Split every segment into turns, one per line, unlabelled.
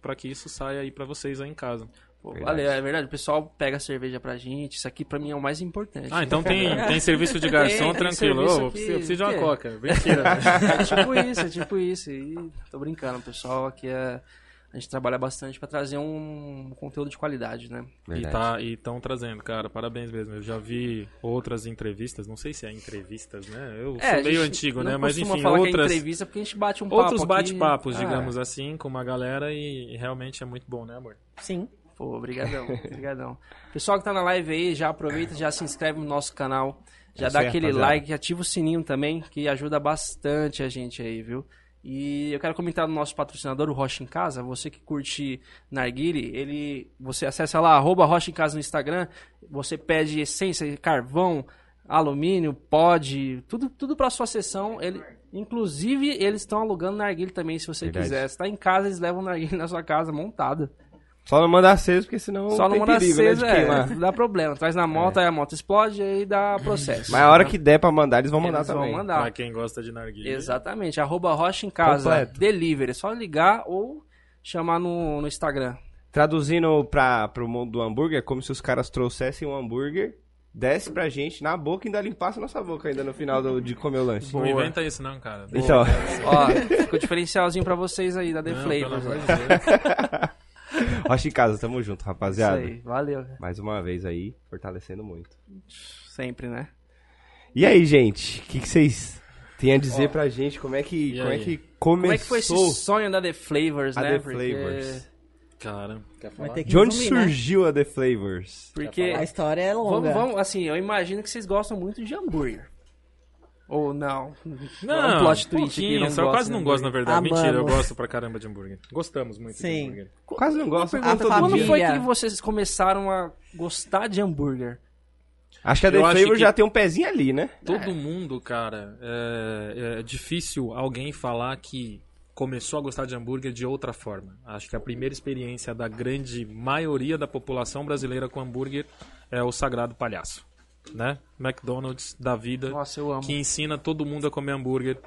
para que isso saia aí para vocês aí em casa.
Pô, valeu, é verdade. O pessoal pega a cerveja pra gente. Isso aqui pra mim é o mais importante.
Ah, então tem, tem serviço de garçom
Tem- tem
tranquilo.
serviço
Ô, eu
aqui,
preciso, eu preciso de uma
que-
coca. Mentira.
É tipo isso, é tipo isso. E tô brincando, o pessoal aqui é. A gente trabalha bastante pra trazer um conteúdo de qualidade, né?
E
Verdade.
tá, estão trazendo, cara, parabéns mesmo. Eu já vi outras entrevistas, não sei se é entrevistas, né? Eu
É, a
sou meio
gente
antigo,
não
né? Mas
costuma
enfim,
falar que
outras,
é entrevista porque a gente bate um papo
outros
aqui.
bate-papos,
Ah,
digamos assim, com uma galera e realmente é muito bom, né, amor?
Sim.
Pô, brigadão, brigadão. Pessoal que tá na live aí, já aproveita, já se inscreve no nosso canal, já
É isso
dá
aí,
aquele
rapaziada.
like, ativa o sininho também, que ajuda bastante a gente aí, viu? E eu quero comentar do nosso patrocinador, o Rocha em Casa. Você que curte Narguile, ele, você acessa lá, arroba Rocha em Casa no Instagram, você pede essência, carvão, alumínio, pod, tudo, tudo pra sua sessão. Ele, inclusive, eles estão alugando Narguile também, se você
Verdade.
quiser. Se tá em casa, eles levam Narguile na sua casa, montada.
Só não mandar aceso, porque senão
Só não
tem
manda
perigo,
acesa,
né, de queimar. É.
é, dá problema. Traz na moto, aí a moto explode e aí dá processo.
Mas a hora que der pra mandar, eles vão mandar
Eles vão
também.
mandar.
Pra quem gosta de narguilha.
Exatamente. Arroba Rocha em Casa.
Completo.
Delivery. É só ligar ou chamar no, no Instagram.
Traduzindo pra, pro mundo do hambúrguer, é como se os caras trouxessem um hambúrguer, desse pra gente na boca e ainda limpasse a nossa boca ainda no final do- de comer o lanche.
Não
Boa.
inventa isso não, cara.
Então,
Ó, ficou diferencialzinho pra vocês aí da The
Não, pelo
Flavors.
amor de
né?
Deus.
rocha em casa, tamo junto,
Isso
rapaziada.
aí. Valeu.
Mais uma vez aí, fortalecendo muito.
Sempre, né?
E aí, gente, o que que vocês têm a dizer pra gente? Como é que,
E
como é
aí?
que
Como
começou
é que foi esse sonho da The Flavors,
a
né?
The
Porque- é
Flavors?
Cara, quer falar?
Vai ter que
De onde
resumir, né?
surgiu a The Flavors?
Porque,
A história é longa.
vamos, vamos, assim, eu imagino que vocês gostam muito de hambúrguer. Ou não.
Não,
um plot
um
twist aqui,
pouquinho,
não
só eu
gosto né?
quase
de
não
hambúrguer.
gosto, na verdade. Mentira, eu
Amamos.
gosto pra caramba de hambúrguer. Gostamos muito de
Sim.
hambúrguer.
Quase não gosto.
Ah, tá
pergunta
pergunto todo
pra
dia.
Quando foi
Família.
que vocês começaram a gostar de hambúrguer?
Acho que a The
Eu acho
Flavors
que-
já tem um pezinho ali, né?
É.
Todo mundo, cara, é, é difícil alguém falar que começou a gostar de hambúrguer de outra forma. Acho que a primeira experiência da grande maioria da população brasileira com hambúrguer é o Sagrado Palhaço, né? McDonald's da vida,
Nossa, eu amo.
que ensina todo mundo a comer hambúrguer.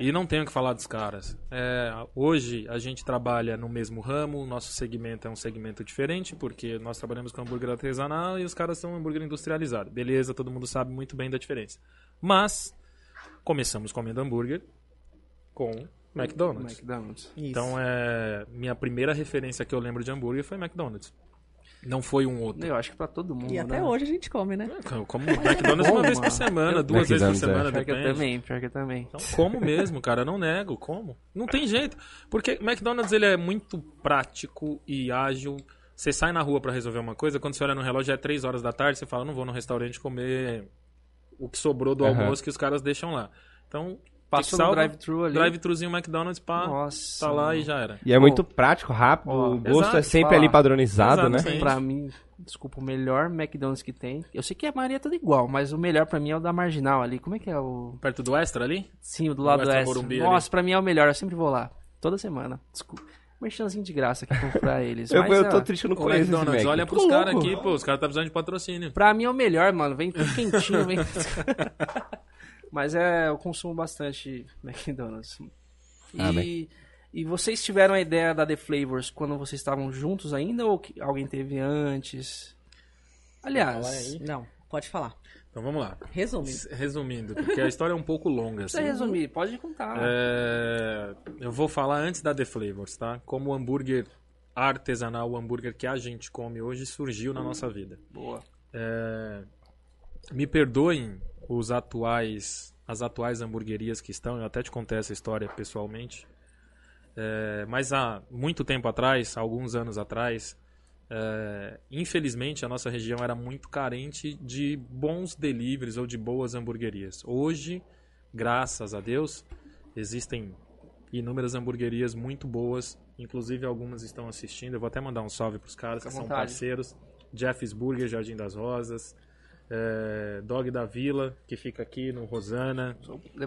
E não tenho o que falar dos caras. É, hoje a gente trabalha no mesmo ramo, nosso segmento é um segmento diferente, porque nós trabalhamos com hambúrguer artesanal e os caras são hambúrguer industrializado. Beleza, todo mundo sabe muito bem da diferença. Mas começamos comendo hambúrguer com McDonald's.
McDonald's.
Isso.
Então é minha primeira referência que eu lembro de hambúrguer foi McDonald's. Não foi um outro.
Eu acho que pra todo mundo,
E até
né?
hoje a gente come, né?
Eu como McDonald's uma
bom,
vez por
mano.
semana, duas vezes por
McDonald's, é.
semana,
Pior que eu
depende.
também, pior que eu também.
Então, como mesmo, cara, não nego, como. Não tem jeito. Porque McDonald's ele é muito prático e ágil. Você sai na rua pra resolver uma coisa, quando você olha no relógio é 3 horas da tarde, você fala, não vou no restaurante comer o que sobrou do
Aham.
almoço que os caras deixam lá. Então,
Passou
salva,
no drive-thru ali.
drive-thruzinho McDonald's, pá,
Nossa.
tá lá e já era.
E é
Pô.
muito prático, rápido,
Ó,
o gosto é
exato,
sempre
fala.
ali padronizado,
Exato,
né?
sim.
Pra mim, desculpa, o melhor McDonald's que tem. Eu sei que a maioria é tudo igual, mas o melhor pra mim é o da Marginal ali. Como é que é o.
Perto do Extra ali?
Sim, o do lado
Western
oeste.
Morumbi ali.
Nossa, pra mim é o melhor. Eu sempre vou lá. Toda semana. Desculpa. Merchanzinho de graça aqui pra eles.
Eu,
mas, ah.
eu tô
ó,
triste, eu não
é, Ô,
conheço esse
McDonald's,
Mac.
olha pros
Tô
caras
louco.
aqui, pô, os caras tá precisando de patrocínio.
Pra mim é o melhor, mano. Vem tudo quentinho, vem. Mas é, eu consumo bastante McDonald's. E,
Ah,
e vocês tiveram a ideia da The Flavors quando vocês estavam juntos ainda ou que alguém teve antes? Aliás,
Não, pode falar.
Então vamos lá.
Resume.
Resumindo, porque a história é um pouco longa,
precisa
assim.
resumir, pode contar.
É, eu vou falar antes da The Flavors, tá? Como o hambúrguer artesanal, o hambúrguer que a gente come hoje, surgiu na nossa vida.
Boa.
Me perdoem os atuais, as atuais hamburguerias que estão, eu até te contei essa história pessoalmente. É, mas há muito tempo atrás, alguns anos atrás, é, infelizmente a nossa região era muito carente de bons deliveries ou de boas hamburguerias. Hoje, graças a Deus, existem inúmeras hamburguerias muito boas, inclusive algumas estão assistindo. Eu vou até mandar um salve para os caras
Fica à
que são
vontade.
parceiros: Jeff's Burger, Jardim das Rosas, é, Dog da Vila, que fica aqui no Rosana,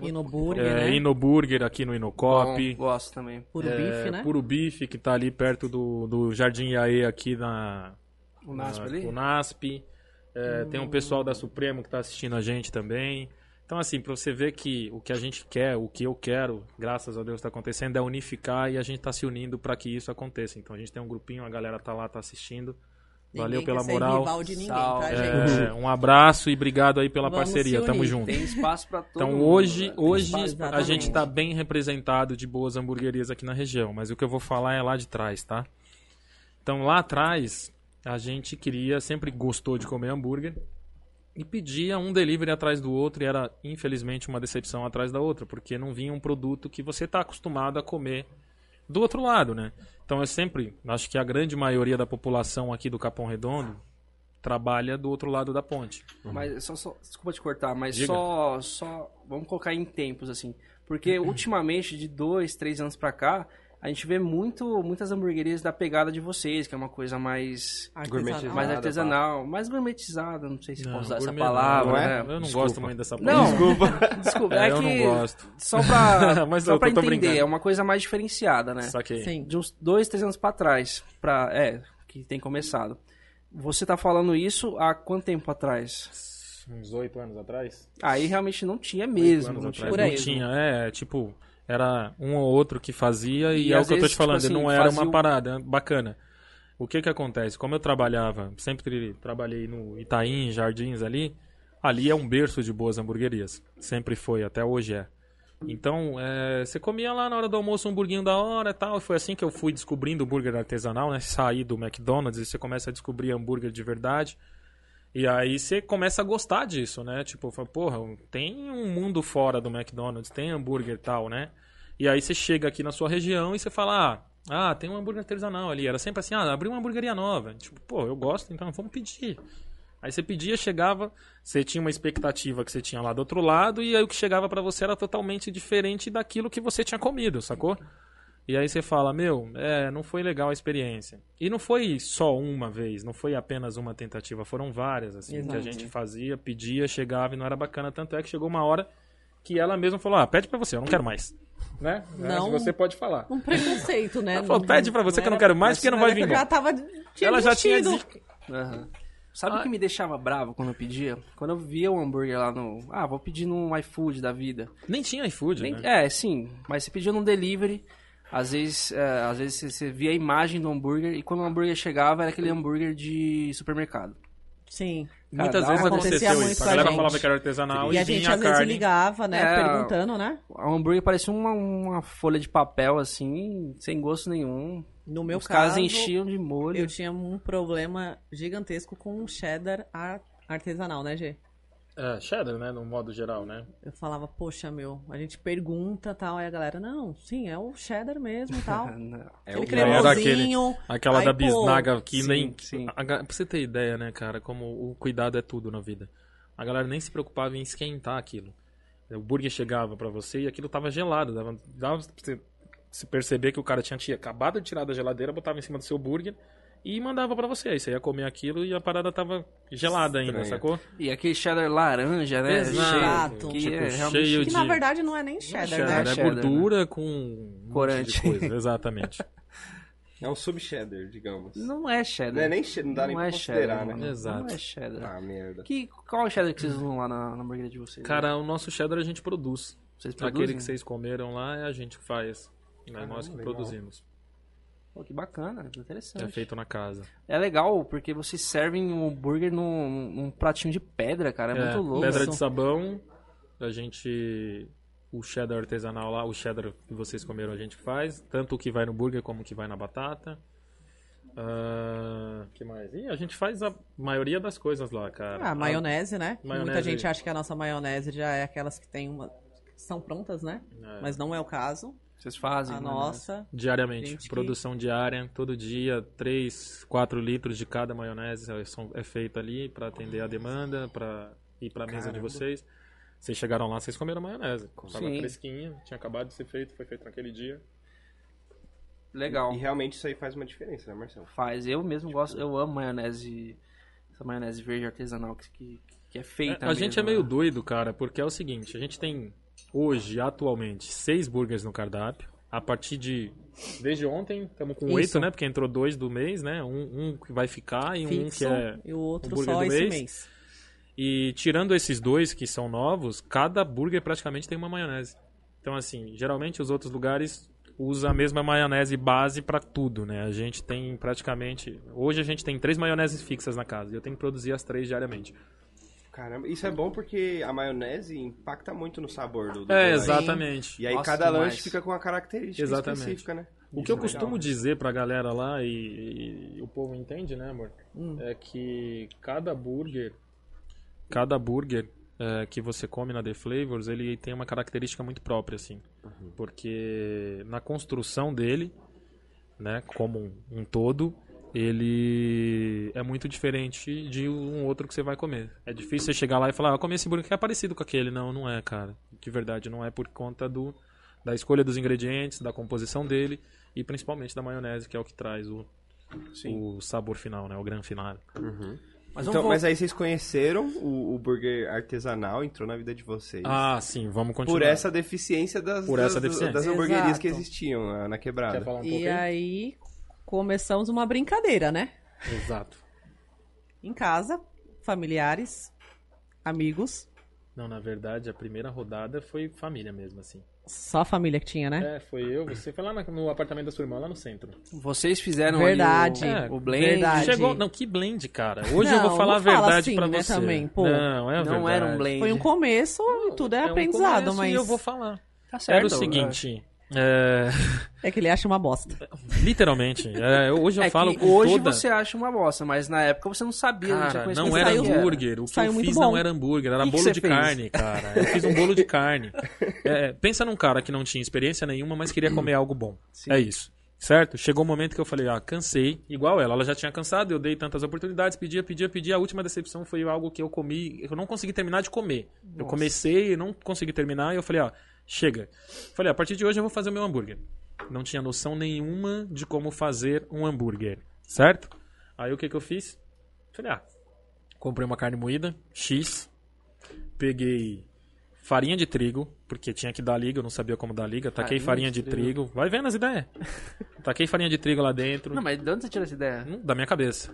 E no
é,
burger, né?
Ino Burger aqui no
Bom,
Inocop.
um gosto também.
Puro bife, né?
é, Puro Bife, que tá ali perto do, do Jardim Iaê, aqui na,
O Nasp
na-
ali?
o NASP. É, Tem um pessoal da Supremo que tá assistindo a gente também. Então, assim, pra você ver que o que a gente quer, o que eu quero, graças a Deus tá acontecendo, é unificar e a gente tá se unindo pra que isso aconteça. Então a gente tem um grupinho, a galera tá lá, tá assistindo. Valeu
Ninguém
pela
quer ser
moral.
rival de ninguém,
Salve.
tá, gente?
É, um abraço e obrigado aí pela
Vamos
parceria.
se
Tamo
unir.
junto.
Tem espaço pra todo
Então
mundo, né?
hoje,
velho.
hoje
espaço,
a
exatamente.
gente tá está bem representado de boas hamburguerias aqui na região, mas o que eu vou falar é lá de trás, tá? Então lá atrás a gente queria, sempre gostou de comer hambúrguer e pedia um delivery atrás do outro e era infelizmente uma decepção atrás da outra, porque não vinha um produto que você está acostumado a comer do outro lado, né? Então eu sempre, acho que a grande maioria da população aqui do Capão Redondo trabalha do outro lado da ponte.
Mas só, só- desculpa te cortar, mas
Uhum. Diga.
só, só vamos colocar em tempos assim, porque
Uhum.
ultimamente de dois, três anos pra cá a gente vê muito, muitas hamburguerias da pegada de vocês, que é uma coisa mais
Artesanal.
mais
é
Gourmetizada,
artesanal, mais gourmetizada, não sei se
né, Não,
posso usar essa
gourmet não,
palavra,
não
é?
né?
Eu não
Desculpa.
gosto muito dessa palavra.
Não,
Desculpa.
desculpa,
É,
é,
eu
que
não gosto.
só pra,
Mas
só
eu
pra
tô
entender,
brincando.
é uma coisa mais diferenciada, né?
Saquei.
Sim.
de uns dois, três anos pra trás, pra, é, que tem começado. Você tá falando isso há quanto tempo atrás?
Uns oito anos atrás?
Aí realmente não tinha
Oito
mesmo,
anos
não
atrás.
tinha
Por
não
aí.
tinha, é, tipo, era um ou outro que fazia e,
E
é o
às
que eu tô
vezes,
te falando,
tipo assim,
não era
fazia
uma
um-
parada bacana. O que que acontece? Como eu trabalhava, sempre trabalhei no Itaim, Jardins ali, ali é um berço de boas hamburguerias. Sempre foi, até hoje é. Então, é, você comia lá na hora do almoço um burguinho da hora e tal. e Foi assim que eu fui descobrindo o hambúrguer artesanal, né? Saí do McDonald's e você começa a descobrir hambúrguer de verdade. E aí você começa a gostar disso, né? Tipo, fala, porra, tem um mundo fora do McDonald's, tem hambúrguer e tal, né? E aí você chega aqui na sua região e você fala, ah, ah, tem um hambúrguer artesanal ali. Era sempre assim, ah, abriu uma hamburgueria nova. Tipo, pô, eu gosto, então vamos pedir. Aí você pedia, chegava, você tinha uma expectativa que você tinha lá do outro lado, e aí o que chegava pra você era totalmente diferente daquilo que você tinha comido, sacou? E aí você fala, meu, é, não foi legal a experiência. E não foi só uma vez, não foi apenas uma tentativa, foram várias, assim, que a
Exato.
gente fazia, pedia, chegava e não era bacana. Tanto é que chegou uma hora que ela mesma falou, ah, pede pra você, eu não quero mais. Né?
Não.
Se Você pode falar.
Um preconceito, né?
Ela falou, pede pra você que eu não quero mais, porque não vai vir
Eu
bom.
já tava. Tinha
Ela já tinha...
desistido.
desistido.
Aham. Sabe
Ah.
o que me deixava bravo quando eu pedia? Quando eu via o hambúrguer lá no. Ah, vou pedir num iFood da vida.
Nem tinha iFood,
Nem-
né?
É, sim, mas você pedia num delivery. Às vezes, é, às vezes você, você via a imagem do hambúrguer e quando o hambúrguer chegava era aquele hambúrguer de supermercado.
Sim.
Muitas
Cara,
vezes
um acontecia
aconteceu
muito
isso. A
com a
galera
gente.
falava que era artesanal
E
e,
a gente
vinha a
às vezes
carne.
ligava, né?
É.
Perguntando, né?
O hambúrguer parecia uma, uma folha de papel, assim, sem gosto nenhum.
No meu
Os caras
caso,
enchiam de
eu
molho.
tinha um problema gigantesco com o cheddar ar- artesanal, né, Gê?
É, cheddar, né? No modo geral, né?
Eu falava, poxa, meu, a gente pergunta tal, aí a galera, não, sim, é o cheddar mesmo
Ah,
tal.
É
Aquele
o
cremoso.
cremoso.
cremosinho.
Aquela
Aí,
da
pô,
bisnaga que
sim,
nem.
sim.
A, ga- pra você ter ideia, né, cara, como o cuidado é tudo na vida. A galera nem se preocupava em esquentar aquilo. O burger chegava pra você e aquilo tava gelado. Dava, dava pra você se perceber que o cara tinha, tinha acabado de tirar da geladeira, botava em cima do seu burger e mandava pra você. Aí você ia comer aquilo e a parada tava gelada ainda,
Estranho.
sacou?
E aquele cheddar laranja, né?
Exato.
Cheio, que
Tipo,
é realmente
cheio
Que na
de-
verdade não é nem cheddar,
Cheddar,
né?
é
Cheddar, né?
gordura com. um monte de
Corante.
coisa, exatamente.
É um sub-cheddar, digamos.
Não é cheddar.
Não é nem cheddar, não dá nem
é
pra considerar,
cheddar,
né?
não.
Exato.
Não é cheddar.
Ah, merda.
Que, qual é o cheddar que vocês usam lá na, na hamburgueria de vocês?
Cara, o nosso cheddar a gente produz.
vocês
Aquele
produzem?
que vocês comeram lá é a gente que faz. Não é
Caramba,
nós que
legal.
produzimos.
Pô, que bacana, que interessante.
É feito na casa.
É legal, porque vocês servem um hambúrguer num, num pratinho de pedra, cara. É, muito louco.
Pedra
assim.
isso.
de sabão, a gente. O cheddar artesanal lá, o cheddar que vocês comeram a gente faz. Tanto o que vai no burger como o que vai na batata. Ah, que mais? Ih, a gente faz a maioria das coisas lá, cara.
Ah, maionese, né?
Maionese.
Muita gente acha que a nossa maionese já é aquelas que tem uma. que São prontas, né?
É.
Mas não é o caso.
Vocês fazem.
a
né?
Ah, nossa.
Diariamente,
Gente que-
produção diária, todo dia, 3, 4 litros de cada maionese é- são- é feito ali para atender a demanda, para ir para mesa de vocês. Vocês chegaram lá, vocês comeram maionese. Tava
Sim.
fresquinha, tinha acabado de ser feito, foi feito naquele dia.
Legal.
E realmente isso aí faz uma diferença, né, Marcelo?
Faz. Eu mesmo gosto, eu amo maionese. Essa maionese verde artesanal que, que, que é
É,
feita.
a gente é
mesmo,
meio
né?
doido, cara, porque é o seguinte, a gente tem hoje, atualmente, seis burgers no cardápio. A partir de. Desde ontem, estamos com oito,
Isso.
né? Porque entrou dois do mês, né? Um, um que vai ficar e um
Fixo
que é
e o outro
hambúrguer
só
do
esse
mês.
mês.
E tirando esses dois que são novos, cada burger praticamente tem uma maionese. Então, assim, geralmente os outros lugares usa a mesma maionese base pra tudo, né? A gente tem praticamente. Hoje a gente tem três maioneses fixas na casa e eu tenho que produzir as três diariamente.
Caramba, isso é bom porque a maionese impacta muito no sabor do, do
É,
lanche.
exatamente.
E aí
Nossa,
cada
demais.
lanche fica com uma característica
Exatamente.
específica, né?
O que
Isso é
eu
legal.
costumo dizer pra galera lá, e, e o povo entende, né, amor?
Hum.
É que cada burger, cada burger é, que você come na The Flavors, ele tem uma característica muito própria, assim.
Uhum.
Porque na construção dele, né, como um, um todo, ele é muito diferente de um outro que você vai comer. É difícil você chegar lá e falar, ah, eu comi esse burger que é parecido com aquele. Não, não é, cara. De verdade, não é por conta do da escolha dos ingredientes, da composição dele e principalmente da maionese, que é o que traz o,
Sim.
o sabor final, né? O gran final. Uhum.
Mas
então,
vamos
mas aí vocês conheceram o, o burger artesanal, entrou na vida de vocês.
Ah, sim, vamos continuar.
por essa deficiência das,
Por essa
das-
deficiência.
das hamburguerias
Exato.
que existiam na, na
Quer
quebrada.
falar um pouco
E
aí?
aí começamos uma brincadeira, né?
Exato.
Em casa, familiares, amigos,
Não, na verdade, a primeira rodada foi família mesmo, assim.
só a família que tinha, né?
É, foi eu, você foi lá na- no apartamento da sua irmã, lá no centro.
né?
É,
Vocês fizeram
Verdade.
ali o, o blend.
Verdade.
Chegou, não, que blend, cara. Hoje eu
Não,
vou falar a
não fala
verdade
assim,
pra
né,
você.
também, pô.
Não, é a
Não
verdade.
era um blend.
Foi um começo e tudo é,
É um
aprendizado,
começo
mas
E eu vou falar.
Tá certo,
Era o seguinte. é,
é que ele acha uma bosta.
Tá. literalmente. é, eu- hoje eu
É que
falo com
hoje
toda...
você acha uma bosta, mas na época você não sabia, não tinha
Cara, não
conhecimento do
era
saiu-
que
hambúrguer. O que
saiu
eu
muito
fiz
bom.
não era hambúrguer, era
E que
bolo
você
de
fez?
carne, cara. Eu fiz um bolo de carne. É, pensa num cara que não tinha experiência nenhuma, mas queria comer algo bom. É isso. Certo? Chegou o momento que eu falei, ah, cansei. Igual ela, ela já tinha cansado, eu dei tantas oportunidades, pedia, pedia, pedia. A última decepção foi algo que eu comi, eu não consegui terminar de comer. Eu comecei e não consegui terminar, e eu falei, ah, chega. Falei, a partir de hoje eu vou fazer o meu hambúrguer. Não tinha noção nenhuma de como fazer um hambúrguer, certo? Aí o que que eu fiz? Falei, ah, comprei uma carne moída, X, peguei farinha de trigo, porque tinha que dar liga, eu não sabia como dar liga, taquei
Farinha
farinha
de
de trigo, vai vendo as ideias. taquei farinha de trigo lá dentro,
Não, mas de onde você tirou essa ideia?
hum, da minha cabeça.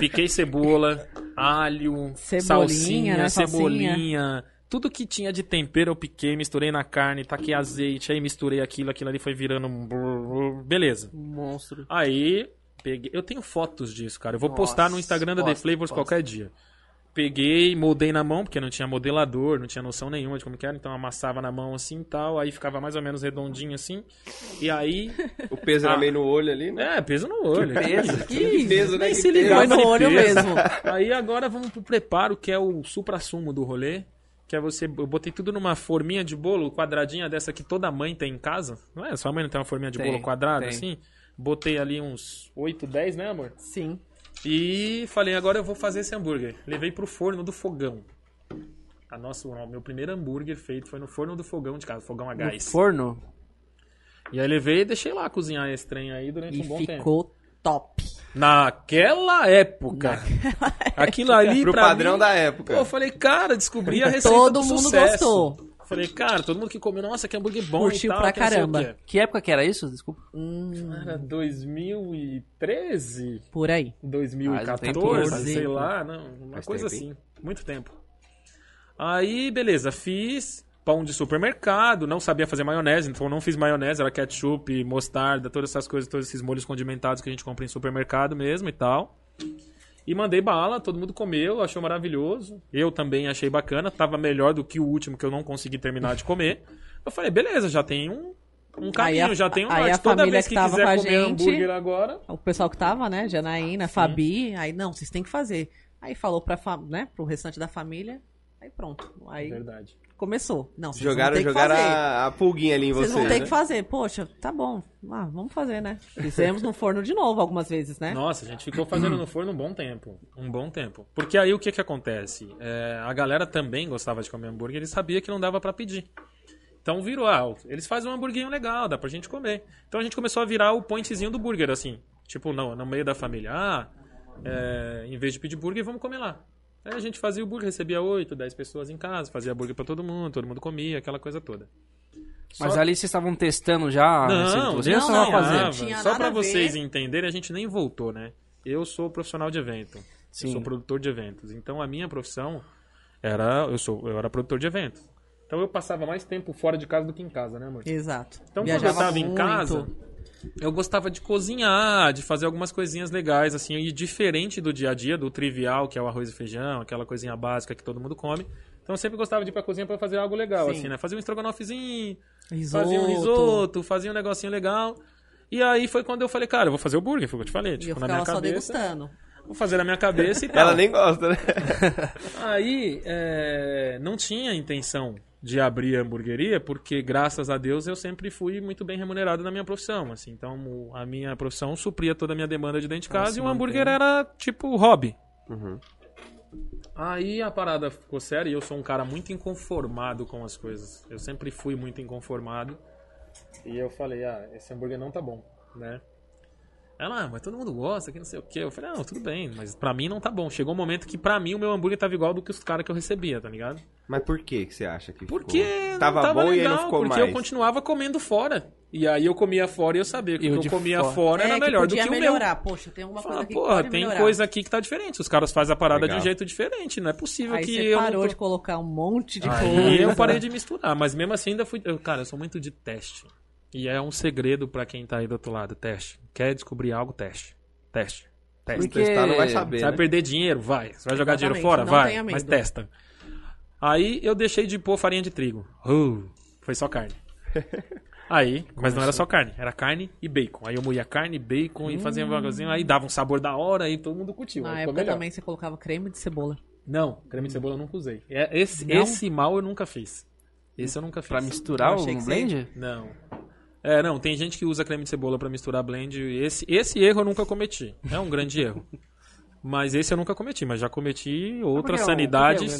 Piquei cebola, alho,
Cebolinha,
salsinha,
né, salsinha.
cebolinha, tudo que tinha de tempero eu piquei, misturei na carne, taquei azeite, aí misturei aquilo, aquilo ali foi virando um brrr, beleza.
Monstro.
Aí, peguei. Eu tenho fotos disso, cara. Eu vou
Nossa,
postar no Instagram da The
posta,
Flavors
posta.
qualquer dia. Peguei, moldei na mão, porque não tinha modelador, não tinha noção nenhuma de como que era, então amassava na mão assim e tal, aí ficava mais ou menos redondinho assim. E aí.
O peso
Ah.
era meio no olho ali, né?
É, peso no olho.
Que peso, né?
nem
Que peso.
se ligou
Mas
no
ele
olho
pesa.
mesmo.
Aí agora vamos pro preparo, que é o supra-sumo do rolê. Que é você. Eu botei tudo numa forminha de bolo, quadradinha dessa que toda mãe tem em casa. Não é? Sua mãe não tem uma forminha de
Tem,
bolo quadrada
tem.
assim? Botei ali uns 8, 10, né, amor?
Sim.
E falei, agora eu vou fazer esse hambúrguer. Levei pro forno do fogão. A nossa, o meu primeiro hambúrguer feito foi no forno do fogão de casa, fogão a
No
gás.
forno?
E aí levei e deixei lá cozinhar esse trem aí durante
E
um bom tempo.
ficou top.
Naquela época. Aquilo ali
Pro
pra
padrão
mim,
da
Pô,
época.
eu falei, cara, descobri a receita
Todo
do
mundo
sucesso.
gostou.
Falei, cara, todo mundo que comeu, nossa, que hambúrguer bom
Curtiu
e tal,
pra
que não sei o
caramba.
quê.
Que época que era isso? Desculpa.
Cara, 2013,
Por aí.
Faz um tempinho,
2014,
faz um
sei
tempo.
lá, não, uma
Faz
coisa
tempo, hein?
assim, muito tempo. Aí, beleza, fiz pão de supermercado, não sabia fazer maionese, então não fiz maionese, era ketchup, mostarda, todas essas coisas, todos esses molhos condimentados que a gente compra em supermercado mesmo e tal. E mandei bala, todo mundo comeu, achou maravilhoso. Eu também achei bacana, tava melhor do que o último que eu não consegui terminar de comer. Eu falei, beleza, já tem um, um
Aí a-
caminho, já tem um
aí a
norte. Toda
família
vez que,
que tava com a
quiser comer
gente-
hambúrguer agora,
O pessoal que tava, né? Janaína, Fabi. Aí, não, vocês têm que fazer. Aí falou pra, fa- né, pro restante da família. Aí pronto. Aí
é verdade.
começou. Não, vocês
Jogaram,
vão ter
jogaram
que fazer.
a, a pulguinha ali em
Vocês
vocês.
vão ter
né?
que fazer. Poxa, tá bom. Ah, vamos fazer, né? Fizemos no forno de novo algumas vezes, né?
Nossa, a gente ficou fazendo no forno um bom tempo. Um bom tempo. Porque aí o que que acontece? É, a galera também gostava de comer hambúrguer e sabia que não dava pra pedir. Então virou, ah, eles fazem um hamburguinho legal, dá pra gente comer. Então a gente começou a virar o pointzinho do burger, assim. Tipo, não, no meio da família. Ah, é, em vez de pedir burger, vamos comer lá. Aí a gente fazia o burger, recebia 8, 10 pessoas em casa, fazia burger pra todo mundo, todo mundo comia, aquela coisa toda.
Mas
Só-
ali vocês estavam testando já né? a receita.
não,
Vocês
Deus
estavam
não,
fazendo.
nada.
Tinha
Só
nada
pra
a ver.
vocês entenderem, a gente nem voltou, né? Eu sou profissional de evento.
Sim.
Eu sou produtor de eventos. Então a minha profissão Era, eu, sou, eu era produtor de evento. Então eu passava mais tempo fora de casa do que em casa, né, amor?
Exato.
Então,
Viajava
quando eu tava em
muito.
casa, eu gostava de cozinhar, de fazer algumas coisinhas legais, assim, e diferente do dia a dia, do trivial, que é o arroz e feijão, aquela coisinha básica que todo mundo come. Então, eu sempre gostava de ir pra cozinha pra fazer algo legal,
Sim.
assim, né? Fazer um estrogonofezinho,
Risoto.
fazia um risoto, fazia um negocinho legal. E aí foi quando eu falei, cara, eu vou fazer o burger, foi o que eu te falei,
E eu
tipo, na minha
ficava só
cabeça.
degustando.
Vou fazer na minha cabeça e tal.
Ela nem gosta, né?
Aí é, não tinha intenção de abrir a hamburgueria, porque graças a Deus eu sempre fui muito bem remunerado na minha profissão. Assim, então o- a minha profissão supria toda a minha demanda de dentro de casa e o hambúrguer era tipo hobby. Aí a parada ficou séria e eu sou um cara muito inconformado com as coisas. Eu sempre fui muito inconformado. E eu falei, ah, esse hambúrguer não tá bom, né? Ela, ah, mas todo mundo gosta, que não sei o quê. Eu falei, não, tudo bem, mas pra mim não tá bom. Chegou um momento que pra mim o meu hambúrguer tava igual do que os caras que eu recebia, tá ligado?
Mas por que que você acha que ficou?
Porque
tava,
não tava
bom
legal,
e aí não ficou
porque
mais?
eu continuava comendo fora. E aí eu comia fora e eu sabia que
E o
o que
de
eu comia
fora.
fora,
É,
era melhor do
podia
que o meu.
melhorar. Poxa, tem alguma coisa
Fala,
aqui
porra,
que pode
tem
melhorar.
coisa aqui que tá diferente. Os caras fazem a parada
Legal.
de um jeito diferente. Não é possível
Aí
que
você
eu. não
parou
tô-
de colocar um monte de coisa.
Aí eu parei de misturar, mas mesmo assim ainda fui. eu, cara, eu sou muito de teste. E é um segredo pra quem tá aí do outro lado: teste. Quer descobrir algo, teste. Teste. Teste.
Se testar, não vai saber,
Você vai
né?
perder dinheiro? Vai. Você vai jogar
Exatamente,
dinheiro fora?
não
Vai.
tenha medo.
Mas testa. Aí eu deixei de pôr farinha de trigo. Uh, foi só carne. Aí, mas não era só carne, era carne e bacon. Aí eu moía carne, bacon e fazia um bagulhozinho, aí dava um sabor da hora e todo mundo curtiu.
Hum. Na
aí ficou
época
melhor.
também você colocava creme de cebola.
Não, creme de cebola eu nunca usei. É, Esse,
Não?
esse mal eu nunca fiz. Esse eu nunca fiz.
Pra misturar o
Eu achei que
um
você-
blend?
Não. É, não, tem gente que usa creme de cebola pra misturar blend. Esse, esse erro eu nunca cometi. É um grande erro. Mas esse eu nunca cometi, mas já cometi
é
outras sanidades.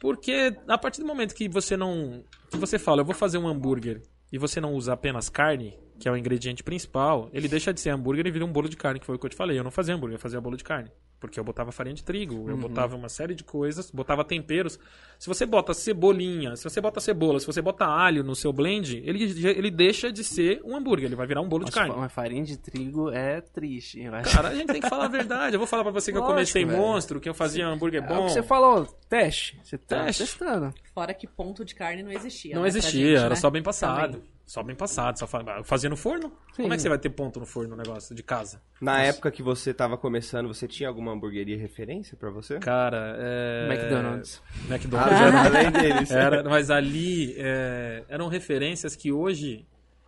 Porque a partir do momento que você não. Que você fala, eu vou fazer um hambúrguer e você não usa apenas carne, que é o ingrediente principal, ele deixa de ser hambúrguer e vira um bolo de carne, que foi o que eu te falei. Eu não fazia hambúrguer, eu fazia bolo de carne. Porque eu botava farinha de trigo,
Uhum.
eu botava uma série de coisas, botava temperos. Se você bota cebolinha, se você bota cebola, se você bota alho no seu blend, ele, ele deixa de ser um hambúrguer, ele vai virar um bolo de carne.
Uma farinha de trigo é triste, eu acho.
Cara, a gente tem que falar a verdade. Eu vou falar pra você que
Lógico,
eu comecei
velho.
monstro, que eu fazia hambúrguer
É o
bom.
que você falou, teste. Você tá
Teste.
testando.
Fora que ponto de carne não existia.
Não
né, pra
existia,
gente,
era
né?
só bem passado.
Também.
Só bem passado, só fa- fazia no forno.
Sim.
Como é que você vai ter ponto no forno, um negócio de casa?
Na época que você tava começando, você tinha alguma hamburgueria referência pra você?
Cara, é...
McDonald's.
McDonald's
Ah,
era,
além deles.
era- mas ali é, eram referências que hoje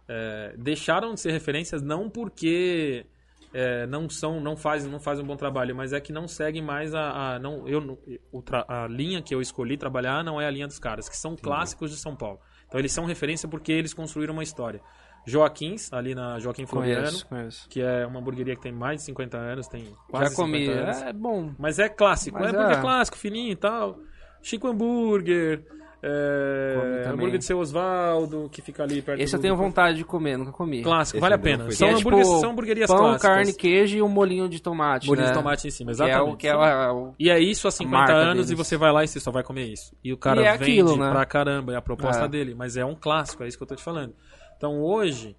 é, deixaram de ser referências não porque é, não são, não fazem, não fazem um bom trabalho, mas é que não seguem mais a, a- não, eu, não- o tra- a linha que eu escolhi trabalhar não é a linha dos caras, que são clássicos de São Paulo. Então eles são referência porque eles construíram uma história. Joaquins, ali na Joaquim Floriano,
Conheço, conheço.
que é uma hamburgueria que tem mais de 50 anos, tem quase
Já comi.
50 anos.
É bom.
Mas é clássico,
Mas
é hambúrguer
é.
clássico, fininho e tal. Chico Hambúrguer, é,
Come também.
hambúrguer de seu Osvaldo, que fica ali perto
Esse
do...
eu tenho
do-
vontade de comer, nunca comi.
Clássico,
Esse
vale a
também
pena.
não fui.
São,
Que é
hambúrgueres,
tipo
são hamburguerias
Pão,
clássicas.
carne, queijo e um molinho de tomate.
Molho
né?
de tomate em cima,
Que é
exatamente.
o que é o-
E é isso há 50
marca
anos e
deles.
você vai lá e você só vai comer isso. E o cara
E é
vende
aquilo, né?
pra caramba, é a proposta
É.
dele. Mas é um clássico, é isso que eu tô te falando. Então hoje,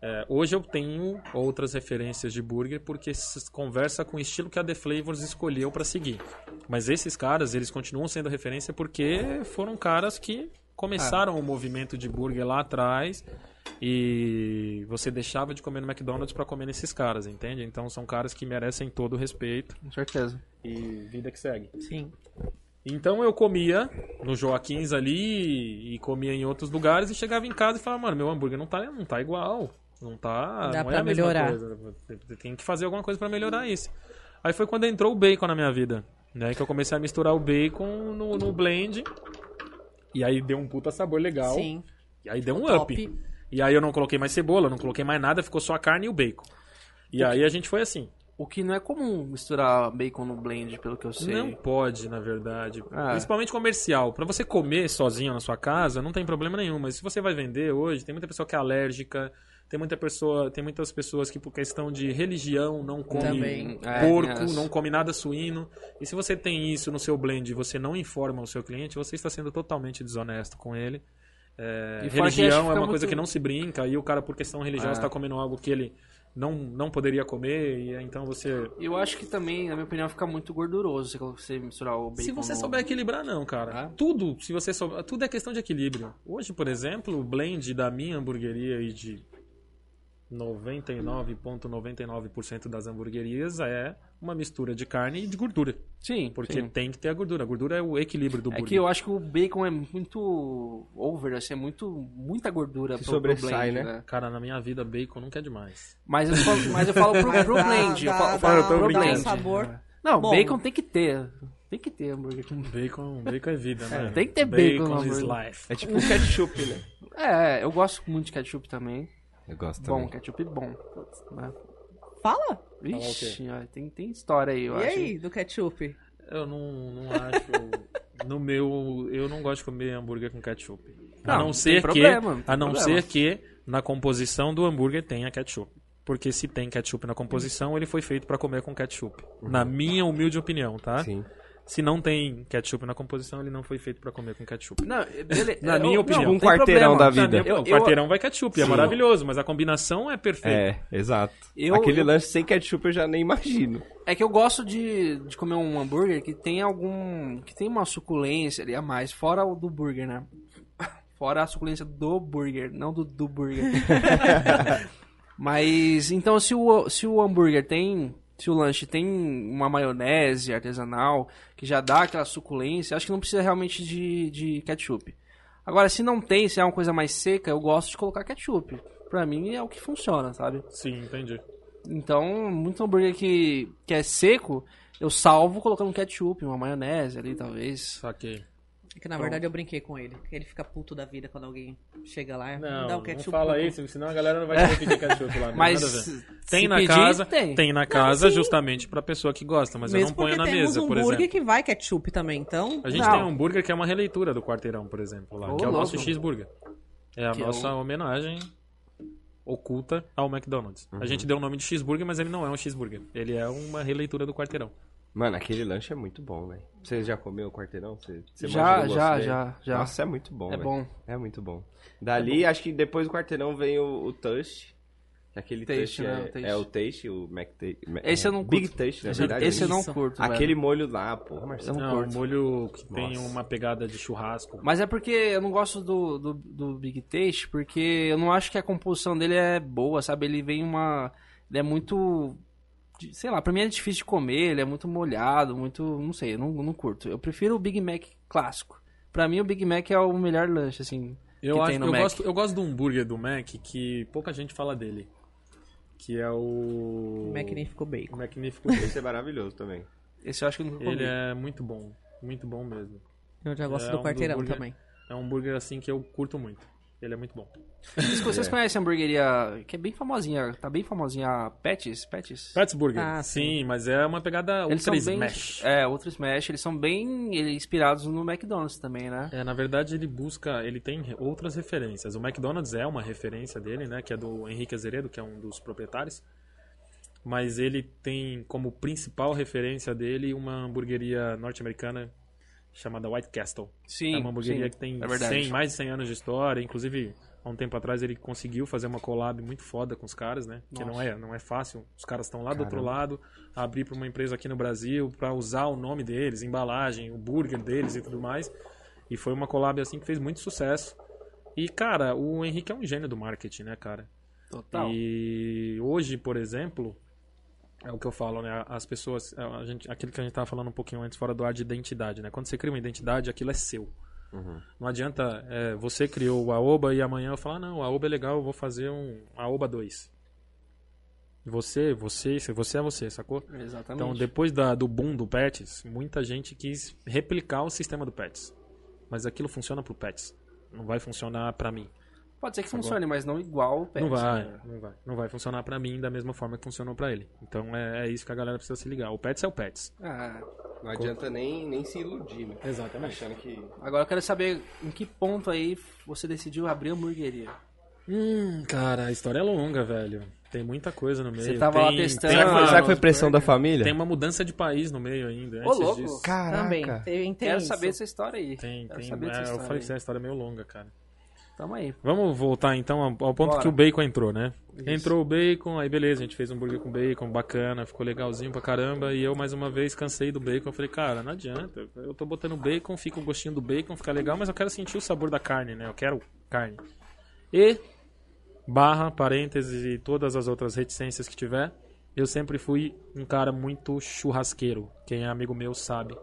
é, hoje eu tenho outras referências de burger porque s- conversa com o estilo que a The Flavors escolheu pra seguir. Mas esses caras, eles continuam sendo referência porque foram caras que
É.
começaram o movimento de burger lá atrás e você deixava de comer no McDonald's pra comer nesses caras, entende? Então são caras que merecem todo o respeito
Com certeza.
e vida que segue.
Sim.
Então eu comia no Joaquins ali e comia em outros lugares e chegava em casa e falava, mano, meu hambúrguer não tá, não tá igual. Não tá.
Dá
não é
pra
a mesma
melhorar.
coisa. Tem que fazer alguma coisa pra melhorar isso. Aí foi quando entrou o bacon na minha vida. Né, que eu comecei a misturar o bacon no, no blend. E aí deu um puta sabor legal.
Sim.
E aí deu um
Top.
up. E aí eu não coloquei mais cebola, não coloquei mais nada, ficou só a carne e o bacon. E aí a gente foi assim.
O que não é comum misturar bacon no blend, pelo que eu sei.
Não pode, na verdade.
Ah.
Principalmente comercial. Pra você comer sozinho na sua casa, não tem problema nenhum. Mas se você vai vender hoje, tem muita pessoa que é alérgica, tem muita pessoa, tem muitas pessoas que por questão de religião não come
Também.
É,
porco,
yes.
não come nada suíno. E se você tem isso no seu blend e você não informa o seu cliente, você está sendo totalmente desonesto com ele. É,
E fora que acho que
religião é
fica
uma coisa
muito-
que não se brinca, e o cara, por questão religiosa,
É.
está comendo algo que ele não, não poderia comer, e aí, então você.
Eu acho que também, na minha opinião, fica muito gorduroso se você misturar o bacon.
Se você
no-
souber equilibrar, não, cara.
Ah.
Tudo, se você souber, tudo é questão de equilíbrio. Hoje, por exemplo, o blend da minha hamburgueria e de 99,99% das hamburguerias é uma mistura de carne e de gordura.
Sim,
Porque
sim.
tem que ter a gordura. A gordura é o equilíbrio do
É
burger.
que eu acho que o bacon é muito over, assim, é muito, muita gordura
Se
pro, pro
sobressai,
blend,
né?
Cara, na minha vida, bacon nunca é demais.
Mas eu falo, mas eu falo pro,
Mas
pro
dá-
blend. eu
dá-
falo, eu falo
dá-
pro
dá um
blend.
sabor
Não,
bom.
bacon tem que ter. Tem que ter hambúrguer. com-
Bacon, bacon é vida, né?
tem que ter bacon no
Bacon is
hambúrguer.
life.
É tipo um ketchup, né?
É, eu gosto muito de ketchup também.
Eu gosto
Bom, ketchup bom.
Tá
né?
Fala?
Ixi, ó, tem, tem história aí, eu
e
acho.
aí, do ketchup?
Eu não, não acho. no meu, eu não gosto de comer hambúrguer com ketchup.
Não,
a
não
não
tem
ser que,
problema, não tem
a não
problema.
ser que na composição do hambúrguer tenha ketchup. Porque se tem ketchup na composição, ele foi feito pra comer com ketchup. Na minha humilde opinião, tá?
Sim.
Se não tem ketchup na composição, ele não foi feito pra comer com ketchup.
Não, beleza.
Na minha opinião.
tem
Um quarteirão
problema.
da vida.
Eu-
o
eu-
quarteirão vai ketchup, é maravilhoso, mas a combinação é perfeita.
É, exato.
Eu-
Aquele
eu-
lanche sem ketchup eu já nem imagino.
É que eu gosto de, de comer um hambúrguer que tem algum. que tem uma suculência ali a mais, fora o do burger, né? Fora a suculência do burger, não do, do burger. Mas então se o, se o hambúrguer tem. Se o lanche tem uma maionese artesanal que já dá aquela suculência, acho que não precisa realmente de, de ketchup. Agora, se não tem, se é uma coisa mais seca, eu gosto de colocar ketchup. Pra mim é o que funciona, sabe?
Sim, entendi.
Então, muito hambúrguer que, que é seco, eu salvo colocando ketchup, uma maionese ali, talvez.
Saquei.
É que na verdade eu brinquei com ele. Ele fica puto da vida quando alguém chega lá e
Não,
dá o
não,
ketchup.
fala
pro-
isso, senão a galera não vai querer pedir ketchup lá. não
Mas
nada a ver.
se-
tem
se
na
pedir,
casa,
tem.
tem, na casa justamente pra pessoa que gosta, mas eu
Mesmo
não ponho
porque
na
temos
mesa,
um
por
hambúrguer
exemplo.
que vai ketchup também, então.
A gente
Não.
tem um hambúrguer que é uma releitura do quarteirão, por exemplo, lá,
Ô,
que é o nosso
louco.
cheeseburger. É a
Que é
nossa homenagem oculta ao McDonald's. A gente deu o nome de cheeseburger, mas ele não é um cheeseburger. Ele é uma releitura do quarteirão.
Mano, aquele lanche é muito bom, velho. Você já comeu o quarteirão? Você, você imagina o
Já,
gosto
já,
dele?
já, já.
Nossa, é muito bom,
É
velho.
bom.
É muito bom. Dali, acho que depois do quarteirão vem o, o Touch. Aquele Touch,
Taste, né?
é,
O Taste.
é o Taste, o Mac Taste.
Esse eu não
Big
curto.
Taste, na
Esse,
verdade. é
esse eu não
Isso.
curto, velho.
Aquele molho lá, porra, Marcelo.
Não
Não, um
curto.
molho que tem
Nossa.
uma pegada de churrasco.
Mas é porque eu não gosto do, do, do Big Taste, porque eu não acho que a composição dele é boa, sabe? Ele vem uma... Ele é muito... de- Sei lá, pra mim é difícil de comer, ele é muito molhado, muito... Não sei, eu não, não curto. Eu prefiro o Big Mac clássico. Pra mim o Big Mac é o melhor lanche, assim.
Eu,
que
acho,
tem no
eu,
Mac.
gosto, eu gosto do hambúrguer do Mac que pouca gente fala dele. Que é o.
Magnífico bacon.
O Magnífico Bacon.
Esse é maravilhoso também.
Esse eu acho que eu nunca comi.
Ele é muito bom. Muito bom mesmo.
Eu já gosto
É um
do
do
quarteirão
hambúrguer.
também.
É um hambúrguer assim que eu curto muito. Ele é muito bom.
Vocês, vocês conhecem a hamburgueria que é bem famosinha, tá bem famosinha, a Patties? Patties?
Pratsburger.
Ah,
sim. mas é uma pegada
Eles
ultra
são bem,
smash.
É, outro smash, eles são bem eles, inspirados no McDonald's também, né?
É, na verdade ele busca, ele tem re- outras referências. O McDonald's é uma referência dele, né, que é do Henrique Azeredo, que é um dos proprietários. Mas ele tem como principal referência dele uma hamburgueria norte-americana chamada White Castle.
Sim,
é uma hamburgueria
sim,
que tem
é verdade.
100, mais de 100 anos de história. Inclusive, há um tempo atrás ele conseguiu fazer uma collab muito foda com os caras, né? Que não é, não é fácil. Os caras estão lá do outro lado, abrir para uma empresa aqui no Brasil, para usar o nome deles, embalagem, o burger deles e tudo mais. E foi uma collab assim que fez muito sucesso. E, cara, o Henrique é um gênio do marketing, né, cara?
Total.
E hoje, por exemplo, é o que eu falo, né? As pessoas, a gente, aquilo que a gente tava falando um pouquinho antes fora do ar de identidade, né? Quando você cria uma identidade, aquilo é seu. Não adianta é, você criou o Aoba e amanhã eu falar, não, o Aoba é legal, eu vou fazer um Aoba 2. Você, você, você é você, sacou?
Exatamente.
Então, depois da- do boom do Pets, muita gente quis replicar o sistema do Pets. Mas aquilo funciona pro Pets. Não vai funcionar pra mim.
Pode ser que funcione, mas não igual o Patties.
Tá Não vai,
né?
não vai. Não vai funcionar pra mim da mesma forma que funcionou pra ele. Então é, é isso que a galera precisa se ligar. O Pets é o Pets.
Ah,
Não adianta nem, nem se iludir, né?
Exatamente.
Achando que...
agora eu quero saber em que ponto aí você decidiu abrir a hamburgueria.
Hum, cara, a história é longa, velho. Tem muita coisa no meio.
Você tava lá
Tem-
testando.
Tem
Será, que foi,
uma,
será que foi pressão da família?
tem um- uma mudança de país no meio ainda.
Ô,
antes
louco!
disso.
Caraca.
Também. Tem, tem
quero
isso.
saber dessa história aí.
Tem,
quero
tem.
saber
é,
dessa
eu
história
falei
aí.
que é uma história meio longa, cara.
Tamo aí.
Vamos voltar então ao ao ponto
Bora.
que o bacon entrou, né? Entrou o bacon, aí beleza, a gente fez um hambúrguer com bacon, bacana, ficou legalzinho pra caramba. E eu mais uma vez cansei do bacon. Eu falei, cara, não adianta. Eu tô botando bacon, fica o gostinho do bacon, fica legal, mas eu quero sentir o sabor da carne, né? Eu quero carne. E, barra, parênteses e todas as outras reticências que tiver, eu sempre fui um cara muito churrasqueiro. Quem é amigo meu sabe.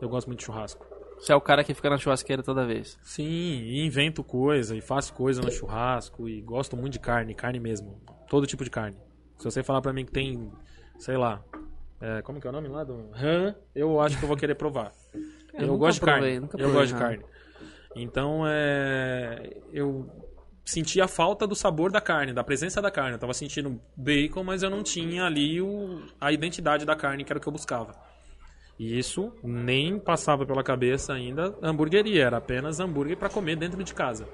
Eu gosto muito de churrasco.
Você é o cara que fica na churrasqueira toda vez.
Sim, e invento coisa, e faço coisa no churrasco, e gosto muito de carne, carne mesmo. Todo tipo de carne. Se você falar pra mim que tem, sei lá, é, como que é o nome lá? Do... Rã, eu acho que eu vou querer provar.
Eu
eu
nunca
gosto de
provei,
carne.
nunca
eu
provei
gosto de
nada.
carne. Então, é, eu senti a falta do sabor da carne, da presença da carne. Eu tava sentindo bacon, mas eu não tinha ali o, a identidade da carne que era o que eu buscava. E isso nem passava pela cabeça ainda hamburgueria, era apenas hambúrguer para comer dentro de casa.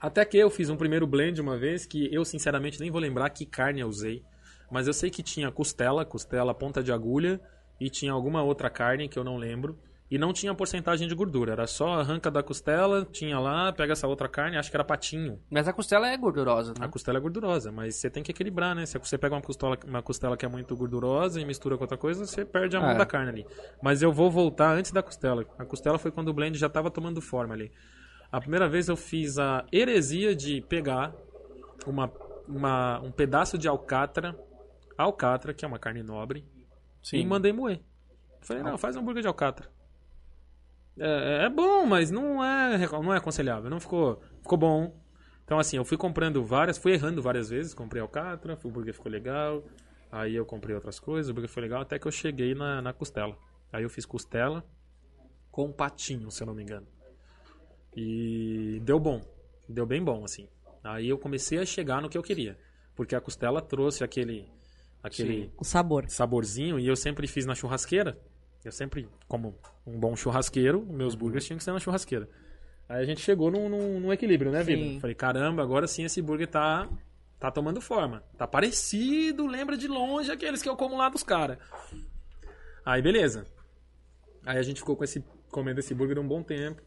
Até que eu fiz um primeiro blend uma vez que eu sinceramente nem vou lembrar que carne eu usei, mas eu sei que tinha costela, costela ponta de agulha e tinha alguma outra carne que eu não lembro e não tinha porcentagem de gordura, era só arranca da costela, tinha lá, pega essa outra carne, acho que era patinho.
Mas a costela é gordurosa,
A
né?
costela é gordurosa, mas você tem que equilibrar, né? Se você pega uma costela, uma costela que é muito gordurosa e mistura com outra coisa, você perde a mão
Ah, é.
da carne ali. Mas eu vou voltar antes da costela. A costela foi quando o blend já estava tomando forma ali. A primeira vez eu fiz a heresia de pegar uma, uma- um pedaço de alcatra, alcatra, que é uma carne nobre, e mandei moer. Falei, não, faz um hambúrguer de alcatra. É, é bom, mas não é, reco- não é aconselhável. Não ficou, ficou bom. Então, assim, eu fui comprando várias, fui errando várias vezes. Comprei alcatra, o hambúrguer ficou legal. Aí eu comprei outras coisas, o hambúrguer foi legal, até que eu cheguei na, na costela. Aí eu fiz costela com patinho, se eu não me engano. E deu bom. Deu bem bom, assim. Aí eu comecei a chegar no que eu queria. Porque a costela trouxe aquele, aquele
O sabor.
saborzinho e eu sempre fiz na churrasqueira. Eu sempre, como um bom churrasqueiro, meus burgers tinham que ser na churrasqueira. Aí a gente chegou num, num- num equilíbrio, né,
Sim.
Vida? Falei, caramba, agora sim esse burger tá, tá tomando forma. Tá parecido, lembra de longe aqueles que eu como lá dos caras. Aí, beleza. Aí a gente ficou com esse, comendo esse burger um bom tempo.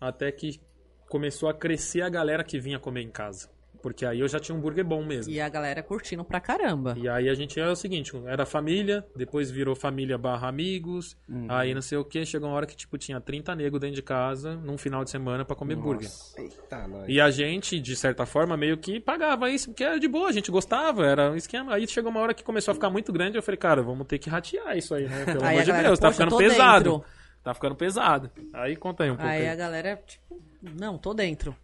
Até que começou a crescer a galera que vinha comer em casa. Porque aí eu já tinha um burger bom mesmo.
E a galera curtindo pra caramba.
E aí a gente era o seguinte, era família, depois virou família barra amigos,
Uhum.
aí não sei o que, chegou uma hora que tipo tinha 30 negros dentro de casa num final de semana pra comer burger.
Eita, nós.
E a gente, de certa forma, meio que pagava isso, porque era de boa, a gente gostava, era um esquema. Aí chegou uma hora que começou a ficar muito grande, eu falei, cara, vamos ter que ratear isso aí, né? Pelo
Aí
amor
a
de
galera,
Deus, tá
"Poxa, eu
ficando
tô
pesado.
dentro."
Tá ficando pesado. Aí conta aí um pouco.
Aí
aí.
a galera, tipo, não, tô dentro.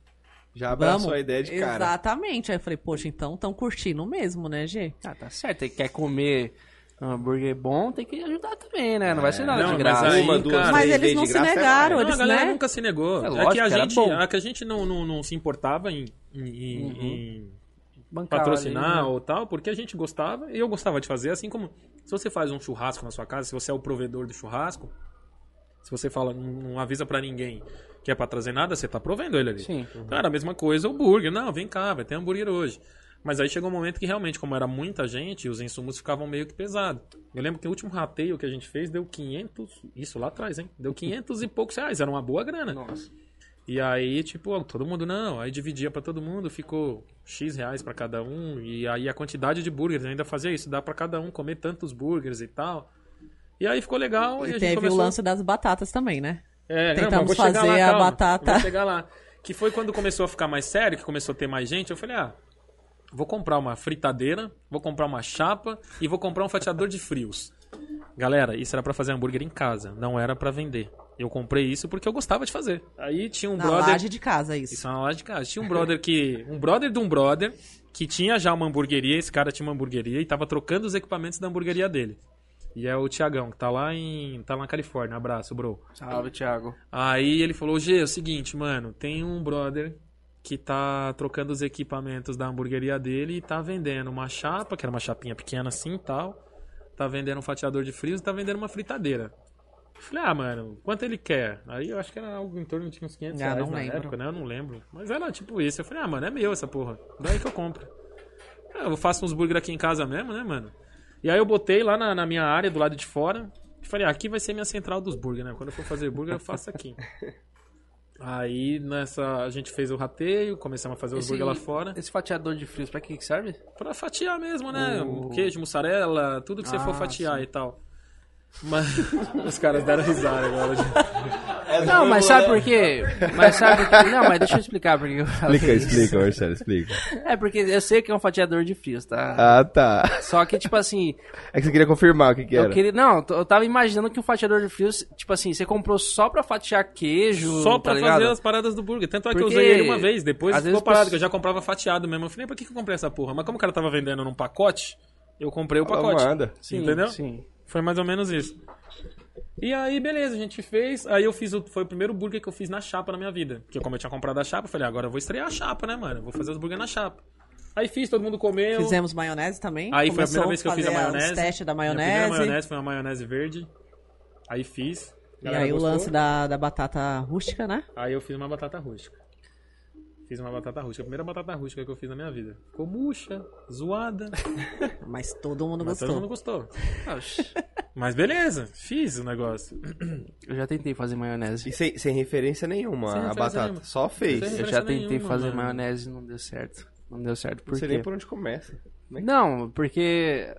Já abraçou
Vamos.
a
É
ideia de cara.
Exatamente. Aí eu falei, poxa, então tão curtindo mesmo, né, Gê?
Ah, tá certo. Ele quer comer hambúrguer bom, tem que ajudar também, né? Não vai ser nada
É. Não,
de
mas
graça.
aí-
Uma, duas,
Cara,
Mas
três
eles
vezes
não
de
se
graça, é
negaram,
praia.
Não,
eles,
a galera
né?
nunca se negou.
É
É,
lógico,
que a
era
gente,
bom.
a que a gente não, não, não se importava em- em-
Uhum.
em- em
Bancar
patrocinar
ali, né?
ou tal, porque a gente gostava e eu gostava de fazer, assim como se você faz um churrasco na sua casa, se você é o provedor do churrasco, se você fala, não, não avisa pra ninguém que é pra trazer nada, você tá provendo ele ali.
Sim.
Cara, a mesma coisa o burger. Não, vem cá, vai ter hambúrguer hoje. Mas aí chegou um momento que realmente, como era muita gente, os insumos ficavam meio que pesados. Eu lembro que o último rateio que a gente fez deu 500, isso lá atrás, hein? Deu 500 e poucos reais, era uma boa grana.
Nossa.
E aí, tipo, todo mundo não. Aí dividia pra todo mundo, ficou X reais pra cada um. E aí a quantidade de burgers, eu ainda fazia isso, dá pra cada um comer tantos burgers e tal. E aí ficou legal. E, a
E
gente
teve
começou...
o lance das batatas também, né?
É, não,
Tentamos
mas vou chegar
fazer
lá,
a
calma,
batata.
Vou chegar lá. Que foi quando começou a ficar mais sério, que começou a ter mais gente. Eu falei, ah, vou comprar uma fritadeira, vou comprar uma chapa e vou comprar um fatiador de frios. Galera, isso era pra fazer hambúrguer em casa, não era pra vender. Eu comprei isso porque eu gostava de fazer. Aí tinha um
Na
brother.
laje de casa, isso.
Isso é uma loja de casa. Tinha um brother que. Um brother de um brother que tinha já uma hamburgueria, esse cara tinha uma hamburgueria e tava trocando os equipamentos da hamburgueria dele. E é o Tiagão, que tá lá em. tá lá na Califórnia. Abraço, bro.
Salve, Thiago.
Aí ele falou, Gê, é o seguinte, mano, tem um brother que tá trocando os equipamentos da hamburgueria dele e tá vendendo uma chapa, que era uma chapinha pequena assim e tal. Tá vendendo um fatiador de frios e tá vendendo uma fritadeira. Eu Falei, ah, mano, quanto ele quer? Aí eu acho que era algo em torno de uns 500
Ah,
reais
não
na
lembro.
época, né? Eu não lembro. Mas era tipo isso. Eu falei, ah, mano, é meu essa porra. Daí que eu compro. Ah, Eu faço uns burger aqui em casa mesmo, né, mano? E aí eu botei lá na, na minha área, do lado de fora. E falei, ah, aqui vai ser minha central dos burger, né? Quando eu for fazer burger, eu faço aqui. Aí nessa a gente fez o rateio, começamos a fazer os
Esse-
hambúrguer lá fora.
Esse fatiador de frios, pra que que serve?
Pra fatiar mesmo, né?
O-
O Queijo, mussarela, tudo que você for
Ah,
fatiar e tal. Mas os caras deram risada agora.
Não, mas sabe por quê? Mas sabe por quê? Não, mas deixa eu explicar por que eu falei
Explica,
isso.
explica, Marcelo, explica.
É porque eu sei que é um fatiador de frios, tá?
Ah, tá.
Só que, tipo assim,
É que você queria confirmar o que que
eu
era.
queria. Não, eu t- eu tava imaginando que um fatiador de frios, tipo assim, você comprou só pra fatiar queijo.
Só pra
tá
fazer
ligado?
as paradas do burger. Tanto é que eu
Porque
usei ele uma vez, depois
às
ficou
vezes
parado,
pos-
que eu já comprava fatiado mesmo. Eu falei, pra que que eu comprei essa porra? Mas como o cara tava vendendo num pacote, eu comprei o
Fala,
pacote.
manda.
Ah, Sim,
entendeu?
Sim.
Foi mais ou menos isso. E aí, beleza, a gente fez. Aí eu fiz o. Foi o primeiro burger que eu fiz na chapa na minha vida. Porque como eu tinha comprado a chapa, eu falei, "Ah, agora eu vou estrear a chapa, né, mano? Eu Vou fazer os burger na chapa. Aí fiz, todo mundo comeu.
Fizemos maionese também.
é um Aí foi a primeira
Começou
vez que eu fiz a
fazer
maionese.
Os testes da
Minha
maionese.
primeira maionese foi uma maionese verde. Aí fiz.
E
Galera
aí o
gostou.
lance da, da batata rústica, né?
Aí eu fiz uma batata rústica. Fiz uma batata rústica. A primeira batata rústica que eu fiz na minha vida. Ficou murcha, zoada.
Mas todo mundo
mas
gostou.
todo mundo gostou.
Oxi,
Mas beleza, fiz o negócio.
Eu já tentei fazer maionese.
E sem, sem referência nenhuma,
Sem
a
referência
batata.
nenhuma.
Só fez.
Sem-
Eu
referência
já tentei
nenhuma,
fazer
mano.
maionese e não deu certo. Não deu certo. Por
Não sei
quê?
nem por onde começa.
Não, porque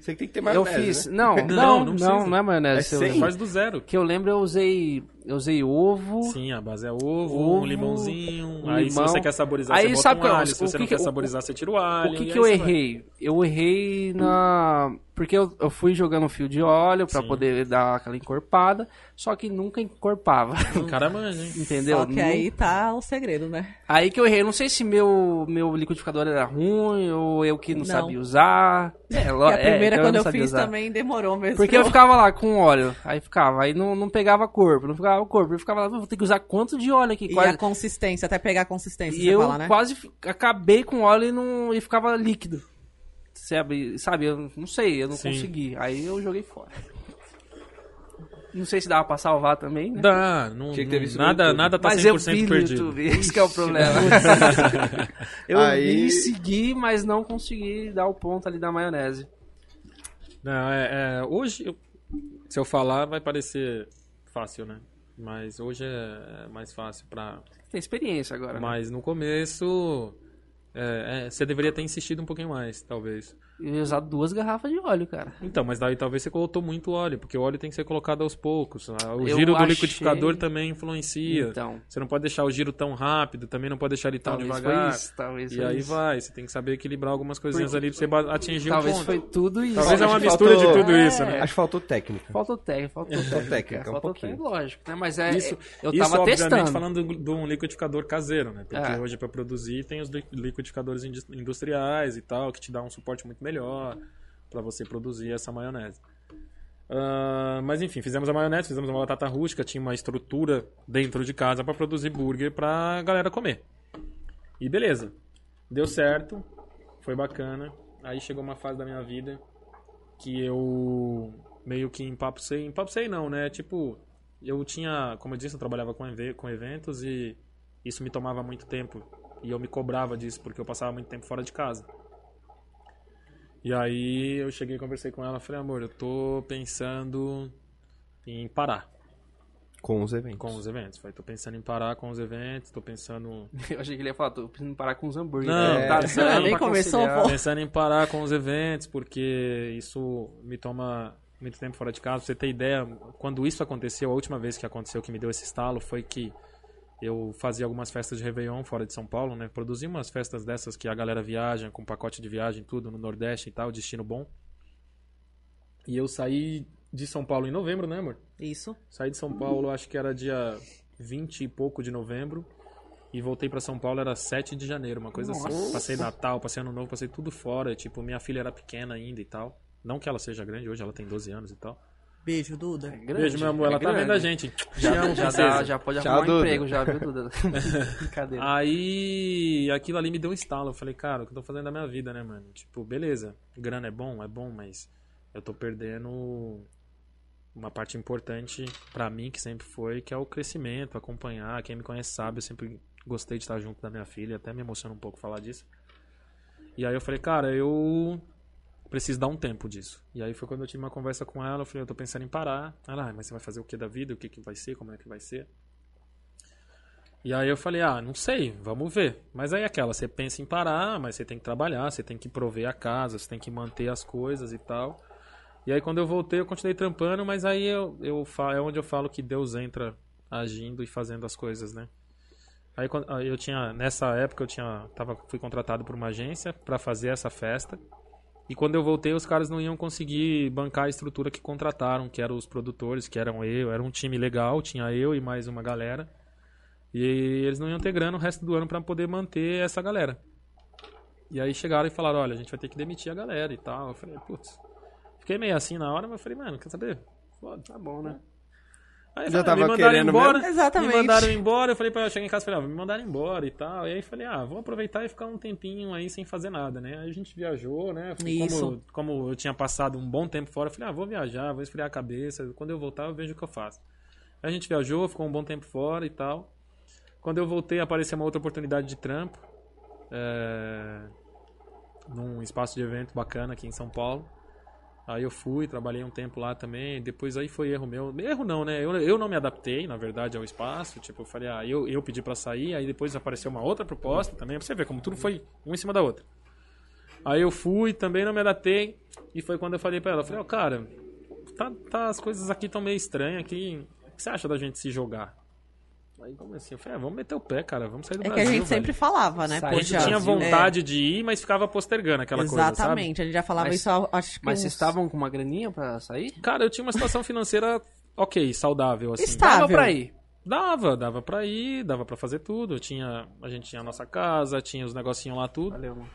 Você que tem que ter
eu
maionese,
fiz.
né?
Não,
Não,
não,
não
não,
precisa.
não, é maionese.
É
eu-
sem?
Faz do zero.
Que eu lembro, eu usei, eu usei ovo.
Sim, a base é ovo, um
Ovo,
limãozinho.
um
aí se
limão.
você quer saborizar,
Aí
você bota
sabe
um
qual- é
alho.
o
Se você
que
não
que-
quer
o-
saborizar, você tira o alho.
O que,
e
que
aí
eu
você vai.
errei? Eu errei na. Porque eu, eu fui jogando fio de óleo pra
Sim.
poder dar aquela encorpada, só que nunca encorpava.
O cara manja, Um hein?
Entendeu?
Só que aí tá o segredo, né?
Aí que eu errei. Eu Não sei se meu, meu liquidificador era ruim ou eu que não,
Não.
sabia usar. É, lo-
e a
é,
primeira,
que
quando
não
eu
sabia
fiz,
usar.
também demorou mesmo.
Porque eu ficava lá com óleo, aí ficava, aí não, não pegava corpo, não ficava corpo, eu ficava lá, vou ter que usar quanto de óleo aqui?
E
Quase-
a consistência, até pegar a consistência,
E
você
eu
fala, né?
quase fi- acabei com o óleo e, não, e ficava líquido. Sabe, sabe, eu não sei, eu não
Sim.
consegui. Aí eu joguei fora. Não sei se dava pra salvar também, né?
Dá, não,
Tinha que ter visto no
nada,
YouTube.
nada tá
mas
100%
eu vi no
perdido.
YouTube, esse que é o problema. eu
Aí-
vi, segui, mas não consegui dar o ponto ali da maionese.
Não, é, é, hoje, eu- se eu falar, vai parecer fácil, né? Mas hoje é é mais fácil pra.
Tem experiência agora. né?
Mas no começo, é, é, você deveria ter insistido um pouquinho mais, talvez.
Eu ia usar duas garrafas de óleo, cara.
Então, mas daí talvez você colocou muito óleo, porque o óleo tem que ser colocado aos poucos. A- O
Eu
giro do
achei-
liquidificador também influencia.
Então,
Você não pode deixar o giro tão rápido, também não pode deixar ele tão
talvez foi
devagar.
isso, talvez
E
foi
aí
isso.
vai, você tem que saber equilibrar algumas coisinhas
Porque-
ali pra você ba- atingir
Talvez
o ponto.
foi tudo isso.
Talvez é uma
Faltou- É.
mistura de tudo isso, né?
Acho que faltou técnica.
Faltou técnica, faltou técnica.
técnica, um
faltou
pouquinho.
técnica, lógico, né? Mas é,
Isso-
eu
Isso,
tava
obviamente,
testando.
falando do- de um liquidificador caseiro, né? Porque
É.
hoje, pra produzir, tem os li- liquidificadores indus- industriais e tal, que te dá um suporte muito melhor pra você produzir essa maionese. Ah, mas enfim, fizemos a maionese, fizemos uma batata rústica, tinha uma estrutura dentro de casa pra produzir burger pra galera comer. E beleza, deu certo, foi bacana. Aí chegou uma fase da minha vida que eu meio que empapocei, empapocei não, né? Tipo, eu tinha, como eu disse, eu trabalhava com, eve- com eventos e isso me tomava muito tempo. E eu me cobrava disso, porque eu passava muito tempo fora de casa. E aí eu cheguei e conversei com ela, falei, amor, eu tô pensando em parar
Com os eventos.
com os eventos. Falei, tô pensando em parar com os eventos, tô pensando.
Eu achei que ele ia falar, tô precisando parar com os hambúrgueres.
Não,
tá dando
nem
pra
começou,
conciliar.
pô.
Tá pensando em parar com os eventos, porque isso me toma muito tempo fora de casa. Pra você ter ideia, quando isso aconteceu, a última vez que aconteceu que me deu esse estalo foi que eu fazia algumas festas de Réveillon fora de São Paulo, né? Produzi umas festas dessas que a galera viaja, com pacote de viagem, tudo, no Nordeste e tal, destino bom. E eu saí de São Paulo em novembro, né, amor?
Isso.
Saí de São Paulo, acho que era dia 20 e pouco de novembro. E voltei pra São Paulo, era 7 de janeiro, uma coisa assim.
Nossa.
Passei Natal, passei Ano Novo, passei tudo fora. Tipo, minha filha era pequena ainda e tal. Não que ela seja grande, hoje ela tem 12 anos e tal.
Beijo, Duda.
Grande,
Beijo, meu amor,
é
ela tá
grande.
vendo a gente. Te
Já,
amo,
já,
princesa.
dá- já pode
Tchau,
arrumar um
Duda.
emprego, já, viu, Duda?
Ah,
Brincadeira.
Aí, aquilo ali me deu um estalo. Eu falei, cara, o que eu tô fazendo da minha vida, né, mano? Tipo, beleza, grana é bom, é bom, mas eu tô perdendo uma parte importante pra mim, que sempre foi, que é o crescimento, acompanhar. Quem me conhece sabe, eu sempre gostei de estar junto da minha filha, até me emociona um pouco falar disso. E aí eu falei, cara, eu preciso dar um tempo disso. E aí foi quando eu tive uma conversa com ela, eu falei, eu tô pensando em parar. Ela, ah, mas você vai fazer o que da vida? O que que vai ser? Como é que vai ser? E aí eu falei, ah, não sei, vamos ver. Mas aí é aquela, você pensa em parar, mas você tem que trabalhar, você tem que prover a casa, você tem que manter as coisas e tal. E aí quando eu voltei, eu continuei trampando, mas aí eu, eu fa- é onde eu falo que Deus entra agindo e fazendo as coisas, né? Aí quando- aí eu tinha, nessa época eu tinha, tava, fui contratado por uma agência para fazer essa festa. E quando eu voltei, os caras não iam conseguir bancar a estrutura que contrataram, que eram os produtores, que eram eu, era um time legal, tinha eu e mais uma galera. E eles não iam ter grana o resto do ano para poder manter essa galera. E aí chegaram e falaram, olha, a gente vai ter que demitir a galera e tal. Eu falei, putz. Fiquei meio assim na hora, mas eu falei, mano, quer saber? Foda.
Tá bom, né?
Aí
Já
ah,
tava
me mandaram
querendo
embora,
mesmo? Exatamente.
Me mandaram embora, eu falei pra ela, cheguei em casa e falei, ah, me mandaram embora e tal. E aí falei, ah, vamos aproveitar e ficar um tempinho aí sem fazer nada, né? Aí a gente viajou, né?
Isso.
Como, como eu tinha passado um bom tempo fora, eu falei, ah, vou viajar, vou esfriar a cabeça. Quando eu voltar, eu vejo o que eu faço. Aí a gente viajou, ficou um bom tempo fora e tal. Quando eu voltei, apareceu uma outra oportunidade de trampo. é, Num espaço de evento bacana aqui em São Paulo. Aí eu fui, trabalhei um tempo lá também. Depois aí foi erro meu. Erro não, né? Eu, eu não me adaptei, na verdade, ao espaço. Tipo, eu falei, ah, eu, eu pedi pra sair. Aí depois apareceu uma outra proposta também. Pra você ver como tudo foi um em cima da outra. Aí eu fui, também não me adaptei. E foi quando eu falei pra ela: eu falei, ó, cara, tá, tá- as coisas aqui estão meio estranhas aqui. O que você acha da gente se jogar? Aí comecei, eu falei, ah, vamos meter o pé, cara, vamos sair do
É que a
Brasil.
gente sempre
velho.
falava, né?
Sai
A gente
Poxa,
tinha
é.
vontade de ir, mas ficava postergando aquela coisa, sabe?
Exatamente, a gente já falava
Mas-
isso, há- acho que
Mas
uns-
vocês estavam com uma graninha pra sair?
Cara, eu tinha uma situação financeira ok, saudável, assim.
Está- Estável.
Dava pra ir.
Dava, dava pra ir, dava pra fazer tudo. Eu tinha, a gente tinha a nossa casa, tinha os negocinhos lá, tudo.
Valeu, mano.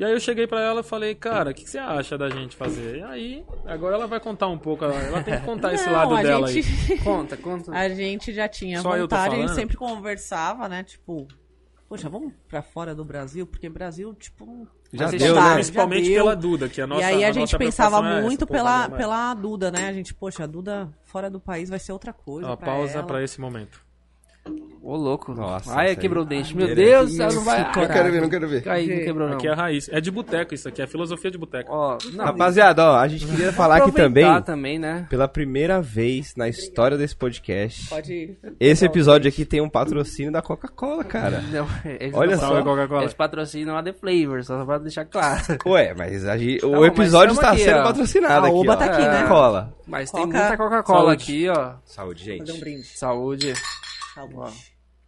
E aí eu cheguei pra ela e falei, cara, o que, que você acha da gente fazer? E aí, agora ela vai contar um pouco, ela- ela tem que contar esse
Não,
lado
a
dela aí.
gente...
Conta, conta.
A gente já tinha
Só eu tô
vontade, a gente
falando?
sempre conversava, né? Tipo, poxa, vamos pra fora do Brasil, porque Brasil, tipo, não-
Já
Mas
não
deu,
isso,
dá,
né?
Principalmente
já deu.
pela Duda, que é a nossa
e aí a,
nossa
gente pensava
preocupação é essa,
muito
pô,
pela,
mas-
pela Duda, né? A gente, poxa, a Duda fora do país vai ser outra coisa.
Ó,
pra
pausa
ela.
pra esse momento.
Ô, louco.
Nossa,
Ai,
isso aí.
quebrou o dente. Meu
Ai,
Deus, ela não vai.
Isso,
Ai,
Não quero ver, não quero ver.
Aí, não quebrou, não.
Aqui é a raiz. É de boteco isso aqui, é filosofia de boteco.
Ó, não,
Rapaziada, ó, a gente queria falar aqui também,
aproveitar também, né?
pela primeira vez na história desse podcast,
Pode ir.
esse episódio aqui tem um patrocínio da Coca-Cola, cara.
Não, é, eles
Olha
não-
só.
Salve, Coca-Cola.
Eles patrocinam a The Flavor, só pra deixar claro.
Ué, mas a gente-
Não,
o
mas
episódio
tamo
está
aqui,
sendo
ó.
patrocinado
A
aqui,
Oba
ó. É.
tá aqui, né?
Coca-Cola.
Mas tem
Coca-
muita Coca-Cola
Saúde.
aqui, ó.
Saúde,
Fazer um
gente.
brinde.
Saúde.
Saúde.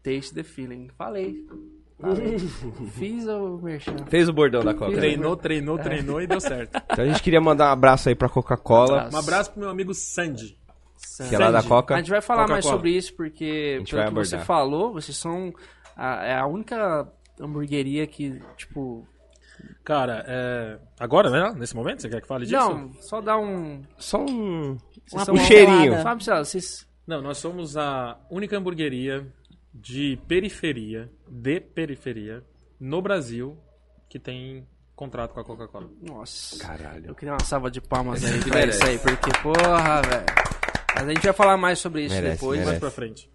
Taste the feeling. Falei. Fiz o merchan.
Fez o bordão da Coca. né?
Treinou, treinou, treinou e deu certo.
Então a gente queria mandar um abraço aí pra Coca-Cola,
Abraço.
Um abraço pro meu amigo Sandy.
que é lá da
Sandy.
A
Coca.
gente vai falar mais
Coca-Cola.
sobre isso, porque
gente
pelo
vai
que você
abordar.
falou, vocês são a, é a única hamburgueria que, tipo...
Cara, é... agora, né? Nesse momento, você quer que fale disso?
Não, só dá um...
Só um...
Vocês
Uma
são-
um cheirinho.
porrada.
Sabe, Céu, vocês...
Não, nós somos a única hamburgueria de periferia, de periferia, no Brasil, que tem contrato com a Coca-Cola.
Nossa.
Caralho.
Eu queria uma salva de palmas aí pra isso aí, porque, porra, velho. Mas a gente vai falar mais sobre isso
Merece,
depois.
Mais
merece.
pra frente.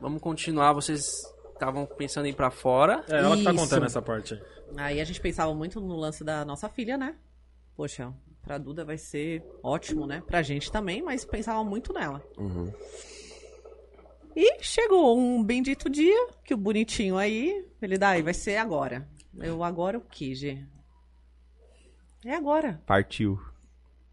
Vamos continuar, vocês estavam pensando em ir pra fora.
É, ela que tá
Isso.
contando essa parte. aí.
Aí a gente pensava muito no lance da nossa filha, né? Poxa, pra Duda vai ser ótimo, né? Pra gente também, mas pensava muito nela.
Uhum.
E chegou um bendito dia, que o bonitinho aí, ele daí vai ser agora. Eu agora o que, Gê? É agora.
Partiu.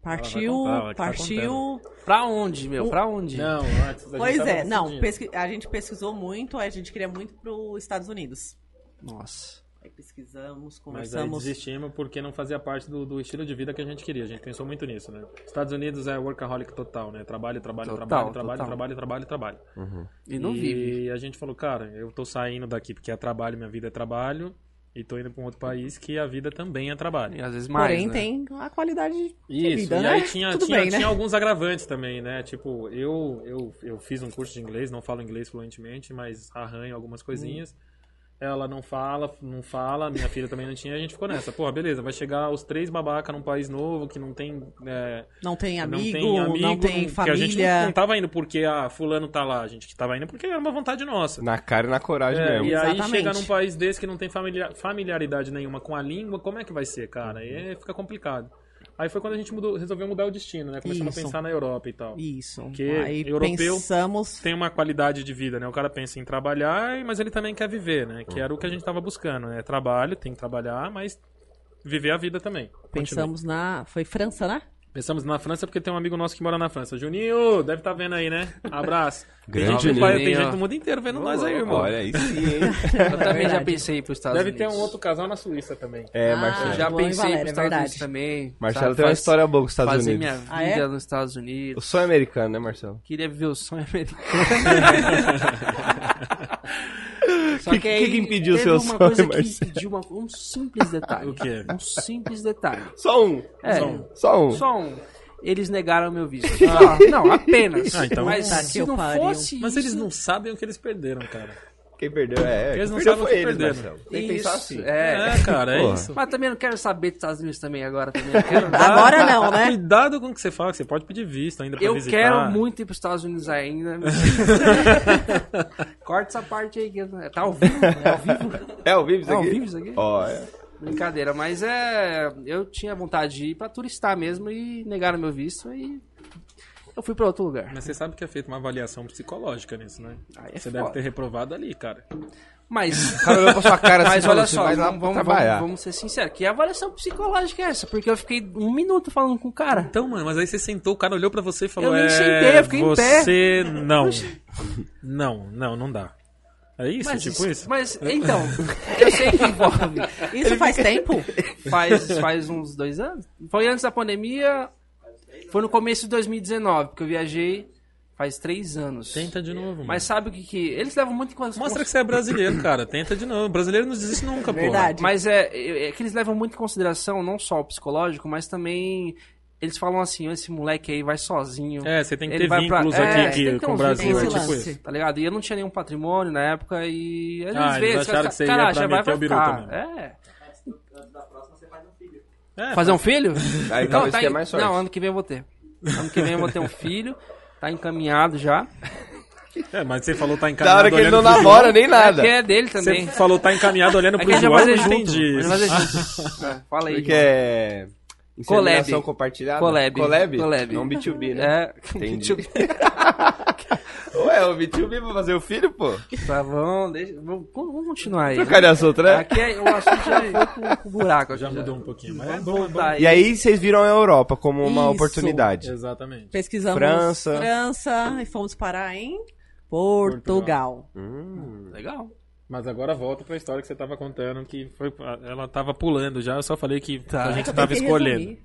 Partiu,
contar, ela que tá
partiu.
Pra onde, meu? Pra onde?
Não, antes a gente
Pois
tava
é, não,
decidindo.
pesqui- a gente pesquisou muito, aí a gente queria muito pros Estados Unidos.
Nossa.
Aí pesquisamos,
Mas aí
conversamos.
desistimos porque não fazia parte do, do estilo de vida que a gente queria. A gente pensou muito nisso, né? Estados Unidos é workaholic total, né? Trabalho, trabalho,
Total,
trabalho, trabalho,
total.
trabalho, trabalho, trabalho.
Uhum.
E não vive.
a gente falou, cara, eu tô saindo daqui porque é trabalho, minha vida é trabalho, e tô indo pra um outro país que a vida também é trabalho.
E às vezes mais,
Porém,
né?
tem a qualidade de
Isso,
vida,
e
né?
aí tinha,
Tudo
tinha,
bem, né?
tinha alguns agravantes também, né? Tipo, eu, eu, eu fiz um curso de inglês, não falo inglês fluentemente, mas arranho algumas coisinhas. Ela não fala, não fala, minha filha também não tinha, a gente ficou nessa. Porra, beleza, vai chegar os três babaca num país novo que não tem. é,
Não tem amigo,
não tem amigo, não- que
família.
a gente não, não tava indo porque a fulano tá lá, a gente que tava indo porque era uma vontade nossa.
Na cara e na coragem
É,
mesmo.
e aí
Exatamente.
chega num país desse que não tem familia- familiaridade nenhuma com a língua, como é que vai ser, cara? Aí fica é, complicado. Aí foi quando a gente mudou, resolveu mudar o destino, né? Começamos
Isso.
a pensar na Europa e tal.
Isso.
Porque
Aí
europeu-
pensamos.
Tem uma qualidade de vida, né? O cara pensa em trabalhar, mas ele também quer viver, né? Que era o que a gente tava buscando, né? Trabalho, tem que trabalhar, mas viver a vida também. Continua.
Pensamos na. Foi França, né?
Pensamos na França porque tem um amigo nosso que mora na França. Juninho, deve estar vendo aí, né? Abraço.
Grande
tem, gente do, pa-
Juninho.
tem gente do mundo inteiro vendo nós aí, irmão.
Olha aí sim, hein?
Eu também já
É verdade.
pensei pros Estados
Deve ter
Unidos.
um outro casal na Suíça também.
É,
Ah,
Eu
Marcelo.
já
João e
pensei
Valéria,
pros
é
Estados Unidos
verdade.
também.
Marcelo
sabe?
tem uma
Faz-
história boa com os Estados
fazer
Unidos.
Ah,
minha
é?
vida nos Estados
O
Unidos.
sonho americano, né, Marcelo?
Queria viver o sonho americano. Só
Que-
que,
que
aí
que impediu o
teve
seu
uma
sonho,
coisa que
Marcelo?
impediu uma- um simples detalhe.
O quê?
Um simples detalhe.
Só um.
É,
Só um.
Só um.
só um. Eles negaram meu visto. Só, não, apenas.
Ah, então-
Mas
Puta
se
que
não
pariu.
fosse
Mas
isso,
eles não sabem o que eles perderam, cara.
Quem perdeu é.
Eles não
quem perdeu
sabem o
foi
que
eles,
perderam.
Marcelo. Tem que
isso,
pensar assim.
É.
É, cara, é
Porra.
isso.
Mas também não quero saber dos Estados Unidos também agora. Também. Eu quero,
Agora não, né?
Cuidado com o que você fala, que você pode pedir visto ainda pra
eu
visitar.
quero muito ir pros Estados Unidos ainda. Corta essa parte aí. Que eu- tá ao vivo, é ao vivo.
É ao vivo isso
É ao
aqui?
vivo isso aqui?
Ó, é.
Brincadeira, mas é. Eu tinha vontade de ir pra turistar mesmo e negaram meu visto e. Eu fui pra outro lugar.
Mas você sabe que é feita uma avaliação psicológica nisso, né?
Aí é
você
foda.
deve ter reprovado ali, cara.
Mas.
O cara olhou pra sua cara assim
Mas
e falou,
olha
"Você
só,
vai
vamos,
lá pra
vamos-
trabalhar.
vamos ser sinceros. Que avaliação psicológica é essa? Porque eu fiquei um minuto falando com o cara.
Então, mano, mas aí você sentou, o cara olhou pra você e falou:
Eu nem
é,
sentei, eu fiquei em pé."
Você não. não, não, não dá. É isso,
Mas,
tipo isso?
mas então, eu sei que envolve.
Isso faz tempo?
Faz, faz uns dois anos. Foi antes da pandemia. Foi no começo de 2019, porque eu viajei faz três anos.
Tenta de novo, mano.
Mas sabe o que que. Eles levam muito em consideração.
Mostra que você é brasileiro, cara. Tenta de novo. Brasileiro não desiste nunca, pô.
Verdade.
Mas é, é que eles levam muito em consideração não só o psicológico, mas também eles falam assim, "Ó, esse moleque aí vai sozinho.
É, você tem que
Ele
ter
vai pra-
vínculos
É,
aqui
tem que
que-
ter
com o
uns
Brasil.
vínculos.
É
Tem esse
tipo
lance.
isso.
Tá ligado? E eu não tinha nenhum patrimônio na época e às
Ah, eles
vezes
acharam
cara,
que você ia
cara,
pra
já vai
meter o biruta
ficar.
mesmo.
É.
É,
Fazer um filho?
Aí então, talvez tenha é
em-
mais sorte.
Não, ano que vem eu vou ter. Ano que vem eu vou ter um filho. Tá encaminhado já.
é, mas você falou tá encaminhado.
Da hora que ele
olhando
não
pro João.
namora nem nada.
É, que é dele
Você
também.
falou tá encaminhado olhando
É
pro
que a gente
João.
vai fazer
eu não
junto.
entendi
A gente
isso.
vai fazer junto. É, Fala aí.
Porque
João.
é. Inseminação
Collab.
Tá
compartilhada?
Collab.
Collab?
Collab.
Não B2B, né?
É,
Entendi. Ué, é um o B2B pra fazer o filho, pô.
Tá bom, deixa, vamos, vamos continuar aí.
Trocar de assunto, né?
Aqui é, o assunto já foi pro, pro buraco.
Já mudou um pouquinho, mas é bom, é
Vamos
bom.
voltar aí.
E aí vocês viram a Europa como uma
Isso.
É
oportunidade.
Exatamente.
Pesquisamos
França.
França e fomos parar em Portugal.
Hum.
Legal.
Mas agora volta pra história que você tava contando, que foi, ah, ela tava pulando já, eu só falei que
Tá.
a gente
Eu
tava
tentei
escolhendo.
resumir.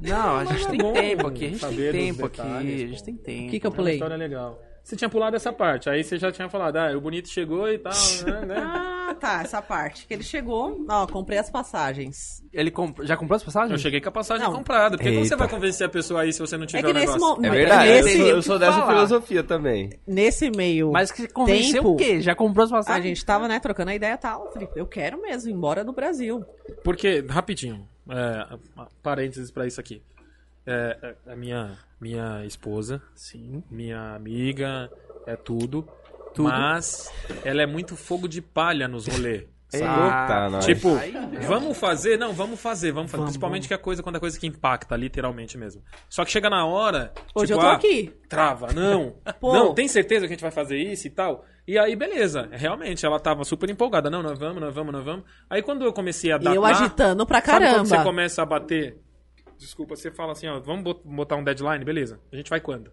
Não, a gente
é
tem
bom
tempo aqui, a gente
saber
tem
dos
tempo aqui, a
detalhes,
gente
pô.
tem tempo.
O que, que eu
É uma
pulei?
história legal. Você tinha pulado essa parte, aí você já tinha falado, ah, o bonito chegou e tal, né, né?
Ah, tá, essa parte. Que ele chegou, ó, comprei as passagens.
Ele comprou, já comprou as passagens?
Eu cheguei com a passagem
Não.
comprada, porque como você
Eita.
vai convencer a pessoa aí se você não tiver
É que
o negócio?
nesse, mo-
É
mas
verdade, eu
nesse,
sou, eu sou dessa
falar.
filosofia também.
nesse meio
Mas que convenceu
tempo,
o quê? Já comprou as
a
passagens?
gente tava, né, trocando a ideia e tal. Eu falei, eu quero mesmo ir embora do Brasil.
Porque, rapidinho, é, parênteses pra isso aqui. É, a minha, minha esposa,
Sim.
minha amiga, é tudo,
Tudo.
mas ela é muito fogo de palha nos rolê.
Eita, nós.
Tipo,
Aí, né?
vamos fazer? Não, vamos fazer, vamos fazer. Principalmente que a coisa, quando a coisa que impacta, literalmente mesmo. Só que chega na hora.
Hoje
tipo,
eu tô
ah,
aqui.
Trava, não.
Pô.
Não, tem certeza que a gente vai fazer isso e tal? E aí, beleza. Realmente, ela tava super empolgada. Não, nós vamos, nós vamos, nós vamos. Aí quando eu comecei a
E
dar.
eu agitando pra
Sabe quando você
caramba.
começa a bater? Desculpa, você fala assim, ó, vamos bot- botar um deadline, beleza. A gente vai quando?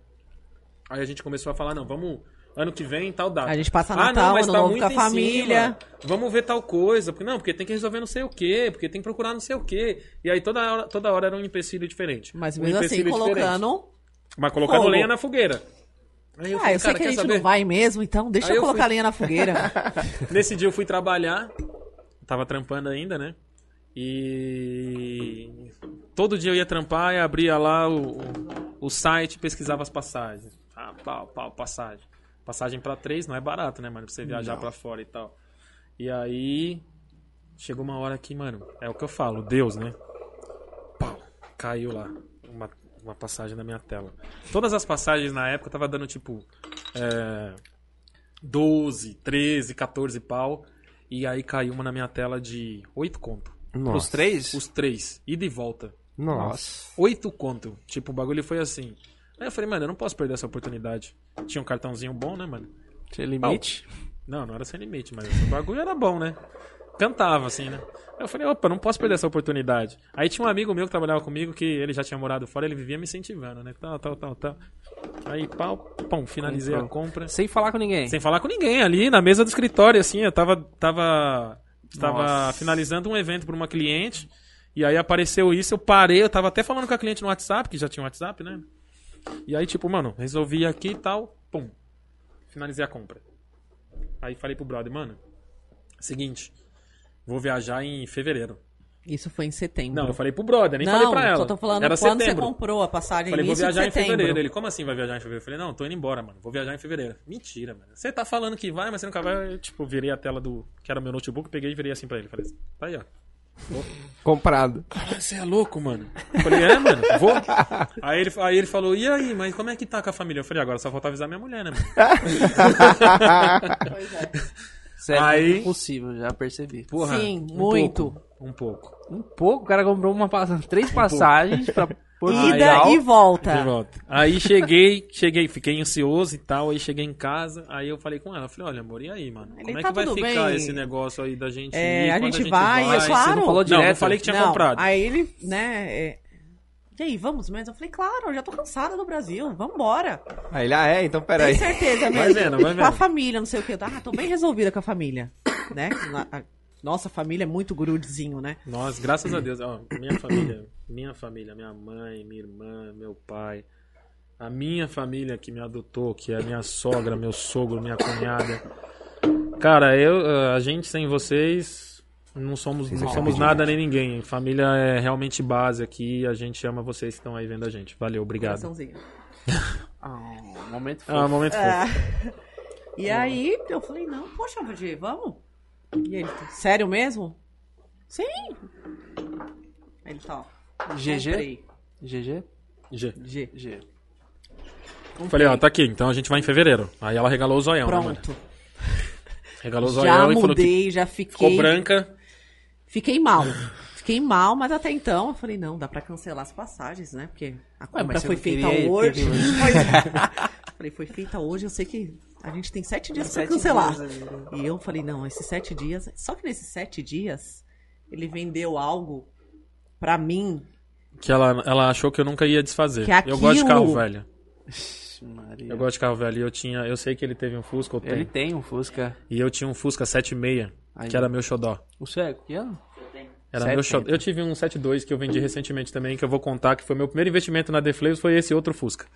Aí a gente começou a falar, não, vamos ano que vem, tal data.
A gente passa
ah,
Natal,
não, mas
Ano
tá
Novo
muito
com a
em cima.
família.
Vamos ver tal coisa, porque não, porque tem que resolver não sei o quê, porque tem que procurar não sei o quê. E aí toda hora, toda hora era um empecilho diferente.
Mas
Um
mesmo assim,
empecilho diferente.
colocando.
Mas colocando
fogo.
lenha na fogueira. Aí
ah,
falei, cara,
eu sei que a
quer
gente
saber?
não vai mesmo, então deixa
Aí
eu
eu
colocar
fui-
a lenha na fogueira.
Nesse dia eu fui trabalhar, tava trampando ainda, né? E todo dia eu ia trampar e abria lá o, o, o site, pesquisava as passagens. Ah, pau, pau, passagem. Passagem pra três não é barato, né, mano? Pra você viajar pra fora e tal. E aí chegou uma hora que, mano, é o que eu falo, Deus, né? Pau, caiu lá uma, uma passagem na minha tela. Todas as passagens na época tava dando tipo é, 12, 13, 14 pau. E aí caiu uma na minha tela de 8 conto.
Nossa.
Os três?
Os três, ida e volta.
Nossa.
Oito conto. Tipo, o bagulho foi assim. Aí eu falei, mano, eu não posso perder essa oportunidade. Tinha um cartãozinho bom, né, mano?
Sem limite.
Não, não era sem limite, mas o bagulho era bom, né? Cantava, assim, né? Aí eu falei, opa, não posso perder essa oportunidade. Aí tinha um amigo meu que trabalhava comigo, que ele já tinha morado fora, ele vivia me incentivando, né? Tal, tal, tal, tal. Aí, pau, pum, finalizei a
Comprou.
compra.
Sem falar com ninguém.
Sem falar com ninguém, ali na mesa do escritório, assim, eu tava, tava, tava
Nossa.
finalizando um evento pra uma cliente, e aí apareceu isso, eu parei, eu tava até falando com a cliente no WhatsApp, que já tinha um WhatsApp, né? E aí, tipo, mano, resolvi aqui e tal, pum, finalizei a compra. Aí falei pro brother, mano, seguinte, vou viajar em fevereiro.
Isso foi em setembro.
Não, eu falei pro brother, nem
Não,
falei pra ela.
só tô falando
Era
quando
setembro.
você comprou a passagem
Falei, vou
início de
viajar em
setembro.
fevereiro. Ele, como assim vai viajar em fevereiro? Eu falei, não, tô indo embora, mano. Vou viajar em fevereiro. Mentira, mano. Você tá falando que vai, mas você nunca vai. Eu, tipo, virei a tela do. que era meu notebook, peguei e virei assim pra ele. Falei, assim, tá aí, ó.
Comprado.
Caralho, você é louco, mano. Eu falei, é, mano, vou. Aí ele, aí ele falou, e aí, mas como é que tá com a família? Eu falei, agora só falta avisar minha mulher, né, mano?
Sério,
Aí-
impossível, já percebi.
Porra.
Sim,
um
muito.
pouco, um pouco.
Um pouco, o cara comprou uma, passa-
Um
três passagens pra
Ida
Portugal.
e volta.
De volta. Aí cheguei, cheguei, fiquei ansioso e tal. Aí cheguei em casa, aí eu falei com ela, eu falei, olha, amor, e aí, mano?
Ele
como é
tá
que vai
tudo
ficar
bem.
esse negócio aí da gente
É,
ir,
a
quando
gente vai, é claro.
Você não falou
Não,
Não,
direto.
não falei que tinha
Não,
comprado.
Aí ele, né. é, E aí, vamos mesmo? Eu falei, claro, eu já tô cansada do Brasil, vambora.
Aí ele, ah, é? Então
Tem
peraí.
certeza
Vai
mesmo.
vendo, vai
Com a
vendo.
família, não sei o que. Ah, tô bem resolvida com a família. né? A- a- Nossa família é muito grudezinho, né?
Nós, graças a Deus, ó, minha família, minha família, minha mãe, minha irmã, meu pai, a minha família que me adotou, que é a minha sogra, meu sogro, minha cunhada. Cara, eu, eh, a gente sem vocês não somos, não somos nada nem ninguém. Família é realmente base aqui, e a gente ama vocês que estão aí vendo a gente. Valeu, obrigado.
Coraçãozinho.
Ah, um momento foi.
Ah, momento
Ah,
fofo.
E aí, eu falei, não, poxa, Valdir, vamos? E ele, sério mesmo? Sim. Aí Ele tá, ó.
Ah, GG?
comprei.
GG?
G.
G.
GG.
Falei, ó, tá aqui, então a gente vai em fevereiro. Aí ela regalou o zoião, né, mano?
Pronto.
Regalou o
já
zoião e falou que
mudei, já fiquei.
ficou branca.
Fiquei mal. Fiquei mal, mas até então eu falei, não, dá pra cancelar as passagens, né? Porque a compra
mas você
foi
não
feita
queria ir,
hoje.
teve-
Pois é. falei, foi feita hoje, eu sei que a gente tem sete dias pra é cancelar. E eu falei, não, esses sete dias. Só que nesses sete dias, ele vendeu algo pra mim.
Que ela, ela achou que eu nunca ia desfazer.
Que
Eu gosto de
aquilo-
carro velho.
Ixi, Maria.
Eu gosto de carro velho. E eu tinha. Eu sei que ele teve um Fusca, eu tenho.
Ele tem um Fusca.
E eu tinha um Fusca 76,
Aí.
que era meu xodó.
O cego, que ano?
Era meu
70.
xodó. Eu tive um 72 que eu vendi recentemente também, que eu vou contar, que foi meu primeiro investimento na Deflaves, foi esse outro Fusca.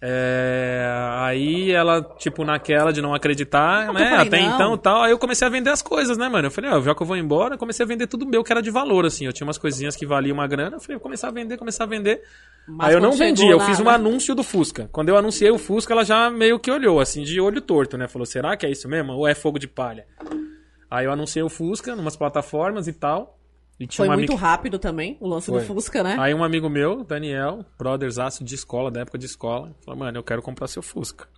É, aí ela, tipo, naquela de não acreditar,
Não, eu
né?
falei,
Até
não.
então tal. Aí eu comecei a vender as coisas, né, mano? Eu falei, ó, já que eu vou embora, eu comecei a vender tudo meu que era de valor, assim. Eu tinha umas coisinhas que valiam uma grana. Eu falei, vou começar a vender, começar a vender.
Mas
aí eu não
quando chegou né?
vendi, eu
na-
fiz um
na-
anúncio do Fusca. Quando eu anunciei o Fusca, ela já meio que olhou, assim, de olho torto, né? Falou, será que é isso mesmo? Ou é fogo de palha? Aí eu anunciei o Fusca numas plataformas e tal. E tinha
Foi
uma
muito
amiga...
rápido também, o lance
Foi.
do Fusca, né?
Aí um amigo meu, Daniel, brotherzaço de escola, da época de escola, falou, mano, eu quero comprar seu Fusca.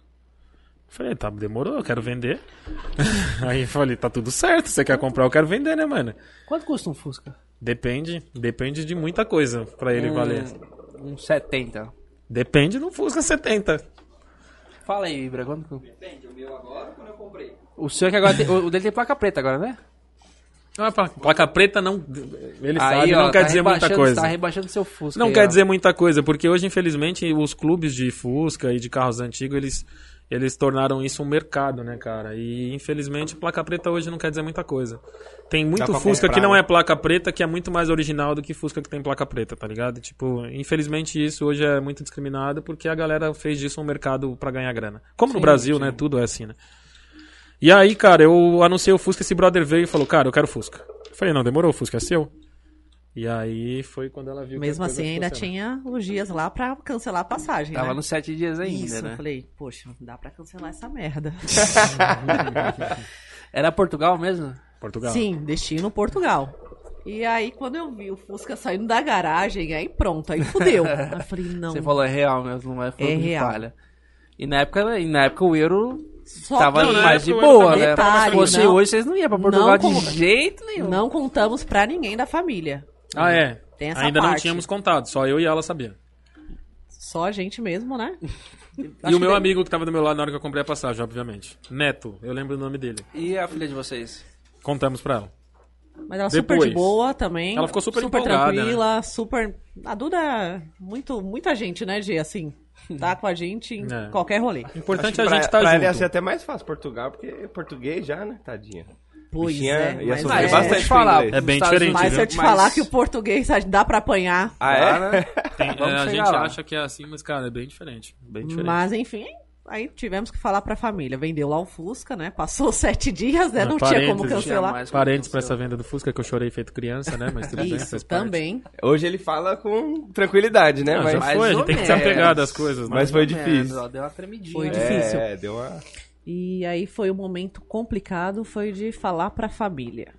Eu Falei, tá, demorou, eu quero vender. Aí eu falei, tá tudo certo, você quer comprar, eu quero vender, né, mano?
Quanto custa um Fusca?
Depende, depende de muita coisa pra ele
Hum.
um,
valer.
Um 70.
Depende no Fusca 70.
Fala aí, Ibra, quanto custa? Depende, o meu agora, quando eu comprei. O seu que agora tem, o o dele tem placa preta agora, né?
Não
Ah,
é placa, placa preta não. Ele sabe,
ó,
não quer
tá
dizer muita
rebaixando-
coisa.
Tá rebaixando seu Fusca.
Não
aí,
quer
ó.
dizer muita coisa, porque hoje, infelizmente, os clubes de Fusca e de carros antigos, eles, eles tornaram isso um mercado, né, cara? E, infelizmente, placa preta hoje não quer dizer muita coisa. Tem muito
pra
Fusca
comprar,
que não
né?
é placa preta, que é muito mais original do que Fusca que tem placa preta, tá ligado? Tipo, infelizmente, isso hoje é muito discriminado, porque a galera fez disso um mercado pra ganhar grana. Como no
Sim,
Brasil,
sim.
né? Tudo é assim, né? E aí, cara, eu anunciei o Fusca, esse brother veio e falou, cara, eu quero Fusca. Eu falei, não, demorou, o Fusca é seu. E aí foi quando ela viu que
Mesmo
as coisas
assim, ainda
funcionam.
tinha os dias lá pra cancelar a passagem.
Tava
né?
nos sete dias ainda,
Isso,
né?
eu falei, poxa, dá pra cancelar essa merda.
Era Portugal mesmo?
Portugal.
Sim, destino Portugal. E aí, quando eu vi o Fusca saindo da garagem, aí pronto, aí fudeu. eu falei, não.
Você falou é real mesmo, não é fogo
É
de
real.
palha. E na época, e na época o euro
só
tava
Não, na
mais
época
de
o euro
boa,
tava-
né?
Detalhe,
Se fosse
não-
hoje, vocês não iam pra Portugal
não
de
como-
jeito nenhum.
não contamos pra ninguém da família.
Ah, é.
Tem essa
Ainda não
parte.
tínhamos contado, só eu e ela sabia.
Só a gente mesmo, né?
E o meu amigo que tava do meu lado na hora que eu comprei a passagem, obviamente. Neto, eu lembro o nome dele.
E a filha de vocês?
Contamos pra ela.
Mas ela super
Depois.
de boa também.
Ela ficou super
Super
empolgada, né?
tranquila, super... A Duda, é muito, muita gente, né, Gê, assim... Tá com a gente em
É.
qualquer rolê.
O importante é
pra,
a gente estar
pra
tá
ela ia ser
junto.
até mais fácil Portugal, porque é português já, né? Tadinha.
Pois
Bichinha ia
é,
Ah,
mas
sofrer
é.
bastante.
É bem diferente,
Mas se eu te falar que o português dá pra apanhar.
Ah, é?
Tem- é,
Vamos
a
chegar
gente
lá.
acha que é assim, mas, cara, é bem diferente. Bem diferente.
Mas enfim, aí tivemos que falar pra família. Vendeu lá o Fusca, né? Passou sete dias, né?
Mas
Não tinha
parênteses,
como
É, tinha
cancelar.
Parênteses pra essa venda do Fusca que eu chorei feito criança, né? Mas tudo bem,
Isso,
faz parte.
também.
Hoje ele fala com tranquilidade, né?
Não,
mas,
já
mas,
foi, a
ou
gente tem que se
menos.
apegar das coisas. né?
foi
É,
difícil.
Deu uma tremidinha.
Foi
né?
difícil.
É, deu uma...
E aí foi um momento complicado, foi de falar pra família.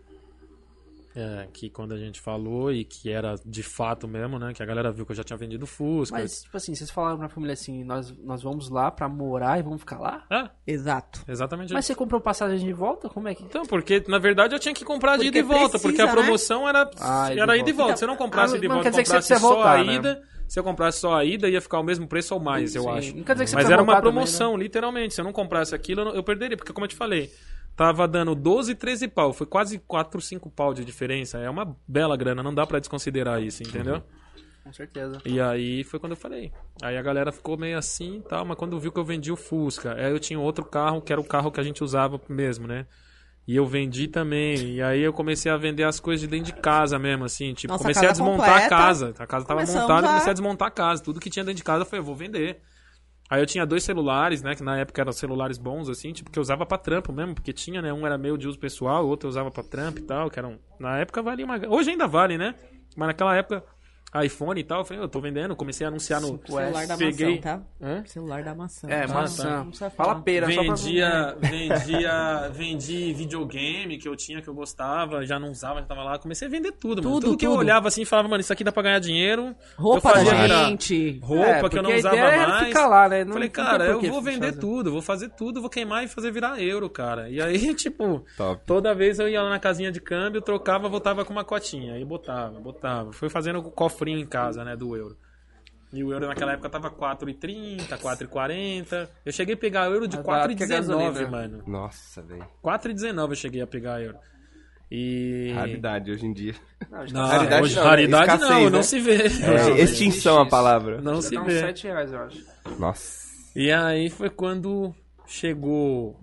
É, que quando a gente falou e que era de fato mesmo, né? Que a galera viu que eu já tinha vendido Fusca.
Mas, tipo assim, vocês falaram pra família assim, nós, nós vamos lá pra morar e vamos ficar lá?
É,
Exato.
exatamente
Mas
isso.
você comprou passagem de volta? Como é que...
Então, porque na verdade eu tinha que comprar de
Porque
ida e volta,
precisa,
porque a
né?
promoção era,
Ah, ida
era
e
ida e
volta.
volta. Se eu não comprasse
Ah,
ida e
não
volta,
quer dizer que você
comprasse só
precisa voltar,
a
né?
ida. Se eu comprasse só a ida, ia ficar o mesmo preço ou mais, eu
Sim.
acho.
Não quer dizer que você
Mas
precisa
era uma
voltar também, né?
promoção, literalmente. Se eu não comprasse aquilo, eu não- eu perderia, porque como eu te falei, tava dando 12, 13 pau. Foi quase 4, 5 pau de diferença. É uma bela grana, não dá pra desconsiderar isso, entendeu?
né? Com certeza.
E aí foi quando eu falei. Aí a galera ficou meio assim e tal, mas quando viu que eu vendi o Fusca, aí eu tinha outro carro que era o carro que a gente usava mesmo, né? E eu vendi também. E aí eu comecei a vender as coisas de dentro de casa mesmo, assim. Tipo,
Nossa
comecei a
casa
desmontar
completa.
a casa. A casa tava
Começamos
montada, eu
a-
comecei a desmontar a casa. Tudo que tinha dentro de casa eu falei, eu vou vender. Aí eu tinha dois celulares, né? Que na época eram celulares bons, assim, tipo, que eu usava pra trampo mesmo, porque tinha, né? Um era meu de uso pessoal, o outro eu usava pra trampo e tal, que eram. Na época valia uma. Hoje ainda vale, né? Mas naquela época, iPhone e tal, eu falei, eu tô vendendo, comecei a anunciar no.
Ué,
Celular da
peguei-
maçã, tá?
Hã?
Celular da maçã.
É,
tá?
maçã.
Não precisa falar.
Fala pera, só pra... É,
Vendia, vendia, vendi videogame que eu tinha, que eu gostava, já não usava, já tava lá. Comecei a vender tudo, mano.
Tudo,
Tudo que eu
tudo.
olhava assim e falava, mano, isso aqui dá pra ganhar dinheiro.
Roupa
eu
da
fazia virar
gente.
roupa
É,
que eu
porque
não
a
usava
ideia era
mais.
ficar lá, né? Não-
Falei,
não tem
cara,
por
eu
que
vou vender
fazer.
tudo, vou fazer tudo, vou queimar e fazer virar euro, cara. E aí, tipo,
Top.
toda vez eu ia lá na casinha de câmbio, trocava, voltava com uma cotinha. Aí botava, botava. Fui fazendo o cofrinho em casa, né, do euro. E o euro naquela época tava 4,30, 4,40. Eu cheguei a pegar euro de
Tá
Mais barato que a
4,19,
gasolina.
mano.
Nossa, velho.
4,19 eu cheguei a pegar euro. E.
Raridade hoje em dia.
Não,
Não,
Raridade
hoje,
não, né?
raridade
Escassez,
não,
né?
não se vê.
É,
não
extinção
existe
a palavra.
Não, não se
Dá um uns
vê.
7 reais, eu acho.
Nossa.
E aí foi quando chegou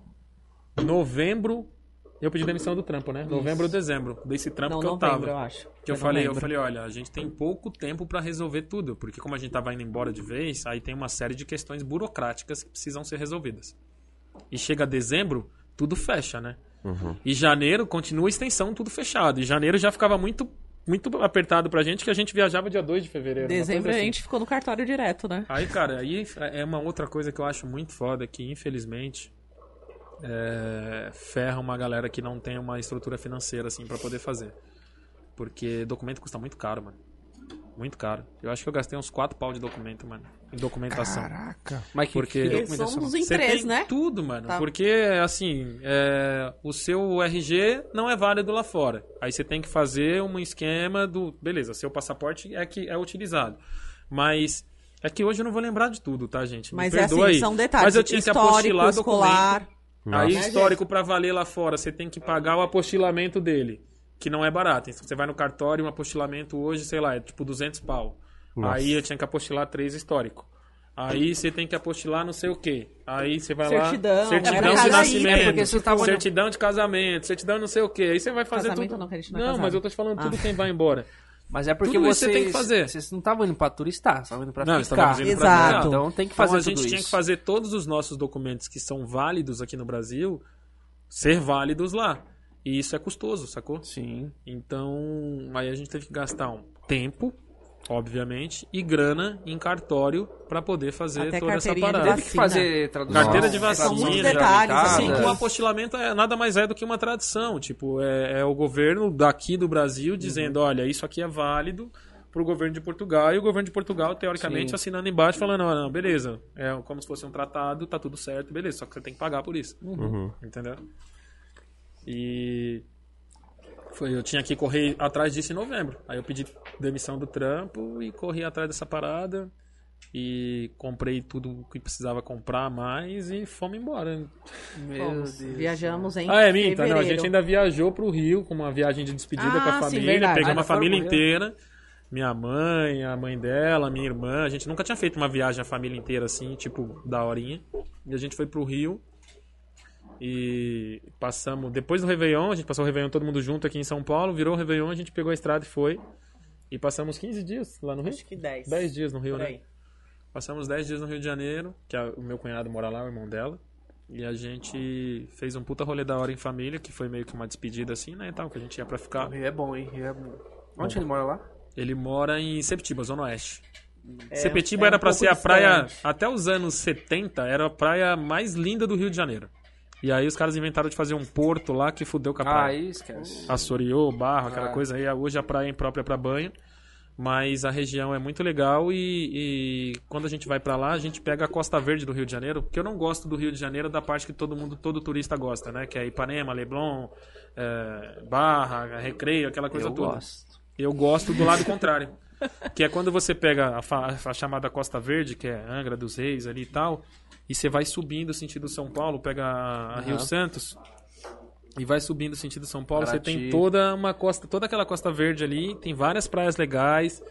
novembro. Eu pedi demissão do trampo, né? Novembro ou dezembro. Desse trampo
Não,
que eu
não
tava.
lembro, eu acho.
Que eu,
não
falei, eu
lembro.
falei, olha, a gente tem pouco tempo pra resolver tudo, porque como a gente tava indo embora de vez, aí tem uma série de questões burocráticas que precisam ser resolvidas. E chega dezembro, tudo fecha, né?
Uhum.
E janeiro continua a extensão, tudo fechado. E janeiro já ficava muito muito apertado pra gente, que a gente viajava dia 2 de fevereiro. uma coisa
Dezembro é a
assim.
gente ficou no cartório direto, né?
Aí, cara, aí é uma outra coisa que eu acho muito foda, que infelizmente é, ferra uma galera que não tem uma estrutura financeira, assim, pra poder fazer. Porque documento custa muito caro, mano. Muito caro. Eu acho que eu gastei uns 4 pau de documento, mano. Em documentação.
Caraca.
Mas que,
Porque-
que é
Porque
documentação?
somos em
Você
três,
tem
né?
tudo, mano.
Tá.
Porque, assim, é, o seu RG não é válido lá fora. Aí você tem que fazer um esquema do... Beleza, seu passaporte é que é utilizado. Mas... É que hoje eu não vou lembrar de tudo, tá, gente? Me
Mas é assim,
perdoa aí.
são detalhes.
Mas eu tinha que
Histórico,
apostilar documento.
escolar.
Aí
Nossa.
histórico pra valer lá fora, você tem que pagar o apostilamento dele, que não é barato. Então você vai no cartório, um apostilamento hoje, sei lá, é tipo 200 pau.
Nossa.
Aí eu tinha que apostilar três histórico. Aí você tem que apostilar não sei o quê. Aí você vai lá...
Certidão, é
Certidão
era
de
casamento,
né,
nascimento.
porque você tava-
Certidão de casamento. Certidão de não sei o quê. Aí você vai fazer
tá Casamento
tudo...
não, que a gente não é
não, mas
casado.
eu tô te falando tudo
Ah.
quem vai embora.
Mas é porque
Tudo isso
vocês,
você tem que fazer.
Vocês não estavam indo pra turistar, estavam indo pra
Não,
ficar.
estávamos indo
pra Exato. ficar.
Então tem que
Então
fazer
a gente
tudo
tinha
isso.
que fazer todos os nossos documentos que são válidos aqui no Brasil ser válidos lá. E isso é custoso, sacou?
Sim.
Então, aí a gente teve que gastar um tempo, obviamente, e grana em cartório pra poder fazer
Até
toda essa
carteirinha de
parada.
Teve
vacina.
que fazer tradução.
Carteira de vacina.
São muitos
já
detalhes,
Assim,
assim.
o apostilamento é, nada mais é do que uma tradição. Tipo, é, é o governo daqui do Brasil
Uhum.
dizendo, olha, isso aqui é válido pro governo de Portugal e o governo de Portugal teoricamente
Sim.
assinando embaixo falando, olha, não, beleza, é como se fosse um tratado, tá tudo certo, beleza, só
Uhum.
que você tem que pagar por isso. Entendeu? E Foi, eu tinha que correr atrás disso em novembro. Aí eu pedi demissão do trampo e corri atrás dessa parada. E comprei tudo o que precisava comprar mais e fomos embora.
Meu
Fomos.
Deus.
Viajamos em
Ah, é, minta, não, a
fevereiro.
gente ainda viajou pro Rio com uma viagem de despedida
Ah,
com a
sim,
família,
verdade.
pegou
Ainda
uma
foram
família
pro Rio.
inteira. Minha mãe, a mãe dela, minha irmã. A gente nunca tinha feito uma viagem a família inteira assim, tipo, da horinha. E a gente foi pro Rio. E passamos. Depois do Réveillon, a gente passou o Réveillon todo mundo junto aqui em São Paulo. Virou o Réveillon, a gente pegou a estrada e foi. E passamos 15 dias lá no Rio.
Acho que 10.
10 dias no Rio,
Por
né?
aí.
Passamos 10 dias no Rio de Janeiro, que a- o meu cunhado mora lá, o irmão dela. E a gente fez um puta rolê da hora em família, que foi meio que uma despedida assim, né, e tal, que a gente ia pra ficar.
Rio é bom, hein? Rio é bom. Onde ele mora lá?
Ele mora em Sepetiba, Zona Oeste.
É,
Sepetiba
é
era
um
pra
pouco
ser a praia,
distante.
até os anos 70, era a praia mais linda do Rio de Janeiro. E aí os caras inventaram de fazer um porto lá que fudeu com a praia.
Ah, aí esquece.
assoreou, barro, aquela
Ah.
coisa aí. Hoje a praia é imprópria para banho, mas a região é muito legal e, e quando a gente vai para lá, a gente pega a Costa Verde do Rio de Janeiro, porque eu não gosto do Rio de Janeiro da parte que todo mundo, todo turista gosta, né? Que é Ipanema, Leblon, eh, Barra, Recreio, aquela coisa
Eu
toda.
gosto.
Eu gosto do lado contrário. Que é quando você pega a, fa- a chamada Costa Verde, que é Angra dos Reis ali e tal, e você vai subindo sentido São Paulo, pega a a Rio
Aham.
Santos, e vai subindo sentido São Paulo, você tem
Paraty.
toda uma costa, toda aquela Costa Verde ali, tem várias praias legais,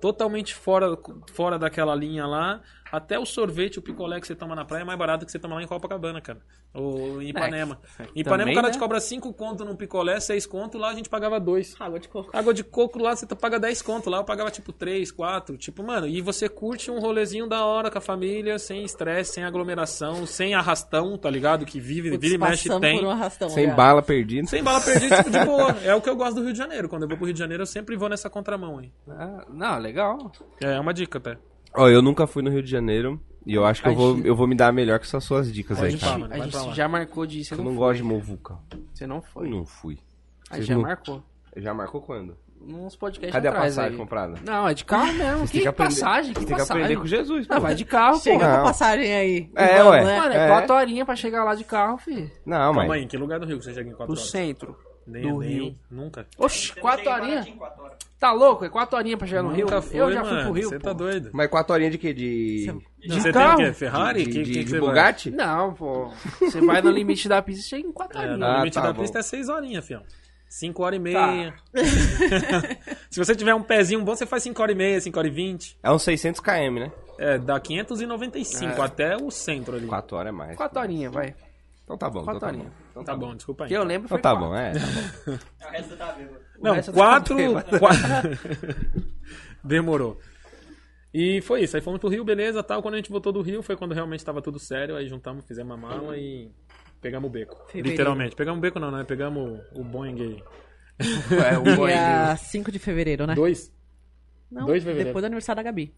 totalmente fora, fora daquela linha lá. Até o sorvete, o picolé que você toma na praia é mais barato que você toma lá em Copacabana, cara. Ou em Ipanema. Em Ipanema
É, também,
o cara
né?
te cobra 5 conto num picolé, 6 conto, lá a gente pagava 2.
Água de coco.
Água de coco lá, você tá- paga 10 conto lá, eu pagava tipo 3, 4. Tipo, mano, e você curte um rolezinho da hora com a família, sem estresse, sem aglomeração, sem arrastão, tá ligado? Que vive,
Putz,
vira e mexe
passamos
tem.
por um arrastão,
Sem
aliás.
bala perdida.
Sem bala perdida, tipo, de boa. É o que eu gosto do Rio de Janeiro. Quando eu vou pro Rio de Janeiro, eu sempre vou nessa contramão aí.
Ah, não, legal.
É uma dica até.
Ó, eu nunca fui no Rio de Janeiro e eu acho que eu
A
vou,
gente-
eu vou me dar melhor com essas suas dicas
Pode
aí,
ir
cara.
mano,
a
vai pra
gente
lá.
já marcou disso. Você
Eu
não,
não gosto de movuca.
você não
Eu
foi.
não fui.
a
vocês
gente já
não-
marcou.
Já marcou quando?
Nos podcasts
Cadê a
atrás
passagem
aí.
comprada?
Não, é de carro mesmo.
Vocês
Que,
têm aprender-
passagem, que
vocês têm que
passagem.
aprender com Jesus, pô.
Ah, vai de carro, pô.
Chega
Não.
com a passagem aí.
É,
Vamos,
ué.
né?
Mano, é
É.
quatro horinhas pra chegar lá de carro, filho.
Não, mas...
Calma aí, em que lugar do Rio que você chega em 4
Do
horas?
centro.
Nem,
do
nem-
Rio.
Nunca.
Oxi, quatro horinhas? Tá louco? É quatro horinhas pra chegar no Rio?
Nunca foi,
eu já
mano.
fui pro Rio,
Você
pô.
tá doido.
Mas quatro horinhas de quê? De...
Não,
De
você
carro?
tem o quê? Ferrari?
de, de,
que, que
de
que você vai?
Bugatti?
Não, pô. Você vai no limite da pista e chega em quatro
É,
horinhas.
no
Ah,
limite
tá
da
bom.
pista é 6 horinhas, fião. 5 horas e meia. Se você tiver um pezinho bom, você faz 5 horas e meia, 5 horas e 20.
É uns 600 km, né?
É, dá 595 até o centro ali.
Quatro horas é mais.
Quatro horinhas, vai.
Então tá bom, então
Quatro
tá
horinhas.
bom. Então
Tá bom, desculpa aí.
Que eu lembro
Então
foi
tá
quatro.
bom, é.
Não,
resto eu tô
quatro.
bêbado.
qua- Demorou. E foi isso. Aí fomos pro Rio, beleza, tal. Quando a gente voltou do Rio, foi quando realmente tava tudo sério. Aí juntamos, fizemos a mala e pegamos o beco.
Fevereiro.
Literalmente. Pegamos o beco não, né? Pegamos o Boeing aí.
É, o boi.
Dia 5 de fevereiro, né?
Dois?
Não,
dois de fevereiro.
depois do aniversário da Gabi.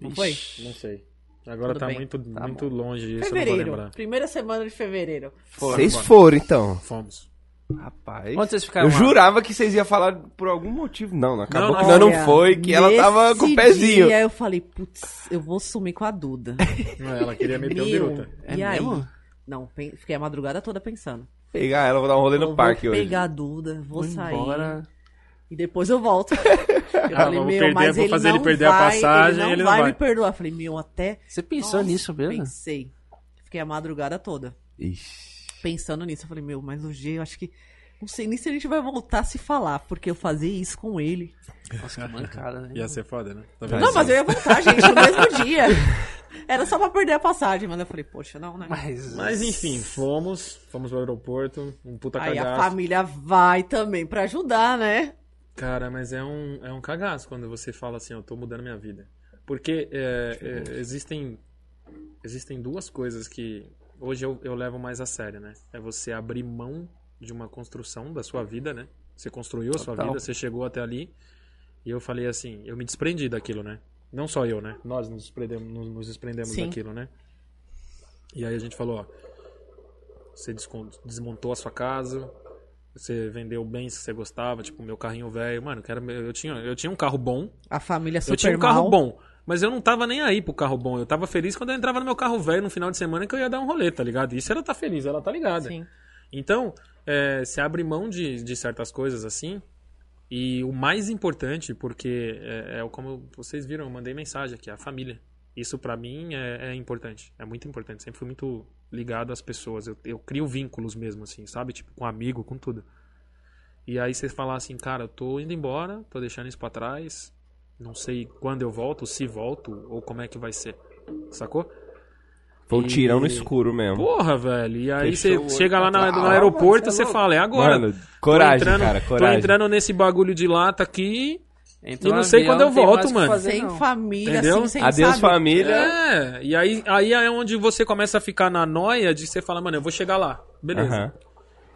Não foi?
Não sei. Agora
Tudo
tá
bem.
muito, muito longe isso, eu não vou
Fevereiro.
lembrar.
Primeira semana de fevereiro.
Vocês foram, então.
Fomos.
Rapaz.
Onde vocês ficaram
Eu
lá?
jurava que vocês iam falar por algum motivo. Não, não acabou
Não,
que
não.
nós não
Olha,
foi, que ela tava
nesse
com o pezinho.
Dia eu falei, putz, eu vou sumir com a Duda.
Não, ela queria meter o
Meu,
um biruta.
É
e aí?
mesmo?
Não, pe- fiquei a madrugada toda pensando.
Pegar ela, vou dar um rolê
Eu
no
vou
parque hoje.
pegar a Duda, vou
Vou
sair.
embora.
E depois eu volto. Eu
Ah, vou perder, vou fazer ele perder a passagem,
ele não,
ele não
vai,
vai.
me perdoar. Eu Falei, meu, até...
Você pensou
Nossa,
nisso mesmo?
Pensei. Fiquei a madrugada toda
Ixi.
pensando nisso. Eu falei, meu, mas o G, eu acho que... Não sei nem se a gente vai voltar a se falar, porque eu fazia isso com ele.
Nossa, que mancada, né?
Ia ser foda, né? Tá
não, mas é- eu ia voltar, gente, no mesmo dia. Era só pra perder a passagem, mas eu falei, poxa, não, né?
Mas,
Mas enfim, fomos. Fomos pro aeroporto. Um puta
Aí a
cagaço.
família vai também pra ajudar, né?
Cara, mas é um, é um cagaço quando você fala assim, eu tô mudando minha vida. Porque é,
Tipo
é, existem, existem duas coisas que hoje eu, eu levo mais a sério, né? É você abrir mão de uma construção da sua vida, né? Você construiu a sua
Total.
vida, você chegou até ali. E eu falei assim, eu me desprendi daquilo, né? Não só eu, né? Nós nos desprendemos, nos, nos desprendemos
Sim.
daquilo, né? E aí a gente falou, ó, você descon- desmontou a sua casa, você vendeu bens que você gostava, tipo meu carrinho velho, mano, eu quero meu- eu tinha eu tinha um carro bom,
A família super
eu tinha um
mal.
carro bom, mas eu não tava nem aí pro carro bom, eu tava feliz quando eu entrava no meu carro velho no final de semana que eu ia dar um rolê, tá ligado? Isso ela tá feliz, ela tá ligada.
Sim.
Então, é, você abre mão de, de certas coisas assim. E o mais importante, porque é, é como vocês viram, eu mandei mensagem aqui, a família. Isso pra mim é, é importante, é muito importante. Sempre fui muito ligado às pessoas. Eu, eu crio vínculos mesmo, assim, sabe? Tipo, com amigo, com tudo. E aí você falar assim, cara, eu tô indo embora, tô deixando isso pra trás, não sei quando eu volto, se volto, ou como é que vai ser, sacou?
Foi um
E-
tirão no escuro mesmo.
Porra, velho, e aí
Então, Fechou
você
o olho
chega lá
pra
na-
trás.
no aeroporto,
Você
você
é louco.
fala, é agora.
Mano, coragem,
tô entrando,
cara,
Tô
coragem.
entrando nesse bagulho de lata aqui, E
Entrou
não
no
sei quando eu
não tem
volto,
mais o que
mano.
fazer,
Sem
não.
família,
Entendeu?
assim, sem
Adeus,
sabe?
família.
É, e aí, aí é onde você começa a ficar na noia de você falar, mano, eu vou chegar lá. Beleza.
Aham.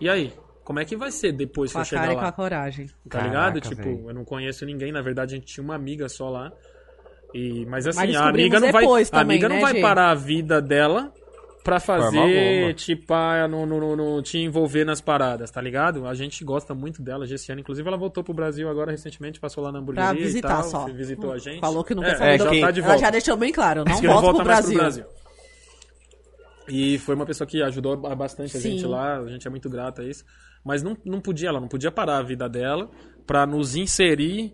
E aí? Como é que vai ser depois que
Com
eu
a
chegar
cara e com
lá?
a coragem.
Tá
Caraca,
ligado? Tipo,
velho.
eu não conheço ninguém, na verdade a gente tinha uma amiga só lá. E, mas assim,
Mas
a amiga
descobrimos
não vai,
depois
a
também,
amiga não
né,
vai
Gê?
parar a vida dela pra fazer,
alguma.
tipo, ah, no, no, no- no- te envolver nas paradas, tá ligado? A gente gosta muito dela, a Gessiane. Inclusive, ela voltou pro Brasil agora recentemente, passou lá na hamburgueria
Pra visitar
e tal,
só. Hum.
visitou a gente.
Falou que nunca
é,
saiu
é,
do-
já tá de
Ela
volta.
já deixou bem claro, não
Diz que não
volta pro
volta mais pro
Brasil.
Brasil. E foi uma pessoa que ajudou ba- bastante a
Sim.
gente lá, a gente é muito grata a isso. Mas não, não podia, ela não podia parar a vida dela pra nos inserir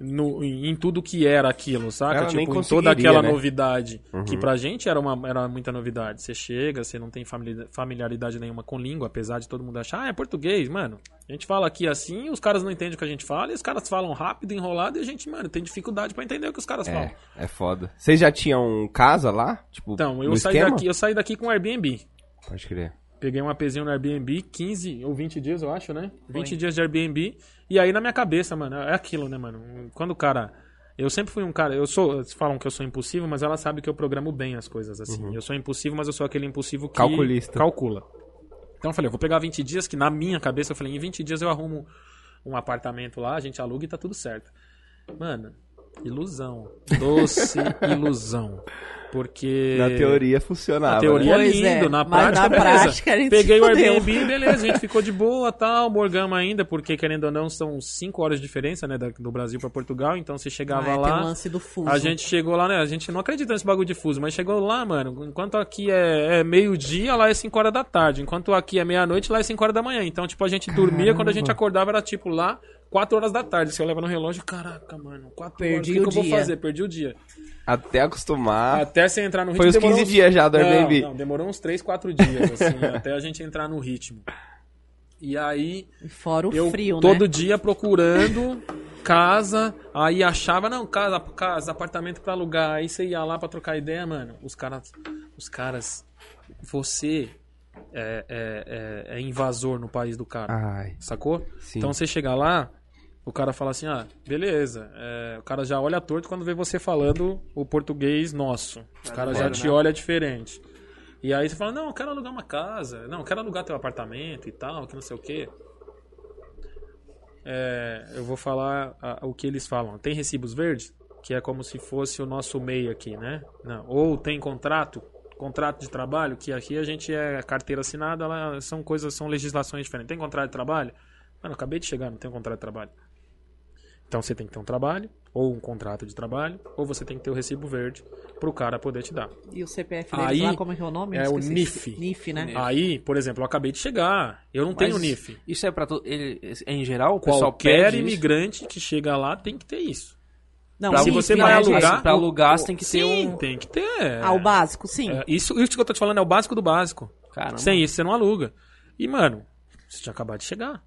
no, em em tudo que era aquilo, saca?
Ela nem
tipo, em toda
conseguiria,
aquela
né?
novidade. Que pra gente era, uma, era muita novidade. Você chega, você não tem famili- familiaridade nenhuma com língua, apesar de todo mundo achar, ah, é português, mano. A gente fala aqui assim, os caras não entendem o que a gente fala, e os caras falam rápido, enrolado, e a gente, mano, tem dificuldade pra entender o que os caras falam.
É, é foda. Vocês já tinham casa lá? Tipo,
Então, eu
no
saí,
esquema?
daqui, eu saí daqui com o Airbnb.
Pode crer.
Peguei um APzinho no Airbnb, 15 ou 20 dias, eu acho, né? 20 dias de Airbnb. E aí na minha cabeça, mano, é aquilo, né, mano? Quando o cara. Eu sempre fui um cara. Eu sou. Eles falam que eu sou impulsivo, mas ela sabe que eu programo bem as coisas, assim. Eu sou impulsivo, mas eu sou aquele impulsivo que.
Uhum. Calculista.
Calcula. Então eu falei, eu vou pegar 20 dias, que na minha cabeça eu falei, em 20 dias eu arrumo um apartamento lá, a gente aluga e tá tudo certo. Mano, ilusão. Doce ilusão. Porque.
Na teoria funcionava. né?
É. Na teoria
Pois
lindo,
é,
na
mas
prática,
na
beleza.
prática a gente
Peguei o
fudeu.
Airbnb, beleza, a gente ficou de boa, tal, morgamos ainda, porque querendo ou não, são 5 horas de diferença, né, da- do Brasil pra Portugal, então você chegava
Ah, é, tem o
lá,
lance do fuso.
a gente chegou lá, né, a gente não acredita nesse bagulho de fuso, mas chegou lá, mano, enquanto aqui é, é meio-dia, lá é 5 horas da tarde, enquanto aqui é meia-noite, lá é 5 horas da manhã, então, tipo, a gente dormia, quando a gente acordava era, tipo, lá... 4 horas da tarde, se eu levo no relógio, caraca, mano, 4 horas,
Perdi
o que, que
o
eu vou
dia. Ah,
fazer? Perdi o dia.
Até acostumar.
Até você entrar no ritmo.
Foi uns
Ah, demorou
15
uns-
dias já do
Não,
Airbnb.
Não, demorou uns 3, 4 dias, assim, até a gente entrar no ritmo. E aí,
E Fora o
eu
frio,
todo
né?
dia procurando casa, aí achava, não, casa, casa, apartamento pra alugar, aí você ia lá pra trocar ideia, mano. Os caras, os caras, você é, é- é- é invasor no país do cara.
Ai,
Sacou?
Sim.
Então você chega lá, o cara fala assim, ah, beleza. É, o cara já olha torto quando vê você falando o português nosso. Os caras já
fora,
te olha diferente. E aí você fala, não, eu quero alugar uma casa, não, eu quero alugar teu apartamento e tal, que não sei o quê. É, eu vou falar ah, o que eles falam. Tem recibos verdes? Que é como se fosse o nosso meio aqui, né? Não. Ou tem contrato, contrato de trabalho, que aqui a gente é carteira assinada, lá são coisas, são legislações diferentes. Tem contrato de trabalho? Mano, eu acabei de chegar, não tenho contrato de trabalho. Então você tem que ter um trabalho, ou um contrato de trabalho, ou você tem que ter o recibo verde pro cara poder te dar.
E o CPF
Aí
dele lá, como é que é o nome?
é
Eu
o
esqueci.
NIF.
NIF, né?
Aí, por exemplo, eu acabei de chegar, eu não tenho
Mas
NIF.
Isso é pra todo. Em geral, o pessoal
Qualquer
pede isso?
imigrante que chega lá tem que ter isso.
Não,
Pra
se
sim,
você
sim,
vai
é,
alugar-
gente.
pra alugar, você tem que ter
Sim,
um.
tem que ter.
Ah, o básico, sim.
É, isso, isso que eu tô te falando é o básico do básico.
Tá
Caramba.
Sem isso você não aluga. E, mano, você tinha acabado de chegar.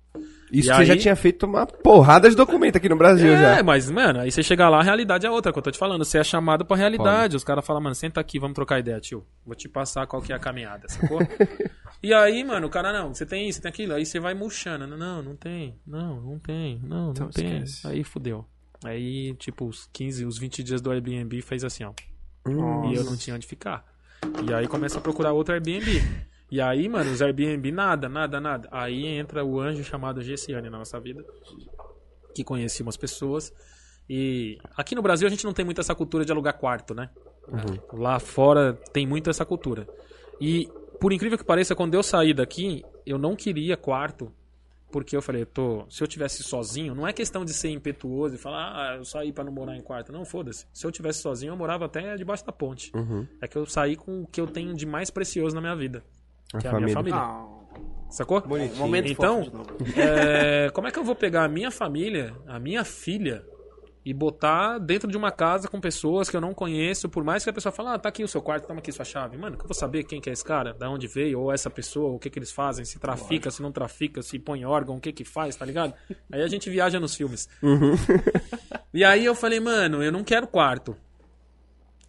Isso
E
você já
aí-
tinha feito uma porrada de documento aqui no Brasil
É,
já.
mas, mano, aí você chega lá, a realidade é outra, que eu tô te falando. Você é chamado pra realidade. Os caras falam, mano, senta aqui, vamos trocar ideia, tio. Vou te passar qual que é a caminhada, sacou? e aí, mano, o cara, não, você tem isso, tem aquilo. Aí você vai murchando. Não, não, não tem. Não, não tem. Não, não
Então
tem.
esquece.
Aí fudeu. Aí, tipo, os 15, os 20 dias do Airbnb fez assim, ó. E eu não tinha onde ficar. E aí começa a procurar outro Airbnb. E aí, mano, os Airbnb, nada, nada, nada. Aí entra o anjo chamado Gessiane na nossa vida, que conheci umas pessoas. E aqui no Brasil a gente não tem muito essa cultura de alugar quarto, né? Lá fora tem muito essa cultura. E por incrível que pareça, quando eu saí daqui, eu não queria quarto. Porque eu falei, eu tô, se eu tivesse sozinho, não é questão de ser impetuoso e falar, ah, eu saí pra não morar em quarto. Não, foda-se. Se eu tivesse sozinho, eu morava até debaixo da ponte.
Uhum.
Ah.
É que eu saí com o que eu tenho de mais precioso na minha vida, que é a minha família.
Não.
Sacou?
Bonitinho.
Momento
Então,
fofo de novo.
É, como é que eu vou pegar a minha família, a minha filha, e botar dentro de uma casa com pessoas que eu não conheço, por mais que a pessoa fale, ah, tá aqui o seu quarto, toma aqui sua chave. Mano, que eu vou saber quem que é esse cara, da onde veio, ou essa pessoa, o que que eles fazem, se trafica, se não trafica, se põe órgão, o que que faz, tá ligado? Aí a gente viaja nos filmes. e aí eu falei, mano, eu não quero quarto.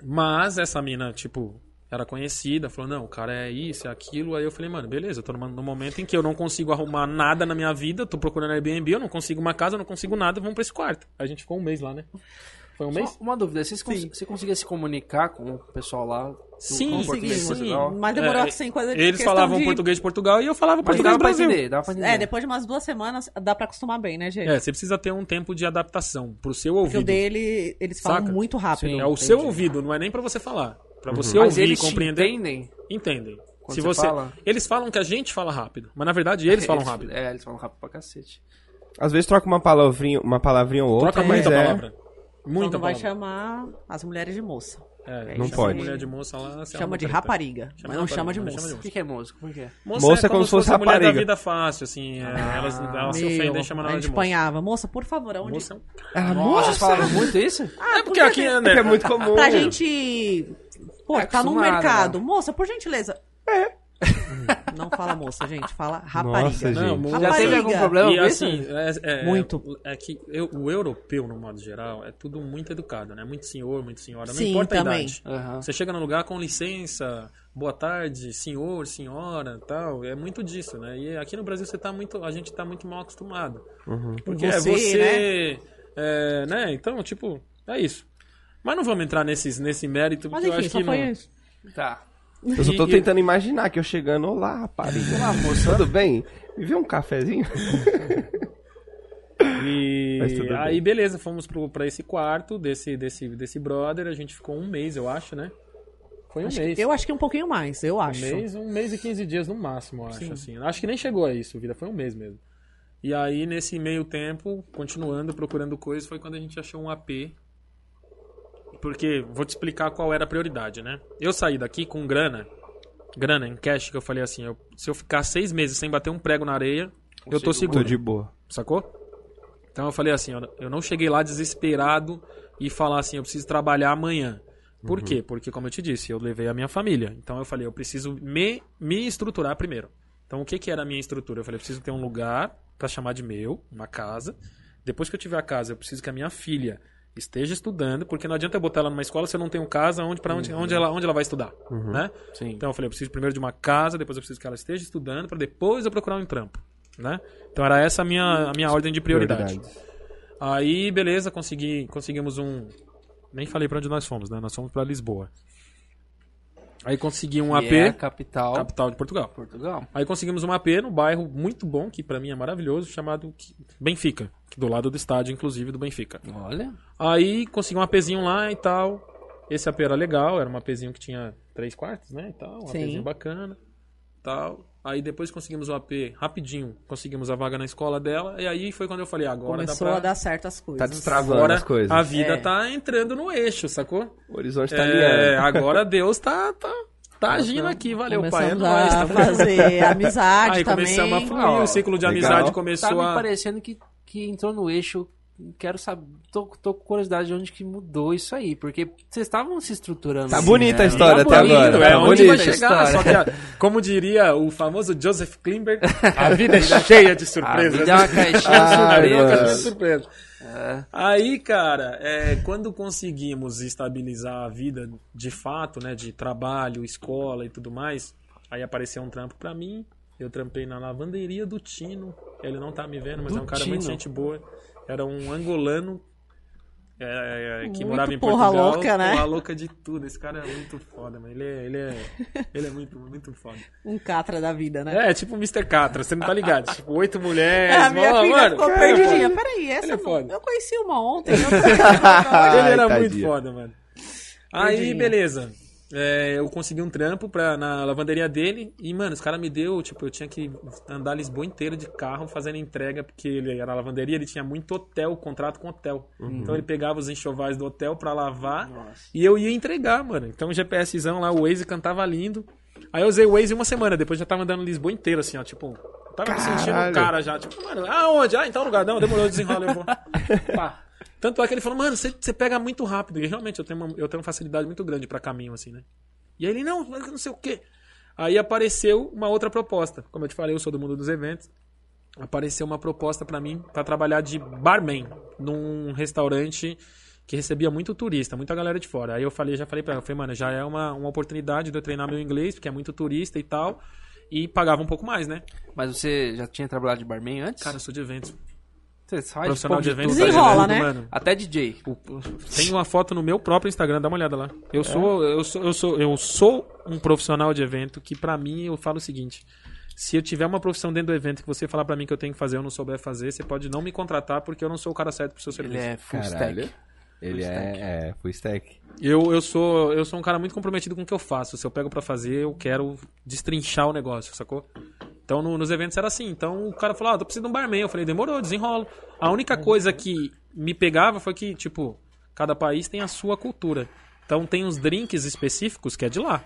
Mas essa mina, tipo, era conhecida, falou, não, o cara é isso, é aquilo. Aí eu falei, mano, beleza, eu tô numa- num momento em que eu não consigo arrumar nada na minha vida, tô procurando Airbnb, eu não consigo uma casa, eu não consigo nada, vamos pra esse quarto. Aí a gente ficou um mês lá, né? Foi um
Só
mês?
uma dúvida, vocês cons- você conseguia se comunicar com o pessoal lá? do-
Sim,
com o
consegui,
português de
sim.
Portugal?
Mas demorou
É,
sem coisa de
Eles
questão
falavam
de...
português de Portugal e eu falava
Mas
português
dava
do
pra
Brasil.
entender, dava pra entender.
É, depois de umas duas semanas dá pra acostumar bem, né, gente?
É, você precisa ter um tempo de adaptação pro seu
Porque o
ouvido.
dele, eles falam
Saca?
muito rápido.
Sim,
Sim,
é o seu
entendi. Uhum.
ouvido, não é nem pra você falar. Pra você
Mas
ouvir e
eles te
compreender,
entendem
entendem.
quando
Se
você
você...
fala?
Eles falam que a gente fala rápido, mas na verdade eles falam rápido.
É, eles falam rápido pra cacete.
Às vezes troca uma palavrinha, uma palavrinha ou outra.
Troca
mas
muita
é...
palavra.
Então
Muita
não vai
palavra.
chamar as mulheres de moça.
É,
Não
chama
pode.
Mulher de moça lá, se
chama
arruma
de
é treta.
rapariga, mas não chama de
rapariga, mas
moça.
O que, que é música? Por quê?
Moça,
Moça
é como se fosse a mulher da
rapariga.
vida fácil, assim. é, elas elas se
Meu,
ofendem e chamam
a
ela de
gente
moça.
apanhava. Moça, por favor, aonde... Ah,
Moça é um-
Ah,
Nossa,
moça!
vocês falaram muito isso?
É porque aqui
É que
né?
é muito comum.
Pra gente... Pô,
É
tá no
acostumado,
mercado.
né?
Moça, por gentileza. É. Não fala moça, gente. Fala rapariga.
Nossa, gente.
Não, moça-
Já teve
Rapariga.
algum problema
E
com isso?
assim, é, é-
Muito.
É que eu- o europeu, no modo geral, é tudo muito educado, né? Muito senhor, muito senhora. Não
Sim,
importa a
também.
idade.
Aham.
Você chega no lugar com licença, boa tarde, senhor, senhora, tal. É muito disso, né? E aqui no Brasil você tá muito, a gente tá muito mal acostumado.
Uhum.
Porque é
Você,
você, é, né? Então, tipo, é isso. Mas não vamos entrar nesses, nesse mérito,
Mas
porque eu
enfim,
acho
só
que
foi um-
não.
isso.
Tá.
Eu só tô
E-
tentando imaginar que eu chegando, olá, rapariga. Olá, moça. Tudo bem? Me vê um cafezinho?
E
Mas tudo bem.
aí, beleza, fomos pro, pra esse quarto desse, desse, desse brother. A gente ficou um mês, eu acho, né? Foi um
Acho que-
mês.
Eu acho que um pouquinho mais, eu
Um
acho.
mês, um mês e 15 dias no máximo, eu acho. Assim. Acho que nem chegou a isso, vida. Foi um mês mesmo. E aí, nesse meio tempo, continuando, procurando coisas, foi quando a gente achou um AP. Porque, vou te explicar qual era a prioridade, né? Eu saí daqui com grana, grana em cash, que eu falei assim, eu- se eu ficar seis meses sem bater um prego na areia, eu tô
Consigo,
seguro
Tô é de boa.
sacou? Então eu falei assim, ó, eu não cheguei lá desesperado e falar assim, eu preciso trabalhar amanhã. Por
Uhum.
quê? Porque, como eu te disse, eu levei a minha família. Então eu falei, eu preciso me, me estruturar primeiro. Então o que, que era a minha estrutura? Eu falei, eu preciso ter um lugar pra chamar de meu, uma casa. Depois que eu tiver a casa, eu preciso que a minha filha esteja estudando, porque não adianta eu botar ela numa escola se eu não tenho casa, onde, pra onde, onde, ela, onde ela vai estudar,
Uhum.
né?
Sim.
Então eu falei, eu preciso primeiro de uma casa, depois eu preciso que ela esteja estudando, pra depois eu procurar um trampo, né? Então era essa a minha, a minha ordem de prioridade. Aí, beleza, consegui, conseguimos um... Nem falei pra onde nós fomos, né? Nós fomos pra Lisboa. Aí consegui um AP,
Que é a capital de
capital de Portugal.
Portugal.
Aí conseguimos um AP no bairro muito bom, que pra mim é maravilhoso, chamado Benfica. que Do lado do estádio, inclusive, do Benfica.
Olha.
Aí consegui um APzinho lá e tal. Esse AP era legal, era um APzinho que tinha três quartos, né? E tal, um
Sim.
APzinho bacana. Tal. Aí depois conseguimos o AP rapidinho, conseguimos a vaga na escola dela. E aí foi quando eu falei, agora
Começou
dá pra...
a dar certo as coisas.
Tá destravando
Agora
as coisas.
a vida
É.
tá entrando no eixo, sacou?
O horizonte tá
É,
é...
agora Deus tá, tá, tá agindo aqui, valeu, pai. É
Começamos
nóis,
a
tá bom?
fazer amizade
Aí
também.
começamos a fluir, o ciclo de
Legal.
amizade
Tá
começou
me
a...
parecendo que, que entrou no eixo. Quero saber. Tô, tô com curiosidade de onde que mudou isso aí. Porque vocês estavam se estruturando.
Tá
assim,
bonita
né?
a história
Tá
até
bonito,
agora.
É,
Tá
onde vai
bonita a
chegar? Só que, a- como diria o famoso Joseph Klimber, a vida é cheia de
Ah, me
surpresas.
deu uma caixinha de
Ah,
Aí eu quero
surpresa.
ver
mano.
surpresa. É. Aí, cara, é, quando conseguimos estabilizar a vida de fato, né, de trabalho, escola e tudo mais, aí apareceu um trampo pra mim. Eu trampei na lavanderia do Tino. Ele não tá me vendo, mas
Do
é um cara muito
Tino.
gente boa. Era um angolano é, é, que
Muito
morava em
porra
Portugal.
louca, né?
Porra louca de tudo. Esse cara é muito foda, mano. Ele é, ele é, ele é muito, muito foda.
Um catra da vida, né?
É, tipo o Mr. Catra, você não tá ligado. tipo, oito mulheres.
A Ah, minha
mano,
filha
mano,
ficou
cara,
perdidinha. Peraí, essa
Ele é
não-
foda.
eu conheci uma ontem. Eu...
Ai,
Ele era muito
tadinho.
foda, mano. Aí,
Tadinho.
beleza. É, eu consegui um trampo pra, na lavanderia dele. E, mano, os caras me deu, tipo, eu tinha que andar Lisboa inteira de carro fazendo entrega, porque ele era lavanderia, ele tinha muito hotel, contrato com hotel.
Uhum.
Então ele pegava os enxovais do hotel pra lavar
Nossa.
e eu ia entregar, mano. Então o GPSzão lá, o Waze cantava lindo. Aí eu usei o Waze uma semana, depois já tava andando Lisboa inteira, assim, ó, tipo... eu Tava me sentindo um
Caralho.
cara já, tipo, mano, aonde? Ah, então lugar, não, demorou, desenrola, eu vou. Pá. Tanto é que ele falou, mano, você você pega muito rápido. E realmente, eu tenho uma, eu tenho uma facilidade muito grande pra caminho, assim, né? E aí ele, não, mas não sei o quê. Aí apareceu uma outra proposta. Como eu te falei, eu sou do mundo dos eventos. Apareceu uma proposta pra mim pra trabalhar de barman num restaurante que recebia muito turista, muita galera de fora. Aí eu falei, já falei pra ela, eu falei, mano, já é uma, uma oportunidade de eu treinar meu inglês, porque é muito turista e tal. E pagava um pouco mais, né?
Mas você já tinha trabalhado de barman antes?
Cara, eu sou de eventos.
você faz
Profissional de eventos.
tudo,
Desenrola,
tá ligado,
né?
Mano.
Até DJ.
Tem uma foto no meu próprio Instagram, dá uma olhada lá. Eu
É.
sou, eu sou, eu sou, eu sou um profissional de evento que pra mim eu falo o seguinte: se eu tiver uma profissão dentro do evento que você falar pra mim que eu tenho que fazer, eu não souber fazer, você pode não me contratar porque eu não sou o cara certo pro seu serviço.
Ele é full
Caralho.
stack.
Ele
Full
é, é full stack.
Eu, eu sou, eu sou um cara muito comprometido com o que eu faço. Se eu pego pra fazer, eu quero destrinchar o negócio, sacou? Então, no- nos eventos era assim. Então, o cara falou, ah, tô precisando de um barman. Eu falei, demorou, desenrolo. A única coisa que me pegava foi que, tipo, cada país tem a sua cultura. Então, tem uns drinks específicos que é de lá.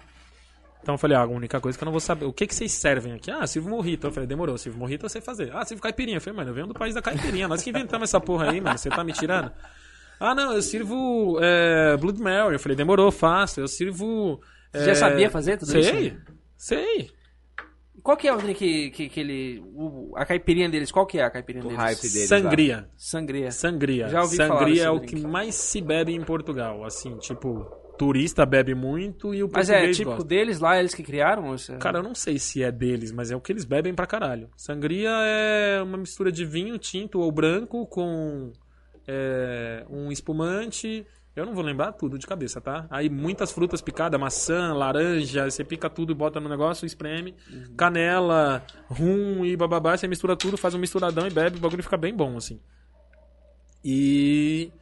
Então, eu falei, ah, a única coisa que eu não vou saber. O que que vocês servem aqui? Ah, Silvio Morrito. Eu falei, demorou, Silvio Morrito eu sei fazer. Ah, Silvio Caipirinha. Eu falei, mano, eu venho do país da caipirinha. Nós que inventamos essa porra aí, mano. Você tá me tirando? Ah, não, eu sirvo é, Blood Mary. Eu falei, demorou, faço. Eu sirvo.
Você
é,
já sabia fazer tudo
sei,
isso?
Sei.
Qual que é o drink que, que, que ele... o- a caipirinha deles, qual que é a caipirinha
O
deles?
hype deles. lá.
Sangria.
Sangria.
Sangria.
É. Já ouvi falar
Sangria
desse
é o
drink.
que mais se bebe em Portugal. Assim, tipo, turista bebe muito e o
Mas
português
é típico
gosta.
deles lá, eles que criaram? Isso é-
Cara, eu não sei se é deles, mas é o que eles bebem pra caralho. Sangria é uma mistura de vinho tinto ou branco com é, um espumante. Eu não vou lembrar tudo de cabeça, tá? Aí muitas frutas picadas, maçã, laranja, você pica tudo, bota no negócio, espreme. Canela, rum e bababá, você mistura tudo, faz um misturadão e bebe, o bagulho fica bem bom, assim. E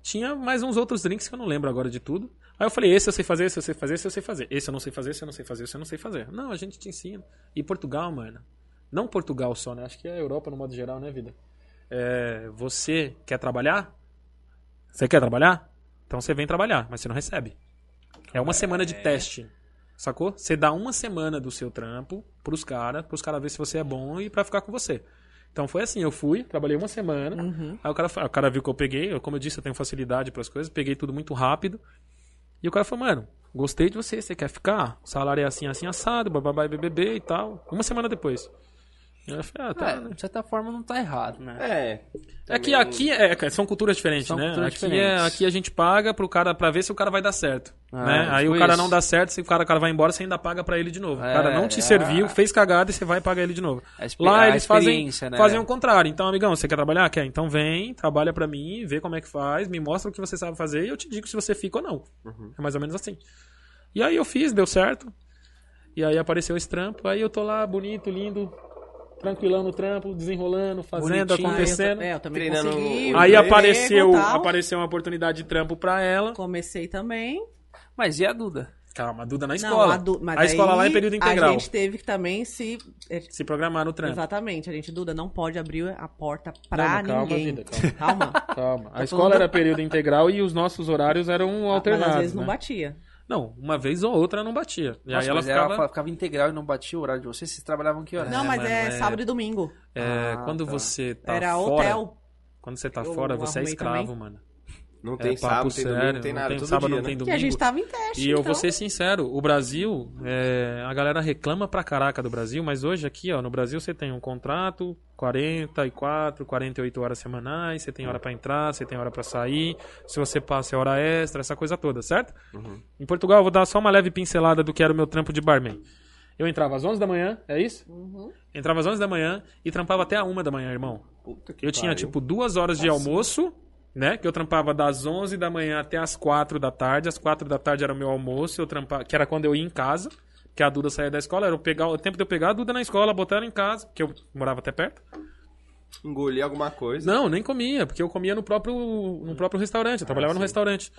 tinha mais uns outros drinks que eu não lembro agora de tudo. Aí eu falei, esse eu sei fazer, esse eu sei fazer, esse eu sei fazer. Esse eu não sei fazer, esse eu não sei fazer, esse eu não sei fazer. Não, a gente te ensina. E Portugal, mano. Não Portugal só, né? Acho que é a Europa no modo geral, né, vida? É, você quer trabalhar? Você quer trabalhar? Então você vem trabalhar, mas você não recebe. É uma semana de teste. Sacou? Você dá uma semana do seu trampo pros caras, pros caras ver se você é bom e pra ficar com você. Então foi assim, eu fui, trabalhei uma semana, Aí o cara, fa- o cara viu que eu peguei, eu, como eu disse, eu tenho facilidade para as coisas, peguei tudo muito rápido. E o cara falou, mano, gostei de você, você quer ficar? O salário é assim, assim, assado, bababá e BBB e tal. Uma semana depois. Aí eu falei, ah, tá.
É,
né?
de certa forma não tá errado, né?
É.
É que aqui é, é, são culturas diferentes,
São
né?
culturas
aqui,
diferentes.
É, aqui a gente paga pro cara pra ver se o cara vai dar certo.
Ah,
né? Aí
tipo
o cara
isso.
não dá certo, se o cara, o cara vai embora, você ainda paga pra ele de novo.
É,
o cara não te
ah.
serviu, fez cagada e você vai pagar ele de novo.
A expe-
Lá
a
eles fazem,
experiência, né?
fazem o contrário. Então, amigão, você quer trabalhar? Quer? Então vem, trabalha pra mim, vê como é que faz, me mostra o que você sabe fazer e eu te digo se você fica ou não.
Uhum.
É mais ou menos assim. E aí eu fiz, deu certo. E aí apareceu esse trampo, aí eu tô lá, bonito, lindo, tranquilão no trampo, desenrolando, fazendo,
Bonitinho.
Ah, eu,
acontecendo.
ta- é, eu também
Treinando
consegui.
o
Aí
Emprego,
apareceu,
tal.
apareceu uma oportunidade de trampo pra ela.
Comecei também.
Mas e a Duda?
Calma, a Duda na escola.
a du- mas
a escola lá
daí
em período integral. Né?
A gente teve que também se. é,
Se programar no trampo.
Exatamente, a gente, Duda, não pode abrir a porta pra
Não, não, calma,
ninguém.
vida, calma.
Calma.
Calma. A
Tá
escola
falando-
era período integral e os nossos horários eram
Mas
alternados.
às vezes não
né?
batia.
Não, uma vez ou outra não batia. E
Nossa,
aí ela
mas
ficava.
fa- ficava integral e não batia o horário de vocês? Vocês trabalhavam que horas?
não, mas
mano,
é,
é-
sábado e domingo.
é,
Ah,
quando
tá.
você tá
Era
fora.
hotel.
Quando você tá
Eu
fora, você é
arrumei
escravo,
também.
mano.
Não tem
é
sábado,
papo
não tem
sério.
domingo, não tem nada.
Não tem
todo
sábado,
dia,
não
né?
tem
Que
domingo.
a gente tava em teste.
E eu vou
então.
ser sincero, o Brasil, é, a galera reclama pra caraca do Brasil, mas hoje aqui, ó, no Brasil você tem um contrato, 44, 48 horas semanais, você tem hora pra entrar, você tem hora pra sair, se você passa é hora extra, essa coisa toda, certo? Em Portugal, eu vou dar só uma leve pincelada do que era o meu trampo de barman. Eu entrava às 11 da manhã, é isso?
Uhum.
Entrava às 11 da manhã e trampava até a 1 da manhã, irmão.
Puta que
Eu tinha,
pariu.
tipo, duas horas de almoço, né? Que eu trampava das 11 da manhã até as 4 da tarde. Às 4 da tarde era o meu almoço, eu trampava, que era quando eu ia em casa, que a Duda saía da escola. Era eu pegar, o tempo de eu pegar a Duda na escola, botar ela em casa, porque eu morava até perto.
Engolir alguma coisa. Ah,
Não, nem comia, porque eu comia no próprio, no próprio restaurante. Eu trabalhava no restaurante.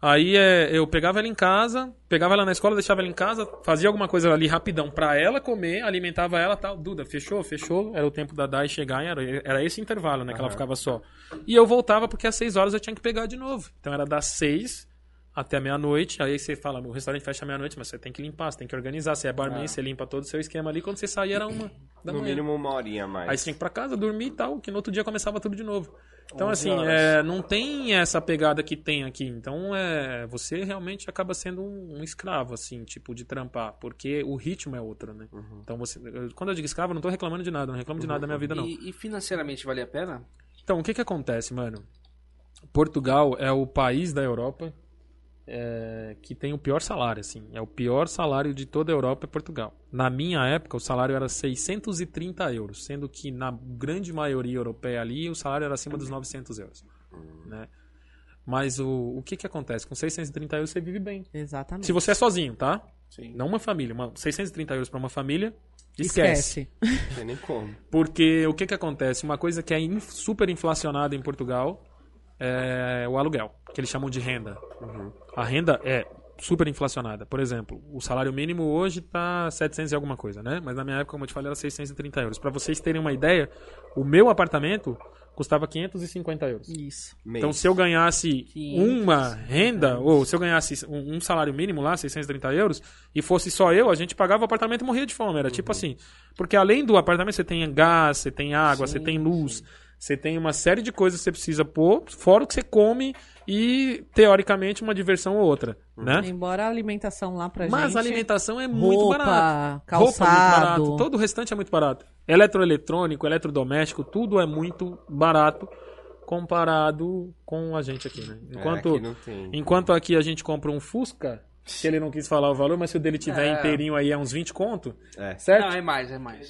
Aí é, eu pegava ela em casa, pegava ela na escola, deixava ela em casa, fazia alguma coisa ali rapidão pra ela comer, alimentava ela tal. Duda, fechou, fechou. Era o tempo da Dai chegar, era, era esse intervalo, né? Que ela ficava só. E eu voltava porque às seis horas eu tinha que pegar de novo. Então era das seis até meia-noite. Aí você fala, o restaurante fecha meia-noite, mas você tem que limpar, você tem que organizar. Você é barman,
Ah.
você limpa todo o seu esquema ali. Quando você sair, era uma da
No
manhã.
mínimo uma horinha a
Aí
mais.
você tinha que ir pra casa, dormir e tal, que no outro dia começava tudo de novo. Então,
11
assim,
horas.
é, não tem essa pegada que tem aqui. Então, é, você realmente acaba sendo um, um escravo, assim, tipo, de trampar. Porque o ritmo é outro, né?
Uhum.
Então, você, eu- quando eu digo escravo, eu não tô reclamando de nada, não reclamo de nada da minha vida, não.
E, e financeiramente vale a pena?
Então, o que que acontece, mano? Portugal é o país da Europa é, que tem o pior salário, assim. É o pior salário de toda a Europa é Portugal. Na minha época, o salário era 630 euros, sendo que na grande maioria europeia ali, o salário era acima dos 900 euros, né? Mas o, o que que acontece? Com 630 euros você vive bem.
Exatamente.
Se você é sozinho, tá?
Sim.
Não uma família. Uma, 630 euros pra uma família, esquece.
Não sei nem como.
Porque o que que acontece? Uma coisa que é in- super inflacionada em Portugal é o aluguel, que eles chamam de renda. A renda é super inflacionada. Por exemplo, o salário mínimo hoje tá 700 e alguma coisa, né? Mas na minha época, como eu te falei, era 630 euros. Para vocês terem uma ideia, o meu apartamento custava 550 euros.
Isso.
Mês.
Então, se eu ganhasse
500,
uma renda, ou se eu ganhasse um, um salário mínimo lá, 630 euros, e fosse só eu, a gente pagava o apartamento e morria de fome. Era tipo assim. Porque além do apartamento, você tem gás, você tem água, você tem luz, você tem uma série de coisas que você precisa pôr, fora o que você come e, teoricamente, uma diversão ou outra, né?
Embora a alimentação lá pra
Mas
gente...
a alimentação é muito
roupa,
barata. Roupa é muito
calçado.
barato, todo o restante é muito barato. Eletroeletrônico, eletrodoméstico, tudo é muito barato comparado com a gente aqui, né?
É,
Enquanto
aqui não tem.
Enquanto aqui a gente compra um Fusca, que ele não quis falar o valor, mas se o dele tiver
É.
inteirinho aí é uns 20 conto,
É.
certo?
Não, é mais, é mais.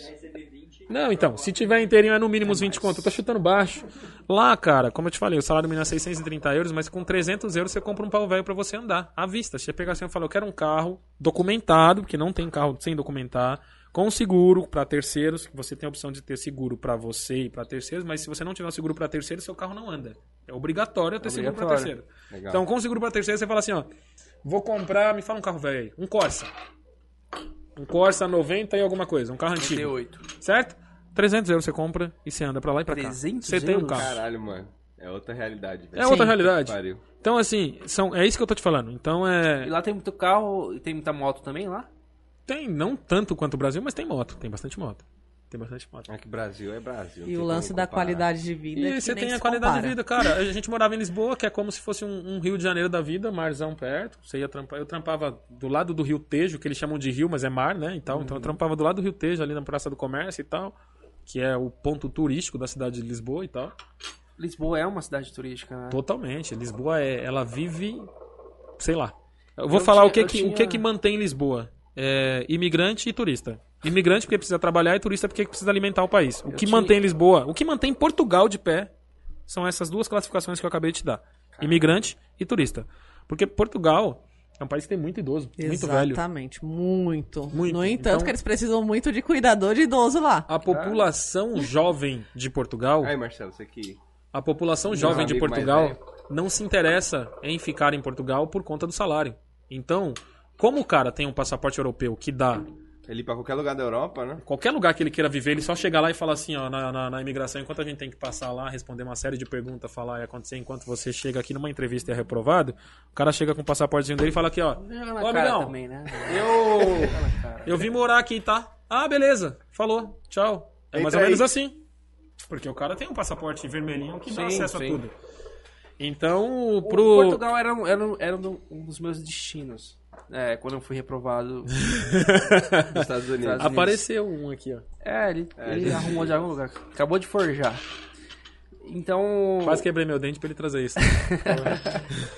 Não, então, se tiver inteirinho é no mínimo uns 20 conto. Eu tô chutando baixo. Lá, cara, como eu te falei, o salário mínimo é 630 euros, mas com 300 euros você compra um pau velho pra você andar, à vista. Você pega assim e fala, eu quero um carro documentado, porque não tem carro sem documentar, com seguro pra terceiros, você tem a opção de ter seguro pra você e pra terceiros, mas se você não tiver um seguro pra terceiros, seu carro não anda. É obrigatório ter seguro pra
Obrigatório.
terceiro.
Legal.
Então, com seguro pra terceiro, você fala assim, ó, vou comprar, me fala um carro velho aí, um Corsa. Um Corsa 90 e alguma coisa, um carro antigo.
38.
Certo? 300 euros você compra e você anda pra lá e pra
300
cá. Você tem um
euros?
carro.
Caralho, mano. É outra realidade, velho.
É outra
Sim.
realidade.
Pariu.
Então, assim, são, é isso que eu tô te falando. Então,
E
é.
lá tem muito carro e tem muita moto também lá?
Tem, não tanto quanto o Brasil, mas tem moto. Tem bastante moto. Tem bastante moto.
É que Brasil é Brasil. não
E
tem
o lance
como
da
comparar.
qualidade de vida
E
é que
você
nem
tem
se
a qualidade
compara.
de vida, cara. A gente morava em Lisboa, que é como se fosse um, um Rio de Janeiro da vida, marzão perto. Você ia trampar. Eu trampava do lado do Rio Tejo, que eles chamam de rio, mas é mar, né? E tal.
Uhum.
Então eu trampava do lado do Rio Tejo, ali na Praça do Comércio e tal, que é o ponto turístico da cidade de Lisboa e tal.
Lisboa é uma cidade turística, né?
Totalmente. Lisboa é, ela vive, sei lá. Eu vou
Eu
falar
tinha-
o que
eu
que, o que
tinha-
que mantém Lisboa. É, imigrante e turista. Imigrante porque precisa trabalhar e turista porque precisa alimentar o país. O que
tinha-
mantém Lisboa, o que mantém Portugal de pé são essas duas classificações que eu acabei de te dar. Imigrante e turista. Porque Portugal é um país que tem muito idoso, muito velho.
Exatamente, muito.
Muito.
No entanto,
Então-
que eles precisam muito de cuidador de idoso lá.
A população jovem de Portugal
É,
Aí, Marcelo, você que.
A população jovem de
amigo mais
Portugal
velho.
não se interessa em ficar em Portugal por conta do salário. Então, como o cara tem um passaporte europeu que dá
Ele ir pra qualquer lugar da Europa, né?
qualquer lugar que ele queira viver, ele só chegar lá e falar assim, ó, na, na, na imigração, enquanto a gente tem que passar lá, responder uma série de perguntas, falar e acontecer, enquanto você chega aqui numa entrevista e é reprovado, o cara chega com o passaportezinho dele e fala aqui, ó,
Não,
ô,
na cara
amigão,
também, né?
eu,
Na cara.
eu vim morar aqui, tá? Ah, beleza, falou, tchau. É mais
Entra
Então
ou menos
aí.
assim. Porque o cara tem um passaporte vermelhinho que dá
Sim,
acesso
sim.
a tudo. Então,
O
pro.
Portugal era, um- era, um- era um do- um dos meus destinos. É, quando eu fui reprovado.
Nos Estados Unidos.
Estados-
Apareceu um aqui, ó.
É, ele,
É,
ele
gente.
arrumou de algum lugar. Acabou de forjar. Então.
Quase quebrei meu dente pra ele trazer isso.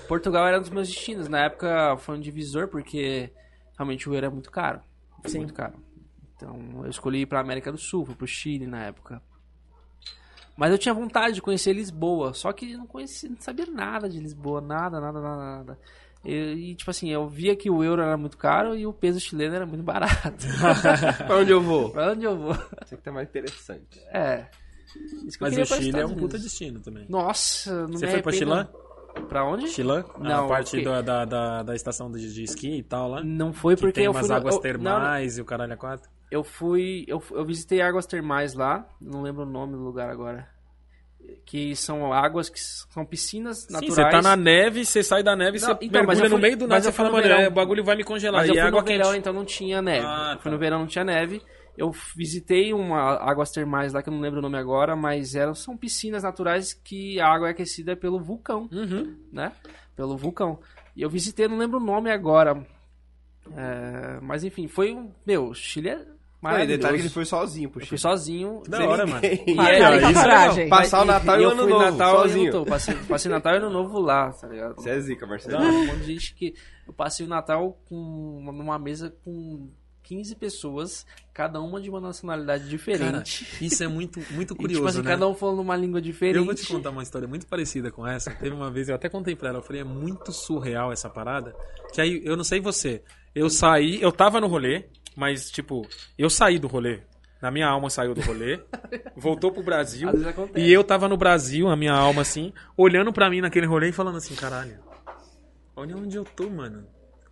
Portugal era um dos meus destinos. Na época foi um divisor, porque realmente o euro é muito caro. Foi Muito caro. Então eu escolhi ir pra América do Sul, fui pro Chile na época. Mas eu tinha vontade de conhecer Lisboa, só que eu não conhecia, não sabia nada de Lisboa, nada, nada, nada, nada. E, e, tipo assim, eu via que o euro era muito caro e o peso chileno era muito barato.
pra onde eu vou?
pra onde eu vou?
Isso aqui tá mais interessante.
É. Isso que eu
Mas
queria
o
pra
Chile é
Estados
um puta
Unidos.
destino também.
Nossa, não
Você
me
foi pra
arrependo.
Chilã?
Pra onde?
Chilã?
Não,
a parte
ok.
da, da, da, da estação de, de esqui e tal lá.
Não foi
Que
porque
tem
eu fui
umas
no-
águas
eu- não, não,
termais e o caralho a quatro.
Eu fui. Eu, fu- eu visitei águas termais lá. Não lembro o nome do lugar agora. que são águas que s- são piscinas naturais.
Sim, você tá na neve, você sai da neve, você
Não, então, mas
mergulha
eu
no
fui-
meio do nada,
mas eu
você
fui
fala,
no
mano,
verão.
é, o bagulho vai me congelar.
Mas eu
e é
fui no
água
verão,
quente.
então não tinha neve.
Ah,
Eu
tá.
fui no verão, não tinha neve. Eu f- visitei uma águas termais lá, que eu não lembro o nome agora, mas eram, são piscinas naturais que a água é aquecida pelo vulcão,
Uhum.
né? Pelo vulcão. E eu visitei, não lembro o nome agora. É, mas enfim, foi um... Meu, o Chile é
Aí,
maravilhoso.
detalhe que ele foi sozinho,
Eu
puxa.
fui sozinho.
Da hora, mano.
E
Para,
é-
Olha,
olha que
isso é
coragem.
legal. Passar o Natal e o
eu
Ano
fui
Novo,
Natal e Ano
sozinho.
Novo. Passei, passei Natal e Ano Novo lá, tá ligado?
Você é zica, Marcelo.
Não,
tá
um monte de gente que. Eu passei o Natal com numa mesa com 15 pessoas, cada uma de uma nacionalidade
Cara,
diferente.
isso é muito, muito
e, tipo assim,
curioso, né?
cada um falando uma língua diferente.
Eu vou te contar uma história muito parecida com essa. Teve uma vez, eu até contei pra ela, eu falei, é muito surreal essa parada. Que aí, eu não sei você, eu saí, eu tava no rolê, mas, tipo, eu saí do rolê. Na minha alma saiu do rolê, voltou pro Brasil.
Às vezes acontece.
E eu tava no Brasil, a minha alma assim, olhando pra mim naquele rolê e falando assim, caralho, olha onde eu tô, mano.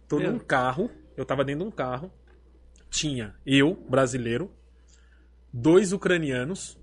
Tô
Meu.
num carro, eu tava dentro de um carro, tinha eu, brasileiro, dois ucranianos,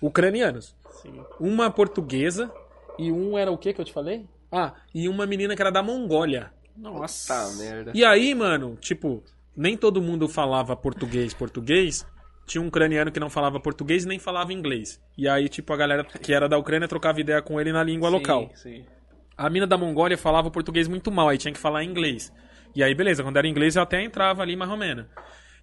ucranianos,
Sim.
uma portuguesa e um era o que que eu te falei? Ah, e uma menina que era da Mongólia.
Nossa.
Tá, merda.
E aí, mano, tipo, nem todo mundo falava português, português. Tinha um ucraniano que não falava português e nem falava inglês. E aí, tipo, a galera que era da Ucrânia trocava ideia com ele na língua
Sim,
local.
sim.
A mina da Mongólia falava o português muito mal, aí tinha que falar inglês. E aí, beleza, quando era inglês eu até entrava ali mais ou menos.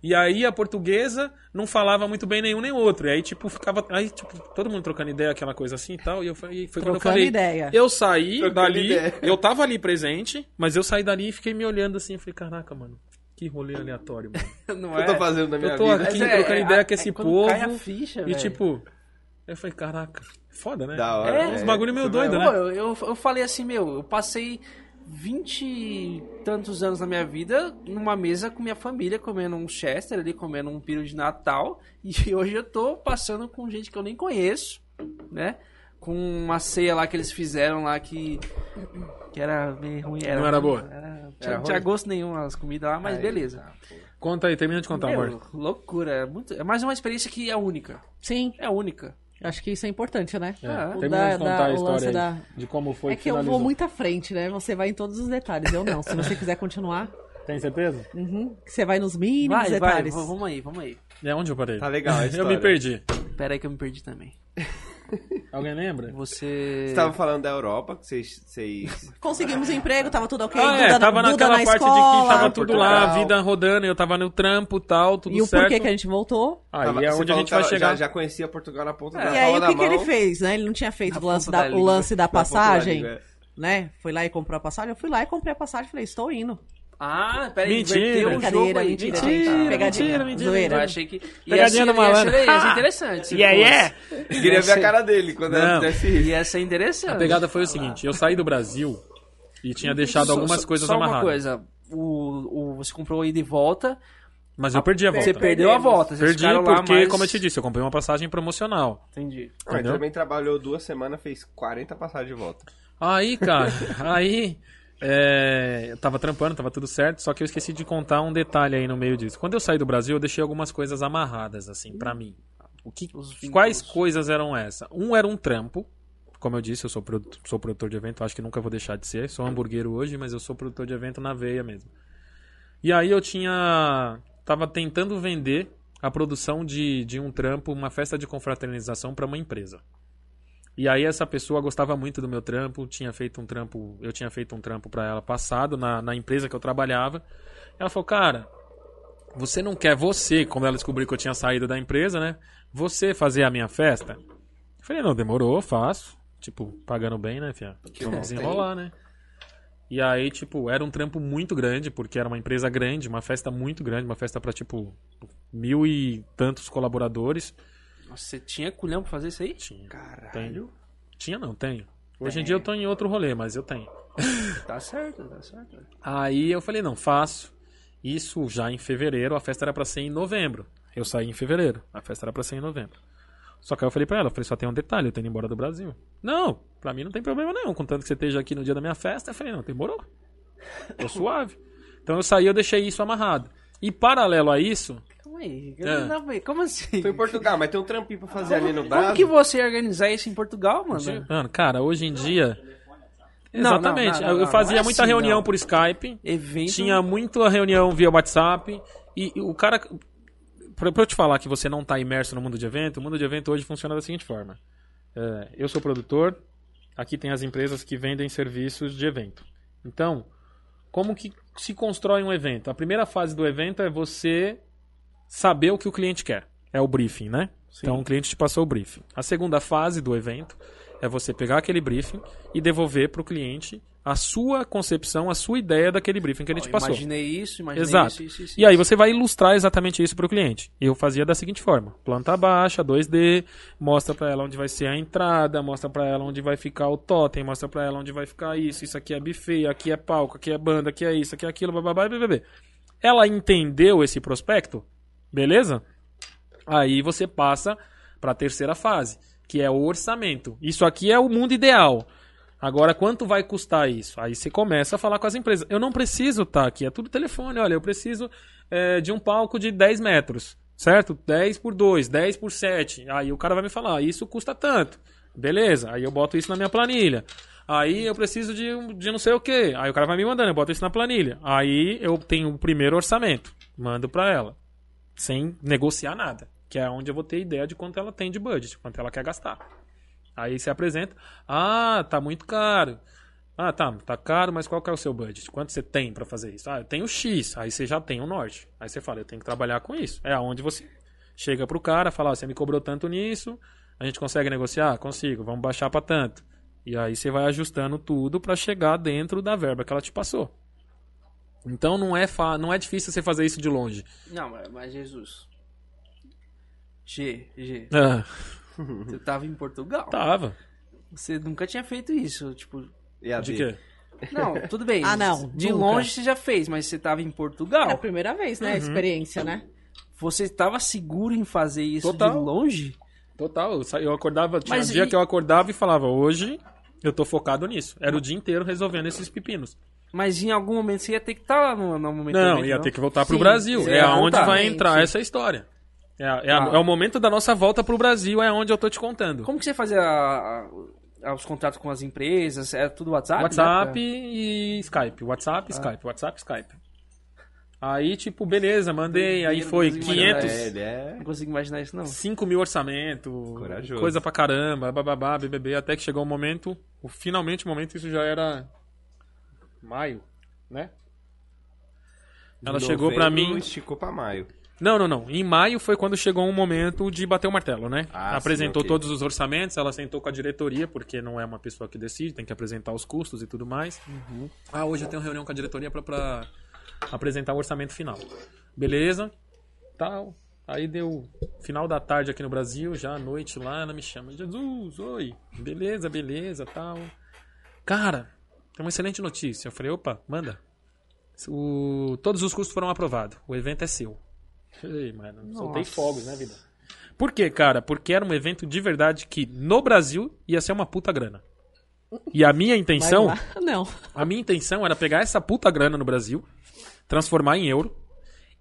E aí a portuguesa não falava muito bem nenhum nem outro. E aí, tipo, ficava. Aí, tipo, todo mundo trocando ideia, aquela coisa assim e tal. E eu falei, foi quando eu
Trocando
falei.
ideia.
Eu saí
Trocando
dali,
ideia.
eu tava ali presente, mas eu saí dali e fiquei me olhando assim, eu falei, caraca, mano, que rolê aleatório, mano.
Não
O que
é?
eu tô fazendo na minha
Eu tô
vida?
aqui
Mas é,
trocando
é,
ideia
é
com esse
quando
povo.
cai a
É
ficha,
e
velho.
tipo, eu falei, caraca, foda, né?
Da hora,
É, uns
né?
bagulho meio
Você
doido,
Pô,
né?
eu, eu, eu falei assim, meu, eu passei vinte e tantos anos na minha vida numa mesa com minha família, comendo um Chester ali, comendo um piro de Natal, e hoje eu tô passando com gente que eu nem conheço, né? Com uma ceia lá que eles fizeram lá que, que era meio ruim.
Não era boa?
Era,
Era
não tinha
ruim?
gosto nenhum as comidas lá, mas
Aí,
beleza.
tá, pô.
Conta aí, termina de contar,
Meu,
amor.
loucura. É, muito, é mais uma experiência que é única.
Sim,
É única.
acho que isso é importante, né?
É,
Ah,
termina
da-
de contar
da-
a
o
história
lance
aí,
da-
de como foi
é que eu
finalizou.
vou muito à frente, né? Você vai em todos os detalhes, eu não. Se você quiser continuar,
Tem certeza?
uhum, que você vai nos mínimos
Vai, vai, v-
detalhes.
vamos aí, vamos aí.
É onde eu parei?
Tá legal a
eu
história.
me perdi.
Pera aí que eu me perdi também.
Alguém lembra?
Você.
tá
Você tava falando da Europa, que vocês... vocês...
Conseguimos emprego, tava tudo ok.
é. Ah,
Duda,
é, tava
Duda
naquela
na
parte de que
escola.
tava tudo lá, a
Portugal.
vida rodando, eu tava no trampo e tal, tudo
E o
certo.
porquê que a gente voltou.
Aí
tava- você
é onde a
falou
gente
que
vai
tava-
chegar.
Já, já conhecia Portugal na ponta
É,
É,
e
da
aí,
palma
o
da
que, que ele
mão.
fez, né? Ele não tinha feito
Na
o lance
ponta
da,
da
o
língua.
lance da
Na ponta da
passagem,
língua, é.
né? Foi lá e comprou a passagem. Eu fui lá e comprei a passagem. Falei, estou indo.
Ah, peraí,
Mentira.
inverteu o jogo
Brincadeira,
aí.
mentira,
Mentira,
gente.
tá.
Pegadinha,
mentira, mentira.
zoeira.
Eu achei que. E
Pegadinha do
essa,
malandro. Ah!
Ia ser, ia ser interessante. se
Yeah,
fosse.
yeah.
Queria ver a cara dele quando
Não.
ela desse isso.
Ia ser interessante.
A pegada foi o seguinte, eu saí do Brasil e tinha deixado
Só-
algumas
só-
coisas
só
amarradas.
Uma coisa. O, o, você comprou ida e volta.
Mas eu perdi a volta.
Você perdeu a volta. Vocês
Perdi
ficaram lá
porque,
mais-
como eu te disse, eu comprei uma passagem promocional.
Entendi.
Mas
Entendeu?
também trabalhou duas semanas, fez 40 passagens de volta.
Aí, cara, aí. é, eu tava trampando, tava tudo certo, só que eu esqueci de contar um detalhe aí no meio disso. Quando eu saí do Brasil, eu deixei algumas coisas amarradas, assim, pra mim. O que,
Os vínculos.
quais coisas eram essa? Um era um trampo. Como eu disse, eu sou, produ- sou produtor de evento, acho que nunca vou deixar de ser. Sou hamburguero hoje, mas eu sou produtor de evento na veia mesmo. E aí eu tinha. Tava tentando vender a produção de, de um trampo, uma festa de confraternização pra uma empresa. E aí essa pessoa gostava muito do meu trampo, tinha feito um trampo, eu tinha feito um trampo pra ela passado na, na empresa que eu trabalhava. Ela falou, cara, você não quer você, quando ela descobriu que eu tinha saído da empresa, né? Você fazer a minha festa? Eu falei, não, demorou, faço. Tipo, pagando bem, né, fia? Vamos desenrolar, né? E aí, tipo, era um trampo muito grande, porque era uma empresa grande, uma festa muito grande, uma festa pra, tipo, mil e tantos colaboradores.
Nossa, você tinha culhão pra fazer isso aí?
Tinha.
Caralho.
Tinha não, tenho. Hoje em dia eu tô em outro rolê, mas eu tenho.
Tá certo, tá certo.
Aí eu falei, não, faço. Isso já em fevereiro, a festa era pra ser em novembro. Eu saí em fevereiro, a festa era pra ser em novembro. Só que aí eu falei pra ela, eu falei, só tem um detalhe, eu tô indo embora do Brasil. Não, pra mim não tem problema não, contanto que você esteja aqui no dia da minha festa. Eu falei, não, demorou. Tô suave. Então eu saí, eu deixei isso amarrado. E paralelo a isso,
Calma aí.
Ah.
Não, mas como assim?
Tô em Portugal, mas tem um trampinho pra fazer ali no
Como
braço.
que você ia organizar isso em Portugal, mano?
mano, cara, hoje em dia.
Não,
Exatamente.
não, não, não,
eu fazia
não é
muita
assim,
reunião
não.
por Skype.
Evento.
Tinha muita reunião via WhatsApp. E e o cara. Pra, pra eu te falar que você não tá imerso no mundo de evento, o mundo de evento hoje funciona da seguinte forma: É, eu sou produtor, aqui tem as empresas que vendem serviços de evento. Então, como que se constrói um evento? A primeira fase do evento é você saber o que o cliente quer. É o briefing, né? Então o cliente te passou o briefing. A segunda fase do evento é você pegar aquele briefing e devolver para o cliente a sua concepção, a sua ideia daquele briefing que ele te
Ó,
passou.
Imaginei isso, imaginei
Exato.
isso, isso, isso.
E aí você vai ilustrar exatamente isso para o cliente. E eu fazia da seguinte forma: planta baixa, 2D, mostra para ela onde vai ser a entrada, mostra para ela onde vai ficar o totem, mostra para ela onde vai ficar isso, isso aqui é buffet, aqui é palco, aqui é banda, aqui é isso, aqui é aquilo, bababá, bbb. Ela entendeu esse prospecto? Beleza? Aí você passa para a terceira fase, que é o orçamento. Isso aqui é o mundo ideal. Agora, quanto vai custar isso? Aí você começa a falar com as empresas. Eu não preciso estar aqui, é tudo telefone. Olha, eu preciso eh, de um palco de 10 metros, certo? 10 por 2, 10 por 7. Aí o cara vai me falar, "Ah, isso custa tanto. Beleza, aí eu boto isso na minha planilha. Aí eu preciso de, um- de não sei o que. Aí o cara vai me mandando, eu boto isso na planilha. Aí eu tenho o primeiro orçamento, mando pra ela sem negociar nada, que é onde eu vou ter ideia de quanto ela tem de budget, quanto ela quer gastar. Aí você apresenta, ah, tá muito caro. Ah, tá, tá caro, mas qual que é o seu budget? Quanto você tem pra fazer isso? Ah, eu tenho X, aí você já tem o norte. Aí você fala, eu tenho que trabalhar com isso. É aonde você chega pro cara, fala, ó, você me cobrou tanto nisso, a gente consegue negociar? Consigo, vamos baixar pra tanto. E aí você vai ajustando tudo pra chegar dentro da verba que ela te passou. Então não é, fa- não é difícil você fazer isso de longe.
Não, mas- mas Jesus. G, G,
Ah.
tu tava em Portugal.
Tava.
Você nunca tinha feito isso, tipo...
E a
De
dele?
quê?
Não, tudo bem.
Ah, não,
De
nunca.
longe você já fez, mas você tava em
É,
Era a
Portugal.
primeira vez,
Uhum.
né? A experiência, né?
Você tava seguro em fazer isso
Total.
de longe?
Total. eu sa- Eu acordava, tinha
Mas
um dia
e-
que eu acordava e falava, hoje eu tô focado nisso. Era o dia inteiro resolvendo esses pepinos.
Mas em algum momento você ia ter que estar lá no, no momento. do
Não,
evento,
ia ter que voltar pro
Sim,
Brasil.
você
É
ia
aonde
voltar.
vai
Sim,
entrar
sim.
essa história. É, a- é a-
Ah.
é o momento da nossa volta pro Brasil, é onde eu tô te contando.
Como que você fazia a- a- os contratos com as empresas? Era tudo WhatsApp?
WhatsApp
né? Ah.
e Skype. WhatsApp, Skype. WhatsApp, Skype. Aí, tipo, beleza, mandei. Aí foi
Dois mil reais.
500,
É, ele é.
Não consigo imaginar isso, não.
5 mil orçamento,
Corajoso.
coisa pra caramba, bababá, BBB, até que chegou o momento, o- finalmente o momento, isso já era maio, né? Ela
De
chegou pra
novembro,
mim-
Esticou pra maio.
Não, não, não. Em maio foi quando chegou um momento de bater o martelo, né?
Ah,
Apresentou
sim, ok.
todos os orçamentos, ela sentou com a diretoria, porque não é uma pessoa que decide, tem que apresentar os custos e tudo mais.
Uhum.
Ah, hoje eu tenho reunião com a diretoria pra, pra apresentar o orçamento final. Beleza, tal. Aí deu final da tarde aqui no Brasil, já à noite lá, ela me chama. Jesus, oi. Beleza, beleza, tal. Cara, tem uma excelente notícia. Eu falei, opa, manda. O- Todos os custos foram aprovados. O evento é seu. Ei, mano, soltei fogos, né, vida? Por quê, cara? Porque era um evento de verdade que no Brasil ia ser uma puta grana. E a minha
Vai
intenção,
lá. Não.
a minha intenção era pegar essa puta grana no Brasil, transformar em euro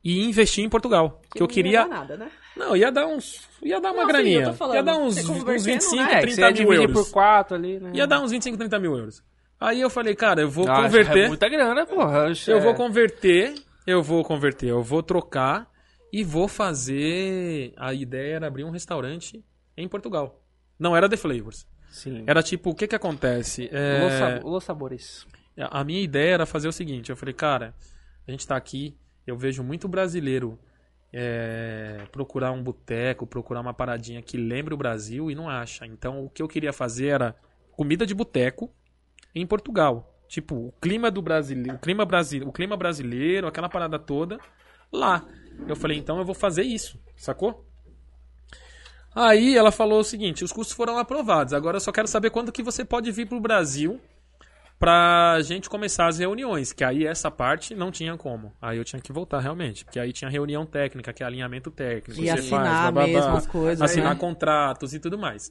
e investir em Portugal, que, eu
não ia
queria,
dar nada, né?
não, ia dar uns, ia dar uma
Não, sim, eu
graninha,
tô falando.
ia dar uns,
Você
uns
convertendo,
25,
né?
É, que você
30
ia
mil
dividir
euros.
por quatro ali, né?
Ia dar uns 25, 30 mil euros. Aí eu falei, cara, eu vou
Ah,
converter.
É muita grana, porra.
Eu vou converter, eu vou converter, eu vou trocar e vou fazer. A ideia era abrir um restaurante em Portugal. Não era The Flavors.
Sim.
Era tipo, o que que acontece? É,
Los, sab- Los Sabores.
a minha ideia era fazer o seguinte: eu falei, cara, a gente tá aqui, eu vejo muito brasileiro é, procurar um boteco, procurar uma paradinha que lembre o Brasil e não acha. Então, o que eu queria fazer era comida de boteco em Portugal. Tipo, o clima do brasileiro, o clima brasileiro, o clima brasileiro, aquela parada toda lá. Eu falei, então eu vou fazer isso, sacou? Aí ela falou o seguinte, os custos foram aprovados. Agora eu só quero saber quando que você pode vir pro Brasil pra gente começar as reuniões, que aí essa parte não tinha como. Aí eu tinha que voltar realmente, porque aí tinha reunião técnica, que é alinhamento técnico,
E
você
assinar
faz, bababá,
mesmo as coisas,
assinar
né?
contratos e tudo mais.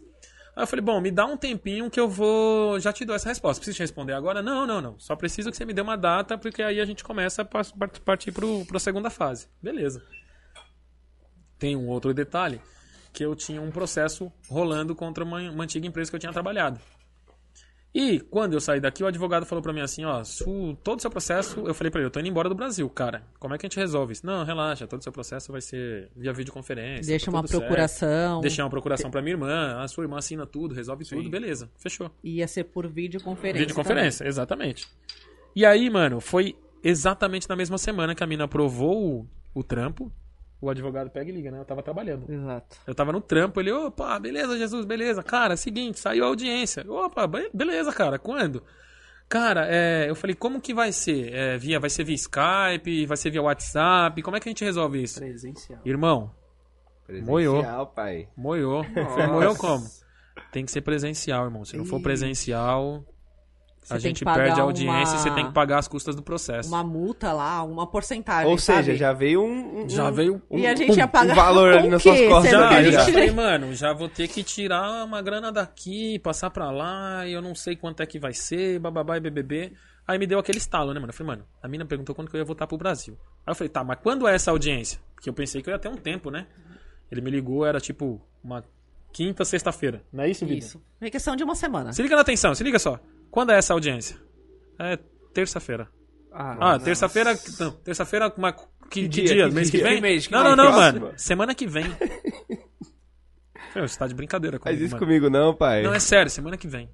Aí eu falei, bom, me dá um tempinho que eu vou. Já te dou essa resposta. Preciso te responder agora? Não, não, não. Só preciso que você me dê uma data, porque aí a gente começa a pas- part- partir para a segunda fase. Beleza. Tem um outro detalhe, que eu tinha um processo rolando contra uma, uma antiga empresa que eu tinha trabalhado. E quando eu saí daqui, o advogado falou pra mim assim, ó, su, todo o seu processo, eu falei pra ele, eu tô indo embora do Brasil, cara. Como é que a gente resolve isso? Não, relaxa, todo o seu processo vai ser via videoconferência. tá
Deixa uma
tudo certo.
procuração.
Deixar uma procuração pra minha irmã, a sua irmã assina tudo, resolve tudo, beleza, fechou.
Ia ser por videoconferência.
Videoconferência, exatamente. E aí, mano, foi exatamente na mesma semana que a mina aprovou o, o trampo, o advogado pega e liga, né? Eu tava trabalhando.
Exato.
Eu tava no trampo, ele, opa, beleza, Jesus, beleza. Cara, seguinte, saiu a audiência. Opa, be- beleza, cara, quando? Cara, é, eu falei, como que vai ser? É, via, vai ser via Skype, vai ser via WhatsApp, como é que a gente resolve isso?
Presencial.
Irmão, Moiou.
Presencial, pai.
moiou. Falei, moiou como? Tem que ser presencial, irmão. Se não for presencial,
Você
a
tem
gente
que pagar
perde a audiência e
uma-
você tem que pagar as custas do processo.
Uma multa lá, uma porcentagem.
Ou seja,
sabe?
já veio um. um-
Já
um-
veio
E a gente ia pagar
um valor ali
com
nas
o quê?
suas costas,
Sendo
né,
que
Já,
a
eu já
gente-
falei, mano, já vou ter que tirar uma grana daqui, passar pra lá, e eu não sei quanto é que vai ser, bababá e BBB. Aí me deu aquele estalo, né, mano? Eu falei, mano, a mina perguntou quando que eu ia voltar pro Brasil. Aí eu falei, tá, mas quando é essa audiência? Porque eu pensei que eu ia ter um tempo, né? Ele me ligou, era tipo uma quinta, sexta-feira. Não é isso, Vitor?
Isso. É questão de uma semana.
Se liga na atenção, se liga só. Quando é essa audiência? É terça-feira. Ah,
não.
terça-feira. Não, terça-feira, uma- que, que
dia,
dia?
que
mês que
dia?
vem?
Que mês? Que
não,
mês?
não, não,
Próximo?
mano. Semana que vem. Meu, você tá de brincadeira comigo.
Faz isso
mano.
comigo, não, pai.
Não, é sério, semana que vem.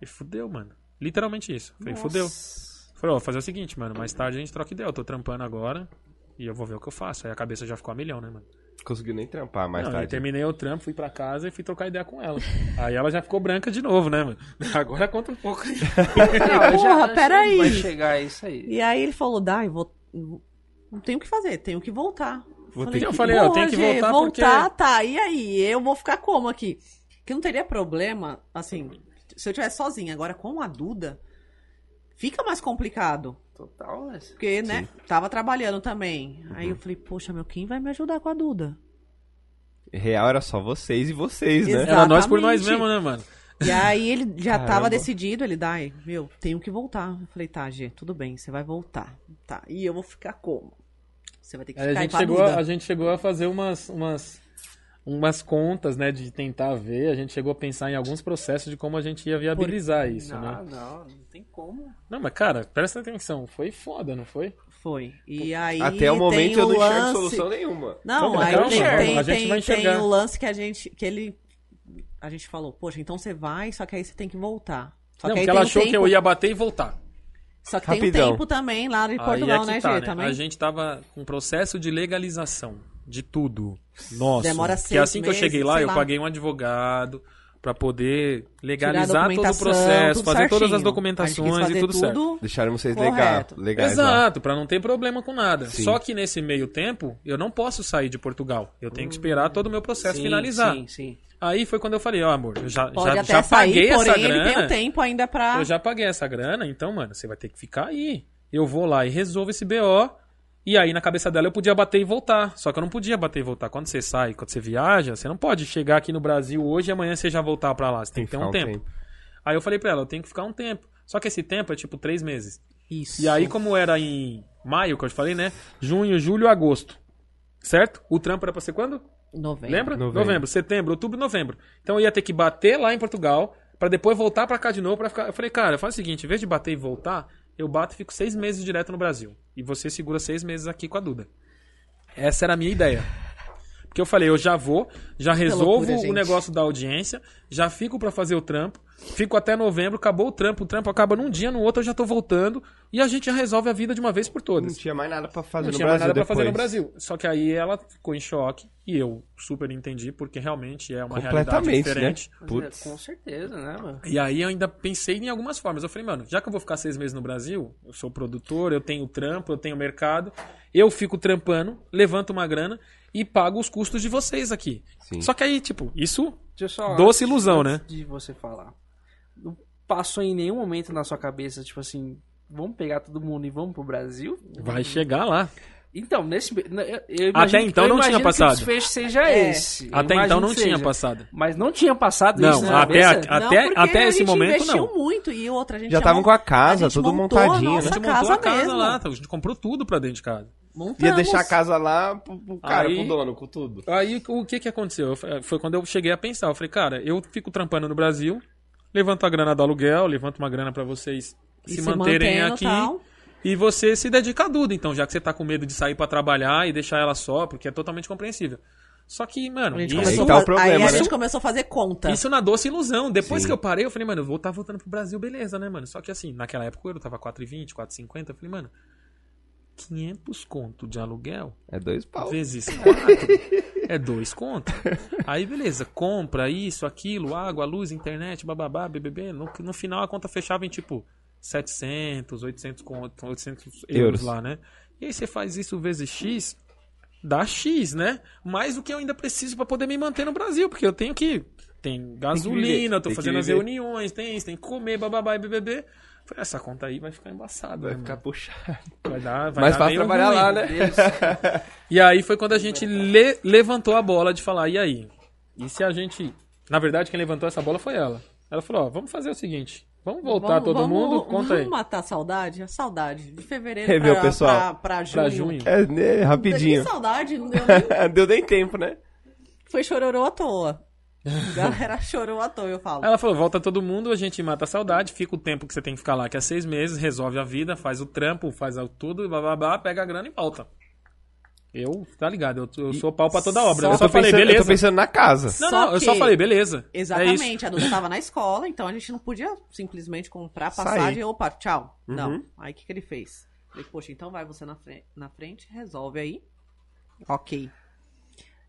E fudeu, mano. Literalmente isso. Falei, fudeu. Falei, ó, vou fazer o seguinte, mano. Mais tarde a gente troca ideia. Eu tô trampando agora e eu vou ver o que eu faço. Aí a cabeça já ficou a milhão, né, mano?
Conseguiu nem trampar mais
não, eu
tarde.
terminei o trampo, fui pra casa e fui trocar ideia com ela. Aí ela já ficou branca de novo, né, mano? Agora conta um pouco.
Não, eu já-
Porra,
eu já-
peraí.
Vai chegar isso aí.
E aí ele falou, Dai, vou... não tenho o que fazer, tenho que voltar.
Vou
ter que-
"Que
Eu falei, ó,
porra,
tenho que
Gê,
voltar porque-
Voltar, tá, e aí? Eu vou ficar como aqui? Que não teria problema, assim, se eu tivesse sozinha. Agora, com a Duda, fica mais complicado.
Total, é assim. mas...
Porque, né, tava trabalhando também. Aí eu
Uhum.
falei, poxa, meu, quem vai me ajudar com a Duda?
Real era só vocês e vocês, né?
Exato.
Era nós por nós
Exatamente.
mesmo, né, mano?
E aí ele já
Caramba.
tava decidido, ele dai, meu, tenho que voltar. Eu falei, tá, Gê, tudo bem, você vai voltar. Tá. E eu vou ficar como? Você vai ter que
Aí
ficar
a
aí
gente,
pra
chegou, a
Duda.
a gente chegou a fazer umas, umas, umas contas, né, de tentar ver. A gente chegou a pensar em alguns processos de como a gente ia viabilizar isso, né?
não, não, não tem como.
Não, mas cara, presta atenção, foi foda, não foi?
Foi. E aí
Até o momento
tem
eu
o
não enxergo
lance...
solução nenhuma.
Não,
Calma,
aí
calma,
tem,
calma,
tem,
a gente
tem-
vai
tem
enxergar.
o lance que a gente, que ele, a gente falou, poxa, então você vai, só que aí você tem que voltar. Só
não,
que aí
porque ela
tem um
achou que
tempo-
eu ia bater e voltar.
Só que tem
Rapidão.
um tempo também lá de
Aí
Portugal,
é que
né,
tá,
Gê,
né?
também.
A gente tava com processo de legalização de tudo. Nossa.
Demora
Porque
seis
assim que eu
meses,
cheguei lá,
sei
eu
lá.
paguei um advogado pra poder legalizar todo o
documentação,
processo,
tudo
fazer todas as
certinho. A gente
documentações
quis
e
fazer
tudo, certo.
Deixaram vocês
Correto.
legal, legais lá.
Exato, pra não ter problema com nada.
Sim.
Só que nesse meio tempo, eu não posso sair de Portugal. Eu tenho que esperar todo o meu processo
Sim,
finalizar.
Sim, sim.
Aí foi quando eu falei, ó, amor, eu já,
Pode
já,
até
já
sair,
paguei
porém
essa
ele tem um
grana.
tempo ainda pra...
Eu já paguei essa grana, então, mano, você vai ter que ficar aí. Eu vou lá e resolvo esse BO. E aí, na cabeça dela, eu podia bater e voltar. Só que eu não podia bater e voltar. Quando você sai, quando você viaja, você não pode chegar aqui no Brasil hoje e amanhã você já voltar pra lá. Você tem, que ter
ficar
um tempo. Aí eu falei pra ela, eu tenho que ficar um tempo. Só que esse tempo é tipo três meses.
Isso.
E aí, como era em maio, que eu te falei, né? Junho, julho, agosto. Certo? O trampo era pra ser quando?
Novembro.
Lembra?
Novembro.
setembro, outubro, novembro. Então eu ia ter que bater lá em Portugal pra depois voltar pra cá de novo para ficar. Eu falei, cara, faz o seguinte, em vez de bater e voltar, eu bato e fico seis meses direto no Brasil. E você segura seis meses aqui com a Duda. Essa era a minha ideia. Porque eu falei, eu já vou, já resolvo
loucura, gente.
o negócio da audiência, já fico pra fazer o trampo, fico até novembro, acabou o trampo, o trampo acaba num dia, no outro eu já tô voltando, e a gente já resolve a vida de uma vez por
Não
todas.
tinha mais nada pra fazer
Não
no
tinha mais
Brasil
nada pra
depois.
fazer no Brasil. Só que aí ela ficou em choque e eu super entendi, porque realmente é uma realidade
Completamente,
diferente.
né?
Mas,
Putz.
é, com certeza, né, mano?
E aí eu ainda pensei em algumas formas. Eu falei, mano, já que eu vou ficar seis meses no Brasil, eu sou produtor, eu tenho trampo, eu tenho mercado, eu fico trampando, levanto uma grana e pago os custos de vocês aqui.
Sim.
Só que aí, tipo, isso
Deixa eu só...
doce ilusão, né?
de você falar. Não passou em nenhum momento na sua cabeça, tipo assim, vamos pegar todo mundo e vamos pro Brasil?
Vai chegar lá.
Então, nesse. eu- eu
Até
imagino que-
então
eu
não
imagino
tinha passado.
Que o desfecho seja
É.
esse. Eu
Até então
imagino
não
que
tinha
seja.
passado.
Mas não tinha passado
Não,
isso na
até
cabeça?
a- Até-
porque
até
a
esse
gente
momento,
investiu
não.
muito e outra a gente
Já estavam
mon-
com a
a
casa,
gente
tudo
montou a
montadinho,
A
nossa
né?
gente montou
casa
a casa
mesmo.
lá, a gente comprou tudo pra dentro de casa.
montamos.
Ia deixar a casa lá pro, pro cara,
Aí-
pro dono, com tudo.
Aí o que que aconteceu? Eu fa- eh, Foi quando eu cheguei a pensar. Eu falei, cara, eu fico trampando no Brasil, levanto a grana do aluguel, levanto uma grana pra vocês
E
se, manterem
mantendo,
aqui.
tal.
E você se dedica a Duda, então, já que você tá com medo de sair pra trabalhar e deixar ela só, porque é totalmente compreensível. Só que, mano,
A gente
isso,
começou
tá
a
o
fa- aí
problema,
a
né?
gente começou a fazer conta.
isso na doce ilusão. Depois
Sim.
que eu parei, eu falei, mano, eu vou estar voltando pro Brasil, beleza, né, mano? Só que assim, naquela época o euro tava 4,20, 4,50. Eu falei, mano, 500 conto de aluguel
É dois pau.
vezes 4 é dois conto. Aí beleza, compra isso, aquilo, água, luz, internet, bababá, BBB. No, no final a conta fechava em tipo 700, 800, conto, 800 euros
Euros.
lá, né? E aí você faz isso vezes X, dá X, né? Mais o que eu ainda preciso pra poder me manter no Brasil, porque eu tenho que. Tem gasolina, eu tô
tem que
fazendo as
viver.
reuniões, tem isso, tem que comer, bababá e BBB. Falei, "Ah, essa conta aí vai ficar embaçada.
Vai
né,
ficar
mano?
puxado.
Vai dar, vai
Mas
dar
faz
meio
trabalhar
ruim.
lá, né?
E aí foi quando a gente le- levantou a bola de falar, e aí? E se a gente. Na verdade, quem levantou essa bola foi ela. Ela falou, ó, vamos fazer o seguinte. Vamos voltar
Vamos-
todo
vamos-
mundo, conta aí.
Vamos matar a saudade? A saudade. De fevereiro
Rever o
pra,
pessoal.
pra, pra junho.
pra junho.
É, né? Rapidinho.
Que saudade, não deu nem-
Deu nem tempo, né?
Foi chororô à toa. A galera chorou à toa, eu falo.
Ela falou, volta todo mundo, a gente mata a saudade, fica o tempo que você tem que ficar lá, que é seis meses, resolve a vida, faz o trampo, faz o tudo, e blá, blá, blá, pega a grana e volta. Eu, tá ligado, eu, eu sou pau pra toda obra. né?
só-
eu só
tô
falei,
pensando, Eu tô
beleza.
pensando na casa.
Não,
Só
não, eu só
que-
falei, beleza. é isso.
Exatamente, a Duda estava na escola, então a gente não podia simplesmente comprar
Sair.
passagem e opa, tchau. Não.
Uhum.
Aí o que, que ele fez? Falei, poxa, então vai você na, fre- na frente, resolve aí. Ok.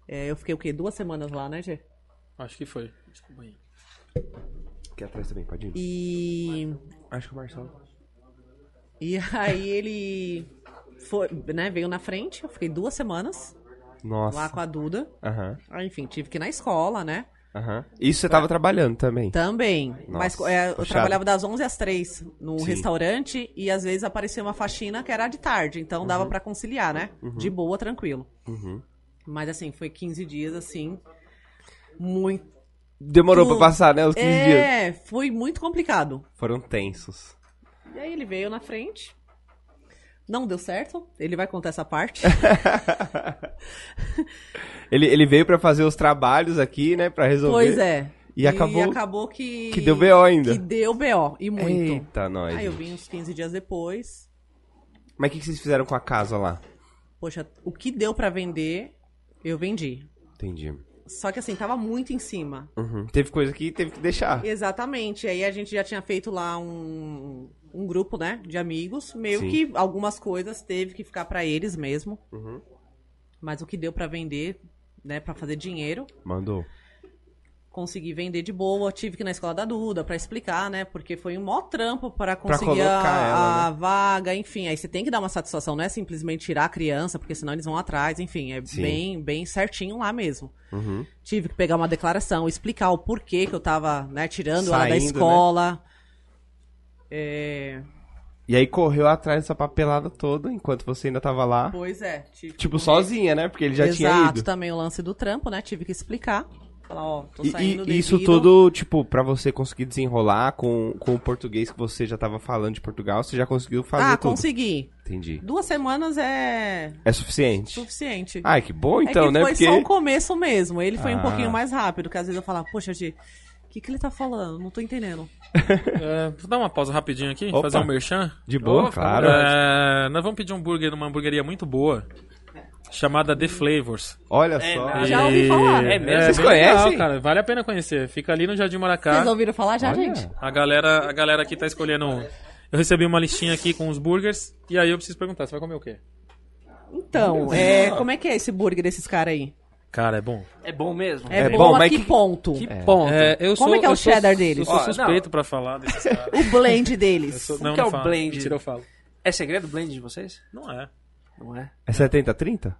É, eu fiquei o quê? Duas semanas lá, né, Gê?
Acho que foi. Desculpa aí.
Aqui atrás também, pode ir.
E.
Acho que o Marcelo.
E aí ele foi, né, veio na frente, eu fiquei duas semanas lá
Nossa.
com a Duda.
Aham,
Aí, enfim, tive que ir na escola, né?
aham. Isso você tava trabalhando também.
Também. Mas é, eu
puxado.
trabalhava das 11 às 3 no
Sim.
restaurante e às vezes aparecia uma faxina que era de tarde, então dava pra conciliar, né? De boa, tranquilo.
Uhum.
Mas assim, foi 15 dias assim, muito
Demorou
Tu-
pra passar, né? Os 15 dias.
É, foi muito complicado.
Foram tensos.
E aí ele veio na frente. Não deu certo, ele vai contar essa parte.
ele, ele veio pra fazer os trabalhos aqui, né? Pra resolver.
pois é.
E acabou
que.
que deu BO ainda.
Que deu BO, e muito.
Eita, nós.
Aí eu vim uns 15 dias depois.
Mas o que, que vocês fizeram com a casa lá?
Poxa, o que deu pra vender, eu vendi.
Entendi.
Só que assim, tava muito em cima.
Uhum. Teve coisa que teve que deixar.
Exatamente. Aí a gente já tinha feito lá um, um grupo, né, de amigos. Meio
Sim.
que algumas coisas teve que ficar pra eles mesmo.
Uhum.
Mas o que deu pra vender, né, pra fazer dinheiro,
Mandou.
consegui vender de boa. Tive que ir na escola da Duda pra explicar, né? Porque foi um mó trampo
Pra
pra conseguir a,
colocar ela, né?
a vaga, enfim. Aí você tem que dar uma satisfação, não é simplesmente tirar a criança, porque senão eles vão atrás, enfim, é
Sim.
bem, bem certinho lá mesmo.
Uhum.
Tive que pegar uma declaração, explicar o porquê que eu tava, né, tirando ela da
Saindo,
escola.
E aí correu atrás dessa papelada toda enquanto você ainda tava lá.
Pois é, tive que
Tipo,
correr.
sozinha, né? Porque ele já
Exato,
tinha ido.
também o lance do trampo, né? Tive que explicar. Falar, ó, tô
E-
saindo
E, e isso
devido-
tudo, tipo, pra você conseguir desenrolar com, com o português que você já tava falando de Portugal, você já conseguiu fazer
Ah,
tudo.
consegui.
Entendi.
Duas semanas é
É suficiente?
suficiente.
Ai, que bom
é
então,
que
né?
foi
Porque
só o começo mesmo. Ele foi um
Ah.
pouquinho mais rápido, que às vezes eu falava, poxa, Gi, o que, que ele tá falando? Não tô entendendo.
É, vou dar uma pausa rapidinho aqui,
Opa.
fazer um merchan.
De boa,
fica
claro.
à vontade. É, nós vamos pedir um hambúrguer numa hamburgueria muito boa, chamada The Flavors.
olha
É,
só.
né?
Já ouvi falar.
E-
É mesmo?
Vocês
bem
conhecem?
legal, cara, vale a pena conhecer. Fica ali no Jardim Maracá.
Vocês ouviram falar já,
Ah. Olha.
gente?
A galera, a galera aqui tá escolhendo... Eu recebi uma listinha aqui com os burgers, e aí eu preciso perguntar, você vai comer o quê?
Então, é, como é que é esse burger desses caras aí?
Cara, é bom.
É bom mesmo?
É,
É
bom,
bom,
a
mas
que,
que-
ponto?
Que ponto.
eu
Como é que é o
eu
cheddar deles?
Eu sou
Ó,
suspeito pra falar desses caras.
O blend
Eu
deles.
sou-
O que é o
fala.
blend?
Mentira, eu falo.
É segredo o blend de vocês?
Não é.
Não é?
É 70, 30?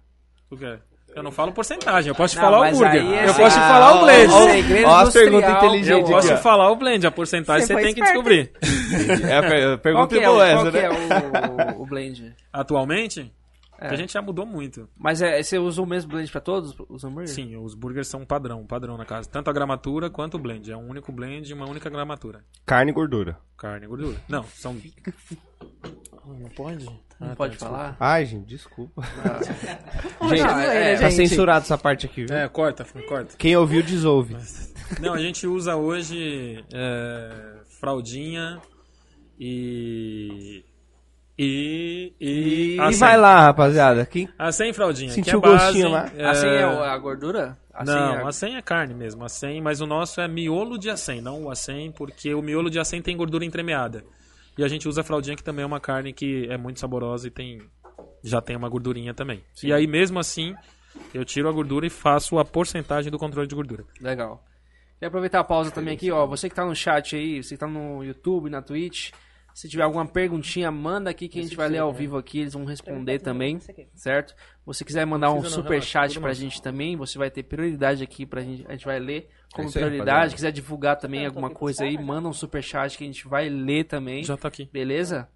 O quê? Eu não falo porcentagem, eu posso te
Não,
falar o
mas
burger.
aí é
Eu posso te
assim,
falar
ó,
o blend.
ó, segredo
Ó, as
industrial.
perguntas inteligentes
Eu
aqui,
posso
ó.
falar o blend, a porcentagem
Você
você,
foi
tem que
esperta.
descobrir.
É a per-
Qual
pergunta
que é, o,
boa
qual
essa,
que
né?
é o, o blend?
Atualmente, Porque A gente já mudou muito.
Mas é, você usa o mesmo blend pra todos os hambúrgueres?
Sim, os burgers são um padrão, padrão na casa. Tanto a gramatura quanto o blend. É um único blend e uma única gramatura.
Carne e gordura.
Carne e gordura. Não, são. Não pode?
Não pode Ah,
tá,
tá, falar?
Ai, gente, desculpa.
Gente,
Olha,
é,
gente.
Tá censurado essa parte aqui, viu?
É, corta, corta.
Quem ouviu, desouve.
Não, a gente usa hoje é, fraldinha e. E. E,
E vai lá, rapaziada. Quem...
A sem fraldinha.
Sentiu
que é
o gostinho
base,
lá?
é,
Assim é o- a gordura? Assim
não,
é...
a 100 é carne mesmo, a 100, mas o nosso é miolo de acém, não o acém, porque o miolo de acém tem gordura entremeada. E a gente usa a fraldinha, que também é uma carne que é muito saborosa e tem já tem uma gordurinha também. E aí, mesmo assim, eu tiro a gordura e faço a porcentagem do controle de gordura.
Legal. Queria aproveitar a pausa também aqui, ó. Você que tá no chat aí, você que tá no YouTube, na Twitch, se tiver alguma perguntinha, manda aqui que a gente vai ler ao vivo aqui, eles vão responder também, certo? você quiser mandar um
precisa não,
super
relaxa,
chat
tudo
pra
mais.
gente também, você vai ter prioridade aqui pra gente, a gente vai ler como
isso aí,
prioridade.
rapaziada.
quiser divulgar também alguma coisa aí, manda um super chat que a gente vai ler também,
Já tá aqui.
beleza?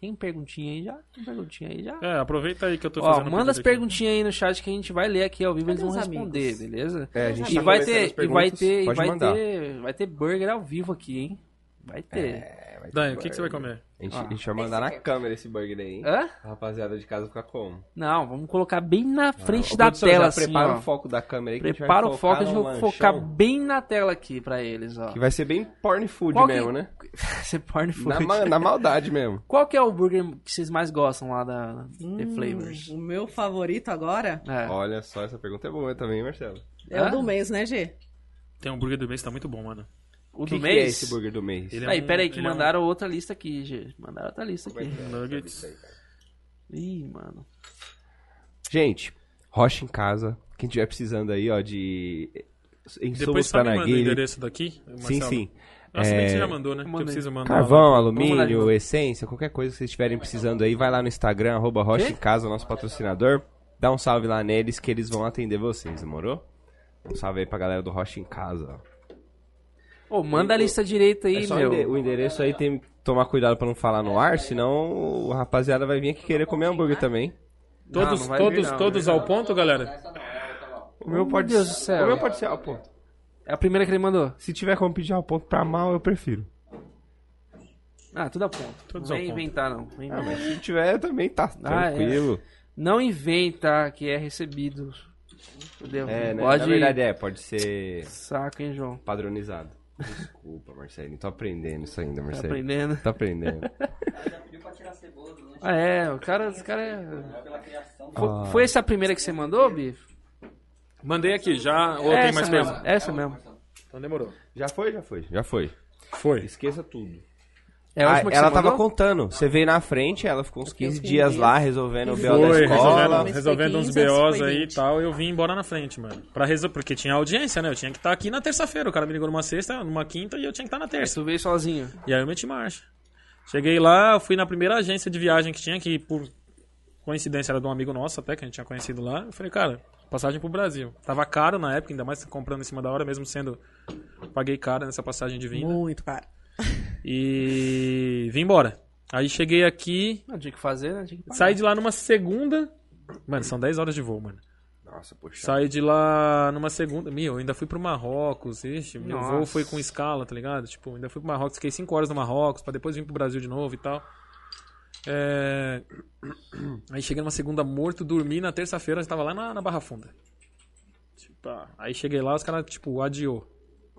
Tem perguntinha aí já? Tem perguntinha aí já?
É, aproveita aí que eu tô
Ó,
fazendo. a
manda as
pedida aqui.
perguntinhas aí no chat que a gente vai ler aqui ao vivo,
Cadê
eles vão
os amigos?
responder, beleza?
É, a gente
E
tá
vai
começando as
ter, e
perguntas,
vai ter, e
pode
vai
mandar.
ter, vai ter burger ao vivo aqui, hein? Vai
É.
ter.
Dani, o que, que você vai comer?
A
Ah.
gente, a gente vai mandar
é-
na câmera esse burger aí, hein?
Hã?
A rapaziada de casa fica como?
Não, vamos colocar bem na frente
Ô,
da
produção,
tela
já
assim,
Prepara
ó.
o foco da câmera aí. que a gente vai
Prepara o
focar
foco, a gente
num
vai
lanchão
focar bem na tela aqui pra eles, ó.
Que vai ser bem porn food
Qual que-
mesmo, né?
Você porn food.
Na, ma- na maldade mesmo.
Qual que é o burger que vocês mais gostam lá da The
É
Flavors?
Hum, O meu favorito agora
É.
Olha só, essa pergunta é boa também, hein, Marcelo.
é
Hã?
o do mês, né, Gê?
Tem um hambúrguer do mês, tá muito bom, mano.
O
O
do
que
mês?
Que é esse burger do mês?
Ele é
Aí,
um-
pera aí, que
ele é um-
mandaram outra lista aqui, Gê. Mandaram outra lista
é
aqui.
Nuggets.
Ih, mano.
Gente, rocha em casa. Quem tiver precisando aí, ó, de
Depois
insumos
você
pra
me manda o
narguilha.
endereço daqui,
Sim,
Marcelo.
sim.
Nossa, bem que você
É,
já mandou, né? Porque eu
mandei.
preciso mandar.
Carvão,
mandar de novo.
alumínio, essência, qualquer coisa que vocês estiverem precisando aí, vai lá no Instagram, arroba rocha em casa, nosso patrocinador. Dá um salve lá neles que eles vão atender vocês, demorou? Um salve aí pra galera do Rocha em Casa.
Ô, manda a lista direita aí,
É só o ende-
meu.
o endereço aí tem que tomar cuidado pra não falar no ar, senão o rapaziada vai vir aqui querer comer hambúrguer também.
Todos,
Não, não vai
todos,
vir não, né?
todos ao ponto, galera?
O meu
pode- Deus do céu.
O meu pode ser ao ponto.
É a primeira que ele mandou.
Se tiver como pedir ao ponto pra mal, eu prefiro.
Ah, tudo a ponto.
Todos
não
ao
vem
ponto.
inventar, não. Não inventa.
Ah, mas se tiver também tá
Ah,
tranquilo.
Não inventa que é recebido. Entendeu?
é, né?
Pode
Na verdade é, pode ser
Saco, hein, João?
padronizado. Desculpa, Marcelinho. Tô aprendendo isso ainda,
Tá
Marcelinho.
aprendendo.
Tá aprendendo.
Ah, é. O cara, os cara é...
Ah.
Foi, foi essa a primeira que você mandou, Bife?
Mandei aqui, já. Ou tem
essa
mais
mesmo.
coisa?
Essa mesmo.
Então demorou.
Já foi, já foi, já foi.
Foi.
Esqueça tudo.
É a
Ah,
última que
ela
você
tava
mandou?
contando. Você veio na frente, ela ficou uns 15
uns
dias
15
lá resolvendo o BO da
Foi,
escola.
resolvendo,
Mas foi
resolvendo uns
15, essa
BOs
foi
aí e
20.
tal, eu vim embora na frente, mano. Pra resol... Porque tinha audiência, né? Eu tinha que estar aqui na terça-feira. O cara me ligou numa sexta, numa quinta e eu tinha que estar na
Mas
terça.
tu veio sozinho.
E aí eu meti marcha. Cheguei lá, fui na primeira agência de viagem que tinha, que por coincidência era de um amigo nosso até, que a gente tinha conhecido lá. Eu falei, cara, passagem pro Brasil. Tava caro na época, ainda mais comprando em cima da hora, mesmo sendo. Paguei caro nessa passagem de vinda.
Muito, cara.
E vim embora. Aí cheguei aqui,
Não tinha o que fazer, né? Tinha que pagar.
saí de lá numa segunda. Mano, são 10 horas de voo, mano.
Nossa, poxa.
Saí de lá numa segunda. Meu, eu ainda fui pro Marrocos, ixi, meu
Nossa.
voo foi com escala, tá ligado? Tipo, ainda fui pro Marrocos, fiquei 5 horas no Marrocos, pra depois vir pro Brasil de novo e tal. É... Aí cheguei numa segunda morto, dormi, na terça-feira eu tava lá na, na Barra Funda. Tipo, ah, aí cheguei lá, os caras, tipo, adiou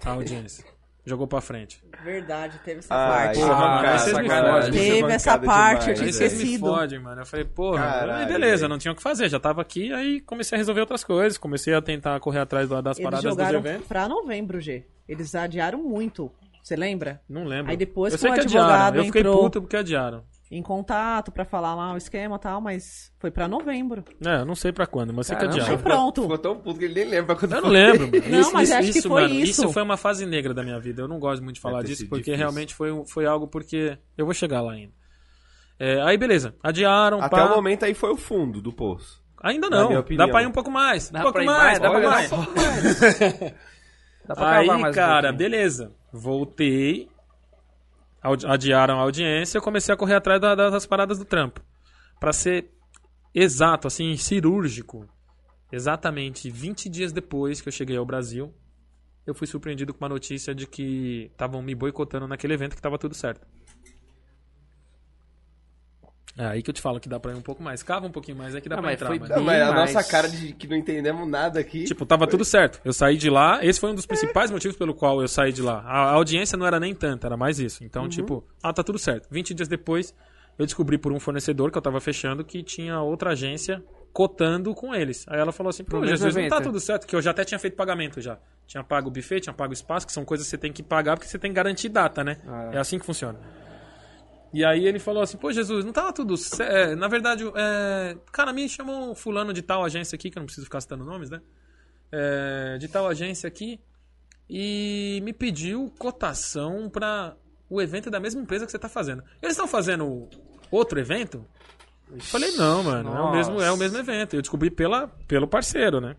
a audiência. Jogou pra frente.
Verdade, teve essa
Ah,
parte.
isso é bancada,
vocês me
sacanagem.
fodem.
Isso é
Teve essa
bancada
parte, eu
demais,
tinha
velho.
Vocês é. me
Esquecido.
fodem, mano. Eu falei, porra,
Caralho,
aí beleza,
velho.
não tinha o que fazer, já tava aqui, aí comecei a resolver outras coisas, comecei a tentar correr atrás lá das
Eles
paradas dos
jogaram
eventos.
pra novembro, Gê. Eles adiaram muito. Você lembra?
Não lembro.
Aí depois
eu
que
sei
o
que
advogado
adiaram. Eu fiquei
entrou-
puto porque adiaram.
Em contato pra falar lá o esquema e tal, mas foi pra novembro.
É, eu não sei pra quando, mas eu sei que
Caramba.
Foi
adiaram.
pronto.
Ficou tão puto que ele nem lembra quando
Eu não lembro. mano.
Não, mas acho que foi
mano,
isso.
foi uma fase negra da minha vida. Eu não gosto muito de falar
Deve ter
disso
sido
porque
difícil.
realmente foi, um- foi algo porque eu vou chegar lá ainda. É, aí beleza, adiaram,
Até
pá.
o momento aí foi o fundo do poço.
Ainda
na minha
não. Dá
opinião.
pra ir um pouco mais.
Dá
um pouco
pra ir
mais,
mais, dá
dá pra
pra
mais.
Dá pra
Aí,
cavar mais um
cara,
pouquinho.
beleza. Voltei. audi- Adiaram a audiência. Eu comecei a correr atrás da- da- das paradas do trampo. Pra ser exato, assim, cirúrgico, exatamente 20 dias depois que eu cheguei ao Brasil, eu fui surpreendido com uma notícia de que estavam me boicotando naquele evento que estava tudo certo. É aí que eu te falo que dá pra ir um pouco mais. Cava um pouquinho mais, é que dá
Ah,
pra
mas
entrar.
foi
mas-
Não, mas a nossa cara
de que não entendemos nada aqui.
Tipo, tava tudo certo. Eu saí de lá. Esse foi um dos principais motivos pelo qual eu saí de lá. A a audiência não era nem tanta, era mais isso. Então, tipo, ah, tá tudo certo. 20 dias depois, eu descobri por um fornecedor que eu tava fechando que tinha outra agência cotando com eles. Aí ela falou assim, pô,
No mesmo
Jesus, não tá
evento.
tudo certo, que eu já até tinha feito pagamento já. Tinha pago o buffet, tinha pago o espaço, que são coisas que você tem que pagar porque você tem que garantir data, né? É assim que funciona. E aí ele falou assim, pô, Jesus, não tava tudo certo. Na verdade, é, cara, me chamou um fulano de tal agência aqui, que eu não preciso ficar citando nomes, né? É, de tal agência aqui e me pediu cotação pra o evento da mesma empresa que você tá fazendo. Eles estão fazendo outro evento? Eu falei, não, mano, é o, mesmo, é o mesmo evento. Eu descobri pela, pelo parceiro, né?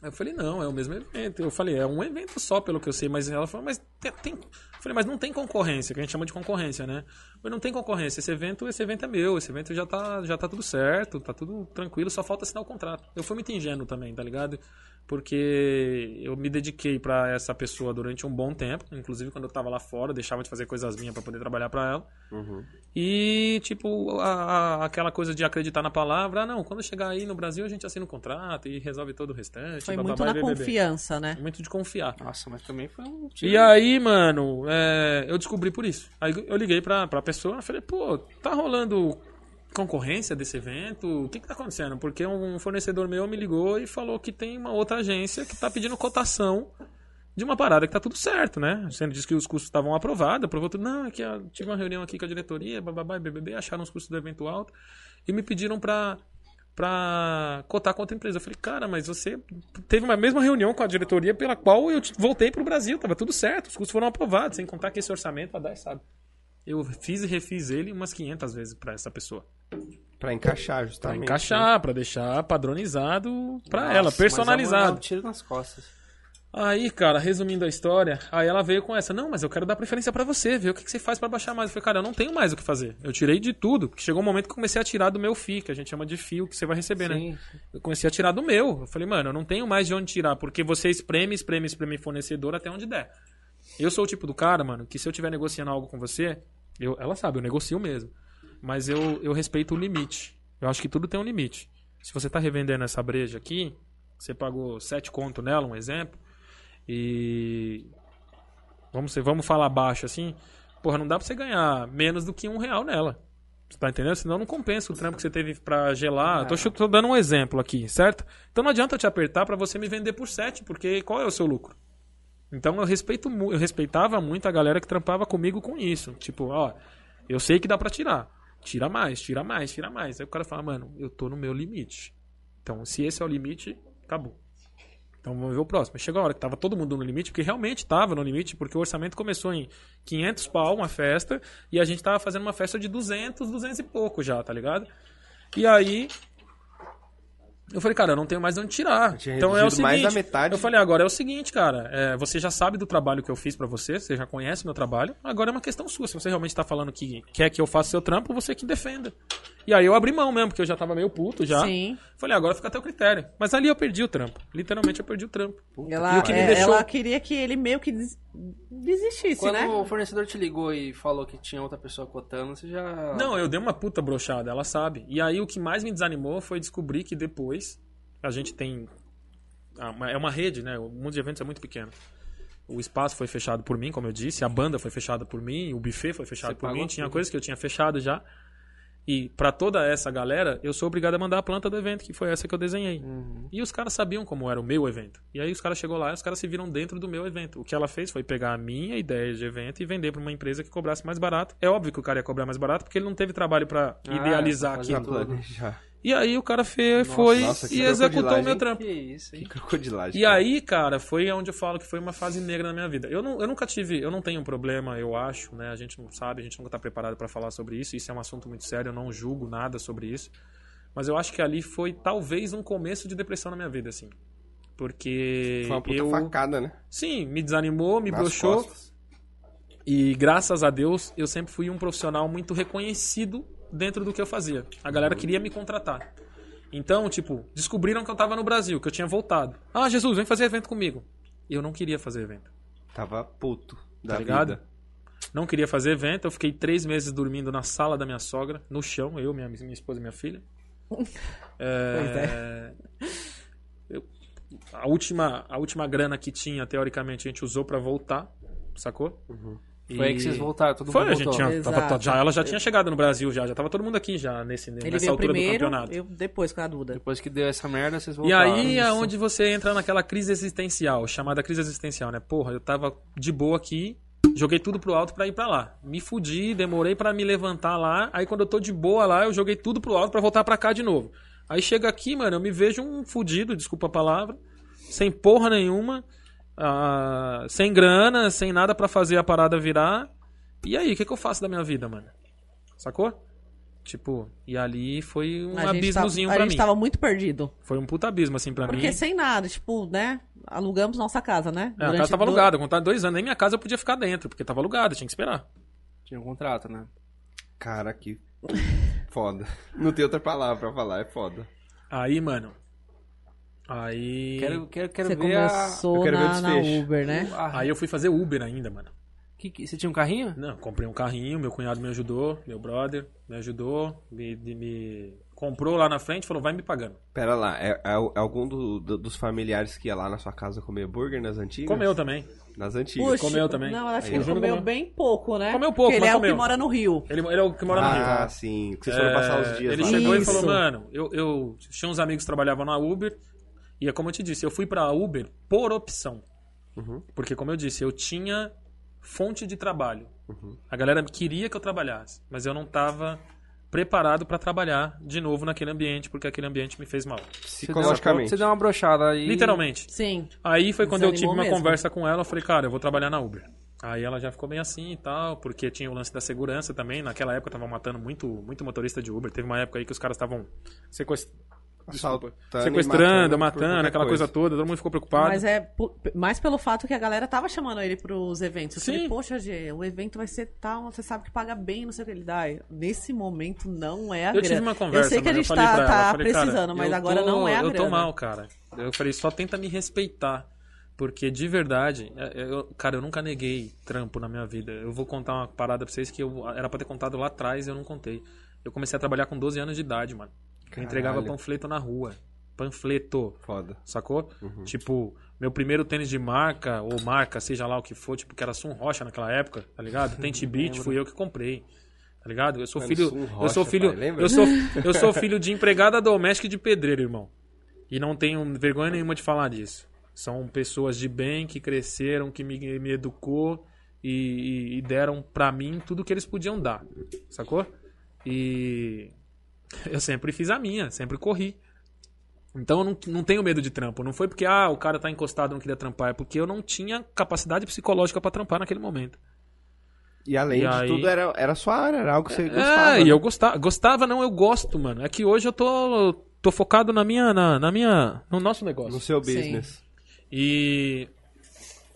Aí eu falei, não, é o mesmo evento. Eu falei, é um evento só, pelo que eu sei. Mas ela falou, mas tem. tem- Eu falei, mas não tem concorrência, que a gente chama de concorrência, né? Mas não tem concorrência. Esse evento, esse evento é meu, esse evento já tá, já tá tudo certo, tá tudo tranquilo, só falta assinar o contrato. Eu fui muito ingênuo também, tá ligado? Porque eu me dediquei pra essa pessoa durante um bom tempo, inclusive quando eu tava lá fora, eu deixava de fazer coisas minhas pra poder trabalhar pra ela. E, tipo, a- a- aquela coisa de acreditar na palavra, ah, não, quando chegar aí no Brasil a gente assina o contrato e resolve todo o restante.
Foi
blá, blá,
muito
blá,
na
e blá, blá, blá.
confiança, né?
Muito de confiar.
Nossa, mas também foi um tiro.
E aí, mano, é, eu descobri por isso. Aí eu liguei pra, pra pessoa e falei, pô, tá rolando concorrência desse evento? O que que tá acontecendo? Porque um fornecedor meu me ligou e falou que tem uma outra agência que tá pedindo cotação de uma parada que tá tudo certo, né? Sendo disse que os custos estavam aprovados, aprovou tudo. Não, é que ah, tive uma reunião aqui com a diretoria, bababá, e BBB, acharam os custos do evento alto e me pediram pra, pra cotar com outra empresa. Eu falei, cara, mas você teve uma mesma reunião com a diretoria pela qual eu te- voltei pro Brasil, tava tudo certo, os custos foram aprovados, sem contar que esse orçamento a dar, sabe? Eu fiz e refiz ele umas 500 vezes pra essa pessoa.
Pra encaixar,
Pra
justamente. né?
encaixar, pra deixar padronizado pra
né? Nossa,
ela,
mas é um- é
personalizado.
um tiro nas costas.
Aí, cara, resumindo a história, aí ela veio com essa: Não, mas eu quero dar preferência pra você, ver o que, que você faz pra baixar mais. Eu falei, cara, eu não tenho mais o que fazer. Eu tirei de tudo. porque Chegou um momento que eu comecei a tirar do meu FII, que a gente chama de fio que você vai receber, né?
Sim.
Eu comecei a tirar do meu. Eu falei, mano, eu não tenho mais de onde tirar, porque você espreme, espreme, espreme fornecedor até onde der. Eu sou o tipo do cara, mano, que se eu estiver negociando algo com você, eu, ela sabe, eu negocio mesmo. Mas eu, eu respeito o limite. Eu acho que tudo tem um limite. Se você tá revendendo essa breja aqui, você pagou sete conto nela, um exemplo, e. Vamos, ser- vamos falar baixo assim. Porra, não dá pra você ganhar menos do que um real nela. Você tá entendendo? Senão não compensa o trampo que você teve pra gelar. Tô, chu- tô dando um exemplo aqui, certo? Então não adianta eu te apertar pra você me vender por 7, porque qual é o seu lucro? Então eu respeito mu- eu respeitava muito a galera que trampava comigo com isso. Tipo, ó, eu sei que dá pra tirar. Tira mais, tira mais, tira mais. Aí o cara fala, mano, eu tô no meu limite. Então, se esse é o limite, acabou. Então vamos ver o próximo. Chegou a hora que tava todo mundo no limite, porque realmente tava no limite, porque o orçamento começou em 500 pau uma festa, e a gente tava fazendo uma festa de 200, 200 e pouco já, tá ligado? E aí eu falei, cara, eu não tenho mais de onde tirar.
tinha
Então é o
reduzido
seguinte,
mais da metade.
eu falei, agora é o seguinte, cara, é, você já sabe do trabalho que eu fiz pra você, você já conhece meu trabalho, agora é uma questão sua, se você realmente tá falando que quer que eu faça seu trampo, você que defenda. E aí eu abri mão mesmo, porque eu já tava meio puto já.
Sim.
Falei, agora fica até o critério. Mas ali eu perdi o trampo. Literalmente eu perdi o trampo.
Ela,
E o que me
é,
deixou-
ela queria que ele meio que des- desistisse,
Quando
né?
o fornecedor te ligou e falou que tinha outra pessoa cotando, você já.
Não, eu dei uma puta brochada, ela sabe. E aí o que mais me desanimou foi descobrir que depois a gente tem. ah, uma- É uma rede, né? O mundo de eventos é muito pequeno. O espaço foi fechado por mim, como eu disse, a banda foi fechada por mim, o buffet foi fechado
Você
por
pagou
mim, tinha
tudo.
coisas que eu tinha fechado já. E pra toda essa galera, eu sou obrigado a mandar a planta do evento, que foi essa que eu desenhei.
Uhum.
E os caras sabiam como era o meu evento. E aí os caras chegou lá e os caras se viram dentro do meu evento. O que ela fez foi pegar a minha ideia de evento e vender pra uma empresa que cobrasse mais barato. É óbvio que o cara ia cobrar mais barato porque ele não teve trabalho pra
Ah,
idealizar
pra fazer
aquilo.
Pra
tudo.
planejar.
E aí o cara fe-
Nossa,
foi
tá nossa, que
e executou
crocodilagem,
o meu
hein?
trampo.
Que isso,
Que
hein?
crocodilagem.
E aí, cara, foi onde eu falo que foi uma fase negra na minha vida. Eu, não, eu nunca tive, eu não tenho um problema, eu acho, né? A gente não sabe, a gente nunca tá preparado pra falar sobre isso. Isso é um assunto muito sério, eu não julgo nada sobre isso. Mas eu acho que ali foi talvez um começo de depressão na minha vida, assim. Porque
Foi uma puta
eu
facada, né?
Sim, me desanimou, me
Nas
broxou
costas.
e graças a Deus eu sempre fui um profissional muito reconhecido dentro do que eu fazia. A galera queria me contratar. Então, tipo, descobriram que eu tava no Brasil, que eu tinha voltado. Ah, Jesus, vem fazer evento comigo. E eu não queria fazer evento,
Tava puto.
tá
Da
ligado?
vida.
Não queria fazer evento, eu fiquei três meses dormindo na sala da minha sogra, no chão, eu, minha, minha esposa e minha filha. É, eu- a, última, a última grana que tinha, teoricamente, a gente usou pra voltar, sacou? E-
Uhum. Foi aí que vocês voltaram, todo
Foi,
mundo
a gente
voltou.
tinha, tava-
Exato.
já, ela já tinha chegado no Brasil, já, já tava todo mundo aqui já nesse,
Ele
nessa
veio
altura do
primeiro,
campeonato.
eu depois com a Duda.
Depois que deu essa merda, vocês
E
voltaram.
aí é onde você entra naquela crise existencial, chamada crise existencial, né? Porra, eu tava de boa aqui, joguei tudo pro alto pra ir pra lá. Me fudi, demorei pra me levantar lá. Aí quando eu tô de boa lá, eu joguei tudo pro alto pra voltar pra cá de novo. Aí chega aqui, mano, eu me vejo um fudido, desculpa a palavra, sem porra nenhuma, ah, sem grana, sem nada pra fazer a parada virar. E aí, o que, que eu faço da minha vida, mano? Sacou? Tipo, e ali foi um
a gente, tava,
abismozinho
a
pra
gente
mim.
tava muito perdido.
Foi um puta abismo, assim, pra
Porque
mim.
sem nada, tipo, né? Alugamos nossa casa, né?
É, a
Durante
casa tava
do-
alugada, contava dois anos. Nem minha casa eu podia ficar dentro, porque tava alugada, tinha que esperar.
Tinha um contrato, né?
Cara, que foda. Não tem outra palavra pra falar, é foda.
Aí, mano. Aí.
Quero, quero, quero
Você
ver
eu
começou
quero ver o
na, na
desfecho.
Uber, né?
a... a-
Aí eu fui fazer Uber ainda, mano.
que, que- você tinha um carrinho?
Não, comprei um carrinho, meu cunhado me ajudou, meu brother me ajudou, me, de- me comprou lá na frente, falou, vai me pagando.
Pera lá, é, é al- algum do- do- dos familiares que ia lá na sua casa comer burger nas antigas?
Comeu também.
Nas antigas.
comeu também.
Não, acho
Aí,
que ele
ó.
comeu
Comeu.
bem pouco, né?
Comeu pouco,
Porque ele
mas
é o
comeu.
que mora no Rio.
Ele, ele é o que mora no Rio.
Ah, sim. Que vocês foram passar os dias
É, Ele
lá. né?
chegou
Isso.
e falou, mano, eu, eu tinha uns amigos que trabalhavam na Uber, e é como eu te disse, eu fui pra Uber por opção.
Uhum.
Porque, como eu disse, eu tinha fonte de trabalho.
Uhum.
A galera queria que eu trabalhasse, mas eu não tava preparado pra trabalhar de novo naquele ambiente, porque aquele ambiente me fez mal.
Você deu-
Psicologicamente.
Você deu uma brochada aí.
Literalmente.
Sim.
Aí foi quando eu tive
Desanimou
uma
mesmo.
conversa com ela, eu falei, cara, eu vou trabalhar na Uber. Aí ela já ficou bem assim e tal, porque tinha o lance da segurança também. Naquela época tava matando muito, muito motorista de Uber. Teve uma época aí que os caras estavam sequest-
Assaltando
Tá
e
sequestrando,
né, por
matando,
qualquer
aquela coisa. toda. Todo mundo ficou preocupado.
Mas é pu- mais pelo fato que a galera tava chamando ele pros eventos. Eu falei,
Sim.
poxa, Gê, o evento vai ser tal, você sabe que paga bem, não sei o que ele dá. Nesse momento não é a
Eu
grana.
tive uma conversa,
Eu sei que a
mano,
gente
falei
tá,
pra ela,
tá
eu falei, cara,
precisando, mas
eu
agora
tô-
não é a
Eu
grana.
tô mal, cara. Eu falei, só tenta me respeitar. Porque de verdade, é- é- eu- cara, eu nunca neguei trampo na minha vida. Eu vou contar uma parada pra vocês que eu era pra ter contado lá atrás e eu não contei. Eu comecei a trabalhar com 12 anos de idade, mano. Eu entregava
Caralho.
panfleto na rua. Panfleto
Foda.
sacou?
Uhum.
Tipo, meu primeiro tênis de marca, ou marca, seja lá o que for, tipo, que era Sun Rocha naquela época, tá ligado? Tente Beat, fui eu que comprei. Tá ligado? Eu sou
Mano,
filho,
Sun
eu
Rocha,
sou filho,
pai, lembra?
eu sou, eu sou filho de empregada doméstica e de pedreiro, irmão. E não tenho vergonha nenhuma de falar disso. São pessoas de bem que cresceram, que me, me educou e, e- e deram pra mim tudo que eles podiam dar, sacou? E eu sempre fiz a minha, sempre corri. Então eu não, não tenho medo de trampo. Não foi porque, ah, o cara tá encostado, não queria trampar. É porque eu não tinha capacidade psicológica pra trampar naquele momento.
E além
E
de
aí-
tudo, era, era sua área, era algo que você gostava.
é, e
né?
eu gostava. Gostava, não, eu gosto, mano. É que hoje eu tô, tô focado na minha, na, na minha, no nosso
No
negócio.
seu
Sim.
business.
E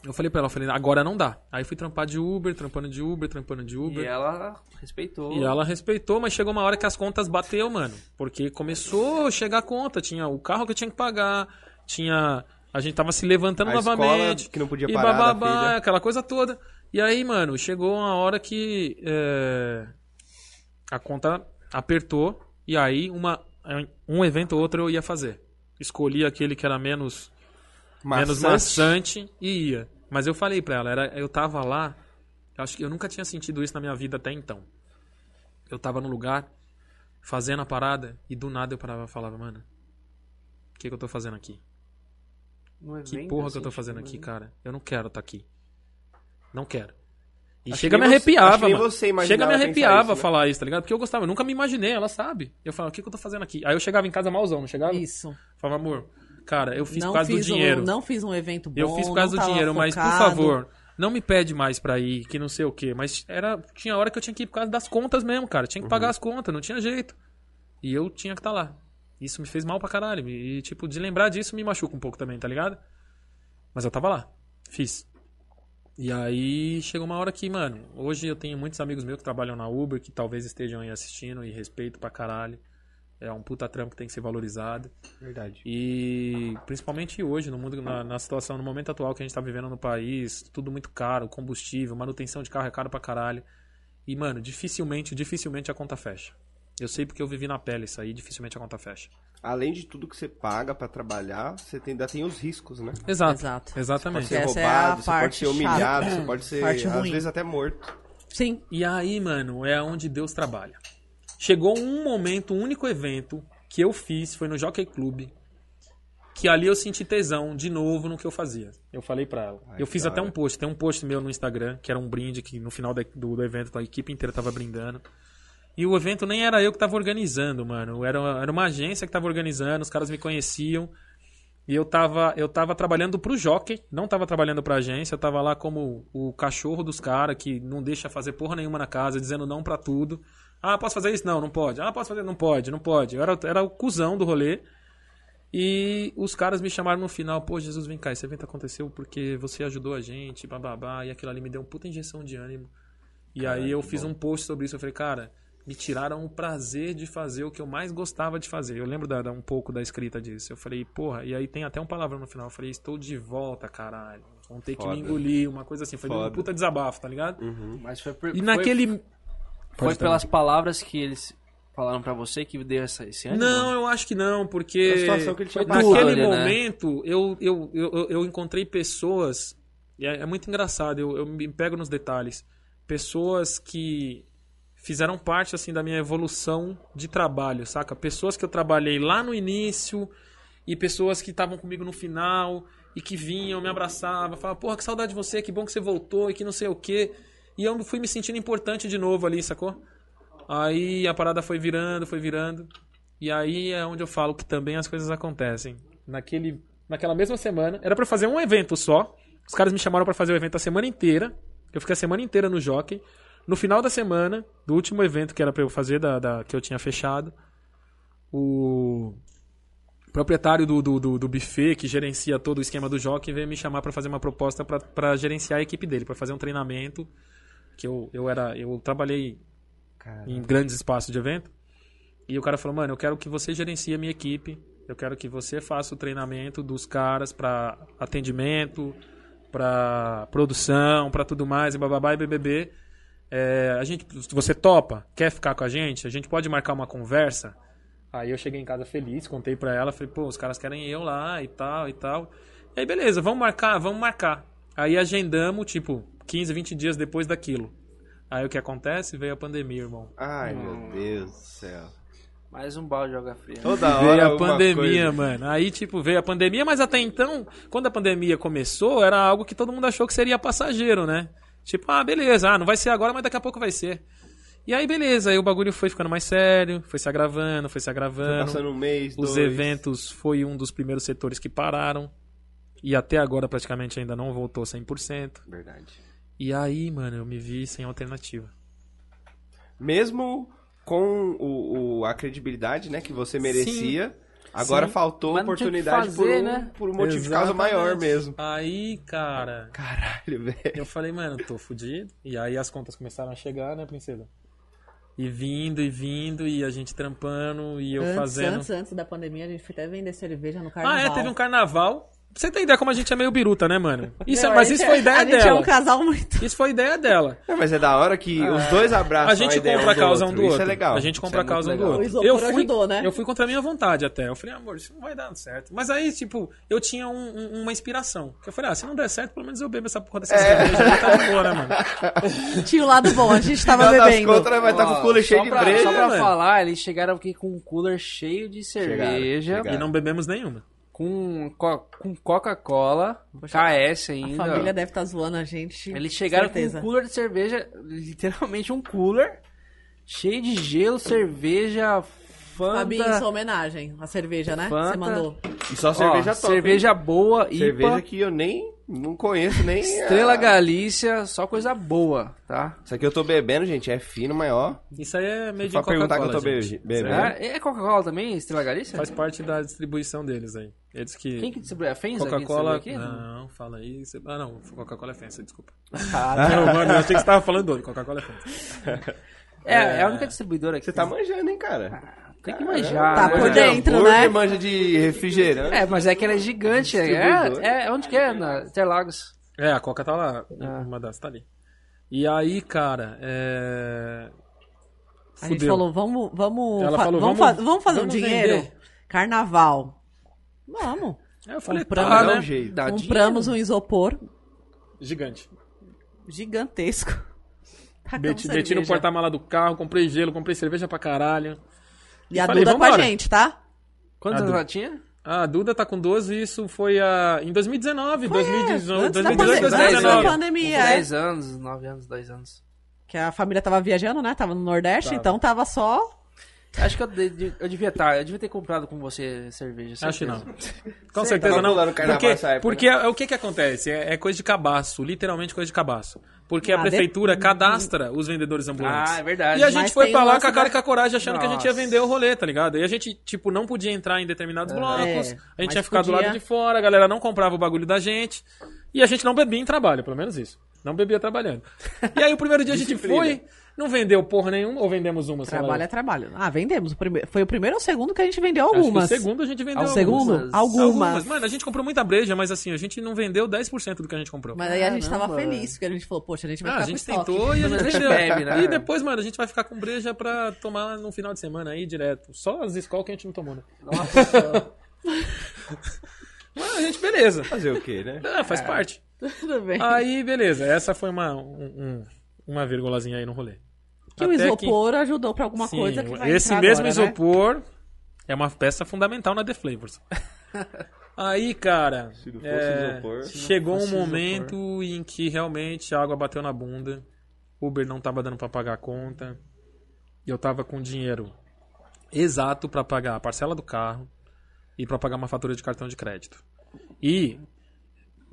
eu falei pra ela, eu falei, agora não dá. Aí fui trampar de Uber, trampando de Uber, trampando de Uber.
E ela respeitou.
E ela respeitou, mas chegou uma hora que as contas bateu, mano. Porque começou a chegar a conta. Tinha o carro que eu tinha que pagar, tinha. A gente tava se levantando
A escola
novamente.
que não podia
e
parar da
bababá,
filha.
aquela coisa toda. E aí, mano, chegou uma hora que. é, a conta apertou. E aí, uma, um evento ou outro eu ia fazer. Escolhi aquele que era menos menos maçante e ia. Mas eu falei pra ela, era, eu tava lá, eu acho que eu nunca tinha sentido isso na minha vida até então. Eu tava num lugar fazendo a parada e do nada eu parava e falava, mano, o que, que eu tô fazendo aqui?
No evento,
Que porra que
assim,
eu tô fazendo
tipo,
aqui,
né?
cara? Eu não quero estar aqui. Não quero. E
Acho
chega
que
me
nem você-
arrepiava,
acho que nem
mano.
você imaginava
chega me
pensar
arrepiava
isso, né?
falar isso, tá ligado? Porque eu gostava, eu nunca me imaginei, ela sabe. Eu falava, o que, que eu tô fazendo aqui? Aí eu chegava em casa malzão, não chegava?
Isso.
Falava, amor, cara, eu fiz
não
por causa
fiz
do dinheiro.
Um, não fiz um evento bom.
Eu fiz por causa do
não tava
dinheiro, mas por
focado.
favor, não me pede mais pra ir, que não sei o quê. Mas era, tinha hora que eu tinha que ir por causa das contas mesmo, cara. Tinha que pagar
Uhum.
as contas, não tinha jeito. E eu tinha que estar lá. Isso me fez mal pra caralho. E, tipo, de lembrar disso me machuca um pouco também, tá ligado? Mas eu tava lá. Fiz. E aí chegou uma hora que, mano, hoje eu tenho muitos amigos meus que trabalham na Uber, que talvez estejam aí assistindo e respeito pra caralho. É um puta trampo que tem que ser valorizado.
Verdade.
E principalmente hoje, no mundo, na, na situação, no momento atual que a gente tá vivendo no país, tudo muito caro, combustível, manutenção de carro é caro pra caralho. E, mano, dificilmente, dificilmente a conta fecha. Eu sei porque eu vivi na pele isso aí, dificilmente a conta fecha.
Além de tudo que você paga pra trabalhar, você tem- ainda tem os riscos, né?
Exato.
Exato.
Pode
Exatamente.
ser
Essa é a
roubado, você pode
parte
ser humilhado,
chata.
você pode ser,
Parte
às
ruim.
vezes, até morto.
Sim.
E aí, mano, é onde Deus trabalha. Chegou um momento, um único evento que eu fiz, foi no Jockey Club, que ali eu senti tesão de novo no que eu fazia. Eu falei pra ela.
Ai,
eu fiz
cara.
até um post, tem um post meu no Instagram, que era um brinde, que no final da- do, do evento a equipe inteira tava brindando. E o evento nem era eu que tava organizando, mano. Era, era uma agência que tava organizando, os caras me conheciam. E eu tava, eu tava trabalhando pro jockey, não tava trabalhando pra agência, eu tava lá como o cachorro dos caras que não deixa fazer porra nenhuma na casa, dizendo não pra tudo. Ah, posso fazer isso? Não, não pode. Ah, posso fazer? Não pode, não pode. Eu era, era o cuzão do rolê. E os caras me chamaram no final, pô, Jesus, vem cá, esse evento aconteceu porque você ajudou a gente, bababá, e aquilo ali me deu uma puta injeção de ânimo. E aí eu fiz um post sobre isso, eu falei, cara, me tiraram o prazer de fazer o que eu mais gostava de fazer. Eu lembro da, da- um pouco da escrita disso. Eu falei, porra, e aí tem até um palavrão no final, eu falei, estou de volta, caralho. Vão ter
Foda.
que me engolir, uma coisa assim. Foi um
Foda. Uhum.
puta desabafo, tá ligado?
Mas foi, por-
E
foi-
naquele. é.
foi
Pode terminar.
pelas palavras que eles falaram pra você que deu essa, esse ânimo?
Não, eu acho que não, porque.
A situação que ele tinha
Foi dura,
Naquele
né?
momento, eu, eu, eu, eu- eu encontrei pessoas. e É, é muito engraçado, eu, eu me pego nos detalhes. Pessoas que fizeram parte assim da minha evolução de trabalho, saca? Pessoas que eu trabalhei lá no início e pessoas que estavam comigo no final e que vinham, me abraçavam, falavam, porra, que saudade de você, que bom que você voltou e que não sei o quê. E eu fui me sentindo importante de novo ali, sacou? Aí a parada foi virando, foi virando. E aí é onde eu falo que também as coisas acontecem. Naquele, naquela mesma semana, era pra fazer um evento só. Os caras me chamaram pra fazer o evento a semana inteira. Eu fiquei a semana inteira no jockey. No final da semana, do último evento que era pra eu fazer, da, da- que eu tinha fechado, o proprietário do, do, do, do buffet, que gerencia todo o esquema do jockey, veio me chamar pra fazer uma proposta pra- pra gerenciar a equipe dele, pra fazer um treinamento. Que eu, eu era. Eu trabalhei em grandes espaços de evento. E o cara falou, mano, eu quero que você gerencie a minha equipe. Eu quero que você faça o treinamento dos caras pra atendimento, pra produção, pra tudo mais, e bababá e BBB. É, a gente, você topa? Quer ficar com a gente? A gente pode marcar uma conversa? Aí eu cheguei em casa feliz, contei pra ela, falei, pô, os caras querem eu lá e tal e tal. E aí, beleza, vamos marcar, vamos marcar. Aí agendamos, tipo, 15, 20 dias depois daquilo. Aí o que acontece? Veio a pandemia, irmão.
Ai,
Hum.
meu Deus do céu.
Mais um balde de água fria. né?
Toda hora
Veio a
alguma
pandemia,
coisa.
mano. Aí, tipo, veio a pandemia, mas até então, quando a pandemia começou, era algo que todo mundo achou que seria passageiro, né? Tipo, ah, beleza, ah, não vai ser agora, mas daqui a pouco vai ser. E aí, beleza, aí o bagulho foi ficando mais sério, foi se agravando, foi se agravando.
Passando um mês,
Os
dois.
eventos foi um dos primeiros setores que pararam. E até agora, praticamente, ainda não voltou 100%.
Verdade.
E aí, mano, eu me vi sem alternativa.
Mesmo com o, o- a credibilidade, né, que você merecia, agora
Sim.
faltou
Mas não tinha o que
oportunidade por,
fazer,
um,
né?
por um motivo de causa maior mesmo.
Aí, cara.
Caralho, velho.
Eu falei, mano, tô fudido. E aí as contas começaram a chegar, né, princesa? E vindo, e vindo, e a gente trampando, e eu
antes,
fazendo.
antes, antes da pandemia, a gente foi até vender cerveja no carnaval.
ah, é, teve um carnaval. Você tem ideia como a gente é meio biruta, né, mano? Isso,
Não, a
mas
gente
isso
é-
foi ideia
A gente é
dela.
um casal muito...
Isso foi ideia dela.
É, mas é da hora que os dois abraçam
Ah. a gente
ideia
compra a
um do
causa
outro.
um do outro.
Isso é legal.
A gente
Isso
compra
é
a causa um
muito
do
legal.
outro.
O isopor
eu fui,
ajudou, né?
Eu fui contra a minha vontade até. Eu falei, amor, isso não vai dar certo. Mas aí, tipo, eu tinha um- um- uma inspiração. Que eu falei, ah, se não der certo, pelo menos eu bebo essa porra dessa
É.
cerveja. aí, Tá de boa, né, mano?
Tinha o lado bom, a gente tava
Afinal das
bebendo.
contas, vai estar com o cooler
Ó,
cheio
só
de
pra-
breja. né,
Só pra
velho.
falar, eles chegaram aqui com um cooler cheio de cerveja,
chegaram.
E não bebemos nenhuma.
com, co- com Coca-Cola, KS
A
ainda.
família deve estar zoando a gente.
Eles chegaram
certeza.
com um cooler de cerveja, literalmente um cooler, cheio de gelo, cerveja,
Fabinho, em sua
fanta,
homenagem. A cerveja, né?
Fanta.
Você mandou.
E só
ó,
cerveja top. hein?
cerveja boa, IPA.
Cerveja que eu nem Não conheço nem. a-
Estrela Galícia, só coisa boa, tá?
Isso aqui eu tô bebendo, gente. É fino, maior.
Isso aí é meio de
Só perguntar que eu tô
Coca-Cola,
be-
gente.
bebendo.
Isso aí
É, é Coca-Cola também, Estrela
É.
Galícia?
Faz parte da distribuição deles aí. Eles que...
Quem que distribui? A
é
Fenza? que distribui
Coca-Cola...
aqui?
Não, fala aí. você- Ah, não. Coca-Cola é fensa, desculpa.
Cara.
Ah.
Não, mano, eu achei que você tava falando doido. Coca-Cola é fensa.
É, é a única distribuidora aqui.
Você tá manjando, hein, cara?
Tem que manjar.
Tá
né?
por
Manja
dentro.
hambúrguer,
né?
Manja de refrigerante.
É, mas é que ela é gigante. É,
Distribuidora.
é, é onde que é? Na Interlagos.
É, a Coca tá lá.
Ah.
Uma das tá ali. E aí, cara, é...
A gente
Fudeu.
falou, vamos, vamos,
Ela
fa-
falou,
vamos,
vamos-
fa- vamos fazer
vamos
um dinheiro.
vender.
Carnaval. Vamos.
É, eu falei,
Compramos,
tá,
dá um
né?
jeito.
Dá
Compramos um isopor
Gigante.
gigantesco. Tacamos
Meti, meti no
cerveja.
porta-mala do carro, comprei gelo, comprei cerveja pra caralho.
E a
Falei,
Duda com a
vambora.
gente, tá?
Quantas
Adu.
ela tinha?
Ah, a Duda tá com 12 e isso foi a... em 2019,
É,
2019,
antes
2018,
da, pandemia, antes da
2019.
pandemia, é.
10 anos, 9 anos, 10 anos.
Que a família tava viajando, né? Tava no Nordeste,
Tava.
então tava só.
Acho que eu, de- eu devia estar. Eu devia ter comprado com você cerveja.
Acho que
certeza.
não. Com certeza
tava
não.
pulando o carnaval
Porque,
essa época,
porque é, o que que acontece? É, é coisa de cabaço, literalmente coisa de cabaço. Porque a
Ah, de-
prefeitura cadastra os vendedores ambulantes.
Ah, é verdade.
E a gente
Mas
foi
tem
pra
o
lá
lance
com a cara
da-
e com a coragem achando que a gente ia
Nossa.
vender o rolê, tá ligado? E a gente, tipo, não podia entrar em determinados blocos,
É,
a gente
mas
ia ficar do lado
podia.
de fora, a galera não comprava o bagulho da gente. E a gente não bebia em trabalho, pelo menos isso. Não bebia trabalhando. E aí o primeiro dia a gente foi, não vendeu porra nenhuma, ou vendemos uma, sei lá.
Trabalho é
Acho
trabalho. Ah, vendemos. O primeiro- Foi o primeiro ou o segundo que a gente vendeu
que
algumas.
o segundo a gente vendeu
O
algumas.
segundo?
algumas.
Algumas.
Mano, a gente comprou muita breja, mas assim, a gente não vendeu 10% do que a gente comprou.
Mas aí a gente tava
Caramba.
feliz, porque a gente falou, poxa, a gente vai
Ah,
ficar
a
com
gente
estoque. é
tentou e a gente
A gente
vendeu.
bebe, né?
E depois, mano, a gente vai ficar com breja pra tomar no final de semana aí direto. Só as escolas que a gente não tomou, né?
Nossa,
Mas a gente, beleza.
Fazer o quê, né?
Ah,
É.
faz parte.
Tudo bem.
Aí, beleza. Essa foi uma, um- um- uma vírgulazinha aí no rolê.
que o
Até
isopor ajudou pra alguma
Sim,
coisa que vai
Esse
entrar
mesmo
agora, né?
isopor é uma peça fundamental na The Flavors. aí, cara,
Se não fosse
é,
isopor- Se
chegou
fosse
um momento em que realmente a água bateu na bunda. Uber não tava dando pra pagar a conta. E eu tava com dinheiro exato pra pagar a parcela do carro e pra pagar uma fatura de cartão de crédito. E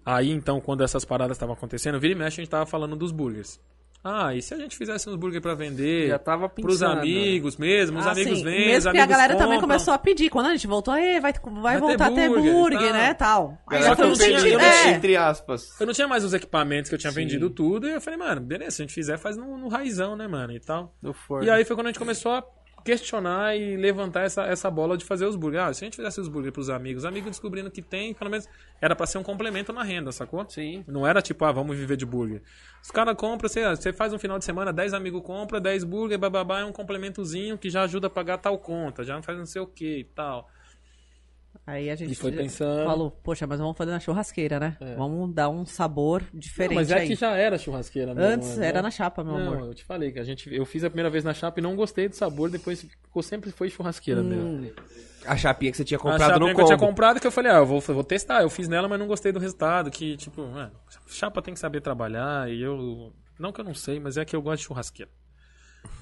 aí então, quando essas paradas estavam acontecendo, vira e mexe a gente tava falando dos burgers. Ah, e se a gente fizesse uns burger pra vender?
já tava pensando.
Pros amigos mesmo, os
Ah,
amigos
sim.
vêm, os
Mesmo que a
amigos
galera também
compram.
começou a pedir. Quando a gente voltou, "Ê, vai, vai
ter
voltar a ter
burger,
burger,
tá?"
né, tal. Aí
Galera,
foi
um
eu tinha-
sentido-
competindo,
é.
né? entre aspas.
Eu não tinha mais os equipamentos que eu tinha vendido tudo, e eu falei, mano, beleza, se a gente fizer, faz no, no raizão, né, mano, e tal.
Do forno.
E aí foi quando a gente começou a questionar e levantar essa, essa bola de fazer os burgers. Ah, se a gente fizesse os burgers pros amigos, os amigos descobrindo que tem, pelo menos era pra ser um complemento na renda, sacou?
Sim.
Não era tipo, ah, vamos viver de burger. Os caras compram, você, você faz um final de semana, 10 amigos compram, 10 burger, bababá, é um complementozinho que já ajuda a pagar tal conta, já faz não sei o que e tal.
Aí a gente
E foi pensando. É.
falou, poxa, mas vamos fazer na churrasqueira, né? Vamos dar um sabor diferente
mas é
aí.
que já era churrasqueira mesmo.
Antes
né?
era na chapa, meu
não,
amor.
eu te falei que a gente, eu fiz a primeira vez na chapa e não gostei do sabor, depois ficou sempre foi churrasqueira
Hum.
mesmo.
A chapinha que você tinha
A
comprado
chapa
no
que eu tinha
combo.
comprado que eu falei, ah, eu vou, eu vou testar. Eu fiz nela, mas não gostei do resultado. Que tipo, mano, chapa tem que saber trabalhar e eu não que eu não sei, mas é que eu gosto de churrasqueira.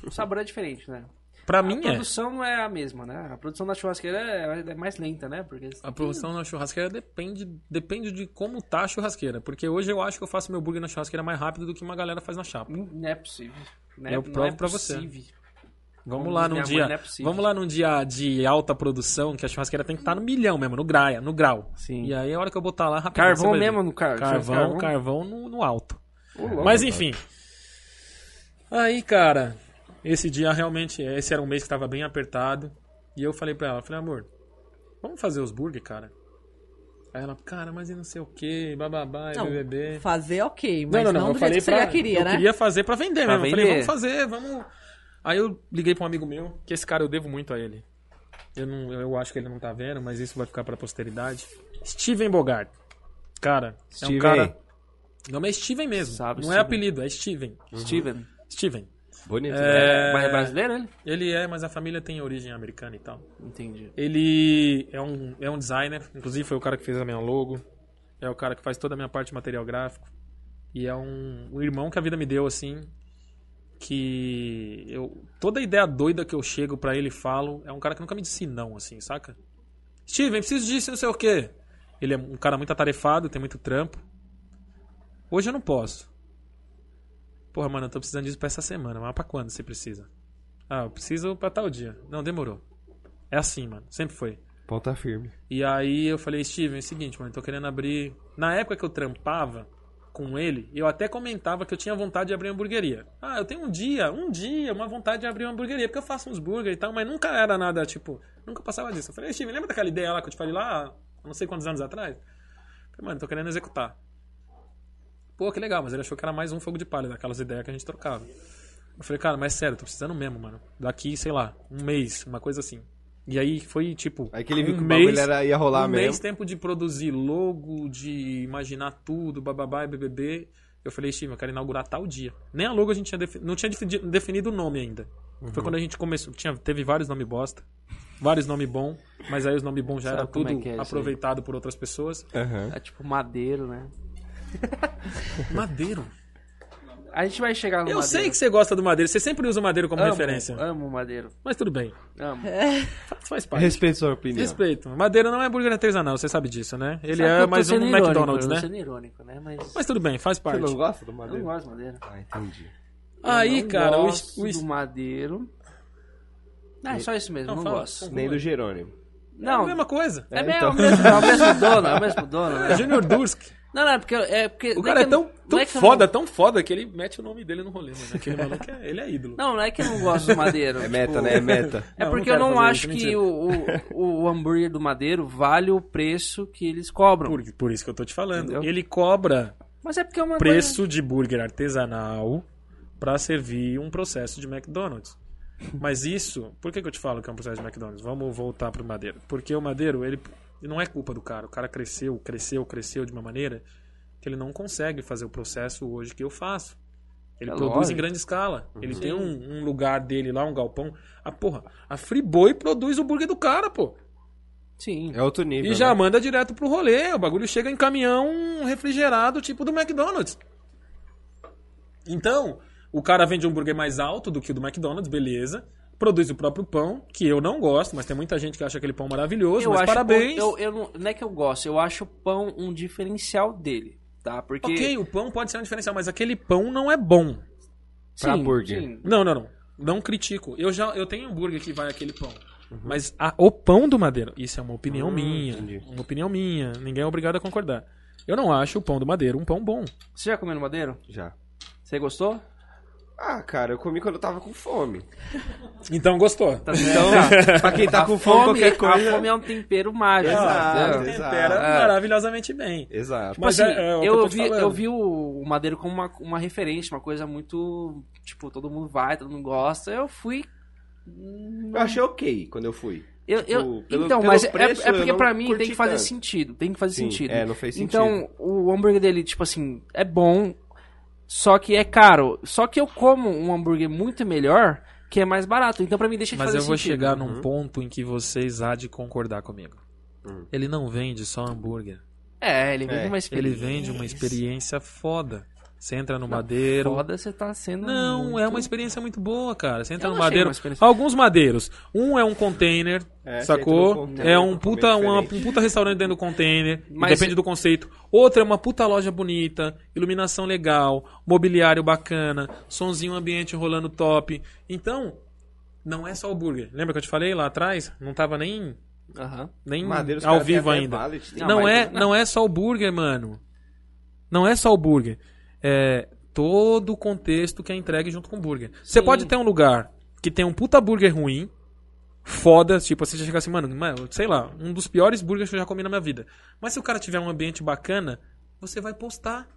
O sabor é diferente, né?
Ah,
Pra
A
mim é.
produção não é a mesma, né? A produção da churrasqueira é, é mais lenta, né? Porque
A produção na churrasqueira depende, depende de como tá a churrasqueira. Porque hoje eu acho que eu faço meu burger na churrasqueira mais rápido do que uma galera faz na chapa.
não é possível. Não é,
Eu
não
provo
é
pra você.
possível.
Vamos
Como
lá
diz
num
minha mãe,
dia.
não é possível.
vamos lá num dia de alta produção, que a churrasqueira tem que estar no milhão mesmo, no graia, no grau.
Sim.
E aí a hora que eu botar lá rapidinho. você
Carvão
vai ver.
mesmo no car...
Carvão,
carvão.
carvão no, no alto.
Ô, louco.
É
Mas enfim. Aí, cara, esse dia realmente, esse era um mês que tava bem apertado. E eu falei pra ela, falei, amor, vamos fazer os burger, cara? Aí ela, cara, mas e não sei o que, bababá, e
Não,
BBB.
fazer ok, mas não, do jeito que você já queria,
eu
né?
queria fazer pra vender
Pra
mesmo. Eu falei,
vender.
vamos fazer, vamos. Aí eu liguei pra um amigo meu, que esse cara eu devo muito a ele. Eu, não, eu acho que ele não tá vendo, mas isso vai ficar pra posteridade. Steven Bogart. Cara, é um
Steven.
cara. O nome é Steven mesmo.
Sabe,
não é
Steven.
apelido, é Steven.
Steven.
Steven.
Bonito. né?
É,
Mas é brasileiro, ele?
Ele é, mas a família tem origem americana e tal.
Entendi.
Ele é um, é um designer, inclusive foi o cara que fez a minha logo, é o cara que faz toda a minha parte de material gráfico. E é um, um irmão que a vida me deu, assim, que eu toda ideia doida que eu chego pra ele e falo, é um cara que nunca me disse não, assim, saca? Steven, preciso disso, não sei o quê. Ele é um cara muito atarefado, tem muito trampo, Hoje eu não posso. Porra, mano, eu tô precisando disso pra essa semana. Mas pra quando você precisa? Ah, eu preciso pra tal dia. Não, demorou. É assim, mano. Sempre foi.
Ponta firme.
E aí eu falei, Steven, é o seguinte, mano, tô querendo abrir. Na época que eu trampava com ele, eu até comentava que eu tinha vontade de abrir uma hamburgueria. Ah, eu tenho um dia, um dia, uma vontade de abrir uma hamburgueria, porque eu faço uns burger e tal, mas nunca era nada, tipo, nunca passava disso. Eu falei, Steven, lembra daquela ideia lá que eu te falei lá, há não sei quantos anos atrás? Eu falei, mano, tô querendo executar. Pô, que legal, mas ele achou que era mais um fogo de palha, daquelas ideias que a gente trocava. Eu falei, cara, mas sério, tô precisando mesmo, mano. Daqui, sei lá, um mês, uma coisa assim. E aí foi tipo.
Aí que ele viu
um
que o
mês-
bagulho era, ia rolar
um
mesmo.
mês tempo de produzir logo, de imaginar tudo, bababá e BBB. Eu falei, Steve, eu quero inaugurar tal dia. Nem a logo a gente tinha defi- não tinha defi- definido o nome ainda. Foi quando a gente começou. Tinha, teve vários nomes bosta, vários nomes bom, mas aí os nomes bons já
Sabe
era
como
tudo
é que é isso aí?
aproveitado por outras pessoas.
Aham.
É tipo madeiro, né?
Madeiro.
A gente vai chegar no
Eu
É um madeiro.
sei que você gosta do madeiro, você sempre usa o madeiro como
amo, É.
referência.
Amo madeiro.
Mas tudo bem,
Amo.
fa- faz parte.
Respeito sua opinião.
Respeito. Madeira não é hambúrguer artesanal, você sabe disso, né? Ele
Sabe que eu
é
tô
mais um
sendo irônico,
McDonald's,
eu tô
né?
sendo irônico, né? Mas,
Mas tudo bem, faz
Você
parte.
não gosta do
eu não
madeiro?
gosto de madeiro.
Ah, entendi.
Aí,
Eu não
cara, o,
gosto
o-
do madeiro. Ah, é só isso mesmo,
Não,
não,
fala.
gosto.
Nem do Jerônimo.
É a
Não,
mesma coisa.
é,
então.
mesmo, é o mesmo dono, é o mesmo dono, né?
Junior Dursk.
Não, não, é porque. É porque
O
não
cara
que
é
eu-
tão,
não
tão
é que eu
foda, tão foda que ele mete o nome dele no rolê, mano. Aquele maluco, é, ele é ídolo.
Não, não é que eu não gosto do madeiro.
É
tipo,
meta, né? É meta.
É
Não,
porque
não quero
eu não
fazer
acho
isso,
que
mentira.
o, o, o hambúrguer do madeiro vale o preço que eles cobram.
Por, por isso que eu tô te falando.
Entendeu?
Ele cobra
Mas é porque é uma coisa-
preço de burger artesanal pra servir um processo de McDonald's. Mas isso, por que, que eu te falo que é um processo de McDonald's? Vamos voltar pro Madeiro. Porque o Madeiro, ele não é culpa do cara. O cara cresceu, cresceu, cresceu de uma maneira que ele não consegue fazer o processo hoje que eu faço. Ele
É
produz em
lógico. Uhum.
grande escala. Ele tem um, um lugar dele lá, um galpão. Ah, porra, a Friboi produz o burger do cara, pô.
Sim.
É outro nível.
E já
né?
manda direto pro rolê. O bagulho chega em caminhão refrigerado, tipo do McDonald's. Então, o cara vende um hambúrguer mais alto do que o do McDonald's, beleza. Produz o próprio pão, que eu não gosto, mas tem muita gente que acha aquele pão maravilhoso.
Eu
mas
acho
parabéns.
pão- eu, eu não, não é que eu gosto, eu acho o pão um diferencial dele, tá? Porque.
Ok, o pão pode ser um diferencial, mas aquele pão não é bom.
pra hambúrguer.
sim.
Não, não, não. Não critico. Eu já eu tenho hambúrguer que vai aquele pão.
Uhum.
Mas a- o pão do Madeiro, isso é uma
Hum,
opinião minha.
entendi.
Uma opinião minha. Ninguém é obrigado a concordar. Eu não acho o pão do Madeiro um pão bom.
Você já comeu no madeiro?
Já.
Você gostou?
Ah, cara, eu comi quando eu tava com fome.
Então gostou.
Tá
Então, pra quem tá
A
com fome, qualquer coisa.
A fome é um tempero mágico.
Exato.
entendeu?
né? tempera
É.
maravilhosamente bem.
Exato.
Mas
assim,
é- é o que eu
eu,
tô te
vi,
falando.
eu vi o o Madeiro como uma, uma referência, uma coisa muito. Tipo, todo mundo vai, todo mundo gosta. Eu fui.
Eu achei ok quando eu fui.
Eu,
Tipo,
eu-
pelo-
então,
pelo
mas é-
preço,
é, é porque
eu não
pra mim tem
curti
que fazer
tanto.
sentido. Tem que fazer
Sim,
sentido.
é, não fez sentido.
Então, o hambúrguer dele, tipo assim, é bom, só que é caro. Só que eu como um hambúrguer muito melhor, que é mais barato. Então, pra mim, deixa de
Mas
fazer
eu vou
sentido.
chegar num ponto em que vocês há de concordar comigo. Ele não vende só hambúrguer.
É, ele vem
É,
de uma
Ele
experiência.
vende uma experiência foda. Você entra no madeiro.
Foda, você tá sendo.
Não,
muito-
é uma experiência muito boa, cara. Você entra
Eu
no
não achei
madeiro.
uma experiência-
Alguns madeiros. Um é um container,
É, você entra
sacou?
num container
É um
pra comer
puta, uma-
diferente.
um puta restaurante dentro do container.
Mas-
Depende do conceito. Outro é uma puta loja bonita, iluminação legal, mobiliário bacana, sonzinho ambiente rolando top. Então, não é só o burger. Lembra que eu te falei lá atrás? Não tava nem,
Aham.
nem
Madeira, os
ao
caras têm
vivo
até
ainda.
valet, tem
Não,
mas-
é, não é só o burger, mano. Não é só o burger. É todo o contexto que é entregue junto com o burger. Você
Sim.
pode ter um lugar que tem um puta burger ruim, foda, tipo, você chega assim, mano, mano, sei lá, um dos piores burgers que eu já comi na minha vida. Mas se o cara tiver um ambiente bacana, você vai postar.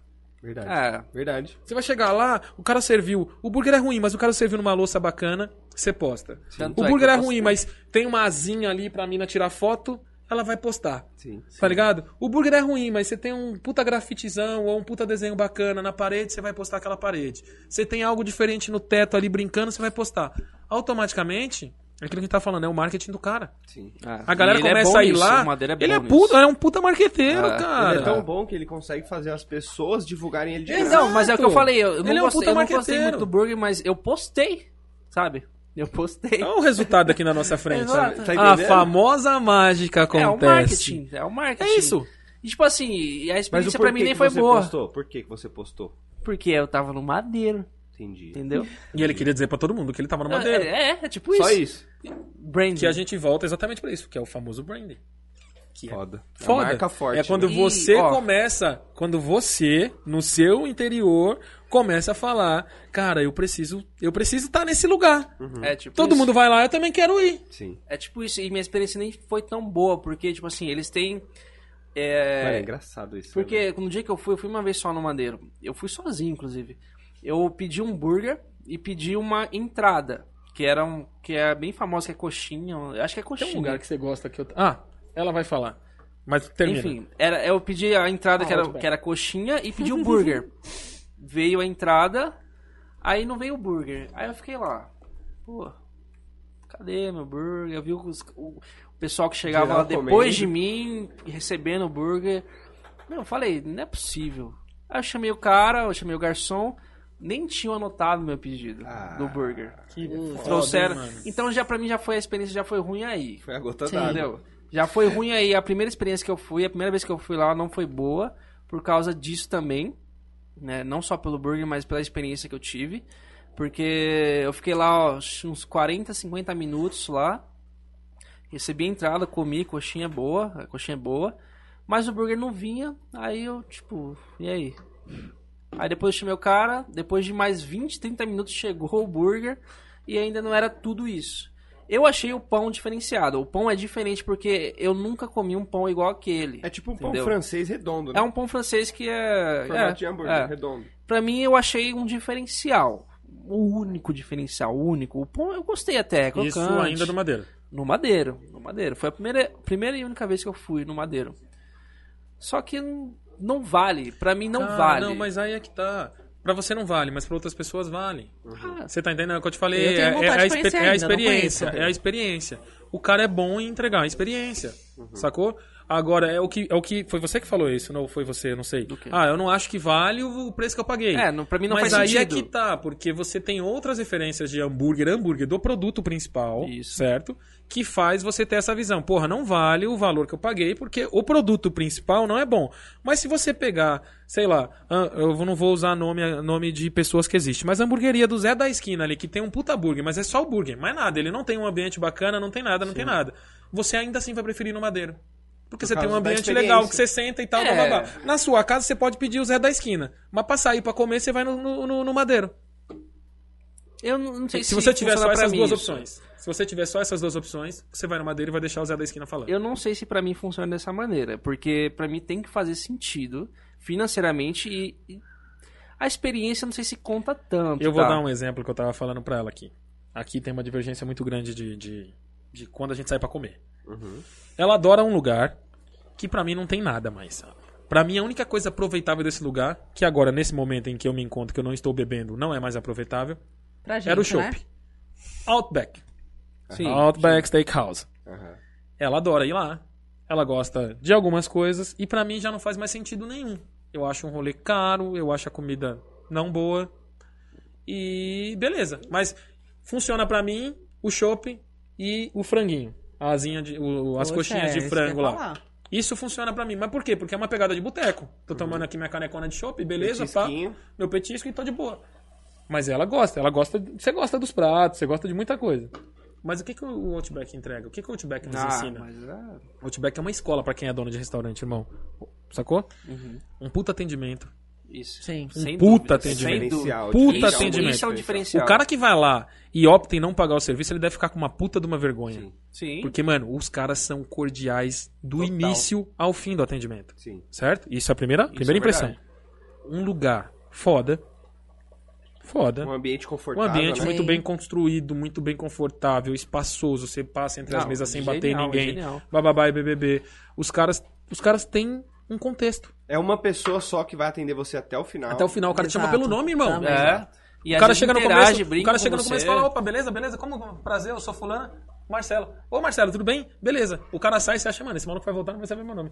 Verdade.
É.
Verdade.
Você vai chegar lá, o cara serviu. O burger é ruim, mas o cara serviu numa louça bacana, você posta.
Tanto
O
é que
burger
eu
é
posso-
ruim, mas tem uma asinha ali pra mina tirar foto, ela vai postar.
Sim.
Tá ligado? O burger é ruim, mas você tem um puta grafitizão ou um puta desenho bacana na parede, você vai postar aquela parede. Você tem algo diferente no teto ali brincando, você vai postar. Automaticamente, é aquilo que a gente tá falando, é o marketing do cara.
Sim.
Ah,
A galera
e ele é
começa
bom
a ir
nisso,
lá.
o Madeira é bom
ele é
nisso.
puta, é um puta marqueteiro,
É,
cara.
Ele é tão bom que ele consegue fazer as pessoas divulgarem ele de
Exato.
graça.
Não, mas é o que eu falei, eu, eu não,
Ele é um
gostei,
puta
eu não gostei
marqueteiro.
muito do burger, mas eu postei, sabe? Eu postei. É
Olha o É um resultado aqui na nossa frente.
Exato.
sabe?
Tá
a
entendendo?
famosa mágica
É o
acontece.
marketing, é o marketing.
É isso.
E tipo assim, e a
Mas o
experiência pra
porquê
mim nem
que
foi
você
boa.
postou? Por que que você postou?
Porque eu tava no madeiro,
Entendi.
entendeu?
E ele queria dizer pra todo mundo que ele tava no madeiro.
É, é, é tipo isso.
Só isso.
Branding.
Que a gente volta exatamente pra isso, que é o famoso branding. Que é
Foda.
foda.
É marca forte.
É quando
né?
né?
você
E, ó.
começa, quando você, no seu interior, começa a falar, cara, eu preciso, eu preciso estar nesse lugar.
É tipo
Todo
isso.
mundo vai lá, eu também quero ir.
Sim.
É tipo isso. E minha experiência nem foi tão boa, porque, tipo assim, eles têm.
É...
É,
Mano, é engraçado isso. né,
Porque no dia que eu fui, eu fui uma vez só no Madeiro. Eu fui sozinho, inclusive. Eu pedi um burger e pedi uma entrada, que era um, que é bem famosa, que é coxinha. eu Acho que é coxinha.
Tem um lugar que você gosta que eu. Ah, ela vai falar. Mas termina.
Enfim, era, eu pedi a entrada,
Ah,
que, era,
ótimo.
que era coxinha, e pedi o burger. veio a entrada, aí não veio o burger. Aí eu fiquei lá, pô, cadê meu burger? Eu vi os- o, o pessoal que chegava lá
Geral
depois
comendo.
de mim, recebendo o burger. Meu, eu falei, não é possível. Aí eu chamei o cara, eu chamei o garçom, nem tinham anotado meu pedido
Ah.
do burger.
Que foda,
Trouxeram.
hein, mano.
Então já pra mim já foi a experiência, já foi ruim aí.
Foi a gota
Sim.
d'água.
Entendeu? Já foi ruim aí. A primeira experiência que eu fui, a primeira vez que eu fui lá não foi boa. Por causa disso também. Né? Não só pelo burger, mas pela experiência que eu tive. Porque eu fiquei lá ó, uns 40, 50 minutos lá. Recebi a entrada, comi, coxinha boa. A coxinha é boa. Mas o burger não vinha. Aí eu, tipo, e aí? Aí depois eu chamei o cara, depois de mais 20, 30 minutos chegou o burger e ainda não era tudo isso. Eu achei o pão diferenciado. O pão é diferente porque eu nunca comi um pão igual aquele.
É tipo um pão
Entendeu?
francês redondo, né?
É um pão francês que é.
Formato
é,
de hambúrguer
é.
redondo.
Pra mim eu achei um diferencial. O único diferencial, o único. O pão eu gostei até, é crocante.
Isso ainda do madeira.
No Madeiro. No Madeiro. Foi a primeira, primeira e única vez que eu fui no Madeiro. Só que n- não vale. Pra mim não
Ah,
vale.
Não, mas aí é que tá. Pra você não vale, mas pra outras pessoas vale.
Ah,
Você tá entendendo? É o que eu te falei.
Eu tenho
é,
vontade
é a
de
expe-
conhecer
é a
ainda, não
experiência.
conheço.
É a experiência. O cara é bom em entregar a experiência. Sacou? Agora, é o, que, é o que. Foi você que falou isso, não foi você, não sei.
Do quê?
Ah, eu não acho que vale o o preço que eu paguei.
É, não, pra mim não
Mas
faz
aí
sentido.
é que tá, porque você tem outras referências de hambúrguer, hambúrguer do produto principal,
Isso.
certo? Que faz você ter essa visão. Porra, não vale o valor que eu paguei, porque o produto principal não é bom. Mas se você pegar, sei lá, ah, eu não vou usar nome, nome de pessoas que existem, mas a hamburgueria do Zé da Esquina ali, que tem um puta burger, mas é só o burger, mais nada. Ele não tem um ambiente bacana, não tem nada, não tem nada. Você ainda assim vai preferir no Madeiro. Porque
Por
você tem um
causa da
ambiente legal,
experiência.
que você senta e tal,
É.
blá, blá, blá. Na sua casa você pode pedir o Zé da esquina. Mas pra sair pra comer, você vai no, no, no- no madeiro.
Eu não, não sei
Se,
se,
você tiver
funciona
só
pra
essas
mim
duas
isso.
opções. Se você tiver só essas duas opções, você vai no madeiro e vai deixar o Zé da esquina falando.
Eu não sei se pra mim funciona dessa maneira, porque pra mim tem que fazer sentido financeiramente e, e a experiência não sei se conta tanto.
Eu vou
tá?
dar um exemplo que eu tava falando pra ela aqui. Aqui tem uma divergência muito grande de, de, de quando a gente sai pra comer.
Uhum.
Ela adora um lugar que pra mim não tem nada mais. Pra mim, a única coisa aproveitável desse lugar, que agora, nesse momento em que eu me encontro, que eu não estou bebendo, não é mais aproveitável,
Pra gente,
era o
né?
chopp. Outback.
Sim.
Outback Steakhouse.
Aham.
Ela adora ir lá. Ela gosta de algumas coisas. E pra mim já não faz mais sentido nenhum. Eu acho um rolê caro. Eu acho a comida não boa. E beleza. Mas funciona pra mim o chopp e o franguinho. A asinha de, o- as
Poxa,
coxinhas
é,
de
isso que eu ia
frango lá.
falar.
Isso funciona pra mim. Mas por quê? Porque é uma pegada de boteco. Tô tomando aqui minha canecona de chopp,
Um
beleza, pá
Petisquinho.
meu petisco e tô de boa. Mas ela gosta, ela gosta. Você gosta dos pratos, você gosta de muita coisa. Mas o que, que o Outback entrega? O que, que o Outback nos
Ah,
ensina?
mas ah,
O Outback é uma escola pra quem é dono de restaurante, irmão. Sacou? Um puta atendimento.
uhum, isso.
Sim.
Sem
um puta
dúvida,
atendimento.
sem dúvida.
Diferencial,
Puta
diferencial.
atendimento.
Isso é um diferencial.
O cara que vai lá e opta em não pagar o serviço, ele deve ficar com uma puta de uma vergonha.
Sim.
Porque, mano, os caras são cordiais do
Total.
início ao fim do atendimento.
Sim.
Certo? Isso é a primeira, primeira
é
impressão.
verdade.
Um lugar foda. Foda.
Um ambiente
Um
confortável.
ambiente
né?
muito
Sim.
bem construído, muito bem confortável, espaçoso. Você passa entre as
Não,
mesas sem
genial,
bater em ninguém.
genial.
Bababá e BBB. Os caras, os caras têm um contexto.
É uma pessoa só que vai atender você até o final.
Até o final, o cara te chama
Exato.
pelo nome, irmão.
Também.
É. E
O
às
cara
vezes
chega no
interage,
começo, o
brinca
cara
com
chega no
você.
começo e fala, opa, beleza, beleza, como prazer, eu sou fulana, Marcelo. Ô Marcelo, tudo bem? Beleza. O cara sai e você acha, mano, esse maluco vai voltar, não vai saber meu nome.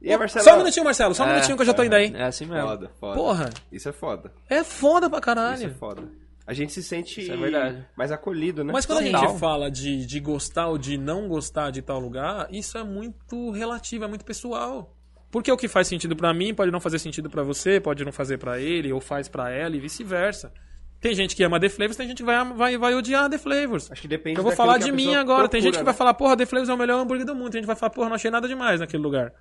E aí,
Ô,
Marcelo?
Só um minutinho, Marcelo, só um
É,
minutinho que eu já tô indo aí.
É assim mesmo.
Foda, foda.
Porra.
Isso é foda.
É foda pra
Isso é
caralho.
foda. A gente se sente
Isso é verdade.
mais acolhido, né?
Mas quando a
Total.
gente fala de, de gostar ou de não gostar de tal lugar, isso é muito relativo, é muito pessoal. Porque o que faz sentido pra mim pode não fazer sentido pra você, pode não fazer pra ele, ou faz pra ela e vice-versa. Tem gente que ama The Flavors, tem gente que vai, am- vai, vai odiar The Flavors.
Acho que depende
Eu vou
daquilo
falar
que
de
a
mim
pessoa
agora. tem gente que
procura,
vai
né?
falar, porra, The Flavors é o melhor hambúrguer do mundo. Tem gente que vai falar, porra, não achei nada demais naquele lugar.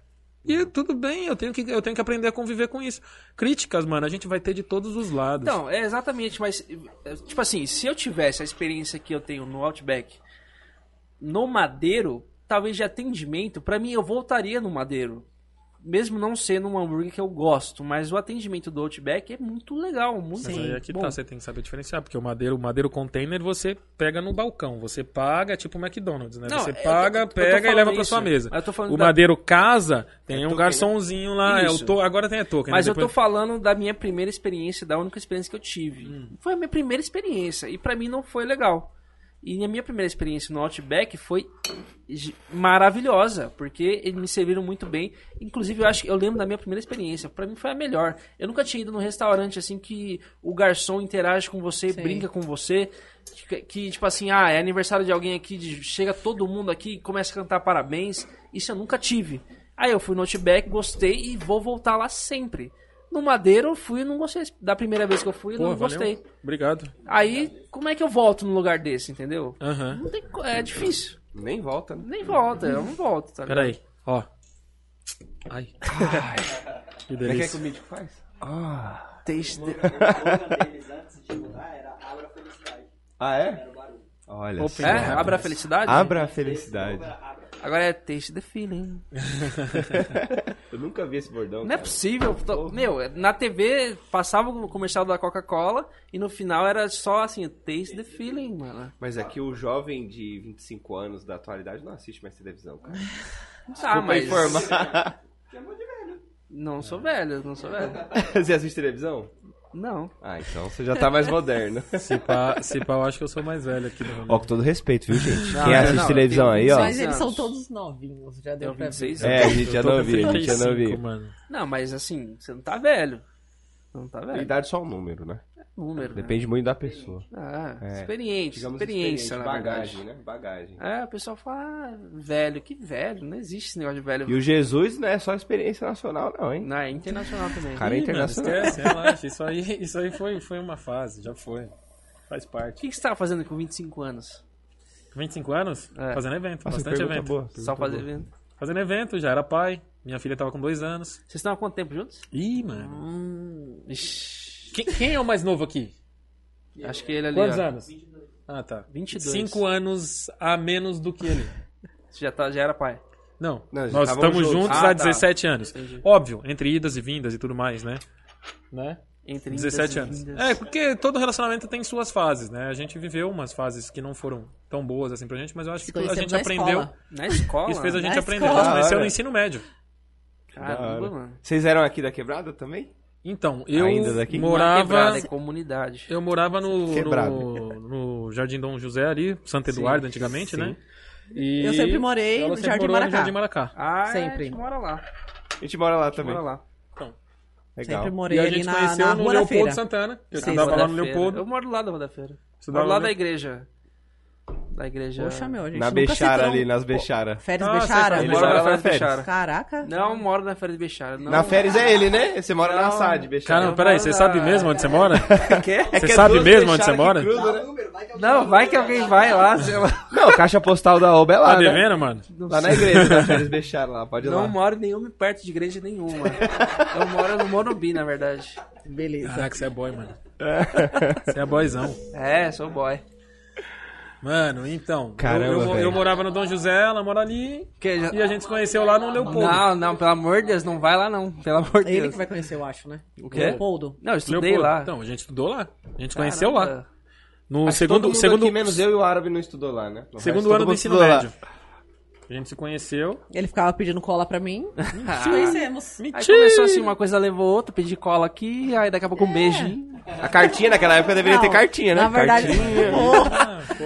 E tudo bem, eu tenho que, eu tenho que aprender a conviver com isso. Críticas, mano, a gente vai ter de todos os lados.
Então, é exatamente, mas é, tipo assim, se eu tivesse a experiência que eu tenho no Outback, no Madeiro, talvez de atendimento, pra mim eu voltaria no Madeiro. Mesmo não sendo um hambúrguer que eu gosto, mas o atendimento do Outback é muito legal, muito
Mas aí aqui
bom.
tá, você tem que saber diferenciar, porque o madeiro, o madeiro container você pega no balcão, você paga, é tipo o McDonald's, né?
Não, é,
você
eu tô-
paga,
eu tô
pega e
falando
leva pra
isso.
sua mesa.
Mas eu tô falando
O
da- É
madeiro casa, tem um
token, né?
garçomzinho lá, é, o
Isso.
to- agora tem a token.
Mas
né?
eu tô falando da minha primeira experiência, da única experiência que eu tive. Foi a minha primeira experiência e pra mim não foi legal. E a minha primeira experiência no Outback foi gi- maravilhosa, porque eles me serviram muito bem. Inclusive, eu acho que eu lembro da minha primeira experiência, Pra mim foi a melhor. Eu nunca tinha ido num restaurante assim que o garçom interage com você,
Sim.
brinca com você, que, que, tipo assim, ah, é aniversário de alguém aqui, de- chega todo mundo aqui e começa a cantar parabéns. Isso eu nunca tive. Aí eu fui no Outback, gostei e vou voltar lá sempre. No Madeiro eu fui e não gostei. Da primeira vez que eu fui, eu
Porra,
não
valeu.
gostei.
Obrigado.
Aí, como é que eu volto num lugar desse, entendeu?
Aham.
Não tem co- é difícil.
Nem volta, né?
Nem volta, eu não volto, tá ligado?
Peraí, ó. Ai.
é
que
Como é que é que
delícia.
o mítico faz?
Taste the-
Ah, é? Olha
É? Abra a felicidade?
Abra a felicidade.
Agora é taste the feeling.
Eu nunca vi esse bordão.
Não é
cara.
possível. Tô- Meu, na TV passava o comercial da Coca-Cola e no final era só assim, taste the feeling, mano.
Mas é que o jovem de 25 anos da atualidade não assiste mais televisão, cara.
Ah, mas.
informar.
Não sou velho, não sou velho.
Você assiste televisão?
Não.
Ah, então você já tá mais moderno.
Se pá, se pá, eu acho que eu sou mais velho aqui no
Ó, com todo respeito, viu, gente?
Não,
Quem
não,
assiste
não,
televisão
eu
aí,
tenho
ó.
Mas eles são
anos.
todos novinhos, já deu
Tenho
pra ver.
26 anos.
É, a gente já
Eu tô
não
com
ouviu, a gente já não
35,
ouviu.
mano.
Não, mas assim, você não tá velho. Não tá velho.
Idade só um número, né?
Número. né?
Depende muito da pessoa.
Ah, experiente,
Digamos
experiência, na bagagem.
experiente, bagagem, né? Bagagem.
É, o pessoal fala, ah, velho, que velho, não existe esse negócio de velho.
o Jesus não é só experiência nacional, não, hein?
Não, é internacional também.
Cara, é
Ih,
internacional.
Mano, esquece, relaxa. Isso aí, isso aí foi, foi uma fase, já foi. Faz
O
parte.
que que você tava fazendo com 25 anos?
25 anos?
É.
Fazendo evento,
Nossa,
bastante
pergunta
evento.
boa.
tá
Só fazer evento.
Fazendo evento, já era pai. Minha filha tava com dois anos.
Vocês estão há quanto tempo juntos?
Ih, mano.
Ixi,
Quem, quem é o mais novo aqui?
acho que ele ali,
Quantos
ó,
anos? Ah, tá.
22.
Cinco anos a menos do que ele.
Você já, tá, já era pai.
Não,
Não, já
nós
estavam
estamos
juntos.
juntos
Ah,
há
tá.
17 anos.
Entendi.
Óbvio, entre idas e vindas e tudo mais, né? Né?
Entre indas
17
e
anos.
vindas.
É, porque todo relacionamento tem suas fases, né? A gente viveu umas fases que não foram tão boas assim pra gente, mas eu acho
Se
que a
conhecemos
gente
na
aprendeu.
escola.
Na escola?
Isso fez a
né?
gente
Na
aprender.
escola.
A gente conheceu
Da
no
hora.
ensino médio.
Caramba, mano.
Vocês eram aqui da quebrada também?
Então, eu
Ainda daqui?
Não é
morava.
quebrada, é comunidade.
Eu morava no,
Quebrado.
no, no Jardim Dom José ali, Santo Eduardo antigamente, né? E
Eu sempre morei
ela
no
sempre
Jardim
morou
Maracá.
no Jardim Maracá.
Ah,
Sempre.
a gente mora lá. a
A gente mora lá
gente
também.
Mora lá.
Legal.
Sempre morei
E a
ali
gente
na,
conheceu
na
no
Rua da
Leopoldo
Feira.
Santana. Eu
Sim,
estudava lá no
Roda-feira. Eu
Leopoldo.
moro lá da Roda-feira.
Estudava
Moro lá
no-
da igreja. Da igreja.
Poxa, meu, a gente
Na
nunca se
Bechara
trocou.
ali, nas Bechara.
Férias
Ah,
Bechara?
vocês
Eu
Ele
moro
mora
na
lá na
Férias
Férias.
Bechara.
Caraca.
Né?
Não, moro na Férias Bechara. Não.
Na férias é ele, né? Você mora na
Não.
SAD, Bechara.
Caramba, peraí, você
na-
sabe mesmo onde você mora?
É
Você
que é
sabe
duas
mesmo onde
Bechara
você
que
mora?
cruzam, né?
Não, vai que alguém vai lá, sei lá.
Não, caixa postal da Oba é
Tá
lá, né?
devendo, mano?
Lá na igreja, na férias Bechara lá, pode ir
Não
lá.
moro em nenhuma perto de igreja nenhuma. Eu moro no Morumbi, na verdade.
Beleza.
Caraca, você é boy, mano. Você é boyzão.
É, sou boy.
Mano, então.
Caramba,
eu, eu,
velho.
eu morava no Dom José, ela mora ali.
Que já-
E a gente se conheceu lá no Leopoldo.
Não, não, pelo amor de Deus, não vai lá não. Pelo amor de
Ele
Deus.
que vai conhecer, eu acho, né? O
quê?
Leopoldo.
Não, eu estudei
Leopoldo.
lá.
Então, a gente estudou lá. A gente conheceu lá.
Caramba.
No
Acho que todo
segundo,
mundo
segundo,
aqui, menos eu e o árabe não estudou lá, né? O resto,
segundo
todo
ano do
mundo
ensino
estudou lá.
médio. A gente se conheceu.
Ele ficava pedindo cola pra mim. Hum, Nos conhecemos.
Aí começou assim, uma coisa levou a outra, pedi cola aqui, aí daqui a
É.
pouco um beijinho.
A cartinha naquela época deveria ter
Não,
cartinha, né?
Na verdade,
Cartinha.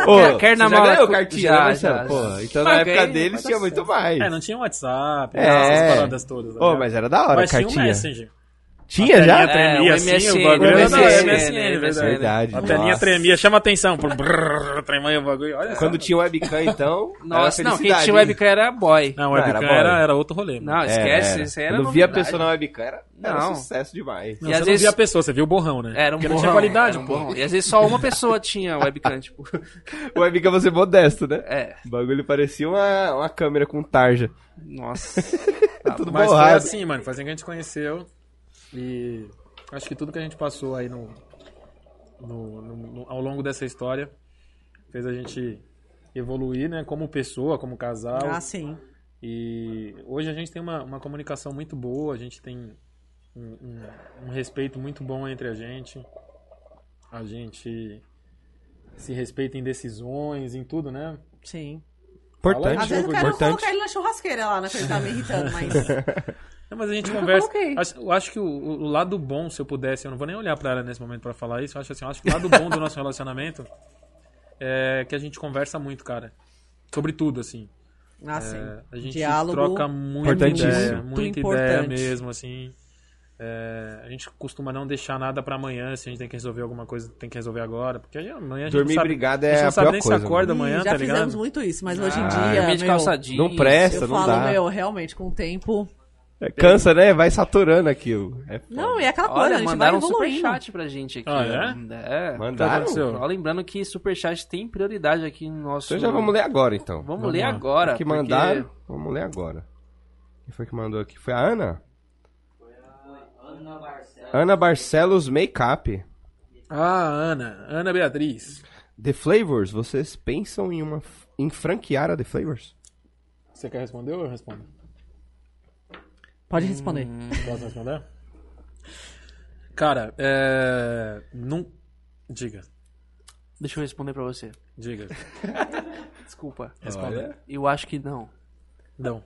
Pô,
Ô,
Quer- quer
você já
namorar
ganhou
com-
cartinha,
já,
né, Marcelo?
já.
Pô, então na
Paguei,
época deles
mas
tinha
tá
muito mais.
É, não tinha WhatsApp,
É.
essas paradas todas.
Ô,
né?
mas era da hora,
Mas tinha um
cartinha.
Messenger.
Tinha
A
já?
telinha tremia
É, o
assim,
MSN,
o bagulho.
o
Não, não,
MSN,
é verdade.
Verdade.
A telinha
nossa.
tremia, chama atenção. Brrr, brrr, Tremia o bagulho, olha só.
Quando tinha webcam, então.
Nossa,
era
não, quem
felicidade,
tinha
hein?
webcam era boy.
né? Não, o
Não, era
webcam
bola.
era, era outro rolê. mano.
Não, esquece,
era.
isso aí era
Quando via a
novidade.
pessoa na webcam, era, era
Não.
sucesso demais.
Não, você
E às
não
vezes-
via a pessoa, você viu o borrão, né?
Era um
Porque
borrão,
não tinha qualidade,
era um
pô.
borrão. E às vezes só uma pessoa tinha webcam, tipo.
Webcam você modesto, né?
É,
O bagulho parecia uma, uma câmera com tarja. É
nossa. Ah,
Tudo
Mas foi
é
borrado.
assim, mano. Fazia que a gente conheceu. E acho que tudo que a gente passou aí no, no- no- no- ao longo dessa história fez a gente evoluir, né? Como pessoa, como casal.
Ah, sim.
E hoje a gente tem uma, uma comunicação muito boa, a gente tem um, um- um respeito muito bom entre a gente. A gente se respeita em decisões, em tudo, né?
Sim.
Importante.
Às vezes eu
Jogo
quero
importante.
colocar ele na churrasqueira lá, na coisa que tá me irritando, mas.
Não, mas a gente conversa.
coloquei.
Acho- eu acho que o, o lado bom, se eu pudesse, eu não vou nem olhar pra ela nesse momento pra falar isso. Eu acho assim, eu acho que o lado bom do nosso relacionamento é que a gente conversa muito, cara. Sobre tudo, assim.
Ah, sim.
É, a gente
Diálogo
troca muita
importantíssimo.
ideia, muita ideia
importante.
mesmo, assim. É, a gente costuma não deixar nada pra amanhã, se a gente tem que resolver alguma coisa, tem que resolver agora. Porque aí amanhã a gente não
Dormir
sabe,
brigado
a gente
é
não
a
sabe
pior
nem se
coisa.
acorda
Ih,
amanhã,
já
tá
fizemos
ligado?
muito isso, mas hoje em
Ah,
dia.
Dormia de
meu,
é calça jeans.
Não presta,
eu
não
falo,
dá.
meu, realmente, com o tempo.
É, cansa, né? Vai saturando aquilo. É foda.
Não, e é aquela coisa,
Olha,
a gente vai
mandaram um
evoluindo.
superchat pra gente aqui.
Ah, é?
ainda. é?
Mandaram?
Tá aconteceu.
Só lembrando que superchat tem prioridade aqui no nosso.
Então já vamos ler agora, então.
Vamos
Vamos
ler
lá.
agora.
que
porque-
mandaram, vamos ler agora. Quem foi que mandou aqui? Foi a Ana? Ana Barcelos Makeup.
Ah, Ana. Ana Beatriz.
The Flavors, vocês pensam em uma em franquear a The Flavors?
Você quer responder ou eu respondo?
Pode responder.
Posso responder? Cara, é. Não. Diga,
Deixa eu responder pra você.
diga.
Desculpa.
Responda.
Eu acho que não.
Não.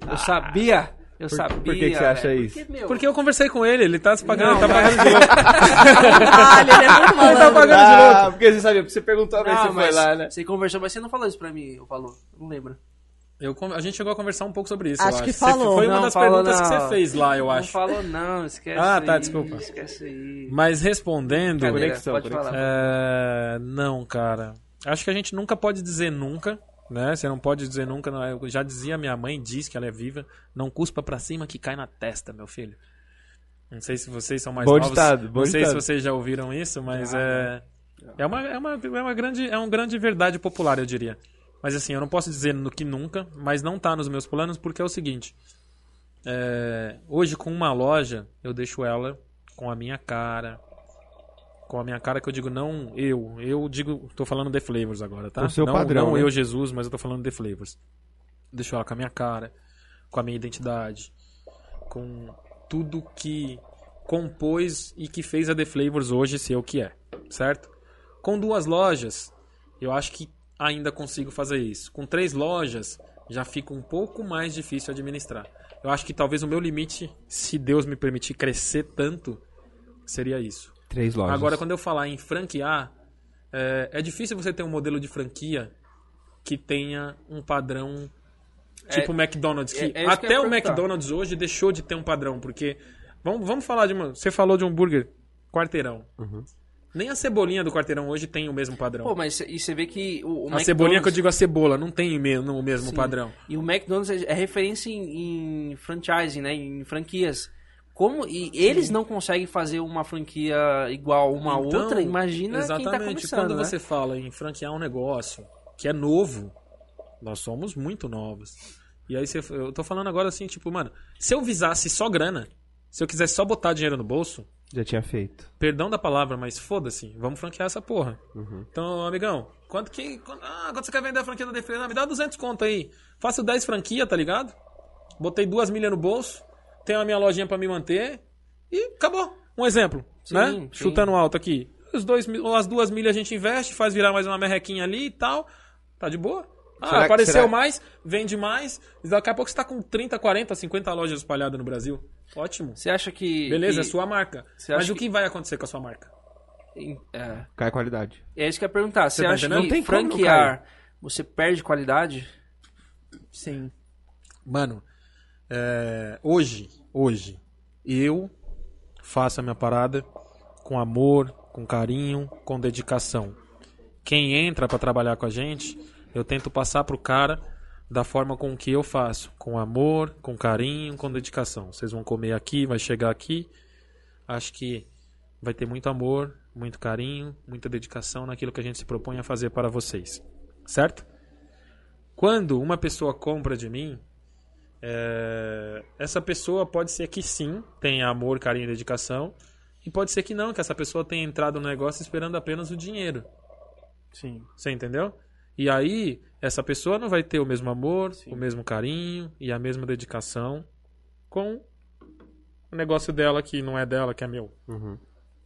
Eu sabia! Eu sabia.
Por que, que você acha
velho.
isso?
Porque, meu,
Porque eu conversei com ele, ele tá se pagando,
Não,
tá
mas-
pagando de louco.
Ah, ele é
Ele
muito
tá
malandro.
pagando de louco.
Ah, porque você sabia, porque você perguntou pra mim, você
Ah, não,
foi
mas
lá, né?
Você conversou, mas você não falou isso pra mim, eu falou. Não lembro.
Eu con- a gente chegou a conversar um pouco sobre isso, eu
Acho que
Você-
falou.
Foi uma
Não,
das
falou
perguntas que
não.
você fez lá, eu
Não
acho.
falou, não, esquece.
Ah, tá,
aí,
desculpa.
Esquece aí.
Mas respondendo,
Brincadeira,
Conexão,
pode
conexão.
falar.
é, não, cara. Acho que a gente nunca pode dizer nunca, né? Você não pode dizer nunca. não. Eu já dizia minha mãe, diz que ela é viva. Não cuspa pra cima que cai na testa, meu filho. Não sei se vocês são mais
Bom
novos.
ditado, bom
não sei se
ditado.
vocês já ouviram isso, mas é é uma, é uma é uma grande é um grande verdade popular, eu diria. Mas assim, eu não posso dizer no que nunca, mas não tá nos meus planos porque é o seguinte. É, hoje com uma loja eu deixo ela com a minha cara, com a minha cara que eu digo não eu, eu digo, tô falando The Flavors agora, tá?
O seu
não,
padrão,
não
né?
eu Jesus, mas eu tô falando The Flavors. Deixo ela com a minha cara, com a minha identidade, com tudo que compôs e que fez a The Flavors hoje ser o que é, certo? Com duas lojas, eu acho que ainda consigo fazer isso. Com três lojas, já fica um pouco mais difícil administrar. Eu acho que talvez o meu limite, se Deus me permitir crescer tanto, seria isso.
Três lojas.
Agora, quando eu falar em franquear, é, é difícil você ter um modelo de franquia que tenha um padrão tipo o McDonald's. Que
é- é isso que eu
até
ia
o
perguntar.
McDonald's hoje deixou de ter um padrão, porque. Vamos, vamos falar de uma. Você falou de um hambúrguer quarteirão. Nem a cebolinha do quarteirão hoje tem o mesmo padrão.
Pô, mas e você vê é que o, o
a cebolinha que eu
McDonald's-
digo a cebola, não tem me- o mesmo
Sim.
padrão.
E o McDonald's é é referência em, em franchising, né? Em franquias. Como e eles não conseguem fazer uma franquia igual uma a
Então,
outra, imagina quem tá
Exatamente.
começando,
Quando
né?
você fala em franquear um negócio que é novo, nós somos muito novos. E aí você, eu tô falando agora assim, tipo, mano, se eu visasse só grana, se eu quisesse só botar dinheiro no bolso,
Já tinha feito.
perdão da palavra, mas foda-se, vamos franquear essa porra.
Uhum.
Então, amigão, quanto que. Quanto, ah, quanto você quer vender a franquia da Defesa? Ah, me dá 200 conto aí. Faço 10 franquia, tá ligado? Botei duas milhas no bolso, tenho a minha lojinha pra me manter e acabou. Um exemplo,
Sim,
né?
sim.
Chutando alto aqui. Os dois, mi- ou as duas milhas a gente investe, faz virar mais uma merrequinha ali e tal. Tá de boa? Ah,
Será que-
apareceu
será-
mais, vende mais. Daqui a pouco você tá com 30, 40, 50 lojas espalhadas no Brasil. Ótimo.
Você acha que
Beleza, é
que,
sua marca.
Você
Mas
acha
o que vai acontecer com a sua marca?
é,
Cai a qualidade.
é isso que eu ia perguntar.
Você
Você,
tá
acha
entendendo?
que
Não tem como não
franquear você perde qualidade?
Sim.
Mano, é, hoje, hoje, eu faça a minha parada com amor, com carinho, com dedicação. Quem entra para trabalhar com a gente, eu tento passar pro cara da forma com que eu faço, com amor, com carinho, com dedicação. Vocês vão comer aqui, vai chegar aqui. Acho que vai ter muito amor, muito carinho, muita dedicação naquilo que a gente se propõe a fazer para vocês. Certo? Quando uma pessoa compra de mim, é, essa pessoa pode ser que sim, tenha amor, carinho e dedicação, e pode ser que não, que essa pessoa tenha entrado no negócio esperando apenas o dinheiro.
Sim.
Você entendeu? E aí, essa pessoa não vai ter o mesmo amor, o mesmo carinho e a mesma dedicação com o negócio dela que não é dela, que é meu.
Uhum.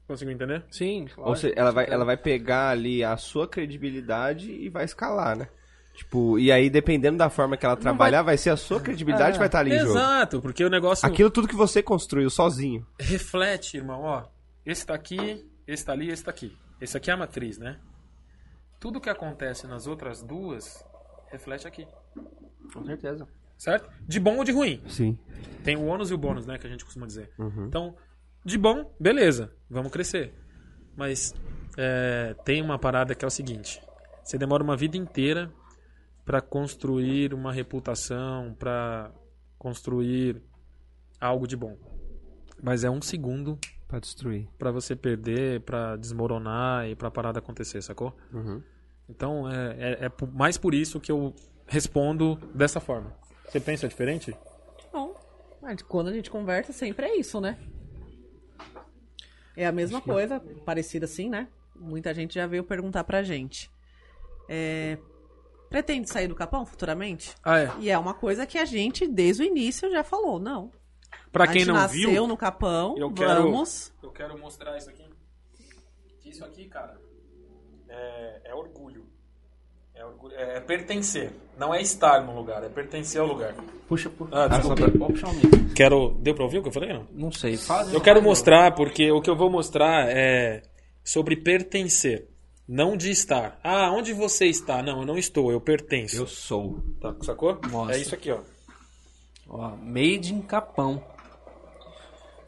Conseguiu entender?
Sim,
Ou seja, ela vai, ela vai pegar ali a sua credibilidade e vai escalar, né? Tipo, e aí dependendo da forma que ela trabalhar, vai... ser a sua credibilidade
É,
vai estar ali em jogo.
Exato, porque o negócio
Aquilo tudo que você construiu sozinho.
reflete, irmão, ó. Esse tá aqui, esse tá ali, esse tá aqui. Esse aqui é a matriz, né? Tudo que acontece nas outras duas reflete aqui,
Com certeza.
certo? De bom ou de ruim.
Sim.
Tem o ônus e o bônus, né? Que a gente costuma dizer.
Uhum.
Então, de bom, beleza, vamos crescer. Mas é, tem uma parada que é o seguinte: você demora uma vida inteira para construir uma reputação, para construir algo de bom. Mas é um segundo
Pra destruir.
para você perder, para desmoronar e para parada acontecer, sacou?
Uhum.
Então é, é- é por- mais por isso que eu respondo dessa forma. Você pensa diferente?
Bom, mas quando a gente conversa, sempre é isso, né? É a mesma coisa, parecida assim, né? Muita gente já veio perguntar pra gente. É, pretende sair do Capão futuramente?
Ah, é.
E é uma coisa que a gente, desde o início, já falou, não.
Pra
a
quem
gente
não
nasceu
viu,
no Capão,
eu quero-
vamos.
eu quero mostrar isso aqui. Que Isso aqui, cara, é, é orgulho. É, orgulho- é- é pertencer. Não é estar no lugar, é pertencer ao lugar.
Puxa, por...
Ah, desculpa.
Pode puxar o micro.
Quero. Deu pra ouvir o que eu falei? Não?
Não sei, fala.
Eu quero mostrar, porque o que eu vou mostrar é sobre pertencer, não de estar. Ah, onde você está? Não, eu não estou, eu pertenço.
Eu sou.
Tá, sacou?
Mostra.
É isso aqui, ó.
Ó, made in Capão.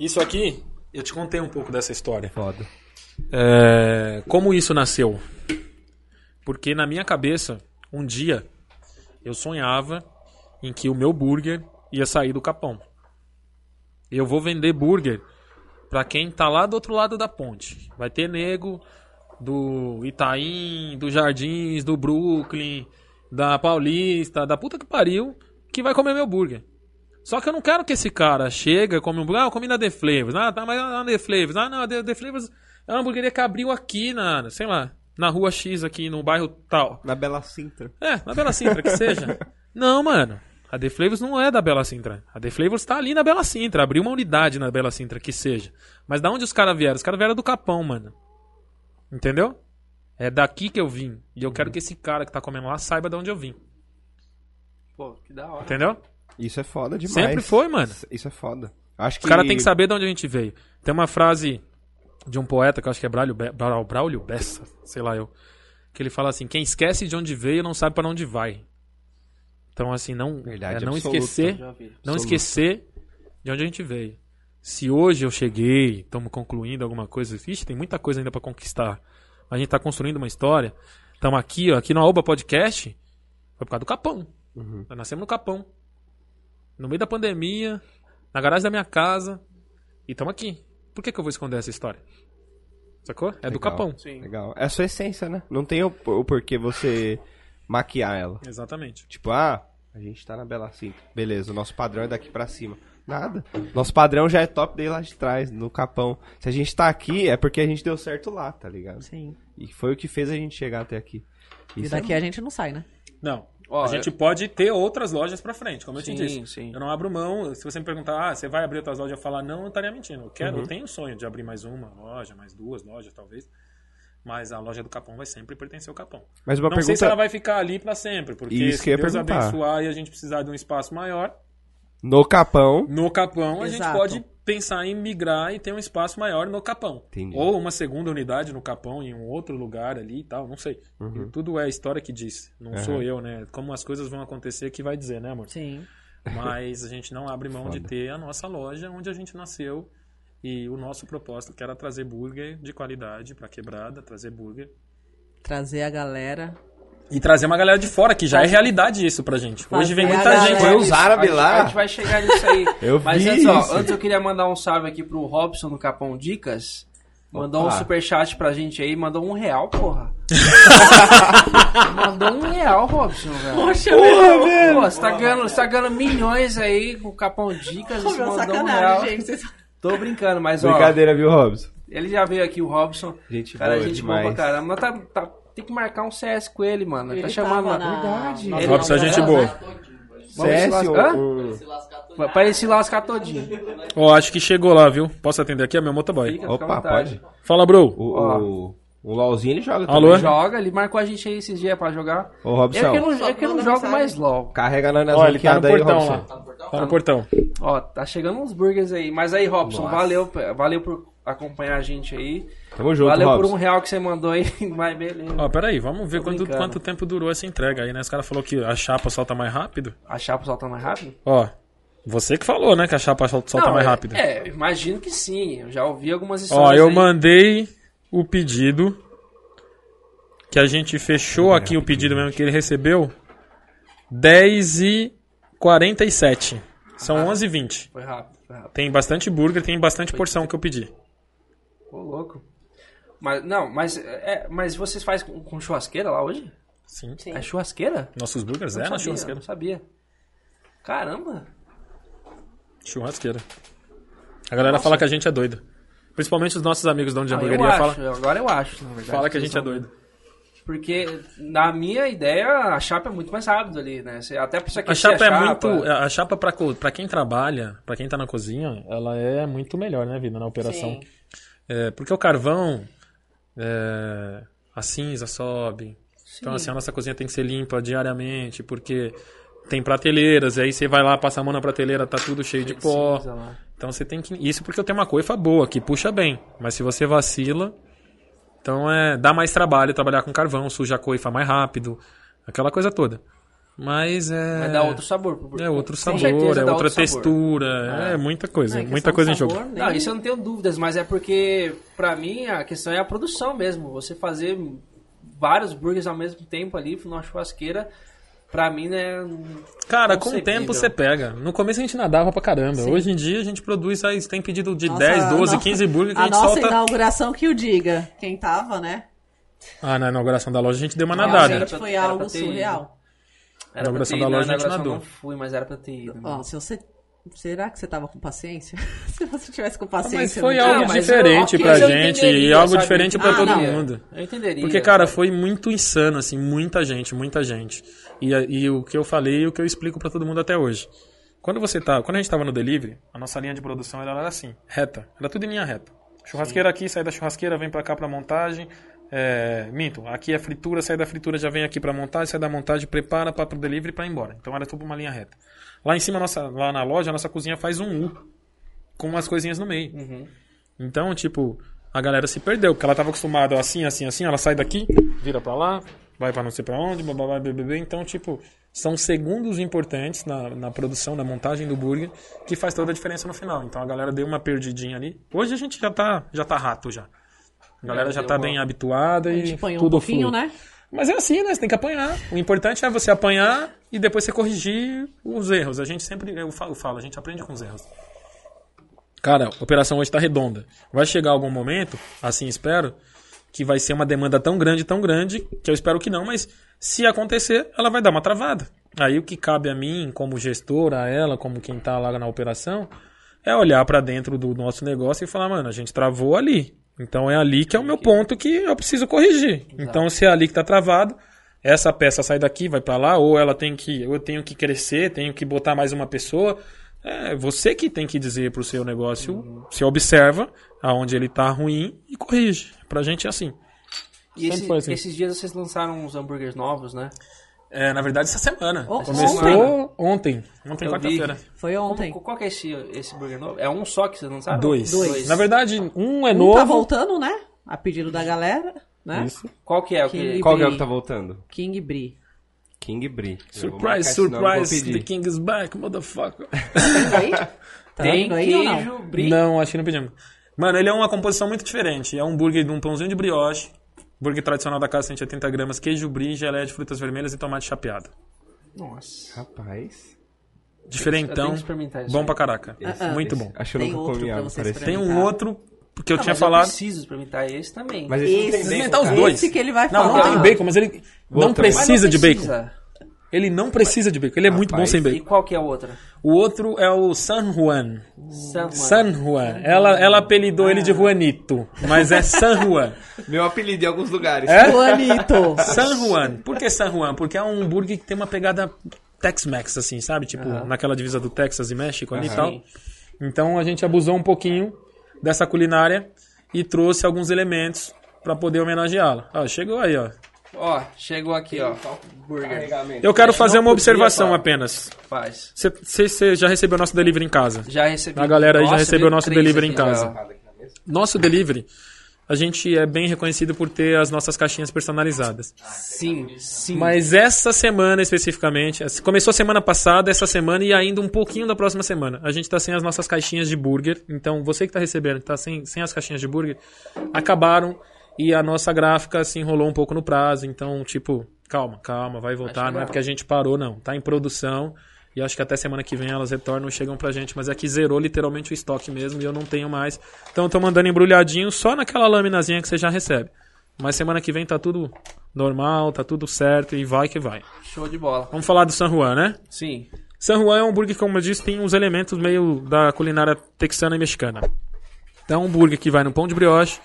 Isso aqui, eu te contei um pouco dessa história.
Foda.
É, como isso nasceu? Porque na minha cabeça, um dia, eu sonhava em que o meu burger ia sair do capão. Eu vou vender burger pra quem tá lá do outro lado da ponte. Vai ter nego do Itaim, do Jardins, do Brooklyn, da Paulista, da puta que pariu, que vai comer meu burger. Só que eu não quero que esse cara chega, come um burger, ah, eu comi na The Flavors, ah, tá, mas na The Flavors, ah, não, a The, The Flavors é uma hamburgueria que abriu aqui na, sei lá, na rua X aqui, no bairro tal.
Na Bela Sintra.
É, na Bela Sintra, que seja. Não, mano. A The Flavors não é da Bela Sintra. A The Flavors tá ali na Bela Sintra. Abriu uma unidade na Bela Sintra, que seja. Mas da onde os caras vieram? Os caras vieram do Capão, mano. Entendeu? É daqui que eu vim. E eu quero que esse cara que tá comendo lá saiba de onde eu vim.
Pô, que da hora.
Entendeu?
Isso é foda demais.
Sempre foi, mano.
Isso é foda. Acho que
Os caras têm que saber de onde a gente veio. Tem uma frase de um poeta que eu acho que é Braulio, Be Brau- Braulio Bessa, sei lá eu, que ele fala assim: quem esquece de onde veio não sabe pra onde vai. Então, assim, não,
Verdade
é não
absoluta.
esquecer
Já vi.
não esquecer de onde a gente veio. Se hoje eu cheguei, estamos concluindo alguma coisa, vixe, tem muita coisa ainda para conquistar. A gente tá construindo uma história. Estamos aqui, ó, aqui no Oba Podcast, foi por causa do Capão.
Uhum.
Nós nascemos no Capão. No meio da pandemia, na garagem da minha casa, e estamos aqui. Por que, que eu vou esconder essa história? Sacou? É do
Legal.
Capão.
Sim.
Legal. É a sua essência, né? Não tem o, o porquê você maquiar ela.
Exatamente.
Tipo, ah, a gente tá na Bela Cinta. Beleza, o nosso padrão é daqui pra cima. Nada. Nosso padrão já é top desde lá de trás, no capão. Se a gente tá aqui, é porque a gente deu certo lá, tá ligado?
Sim.
E foi o que fez a gente chegar até aqui.
E
Isso é
daqui a gente não sai, né?
Não.
Ó, é-
a gente pode ter outras lojas pra frente, como eu te disse.
Sim, sim.
Eu não abro mão. Se você me perguntar, ah, você vai abrir outras lojas, eu falar, não, eu estaria mentindo. Eu quero,
Uhum.
eu tenho o sonho de abrir mais uma loja, mais duas lojas, talvez. Mas a loja do Capão vai sempre pertencer ao Capão.
é... Mas uma
não sei
pergunta...
se ela vai ficar ali pra sempre, porque
Isso que eu
se
ia
Deus
perguntar.
abençoar e a gente precisar de um espaço maior,
No capão...
no Capão a gente
Exato.
pode pensar em migrar e ter um espaço maior no Capão.
Entendi.
Ou uma segunda unidade no Capão, em um outro lugar ali e tal, não sei.
Uhum.
Tudo é a história que diz, não sou eu, né? Como as coisas vão acontecer que vai dizer, né, amor?
Sim.
Mas a gente não abre mão de ter a nossa loja onde a gente nasceu E o nosso propósito que era trazer burger de qualidade pra quebrada, trazer burger.
Trazer a galera.
E trazer uma galera de fora, que já é realidade isso pra gente. Hoje vem
Fazer a
muita gente.
galera.
Foi os árabes
A
lá.
gente vai chegar nisso aí.
Eu
Mas
vi
antes, ó,
isso.
antes eu queria mandar um salve aqui pro Robson do Capão Dicas. Mandou um
Opa.
superchat pra gente aí, mandou um real, porra. mandou um real, Robson, velho.
Poxa, meu.
Pô, você tá, ganhando, você tá ganhando milhões aí com o Capão Dicas,
Ô,
você
meu,
mandou um real.
é sacanagem, gente. Vocês- assim.
Tô brincando, mas ó,
Brincadeira, viu, Robson?
ele já veio aqui, o Robson.
Gente
Cara,
boa
gente boa
demais.
pra caramba. Mas tá- tá- tem que marcar um CS com ele, mano. Ele,
Ele
tá chamando lá.
tava na-
Verdade.
na-
Ele-
Robson é gente boa.
Vamos se
CS,
lascar?
um- um-
Vai- Pra ele se lascar todinho.
Ó, acho que chegou lá, viu? Posso atender aqui? É meu motoboy.
Fica, fica à
Opa,
vontade.
pode?
Fala, bro.
O,
Ó.
o, o LOLzinho ele joga
Alô?
também.
Joga, ele marcou a gente aí esses dias pra jogar.
Ô,
Eu que
Robson,
não, eu que não
Só manda
jogo
mensagem.
mais LOL.
carrega nós nas
Ó, ele tá no
banqueadas aí,
portão
Robson.
lá. Tá no portão.
Ó, tá chegando uns burgers aí. Mas aí, Robson,
Nossa.
valeu, p- valeu por acompanhar a gente aí.
Tamo junto,
valeu
Robson.
por um real que você mandou aí. Mas beleza.
Ó, peraí, vamos ver
Tô
quanto,
brincando.
quanto tempo durou essa entrega aí, né? Os caras falaram que a chapa solta mais rápido.
A chapa solta mais rápido?
Ó, você que falou, né, que a chapa sol- solta
Não,
mais
é-
rápido.
É, eu imagino que sim. Eu já ouvi algumas histórias.
Ó, eu
aí.
mandei o pedido que a gente fechou aqui o pedido mesmo que ele recebeu 10 e 47.
Ah.
São 11 e 20.
Foi rápido, foi rápido.
Tem bastante burger, tem bastante porção que eu pedi.
Ô, louco. Mas, não, mas, é, mas vocês fazem com, com churrasqueira lá hoje?
Sim.
Sim.
É churrasqueira?
Nossos burgers
Eu
é
não
na
sabia,
churrasqueira.
Não sabia. Caramba.
Churrasqueira. A galera fala que a gente é doido. Principalmente os nossos amigos dono de
Ah, eu
hamburgueria
acho,
fala,
agora eu acho, na verdade.
fala que a
Vocês
gente é
são-
doido.
Porque, na minha ideia, a chapa é muito mais rápido ali, né? Você- Até a pessoa que
A chapa
enche
é muito. A chapa pra, co- pra quem trabalha, pra quem tá na cozinha, ela é muito melhor, né, Vida, na operação.
Sim.
É, porque o carvão, é, a cinza sobe. Então, assim, a nossa cozinha tem que ser limpa diariamente, porque tem prateleiras, e aí você vai lá, passa a mão na prateleira, tá tudo cheio de pó.
cinza lá.
Então você tem que. Isso porque eu tenho uma coifa boa, que puxa bem. Mas se você vacila, então é. Dá mais trabalho trabalhar com carvão, suja a coifa mais rápido, aquela coisa toda. Mas é.
Mas dá outro sabor. pro-
É outro
com
sabor,
certeza
é outra
dá outro sabor. Ah,
textura, é muita coisa,
Não, é questão
um
muita coisa
de
em jogo.
sabor, né?
Não, isso eu não tenho dúvidas, mas é porque, pra mim, a questão é a produção mesmo. Você fazer vários burgers ao mesmo tempo ali numa churrasqueira, pra mim, né?
Cara, com o
concebível.
tempo você pega. No começo a gente nadava pra caramba. Hoje em dia a gente produz, aí tem pedido de
Nossa,
10, 12,
não-
15 burgers que a,
A
gente
nossa
solta.
inauguração que o diga. Quem tava, né?
Ah, na inauguração da loja a é gente deu uma
era
nadada.
Realmente
pra-
foi
era pra
algo
ter ido.
surreal.
Era
Inauguração
pra ter
da
ido,
loja,
na
a gente
inauguração eu não
nadou.
fui, mas era pra ter ido. né?
Ó, se você... Será que você tava com paciência? se você tivesse com
Mas
paciência...
foi
não-
Ah,
É algo
mas eu-
diferente
ok,
pra
eu
gente e
entenderia,
algo
sabe?
diferente pra
Ah,
todo
não.
mundo.
Eu entenderia.
Porque, cara, foi muito insano, assim, muita gente, muita gente. E, a- e o que eu falei e o que eu explico pra todo mundo até hoje. Quando você tá, quando a gente tava no delivery, a nossa linha de produção era, era assim, reta. Era tudo em linha reta. Churrasqueira aqui, sai da churrasqueira, vem pra cá pra montagem. É, minto, aqui é fritura, sai da fritura, já vem aqui pra montagem, sai da montagem, prepara para pro delivery e pra ir embora. Então era tudo uma linha reta. Lá em cima, nossa, lá na loja, a nossa cozinha faz um U com umas coisinhas no meio. Então, tipo, a galera se perdeu, porque ela tava acostumada assim, assim, assim, ela sai daqui, vira pra lá, vai pra não sei pra onde, bababá, bebê. Então, tipo, são segundos importantes na, na produção, na montagem do burger, que faz toda a diferença no final. Então a galera deu uma perdidinha ali. Hoje a gente já tá, já tá rato já. A galera
É,
já
deu
tá
uma-
bem habituada
A
e
gente apanhou um
tudo
pouquinho,
flui.
né?
Mas é assim, né? Você tem que apanhar. O importante é você apanhar e depois você corrigir os erros. A gente sempre, eu falo, eu falo, a gente aprende com os erros. Cara, a operação hoje tá redonda. Vai chegar algum momento, assim espero, que vai ser uma demanda tão grande, tão grande, que eu espero que não, mas se acontecer, ela vai dar uma travada. Aí o que cabe a mim, como gestor, a ela, como quem tá lá na operação, é olhar pra dentro do nosso negócio e falar, mano, a gente travou ali. Então é ali que é o meu ponto que eu preciso corrigir. Então se é ali que tá travado, essa peça sai daqui, vai pra lá, ou ela tem que, eu tenho que crescer, tenho que botar mais uma pessoa. É você que tem que dizer pro seu negócio, você observa aonde ele tá ruim e corrige. Pra gente é assim.
E esse-
sempre foi assim.
esses dias vocês lançaram uns hambúrgueres novos, né?
É, na verdade, essa semana.
Ontem.
Começou ontem. Ontem,
Eu
quarta-feira.
vi.
Foi ontem.
Como- qual que é esse, esse burger novo? É um só que vocês lançaram?
Dois.
Dois.
Na verdade, um é
Um tá
novo.
voltando, né? A pedido da galera, né?
Isso.
Qual que é? O
Que-
que...
Qual que é o que tá voltando?
King Brie.
King Bri. Eu vou marcar
Surprise,
esse nome, vou
surprise,
pedir.
the king is back, motherfucker.
Tem Tá aí?
Tem
tanto tá aí ou não?
queijo, brie.
Não, acho que não pedimos. Mano, ele é uma composição muito diferente. É um hambúrguer de um pãozinho de brioche, hambúrguer tradicional da casa 180 gramas, queijo brie, geleia de frutas vermelhas e tomate chapeado.
Nossa.
Rapaz.
Eu tenho
Diferentão,
que experimentar isso
bom
aí.
então. pra caraca.
Ah, ah.
muito bom.
Acho que eu
Tem
nunca
outro
comi
pra
algo
você
parecido.
Tem um
experimentar.
outro que eu
Não,
tinha
mas
falado.
Eu preciso experimentar esse também.
Mas
Esse-
esse, não tem bacon,
Experimentar tá os
cara.
dois.
Esse que ele vai
Não,
falar.
não tem bacon, mas ele não
também.
Mas não
precisa de bacon.
precisa.
Ele não precisa de bacon, ele é muito bom
Rapaz.
sem
E
bacon.
qual que é a outra?
O outro é o San Juan.
San Juan. Ah.
San Juan. Ela, ela apelidou ele de Juanito, mas é San Juan.
Meu apelido em alguns lugares.
É?
Juanito.
San Juan. Por que San Juan? Porque é um hambúrguer que tem uma pegada Tex-Mex, assim, sabe? Tipo, naquela divisa do Texas e México ali e tal. Então a gente abusou um pouquinho dessa culinária e trouxe alguns elementos pra poder homenageá-la. Ó, chegou aí, ó.
Ó, chegou aqui, ó. Burger.
Eu quero
Acho que
fazer
não
uma
podia,
observação
Fábio.
apenas.
Faz.
Você já recebeu nosso delivery em casa?
Já recebi.
A galera aí já recebeu
veio
nosso
três
delivery
Tá aqui
em casa.
já.
Nosso delivery, a gente é bem reconhecido por ter as nossas caixinhas personalizadas.
Sim, sim.
Mas essa semana especificamente, essa- começou semana passada, essa semana e ainda um pouquinho da próxima semana. A gente tá sem as nossas caixinhas de burger. Então, você que tá recebendo, que tá sem, sem as caixinhas de burger, acabaram e a nossa gráfica se enrolou um pouco no prazo. Então, tipo, calma, calma, vai voltar. Não é
chegar.
porque a gente parou, não. Tá em produção. E acho que até semana que vem elas retornam e chegam pra gente. Mas é que zerou literalmente o estoque mesmo e eu não tenho mais. Então eu tô mandando embrulhadinho só naquela laminazinha que você já recebe. Mas semana que vem tá tudo normal, tá tudo certo e vai que vai.
Show de bola.
Vamos falar do San Juan, né?
Sim.
San Juan é um hambúrguer que, como eu disse, tem uns elementos meio da culinária texana e mexicana. Então, é um hambúrguer que vai no pão de brioche,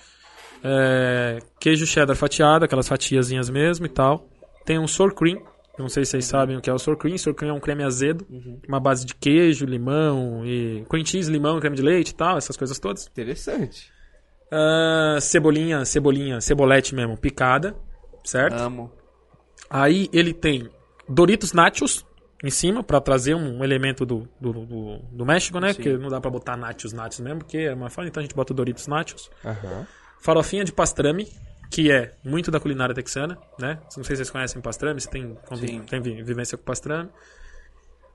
é, queijo cheddar fatiado, aquelas fatiazinhas mesmo e tal. Tem um sour cream, não sei se vocês sabem o que é o sour cream. Sour cream é um creme azedo, uma base de queijo, limão e... cream cheese, limão, creme de leite e tal, essas coisas todas.
Interessante.
Ah, cebolinha, cebolinha, cebolete mesmo, picada, certo?
Amo.
Aí ele tem Doritos Nachos em cima pra trazer um elemento do, do, do, do México, né? Porque não dá pra botar Nachos Nachos mesmo, porque é uma fala, então a gente bota Doritos Nachos. Farofinha de pastrame, que é muito da culinária texana, né? Não sei se vocês conhecem pastrame, se tem, convi-
Sim.
tem vi- vivência com pastrame.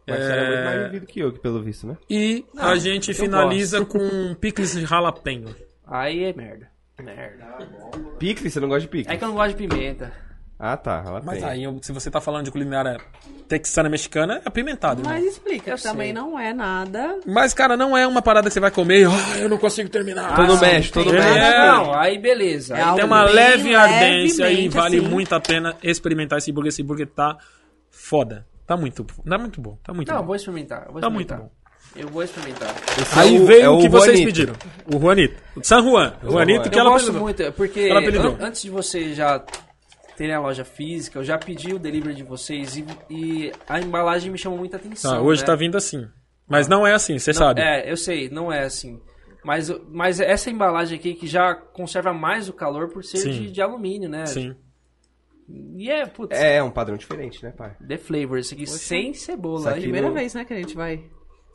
É.
Mas você era muito mais vivido que eu, que pelo visto, né?
E a gente finaliza com um picles de jalapeno.
Aí é merda. Merda.
Picles? Você não gosta de picles?
É que eu não gosto de pimenta.
Ah, tá. Ela
Mas
tem.
aí, eu- se você tá falando de culinária texana mexicana, é apimentado, né?
Mas explica,
Eu
também
sei.
não é nada.
Mas, cara, não é uma parada que você vai comer e "Ah, eu não consigo terminar.
Todo
Ah,
mexe, todo
tem
mexe.
nada a ver.
Não, aí beleza.
É
Aí
Tem
algo
uma
bem
leve ardência e
levemente,
vale
assim.
muito a pena experimentar esse hambúrguer. Esse hambúrguer tá foda. Tá muito, tá muito bom. Tá muito
Não, eu
bom.
vou experimentar. eu Vou
Tá muito
experimentar. Eu vou experimentar.
Esse
Aí
é
veio
é
o que vocês
Juanito.
pediram. O Juanito. O San Juan. O Juanito
Juan.
que
eu
ela
gosto
pediu.
muito, é porque
Ela apelidou.
an- antes de você já terem a loja física, eu já pedi o delivery de vocês e, e a embalagem me chamou muita atenção.
Tá, hoje
né?
tá vindo assim. Mas não é assim, você
Não,
sabe.
É, eu sei, não é assim. Mas, mas essa embalagem aqui que já conserva mais o calor por ser
Sim.
de, de alumínio, né?
Sim.
E é, putz,
É, é um padrão diferente, né, pai?
The Flavor, esse aqui sem cebola.
Isso aqui
hein?
Primeira
no-
vez, né, que a gente vai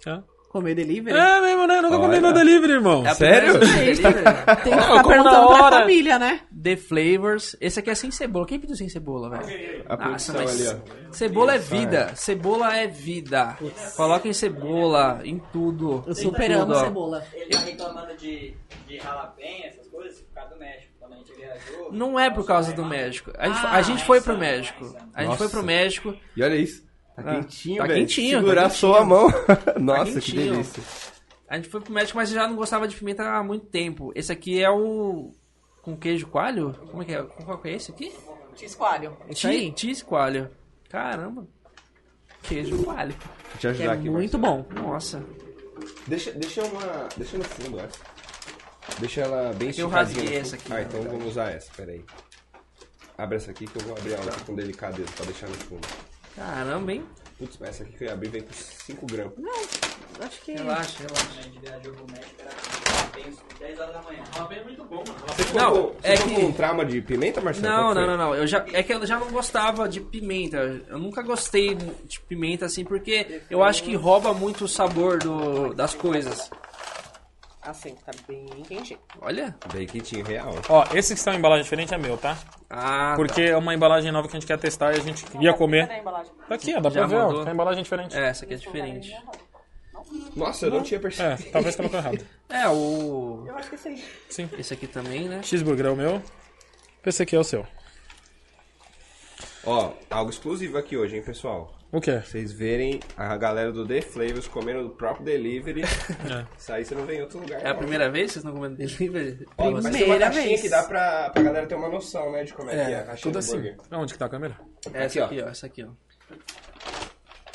Tá.
comer delivery.
É mesmo, né? Eu nunca comi
Olha.
meu delivery, irmão.
É a primeira
Sério?
vez no delivery. né?
Tem que
Ó,
ficar
como na
perguntando pra
hora.
família, né?
The Flavors. Esse aqui é sem cebola. Quem pediu sem cebola, velho?
A produção ali, Ah,
Cebola é vida. Cebola é vida. Coloquem cebola em tudo.
Eu
Em
super
tudo,
amo
ó.
cebola.
Ele tá reclamando de, de ralapenha, essas coisas, por causa do México. Quando a gente viajou.
Não é por causa do México. A gente,
Ah,
a gente foi
isso,
pro México. A gente
Nossa.
foi pro México.
E olha isso. Tá
Ah,
quentinho,
tá
velho.
quentinho,
Segurar
tá
só a mão. Nossa, que
quentinho.
delícia.
A gente foi pro México, mas eu já não gostava de pimenta há muito tempo. Esse aqui é o. Com queijo coalho? Como é que é? Qual que é esse aqui?
Te escolho. Isso aí.
Cheese coalho. Caramba. Queijo coalho.
Deixa eu te
Que
ajudar
é
aqui,
muito
Marcelo.
bom.
Nossa.
Deixa, deixa uma... Deixa no fundo, essa. Deixa ela bem
Eu
esticadinha
rasguei
no fundo.
essa aqui,
Ah,
na
então
verdade.
vamos usar essa, peraí. Abre essa aqui que eu vou abrir a outra com delicadeza pra deixar no fundo.
Caramba, hein?
Putz, mas essa aqui que eu ia abrir vem com 5 gramas.
Acho que.
Relaxa, relaxa.
A gente viajou pro México, era ralapenha, 10 horas da manhã. Ralapenha é muito bom, mano.
Você
Não,
ficou,
é
ficou
que-
com um trauma de pimenta, Marcelo?
Não,
Qual
não,
foi?
não, não. Eu já, é que eu já não gostava de pimenta. Eu nunca gostei de pimenta assim, porque eu acho que rouba muito o sabor do, das coisas.
Assim, tá bem quentinho.
Olha.
Bem quentinho, real.
Ó, esse que está em embalagem diferente é meu, tá?
Ah,
Porque é uma embalagem nova que a gente quer testar e a gente ia comer. Tá aqui, ó, dá
Já
pra ver, ó.
mandou.
Tá em embalagem diferente.
tá. É, essa aqui é diferente.
Nossa, eu não tinha
É,
percebido.
talvez colocou errado.
É, o.
Eu acho que esse aí.
Sim.
Esse aqui também, né?
Cheeseburger é o meu. Esse aqui é o seu.
Ó, algo exclusivo aqui hoje, hein, pessoal?
O quê?
Vocês verem a galera do The Flavors comendo do próprio delivery.
É.
Isso aí você não vem em outro lugar.
É a
não.
primeira vez que vocês estão comendo delivery?
Ó, mas tem uma
Primeira
caixinha
vez.
que dá pra, pra galera ter uma noção, né, de como é, que é a caixinha
tudo
do
assim.
burger.
Onde que tá a câmera?
Essa
Aqui,
É, aqui, ó. Essa aqui, ó.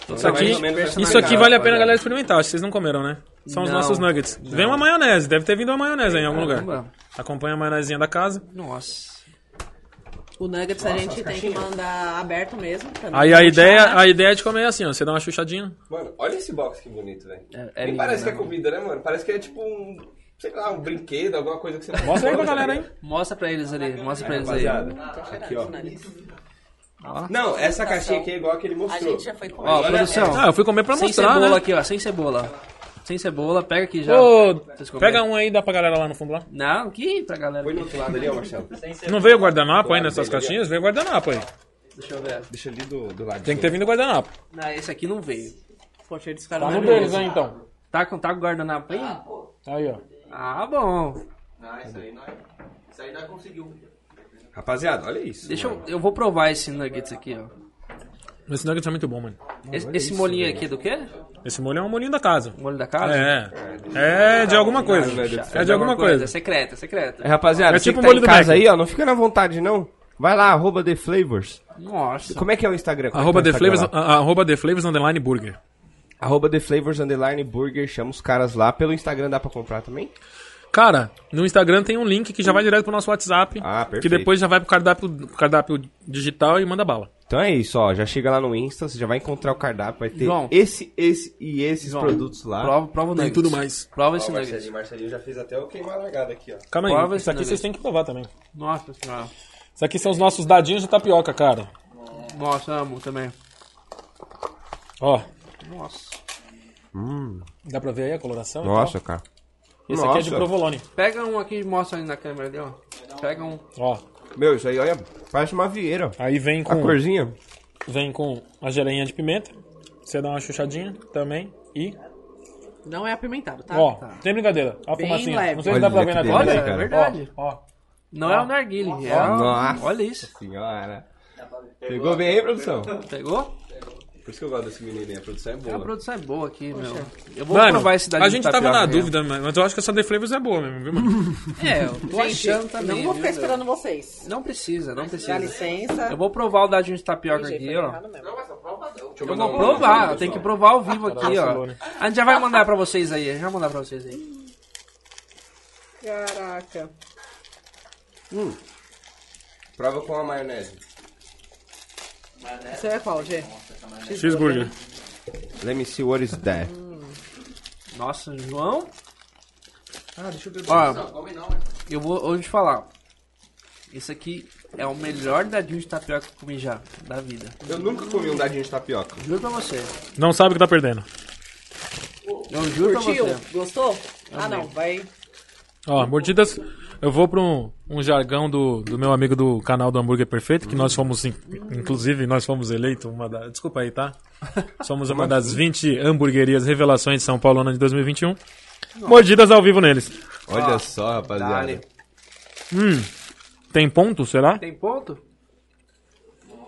Tá
Isso aqui, isso aqui vale a pena a galera experimentar. Acho que vocês não comeram, né? São os
né? Não.
nossos nuggets. Vem uma maionese. Deve ter vindo uma maionese aí em algum lugar.
Caramba.
Acompanha a maionezinha da casa.
Nossa.
O Nuggets a gente tem que mandar aberto mesmo. pra não
Aí a
manchar,
ideia,
né?
a ideia é de comer assim, ó. Você dá uma chuchadinha.
Mano, olha esse box que bonito, velho.
É- é
Nem
lindo,
parece
né,
que é comida, né, mano? Parece que é tipo um, sei lá, um brinquedo, alguma coisa que você... tá
Mostra aí pra galera, hein?
Mostra pra eles ali, mostra pra eles aí.
Rapaziada,
Tá
aqui, ó. Não, essa caixinha aqui é igual a que ele
A
mostrou.
gente já foi comer.
Ó,
Olha
produção.
Ah, eu fui comer pra
sem
mostrar,
cebola
né?
aqui, ó. Sem cebola. Sem cebola, pega aqui já.
Ô,
Vocês comeram?
pega um aí e dá pra galera lá no fundo lá.
Não, aqui pra galera.
Põe no outro lado ali, ó, Marcelo.
Não veio guardanapo aí nessas caixinhas? Veio guardanapo aí.
Deixa eu ver.
Deixa ali do, do lado.
Tem que ter vindo guardanapo.
Não, esse aqui não veio.
Poxa, eles ficaram
Tá no
olhando.
deles aí então.
Tá com, tá com guardanapo aí?
Aí, ó.
Ah, bom.
Ah, isso aí nós. Isso aí nós conseguimos.
Rapaziada, olha isso.
Deixa eu. Eu vou provar esse nuggets aqui, ó.
Esse nugget é muito bom, mano.
Esse, esse molinho aqui é do quê?
Esse molho é um molhinho da casa.
Molho da casa?
É. É de alguma coisa. É de alguma coisa.
É secreto, é secreto.
É, rapaziada,
É
você
tipo
que
um
tá
molho
em
do
casa
Mac.
aí, ó, não fica na vontade, não. Vai lá, arroba The Flavors.
Nossa.
Como é que é o Instagram? Como é
Arroba
que é
The
o Instagram
Flavors, ah.
lá?
a- arroba The Flavors Underline Burger.
Arroba The Flavors Underline Burger, chama os caras lá. Pelo Instagram dá pra comprar também?
Cara, no Instagram tem um link que já vai direto pro nosso WhatsApp.
Ah, perfeito.
Que depois já vai pro cardápio, pro cardápio digital e manda bala.
Então é isso, ó. Já chega lá no Insta, você já vai encontrar o cardápio, vai ter
João.
esse, esse e esses produtos lá.
Prova, prova o nuggets.
é? tudo mais.
Prova
Ó,
esse nuggets.
Marcelinho, Marcelinho já fez até o queimar a largada aqui, ó.
Calma aí,
Prova
isso
esse
aqui vocês
nugget.
têm que provar também.
Nossa senhora.
Isso aqui são os nossos dadinhos de tapioca, cara.
Nossa, amo também.
Ó,
Nossa.
dá pra ver aí a coloração? e
Nossa, cara.
tal? Esse aqui é de
nossa.
provolone.
Pega um aqui e mostra ali na câmera ali, ó. Pega um.
Ó,
Meu, isso aí, olha, parece uma vieira. ó.
aí vem
A
com,
corzinha.
vem com a geleinha de pimenta. Você dá uma chuchadinha também. E,
Não é apimentado, tá?
ó,
Tá.
tem brincadeira. Ó a
Bem
fumacinha.
leve. É
Não sei se dá pra
Olha
ver
que
na
delícia,
câmera.
cara.
Ó,
Verdade.
Ó,
Não é o narguile. É o-
Nossa.
Olha isso.
Senhora. Pegou bem aí, produção?
Pegou?
Por isso que eu gosto desse menino aí, a produção é
A
boa.
produção é boa aqui, meu. Eu vou
Mano,
provar esse daqui
a
de
gente tava
tapioca
na
aí.
dúvida, mas eu acho que essa The Flavors é boa mesmo, viu, mano?
É, eu tô
Gente,
achando também.
não
viu,
vou
meu?
ficar esperando vocês.
Não precisa, não
Dá
precisa.
licença.
Eu vou provar o dadinho de tapioca
Gente,
aqui,
foi
ó.
errado mesmo.
Deixa eu
Eu
mandar
vou
um-
provar, eu tenho que
pessoal.
provar ao vivo aqui, ó.
Barcelona.
A gente já vai mandar pra vocês aí, a gente vai mandar pra vocês aí.
Caraca.
Prova com a maionese.
Você é qual, G?
Cheeseburger.
Let me see what is that.
Nossa, João. Ah, deixa eu Ó, eu vou hoje te falar. Isso aqui é o melhor dadinho de tapioca que eu comi já, da vida.
Eu nunca comi um dadinho de tapioca.
Juro pra você.
Não sabe o que tá perdendo.
Eu juro
Curtiu?
pra você.
Gostou? Ah, não. Vai.
Ó, mordidas. Eu vou pra um, um jargão do, do meu amigo do canal do Hambúrguer Perfeito, que nós fomos, in- inclusive, nós fomos eleito uma da. Desculpa aí, tá? Somos uma das 20 hamburguerias revelações de São Paulo no ano de 2021. Mordidas ao vivo neles.
Olha
Ah,
só, rapaziada.
Dale.
Tem ponto, será?
Tem ponto?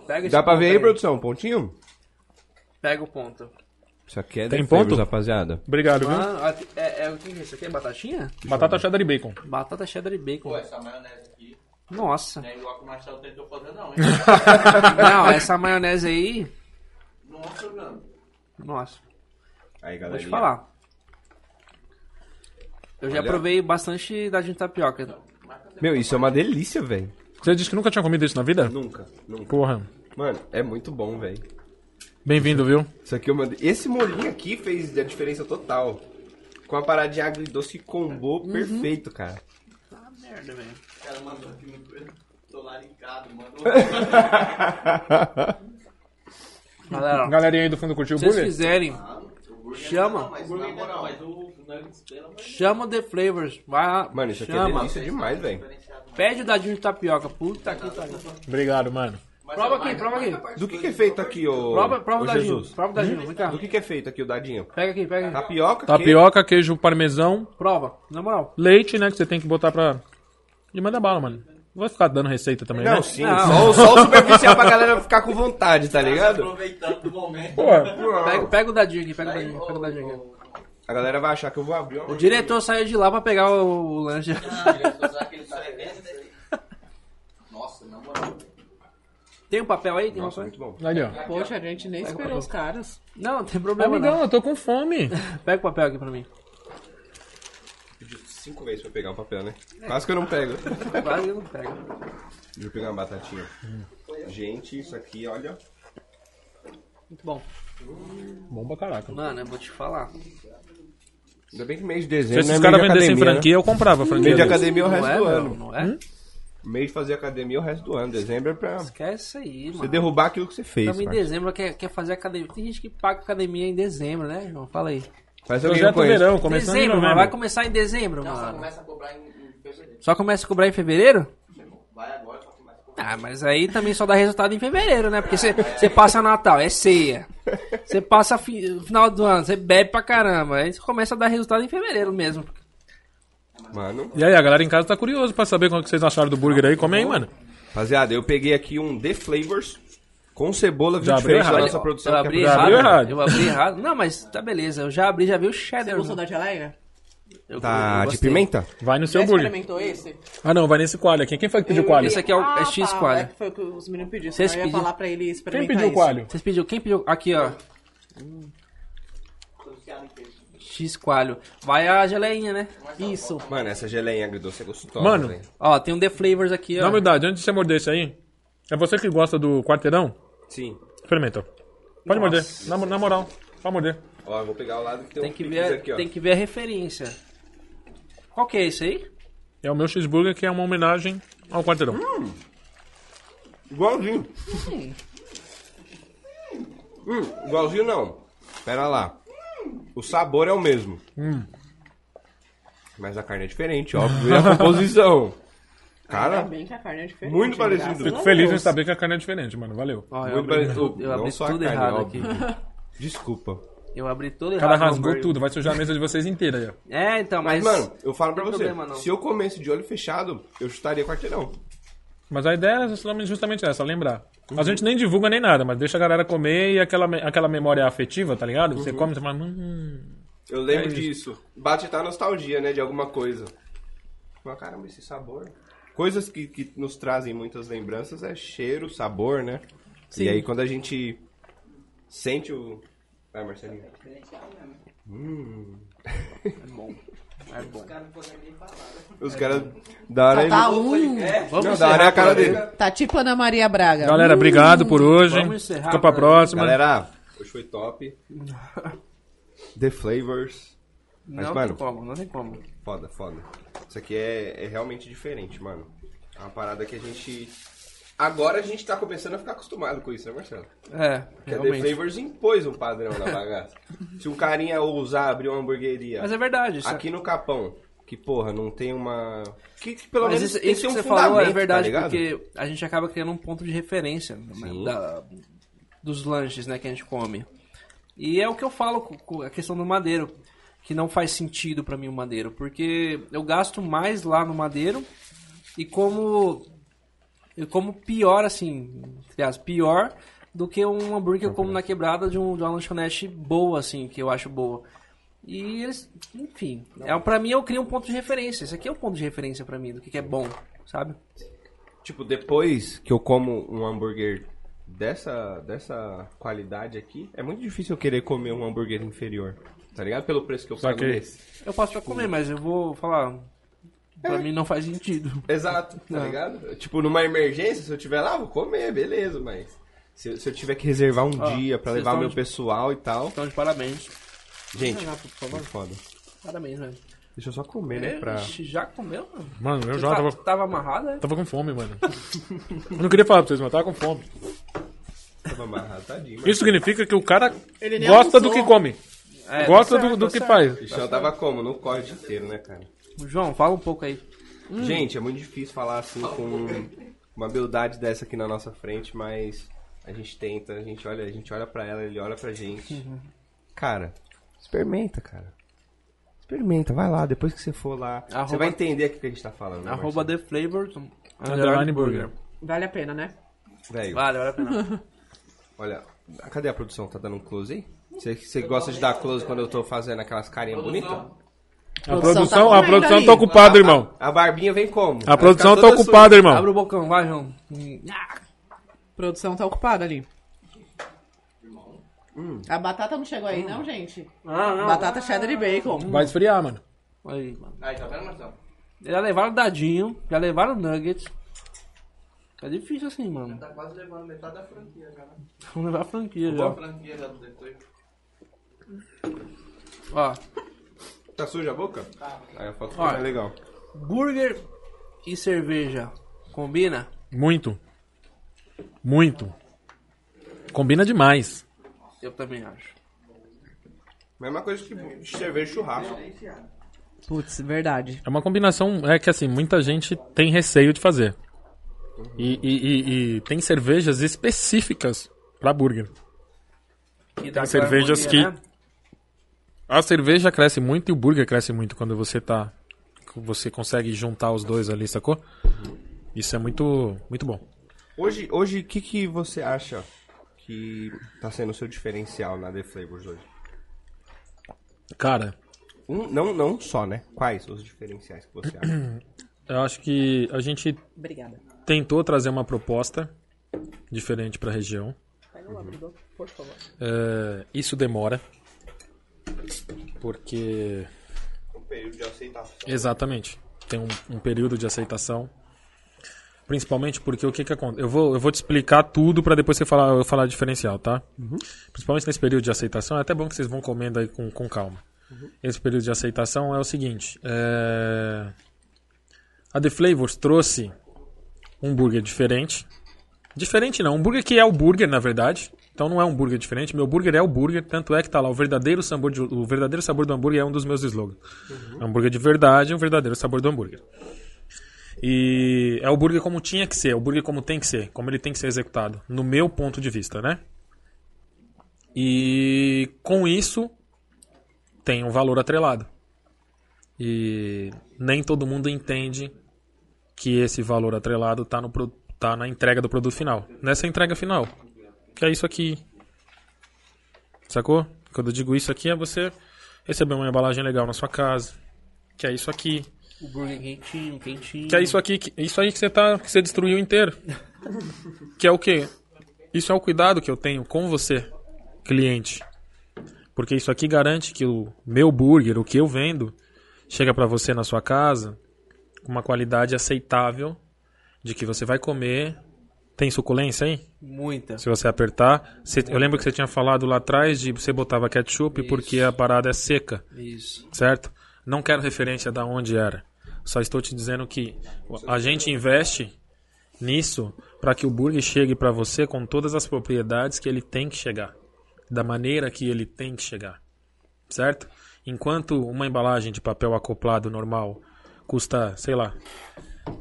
Pega esse
Dá pra
ponto
ver aí, produção?
Um
Pontinho?
Pega o ponto.
Isso aqui é
Tem
The Flavors,
ponto?
rapaziada.
Obrigado, viu?
Ah, é, é o que é isso aqui? É batatinha?
Batata cheddar e bacon.
Batata cheddar e bacon.
Pô, essa maionese aqui
Nossa.
não é igual que o Marcelo tentou fazer, não, hein?
Não, essa maionese aí.
Nossa, mano.
Nossa.
Aí, galera.
Vou te falar. Eu já
Olha.
provei bastante dadinho de tapioca.
Meu, isso é uma delícia, velho.
Você disse que nunca tinha comido isso na vida?
Nunca, nunca.
Porra.
Mano, é muito bom, velho.
Bem-vindo, viu?
Isso aqui eu mandei. Esse molinho aqui fez a diferença total. Com a paradinha agridoce que combou
Uhum.
perfeito, cara.
Merda, velho.
O cara mandou aqui no coisa. Tô laricado, mano.
Galera, ó,
Galerinha aí do fundo curtiu o
se vocês
burger?
quiserem,
Não,
chama.
mas na moral, né, mas o Nuggets, pelo amor de Deus,
Chama o The Flavors. Vai lá.
Mano, isso aqui é
chama.
delícia demais, velho.
diferenciado, mano.
Pede o dadinho de tapioca. Puta que pariu.
Obrigado, mano.
Prova aqui, prova aqui.
Do que, que é feito aqui, ô.
Prova, prova
ô
o dadinho.
Jesus?
Prova o dadinho, vem cá.
Do que, Tá. que é feito aqui o dadinho?
Pega aqui, pega aqui.
Tapioca?
Tapioca, queijo parmesão,
Prova, na moral.
leite, né? Que você tem que botar pra. E manda bala, mano. Não vai ficar dando receita também,
queijo? Não,
né?
sim.
Não.
Só, o- só o superficial pra galera ficar com vontade, tá ligado?
Aproveitando o momento.
Pega, pega o dadinho aqui, pega o dadinho, pega o dadinho aqui.
A galera vai achar que eu vou abrir uma.
O diretor saiu de lá pra pegar o, o lanche.
Será que ele tá devendo? Nossa, na moral.
Tem um papel aí? Tem um
Nossa, né?
papel?
muito bom.
Ali, ó.
Poxa, a gente nem esperou os caras.
Não, não tem problema
Amigão,
não.
eu tô com fome.
Pega o papel aqui pra mim.
Pedi cinco vezes pra pegar o papel, né? Quase que eu não pego.
Quase que eu não pego.
Deixa eu pegar uma batatinha. Gente, isso aqui, olha.
Muito bom.
Bom pra caraca.
Mano, eu vou te falar.
Ainda bem que mês de
Se
dezembro.
esses
né,
caras
mês de
vendessem
academia, né?
franquia, eu comprava a franquia.
Mês de
deles.
academia é o
não
resto
é,
do
meu,
ano. Hum?
não é?
Mês de fazer academia é o resto do ano. Dezembro é pra você
Esquece aí, mano.
derrubar aquilo que você fez.
Estamos em
parça.
dezembro, quer, quer fazer academia. Tem gente que paga academia em dezembro, né, João? Fala aí.
Parece alguém que eu
Projeto Verão,
conheço.
começando em
dezembro, mas vai
novembro.
começar em dezembro,
Não, só
mano.
começa a cobrar em, em fevereiro.
Só começa a cobrar em fevereiro?
Vai agora, só começa a cobrar.
Ah, mas aí também só dá resultado em fevereiro, né? Porque você- você passa Natal, é ceia. Você passa fi- final do ano, você bebe pra caramba. Aí você começa a dar resultado em fevereiro mesmo.
Mano,
E aí, a galera em casa tá curiosa pra saber o que vocês acharam do burger aí. Come aí, mano.
rapaziada, eu peguei aqui um The Flavors com cebola, viu?
Já abriu
Diferente da
errado.
nossa produção.
eu
que é
abri
pra-
abriu
errado.
errado.
Eu abri errado. Não, mas tá beleza. Eu já abri, já vi o cheddar.
Você gostou da geleia?
Eu- eu
Tá de
gostei.
pimenta?
Vai no
Já
seu burger.
experimentou esse?
Ah, não, vai nesse coalho aqui. Quem foi que pediu coalho?
Esse aqui é o é X
É
quadro.
que foi o que os meninos pediram.
Vocês
Vocês eu ia
pediram?
falar pra ele
Quem
experimentar
pediu o
isso.
coalho?
Vocês pediram? Quem pediu? Aqui, ó. X coalho. Vai a geleinha, né?
Isso.
Mano, essa geleinha agridoce é gostosa.
Mano,
velho.
Ó, tem um The Flavors aqui,
Na
ó.
verdade, antes de você morder isso aí, é você que gosta do quarteirão?
Sim.
Experimenta. Pode morder. Na, na moral, pode morder.
Ó, eu vou pegar o lado que tem,
Tem
um
que
picles
ver,
aqui, ó.
tem que ver a referência. Qual que é esse aí?
É o meu cheeseburger que é uma homenagem ao quarteirão.
Hum,
Igualzinho. Hum, igualzinho não. Pera lá. O sabor é o mesmo. Mas a carne é diferente, óbvio. E a composição. Cara,
Ainda bem que a carne é diferente.
muito parecido.
graças a
Fico feliz em
Deus.
saber que a carne é diferente, mano. Valeu.
Ó,
muito parecido.
eu
Não
abri
só a
tudo
carne,
errado
óbvio.
aqui.
Desculpa.
Eu abri tudo
O
errado.
cara
no
rasgou
hambúrguer.
tudo, vai sujar a mesa de vocês inteira aí, ó.
É, então, mas...
Mas, mano, eu falo pra
tem
você.
problema, não.
se eu comesse de olho fechado, eu chutaria quarteirão.
Mas a ideia é justamente essa, lembrar.
Uhum.
A gente nem divulga nem nada, mas deixa a galera comer e aquela, me- aquela memória afetiva, tá ligado?
Uhum.
Você come e você fala, hum,
Eu lembro
É
disso. Bate tá nostalgia, né? De alguma coisa. Mas caramba, esse sabor. Coisas que, que nos trazem muitas lembranças é cheiro, sabor, né? E aí quando a gente sente o. Vai, Marcelinho.
Os caras não conseguem nem falar. né?
Os caras. Da hora aí.
Tá um.
Não, da hora é a cara dele.
Tá tipo Ana Maria Braga. Hum.
galera, obrigado por hoje.
vamos encerrar,
Fica pra
mano.
próxima.
Galera, hoje foi top. The Flavors. Mas,
não
mano,
tem como, não tem como.
Foda, foda. Isso aqui é, é realmente diferente, mano. É uma parada que a gente. Agora a gente tá começando a ficar acostumado com isso, né, Marcelo?
É,
Porque a The
realmente.
Flavors impôs um padrão na bagaça. Se um carinha ousar abrir uma hamburgueria
Mas é verdade. Isso
aqui no Capão, que porra, não tem uma. Que, que pelo
Mas
menos
isso,
tem
isso
que
que
ser
você
um fundamento,
falou é verdade,
tá ligado?
porque a gente acaba criando um ponto de referência né, da- dos lanches né, que a gente come. E é o que eu falo com, com a questão do madeiro, que não faz sentido pra mim o madeiro, porque eu gasto mais lá no madeiro e como eu como pior assim, aliás, pior do que um hambúrguer que eu como na quebrada de, um, de uma lanchonete boa assim, que eu acho boa. E eles, enfim, é para mim eu crio um ponto de referência. Esse aqui é o ponto de referência pra mim do que, que é bom, sabe?
Tipo, depois que eu como um hambúrguer dessa, dessa qualidade aqui, é muito difícil eu querer comer um hambúrguer inferior. Tá ligado? Pelo preço que eu pago
Saquei.
nesse.
Eu posso
Tipo
pra comer, mas eu vou falar
É.
Pra mim não faz sentido.
Exato, tá ligado? Tipo, numa emergência, se eu tiver lá, vou comer, beleza, mas. Se, se eu tiver que reservar um
Ó,
dia pra
vocês
levar
tão
meu
de-
pessoal e tal.
Então, de parabéns.
Gente,
Ah, por favor.
muito foda.
Parabéns, velho.
Deixa eu só comer,
É
né? Pra...
Ixi, já comeu, mano?
Mano, eu
Você
já
tá-
tava,
tava amarrado, é?
tava com fome, mano. eu não queria falar pra vocês, mas eu tava com fome.
Tava amarrado, tadinho.
Isso significa que o cara
Ele nem
gosta do
almoçou.
que come.
É,
gosta
tá certo,
do, do
tá
que
certo. tá
faz.
Michel tava como? No corte inteiro, né, cara?
João, fala um pouco aí.
um Gente, é muito difícil falar assim com uma beldade dessa aqui na nossa frente, mas a gente tenta, a gente olha, a gente olha pra ela, ele olha pra gente.
Uhum.
Cara, experimenta, cara. Experimenta, vai lá, depois que você for lá, você
Arroba-
vai entender aqui o que a gente tá falando. né,
Arroba The Flavor.
Underline Burger.
Vale a pena, né?
Marcelo? Velho,
Vale, vale a pena.
olha, cadê a produção? Tá dando um close aí? Você, você gosta de dar close quando eu tô fazendo aquelas carinhas bonitas?
A
produção
produção,
tá
a produção
comendo
tá
ali.
ocupada, irmão.
A barbinha vem como?
A produção tá
tá
ocupada,
Abre
irmão.
o bocão, vai, João.
Produção tá ocupada ali. A batata não chegou aí, Hum. não, gente?
Ah,
Batata cheddar e bacon.
Vai esfriar, mano.
Aí, mano.
Aí, tá vendo, Marcelo?
Já levaram dadinho, já levaram nuggets. Tá difícil assim, mano.
Tá quase levando metade da franquia já, né?
Vamos levar a franquia
Qual a
já.
franquia já do depois?
Ó,
Tá suja a boca? Tá. Aí a foto
Olha.
é legal.
burger e cerveja. Combina?
Muito. Muito. Combina demais.
Eu também acho.
Mesma coisa que cerveja e churrasco.
Putz, verdade.
É uma combinação é que assim muita gente tem receio de fazer. E, e- e- e tem cervejas específicas pra burger.
Que dá né? aquela
cervejas
harmonia,
que- A cerveja cresce muito e o burger cresce muito quando você tá você consegue juntar os dois ali, sacou? Isso é muito muito bom.
Hoje, hoje, o que, que você acha que tá sendo o seu diferencial na The Flavors hoje?
Cara,
Um, não, não só, né? Quais os diferenciais que você acha?
eu acho que a gente
Obrigada.
tentou trazer uma proposta diferente pra região. É, isso demora. Porque
Um período de aceitação.
Exatamente. Tem um, um período de aceitação. Principalmente porque o que que acontece? Eu vou, eu vou te explicar tudo pra depois você falar, eu falar diferencial, tá? Principalmente nesse período de aceitação, é até bom que vocês vão comendo aí com, com calma. Esse período de aceitação é o seguinte: é, a The Flavors trouxe um burger diferente. Diferente não, um burger que é o burger, na verdade. Então não é um burger diferente, meu burger é o burger, tanto é que tá lá o verdadeiro sabor, de- o verdadeiro sabor do hambúrguer é um dos meus slogans. É um hambúrguer de verdade, um verdadeiro sabor do hambúrguer. E é o burger como tinha que ser, é o burger como tem que ser, como ele tem que ser executado, no meu ponto de vista, né? E com isso tem um valor atrelado. E nem todo mundo entende que esse valor atrelado tá, no, pro- tá na entrega do produto final. Nessa entrega final. Que é isso aqui. Sacou? Quando eu digo isso aqui é você receber uma embalagem legal na sua casa. Que é isso aqui.
O burger quentinho, quentinho.
Que é isso aqui, que- isso aí que você tá, que você destruiu inteiro. que é o quê? Isso é o cuidado que eu tenho com você, cliente. Porque isso aqui garante que o meu burger, o que eu vendo, chega pra você na sua casa com uma qualidade aceitável de que você vai comer. Tem suculência aí?
Muita.
Se você apertar. Você- eu lembro que você tinha falado lá atrás de você botava ketchup porque a parada é seca
Isso.
certo? Não quero referência da onde era. Só estou te dizendo que a gente investe nisso para que o burger chegue para você com todas as propriedades que ele tem que chegar, da maneira que ele tem que chegar, certo? Enquanto uma embalagem de papel acoplado normal custa, sei lá,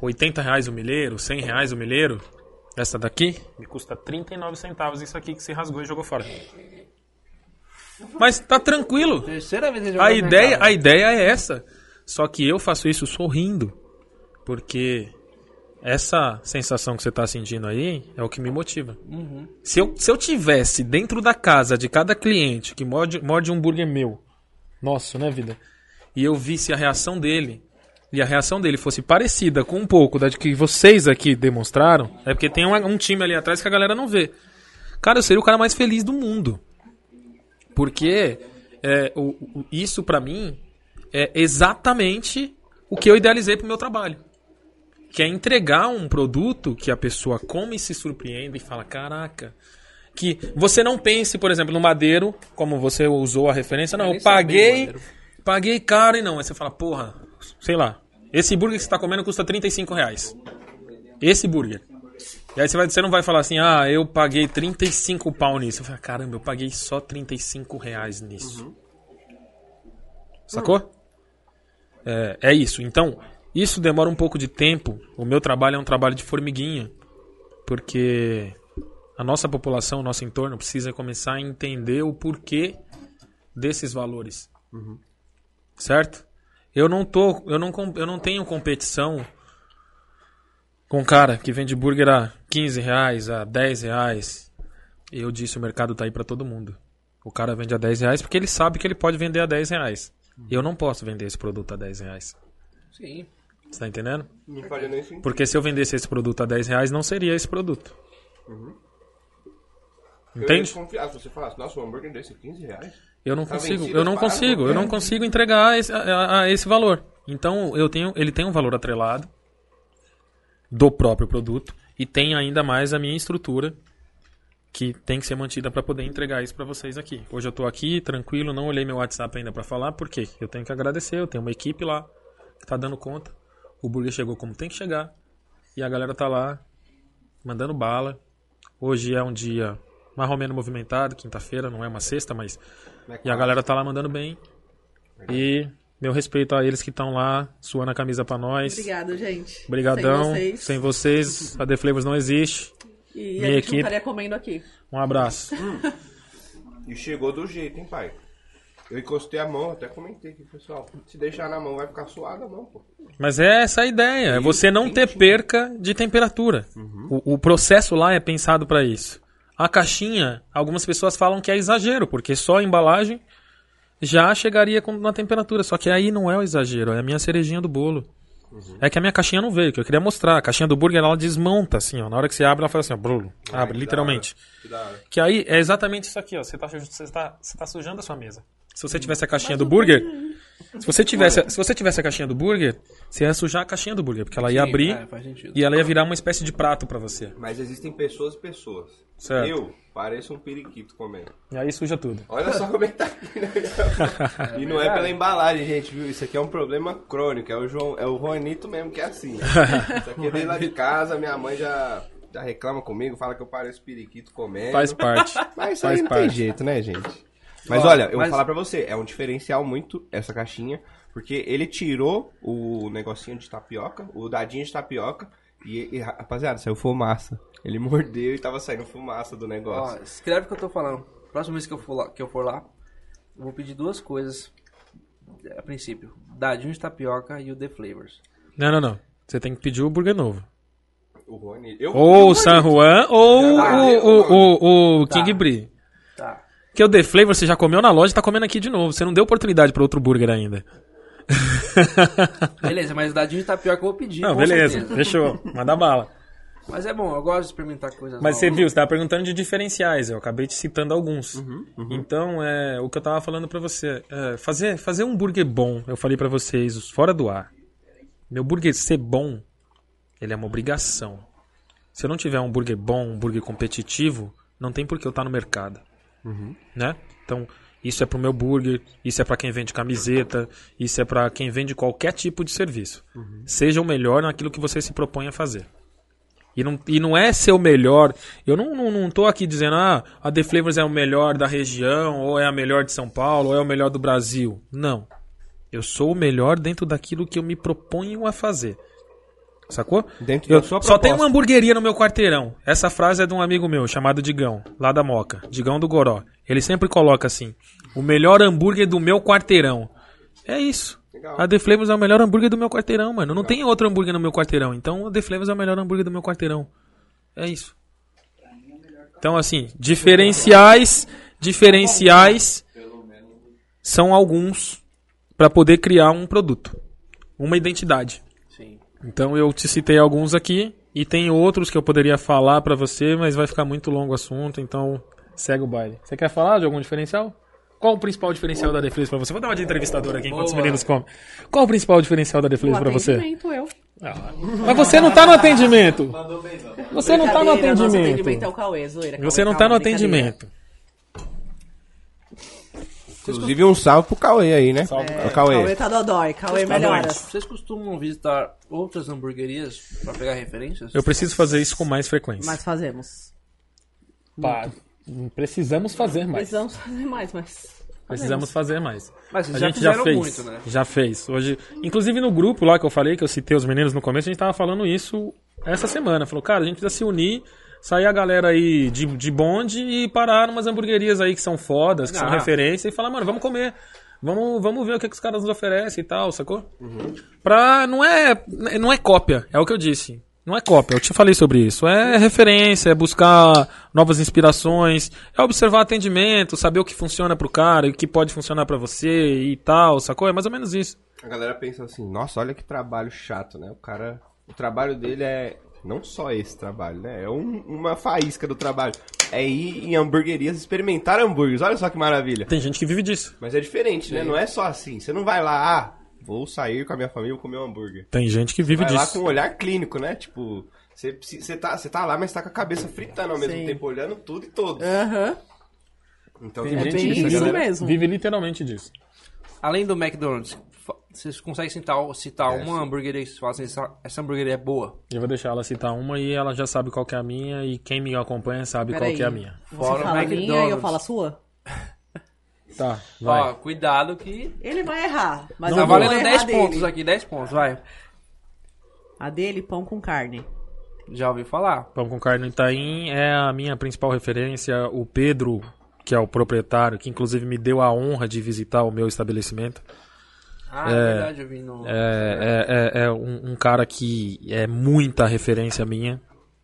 80 reais o milheiro, 100 reais o milheiro, essa daqui me custa 39 centavos isso aqui que se rasgou e jogou fora. Mas tá tranquilo.
Terceira vez que
A
jogou
ideia,
mercado.
a ideia é essa. Só que eu faço isso sorrindo. Porque essa sensação que você tá sentindo aí é o que me motiva. Se, eu, se eu tivesse dentro da casa de cada cliente que morde, morde um burger meu, nossa, né, vida? E eu visse a reação dele, e a reação dele fosse parecida com um pouco da de que vocês aqui demonstraram, é porque tem um, um time ali atrás que a galera não vê. Cara, eu seria o cara mais feliz do mundo. Porque é, o- o- isso pra mim é exatamente o que eu idealizei pro meu trabalho. Que é entregar um produto que a pessoa come e se surpreende e fala, caraca. Que você não pense, por exemplo, no madeiro, como você usou a referência, não, eu
nem sabia
paguei,
Madeiro.
paguei caro e não. Aí você fala, porra, sei lá, esse hambúrguer que você tá comendo custa 35 reais. Esse hambúrguer. E aí você, vai- você não vai falar assim, ah, eu paguei 35 pau nisso. Eu falo, caramba, eu paguei só 35 reais nisso. Sacou? É, é isso. Então, isso demora um pouco de tempo. O meu trabalho é um trabalho de formiguinha. porque a nossa população, o nosso entorno precisa começar a entender o porquê desses valores. Certo? Eu não tô, eu não, com- eu não tenho competição com um cara que vende burger a 15 reais, a 10 reais. Eu disse, o mercado tá aí para todo mundo. O cara vende a 10 reais porque ele sabe que ele pode vender a 10 reais. Eu não posso vender esse produto a 10 reais.
Sim.
Você tá entendendo?
Não faria nem sentido.
Porque se eu vendesse esse produto a 10 reais, não seria esse produto.
Eu ia
Entende?
desconfiar se você falasse, nossa, o hambúrguer desse é 15 reais.
Eu não
Tá
consigo,
vendido, né?
eu não
para,
consigo,
não
eu não
quero.
consigo entregar esse- a, a- a esse valor. Então eu tenho, ele tem um valor atrelado do próprio produto e tem ainda mais a minha estrutura que tem que ser mantida para poder entregar isso para vocês aqui. Hoje eu tô aqui tranquilo, não olhei meu WhatsApp ainda para falar, porque eu tenho que agradecer, eu tenho uma equipe lá que tá dando conta. O burger chegou como tem que chegar e a galera tá lá mandando bala. Hoje é um dia mais ou menos movimentado, quinta-feira, não é uma sexta, mas e a galera tá lá mandando bem. E meu respeito a eles que estão lá suando a camisa pra nós.
Obrigado, gente.
Obrigadão.
Sem vocês.
Sem vocês, a The Flavors não existe.
E
Minha
a gente
equipe.
não estaria comendo aqui.
Um abraço.
E chegou do jeito, hein, pai? Eu encostei a mão, até comentei aqui, pessoal. Se deixar na mão, vai ficar suada a mão, pô.
Mas é essa a ideia, é você não ter perca de temperatura. O, o processo lá é pensado pra isso. A caixinha, algumas pessoas falam que é exagero, porque só a embalagem já chegaria com- na temperatura. Só que aí não é o exagero, é a minha cerejinha do bolo. É que a minha caixinha não veio, que eu queria mostrar. A caixinha do burger, ela desmonta assim, ó. Na hora que você abre, ela faz assim, ó. brulho. abre, literalmente.
Que da hora.
Que aí é exatamente isso aqui, ó. Você tá, você tá, você tá sujando a sua mesa. Se você tivesse a caixinha do burger. Se você, tivesse, se você tivesse a caixinha do burger, você ia sujar a caixinha do burger, porque ela ia
Sim,
abrir
é, faz sentido.
e ela ia virar uma espécie de prato pra você.
Mas existem pessoas e pessoas.
Certo.
Eu pareço um periquito comendo.
E aí suja tudo.
Olha só como é que tá aqui, né? E não é pela embalagem, gente, viu? Isso aqui é um problema crônico. É o, João, é o Juanito mesmo que é assim. Isso aqui é desde lá de casa, minha mãe já, já reclama comigo, fala que eu pareço periquito comendo.
Faz parte.
Mas isso
Faz
aí não
parte.
tem jeito, né, gente? Mas
Ó,
olha, eu
mas-
vou falar pra você, é um diferencial muito essa caixinha, porque ele tirou o negocinho de tapioca, o dadinho de tapioca, e, e, rapaziada, saiu fumaça. Ele mordeu e tava saindo fumaça do
Ó,
negócio.
escreve o que eu tô falando. Próxima vez que eu for lá, que eu, for lá eu vou pedir duas coisas. é, A princípio: dadinho de tapioca e o The Flavors.
Não, não, não. Você tem que pedir o burger novo.
O Rony. Eu,
Ou o San Juan ou
Ah,
o,
eu-
o, o, o King
Tá.
Brie.
Tá.
Que o The Flavor você já comeu na loja e tá comendo aqui de novo. Você não deu oportunidade pra outro burger ainda.
Beleza, mas dadinho de tapioca eu vou pedir.
Não,
com
beleza.
certeza.
Fechou. Manda bala.
Mas é bom, eu gosto de experimentar coisas
Mas
novas.
você viu, você tava perguntando de diferenciais, eu acabei te citando alguns. Então, é, o que eu tava falando pra você, é, fazer, fazer um burger bom, eu falei pra vocês, os fora do ar. Meu burger ser bom, ele é uma obrigação. Se eu não tiver um burger bom, um burger competitivo, não tem por que eu estar no mercado. Né? Então, isso é pro meu burger, isso é pra quem vende camiseta, isso é pra quem vende qualquer tipo de serviço. Seja o melhor naquilo que você se propõe a fazer. E não, e não é ser o melhor. Eu não, não, não tô aqui dizendo, ah, a The Flavors é o melhor da região, ou é a melhor de São Paulo, ou é o melhor do Brasil. Não. Eu sou o melhor dentro daquilo que eu me proponho a fazer. Sacou?
Dentro
Eu
da sua
só tem
proposta.
uma hamburgueria no meu quarteirão. Essa frase é de um amigo meu, chamado Digão, lá da Moca. Digão do Goró. Ele sempre coloca assim: o melhor hambúrguer do meu quarteirão. É isso.
Legal.
A The Flavors é o melhor hambúrguer do meu quarteirão, mano. Não tem outro hambúrguer no meu quarteirão. Então a The Flavors é o melhor hambúrguer do meu quarteirão. É isso. Então, assim, diferenciais, diferenciais são alguns para poder criar um produto, uma identidade.
Sim.
Então eu te citei alguns aqui e tem outros que eu poderia falar pra você, mas vai ficar muito longo o assunto, então segue o baile. Você quer falar de algum diferencial? Qual o principal diferencial da Deflace pra você? Vou dar uma de entrevistador aqui enquanto os meninos comem. Qual o principal diferencial da Deflace pra você?
atendimento, eu.
Ah, mas você não tá no atendimento. Você não tá no
Brincadeira, nosso atendimento é
atendimento.
o Cauê, zoeira. Cauê,
Você não tá
calma,
no
brincadeira.
atendimento.
Inclusive um salve pro Cauê aí, né?
Salve,
É,
Cauê
Cauê.
tá dodói, Cauê melhoras.
Vocês costumam visitar outras hamburguerias pra pegar referências?
Eu preciso fazer isso com mais
Mas
frequência.
fazemos.
Pá, Precisamos fazer mais.
Precisamos fazer mais, mas...
Precisamos fazer mais.
Mas vocês
a
já
gente já
fizeram
fez,
muito, né?
já fez. Hoje, inclusive no grupo lá que eu falei que eu citei os meninos no começo, a gente tava falando isso essa semana. Falou, cara, a gente precisa se unir, sair a galera aí de, de bonde e parar numas hamburguerias aí que são fodas, que são
Ah.
referência, e falar, mano, vamos comer. Vamos, vamos ver o que, que os caras nos oferecem e tal, sacou? Pra. Não é, não é cópia, é o que eu disse. Não é cópia, eu te falei sobre isso. É referência, é buscar novas inspirações, é observar atendimento, saber o que funciona pro cara e o que pode funcionar pra você e tal, sacou? É mais ou menos isso.
A galera pensa assim, nossa, olha que trabalho chato, né? O cara. O trabalho dele é. Não só esse trabalho, né? É um- uma faísca do trabalho. É ir em hamburguerias experimentar hambúrgueres. Olha só que maravilha.
Tem gente que vive disso.
Mas é diferente, né? Não é só assim. Você não vai lá, ah, vou sair com a minha família e vou comer um hambúrguer.
Tem gente que vive
Vai lá
disso.
com um olhar clínico, né? Tipo, você, precisa- você, tá, você tá lá, mas tá com a cabeça fritando ao mesmo
Sim. É.
tempo, olhando tudo e todos.
Aham.
Então
Tem gente
tem muito
que
isso,
é isso
galera.
mesmo.
Vive literalmente disso.
Além do McDonald's, fa- vocês conseguem citar, citar uma hamburgueria que vocês falam assim, essa, essa hamburgueria é boa?
Eu vou deixar ela citar uma e ela já sabe qual que é a minha e quem me acompanha sabe qual
Peraí.
que é a minha.
Você
Fora o
fala a minha e eu
McDonald's.
falo a sua?
Tá, vai.
Ó, cuidado que...
Ele vai errar. Mas
Não
eu
Tá
vou.
vou
valendo
errar
10
dele.
pontos aqui, 10 pontos, vai.
A dele, pão com carne.
Hum,
Já ouviu falar?
Pão com carne no Itaim é a minha principal referência. O Pedro, que é o proprietário, que inclusive me deu a honra de visitar o meu estabelecimento.
Ah, é verdade, eu vi no...
É, é, é, é um, um cara que é muita referência minha.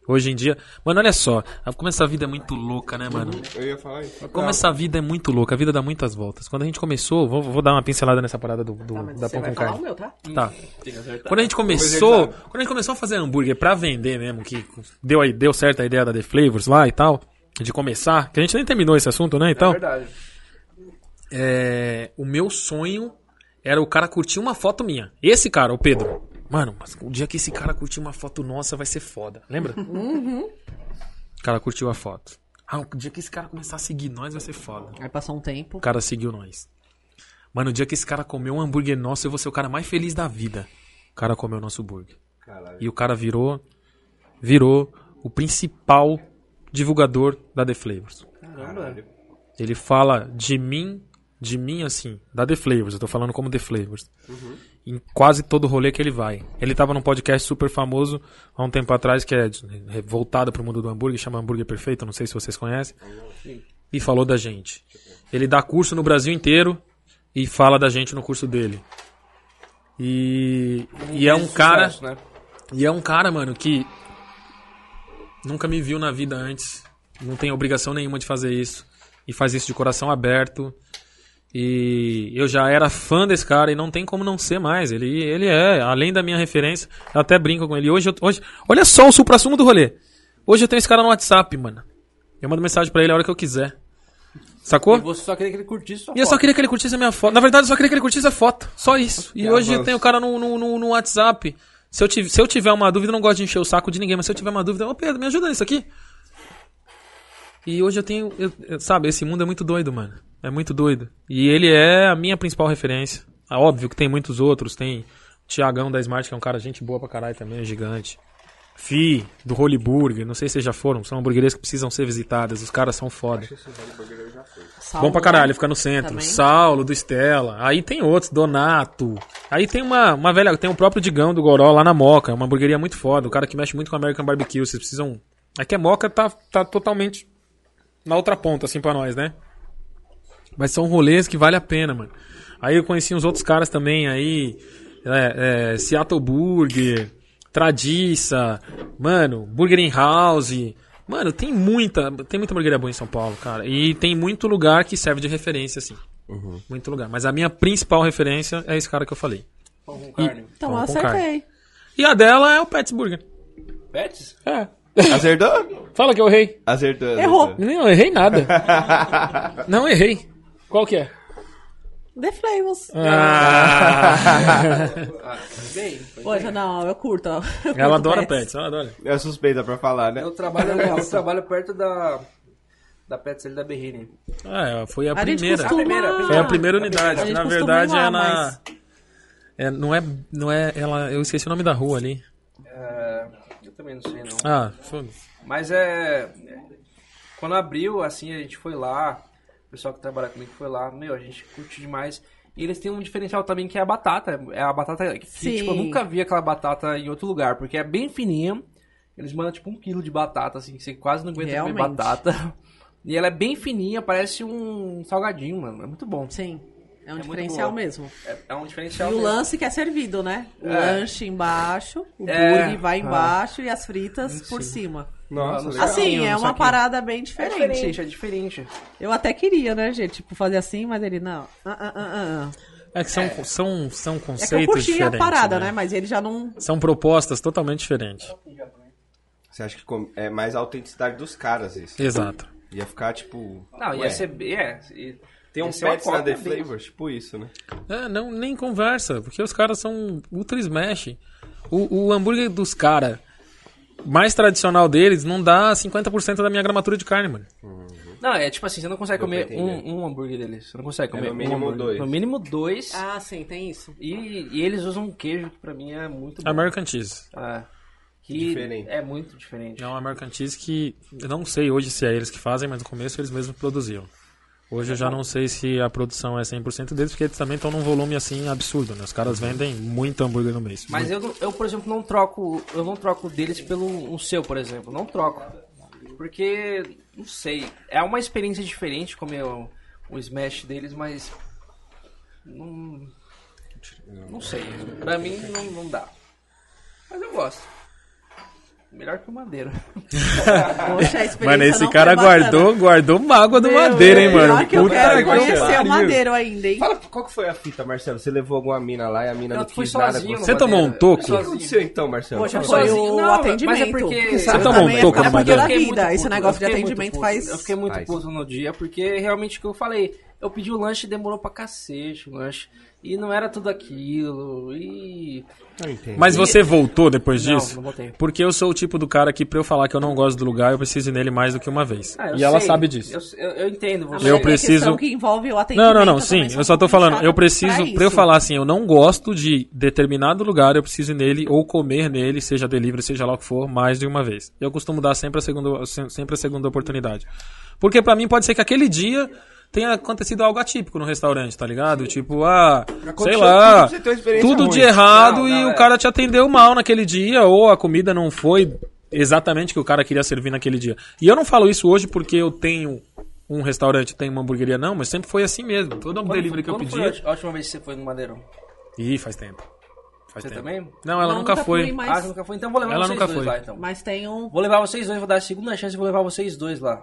Hoje em dia. Mano, olha só. Como essa vida é muito louca, né, mano?
É.
Eu ia falar isso.
Como essa vida é muito louca. A vida dá muitas voltas. Quando a gente começou, vou, vou dar uma pincelada nessa parada do, do-
Tá, mas
da
você
pão
vai
com
falar
carne.
o meu, tá?
Tá.
Tem que acertar.
Quando a gente começou, quando a gente começou a fazer hambúrguer pra vender mesmo, que deu aí, deu certo a ideia da The Flavors lá e tal, de começar, que a gente nem terminou esse assunto, né,
É
então.
verdade.
É, o meu sonho era o cara curtir uma foto minha. Esse cara, o Pedro. Mano, mas o dia que esse cara curtir uma foto nossa vai ser foda. Lembra? O cara curtiu a foto. Ah, o dia que esse cara começar a seguir nós vai ser foda.
Aí passou um
O
tempo.
cara seguiu nós. Mano, o dia que esse cara comeu um hambúrguer nosso, eu vou ser o cara mais feliz da vida. O cara comeu o nosso hambúrguer.
Caralho.
E o cara virou. Virou o principal divulgador da The Flavors.
Caramba.
Ele fala de mim, de mim assim, da The Flavors. Eu tô falando como The Flavors. Em quase todo rolê que ele vai. Ele tava num podcast super famoso há um tempo atrás, que é de- é voltado pro mundo do hambúrguer, chama Hambúrguer Perfeito, não sei se vocês conhecem. E falou da gente. Ele dá curso no Brasil inteiro e fala da gente no curso dele. E, e é um cara.
Sucesso, né?
E é um cara, mano, que nunca me viu na vida antes. Não tem obrigação nenhuma de fazer isso. E faz isso de coração aberto. E eu já era fã desse cara e não tem como não ser mais. Ele, ele é, além da minha referência, eu até brinco com ele. Hoje, eu- hoje olha só o supra-sumo do rolê. Hoje eu tenho esse cara no WhatsApp, mano. Eu mando mensagem pra ele a hora que eu quiser. Sacou?
E você só queria que ele curtisse sua
E eu só
foto.
queria que ele curtisse a minha foto. Na verdade, eu só queria que ele curtisse a foto. Só isso. E hoje
avanço.
tem o cara no, no, no- no WhatsApp. Se eu, tive- se eu tiver uma dúvida, eu não gosto de encher o saco de ninguém, mas se eu tiver uma dúvida, ô Pedro, me ajuda nisso aqui. E hoje eu tenho. eu- eu- sabe, esse mundo é muito doido, mano. É muito doido. E ele é a minha principal referência. Ah, óbvio que tem muitos outros. Tem o Tiagão da Smart, que é um cara gente boa pra caralho também, é gigante. Fi, do Holy Burger, não sei se vocês já foram, são hamburguerias que precisam ser visitadas, os caras são foda.
Salmo,
Bom pra caralho, fica no centro.
Também.
Saulo, do Estela. Aí tem outros, Donato. Aí tem uma, uma velha. Tem o próprio Digão do Goró lá na Moca. É uma hamburgueria muito foda. O cara que mexe muito com American Barbecue. Vocês precisam. É que a Moca tá, tá totalmente na outra ponta, assim, pra nós, né? Mas são rolês que vale a pena, mano. Aí eu conheci uns outros caras também aí. É, é, Seattle Burger, Tradiça, mano, Burger in House. Mano, tem muita, tem muita hamburgueria boa em São Paulo, cara. E tem muito lugar que serve de referência, assim. Muito lugar. Mas a minha principal referência é esse cara que eu falei.
Pão com carne.
Então eu
Pão com
acertei.
E a dela é o Pets Burger.
Pets?
É.
Acertou?
Fala que eu errei.
Acertou.
Errou.
acertou.
Não, eu errei nada. Não errei. Qual que é?
The Flavors.
Ah.
Bem,
Pô, já não, eu curto. ó. Eu curto
Ela adora
pets.
Pets, ela adora.
É suspeita pra falar, né?
eu É trabalho, eu trabalho perto da... Da Pets ali da Berrini.
Ah, foi a,
A gente
primeira.
costuma...
primeira, a
Foi É a primeira unidade,
A
que
gente
na
costuma
verdade
ir lá,
é na.
mas-
É, não é. Não é. Ela. Eu esqueci o nome da rua ali.
É, eu também não sei, não.
Ah, foi.
Mas é. Quando abriu, assim, a gente foi lá. O pessoal que trabalha comigo foi lá. Meu, a gente curte demais. E eles têm um diferencial também que é a batata. É a batata que,
Sim.
tipo, eu nunca vi aquela batata em outro lugar, porque é bem fininha. Eles mandam tipo um quilo de batata, assim, que você quase não aguenta comer
Realmente.
batata. E ela é bem fininha, parece um salgadinho, mano. É muito bom.
Sim. É um
muito
diferencial
boa.
mesmo.
É, é um diferencial.
E o
mesmo.
lance que é servido, né? O
É.
lanche embaixo, o
É.
burger vai
Ah.
embaixo e as fritas por cima.
Nossa,
Nossa.
legal.
Assim,
Saquinho,
é uma
saquinho.
parada bem
É
diferente.
diferente, é diferente.
Eu até queria, né, gente? Tipo, fazer assim, mas ele, não. Ah, ah, ah, ah, ah.
É que são, são, são
É
conceitos
que eu curti a
diferentes.
parada, né?
né?
Mas ele já não.
São propostas totalmente diferentes.
Você acha que com- é mais a autenticidade dos caras isso?
Exato.
Ia ficar tipo.
Não,
ué,
ia ser. É, e-
Tem um
ia ser uma
pets na
cópia
The
dele.
Flavors, tipo isso, né?
É, não, nem conversa, porque os caras são ultra smash. O, o hambúrguer dos caras mais tradicional deles não dá 50% da minha gramatura de carne, mano.
Não, é tipo assim, você não consegue
Deu pra
comer um,
entender.
um hambúrguer deles. Você não consegue
É,
comer
no
um
mínimo
hambúrguer.
dois.
No mínimo dois.
Ah, sim, tem isso.
E, e eles usam um queijo que pra mim é muito bom.
American Cheese.
É. Que
Diferente.
É muito diferente.
É um American Cheese que eu não sei hoje se é eles que fazem, mas no começo eles mesmos produziam. Hoje eu já não sei se a produção é 100% deles, porque eles também estão num volume assim absurdo, né? Os caras vendem muito hambúrguer no mês.
Mas eu, não- eu, por exemplo, não troco. Eu não troco deles pelo um seu, por exemplo. Não troco. Porque, não sei. É uma experiência diferente comer o, o smash deles, mas. Não. Não sei. Pra mim não, não dá. Mas eu gosto. Melhor que o madeiro.
Poxa, a experiência
Mano, esse
não
cara
foi bacana.
guardou, guardou mágoa do
Meu,
madeiro, hein,
é,
mano?
Pior que eu
Puta
quero
que
conhecer
pariu.
o madeiro ainda, hein?
Fala, qual que foi a fita, Marcelo? Você levou alguma mina lá e a mina
Eu
não
fui
quis nada com
sozinho.
você.
Você
no
tomou
Madeira.
um toco?
Eu
O
fui
que
sozinho.
aconteceu então, Marcelo?
Poxa,
Fala.
Tipo, foi
sozinho.
o
Tipo, Não,
atendimento.
mas é porque-
Você
Você
tomou um toco no
porque
madeiro?
da
Eu
fiquei muito
vida. Esse
puto,
negócio de
eu fiquei muito
atendimento
puto.
faz.
Eu fiquei muito
Faz.
puto no dia, porque realmente o que eu falei, eu pedi o lanche e demorou pra cacete o lanche. E não era tudo aquilo. E.
Não entendi.
Mas você voltou depois
Não,
disso?
não voltei.
Porque eu sou o tipo do cara que, pra eu falar que eu não gosto do lugar, eu preciso ir nele mais do que uma vez.
Ah, eu
e ela
sei,
sabe disso.
Eu, eu, eu entendo você.
Eu
Mas é
preciso-
questão que envolve o atendimento.
Não, não, não,
eu
sim.
também sou
Eu só tô
muito
falando,
chata
eu preciso,
é isso.
pra eu falar assim, eu não gosto de determinado lugar, eu preciso ir nele ou comer nele, seja delivery, seja lá o que for, mais de uma vez. Eu costumo dar sempre a segunda, se- sempre a segunda oportunidade. Porque pra mim pode ser que aquele dia tenha acontecido algo atípico no restaurante, tá ligado? Tipo, ah, sei
Aconteceu
lá,
tudo, você tem uma experiência
tudo de
ruim.
errado
Não,
e
não,
o
é.
cara te atendeu mal naquele dia ou a comida não foi exatamente o que o cara queria servir naquele dia. E eu não falo isso hoje porque eu tenho um restaurante, eu tenho uma hamburgueria, não, mas sempre foi assim mesmo. Todo
Quando-
delivery que eu
quando
pedi.
foi a ulti- a última vez que você foi no Madeirão?
Ih, faz tempo. Faz
Você
tempo.
também?
Não, ela
Não,
nunca, foi.
fui, mas,
Ah, você nunca foi? Então vou levar
Ela
vocês
nunca
dois
foi.
lá, então.
mas tem um.
Vou levar vocês dois, vou dar a segunda chance e vou levar vocês dois lá.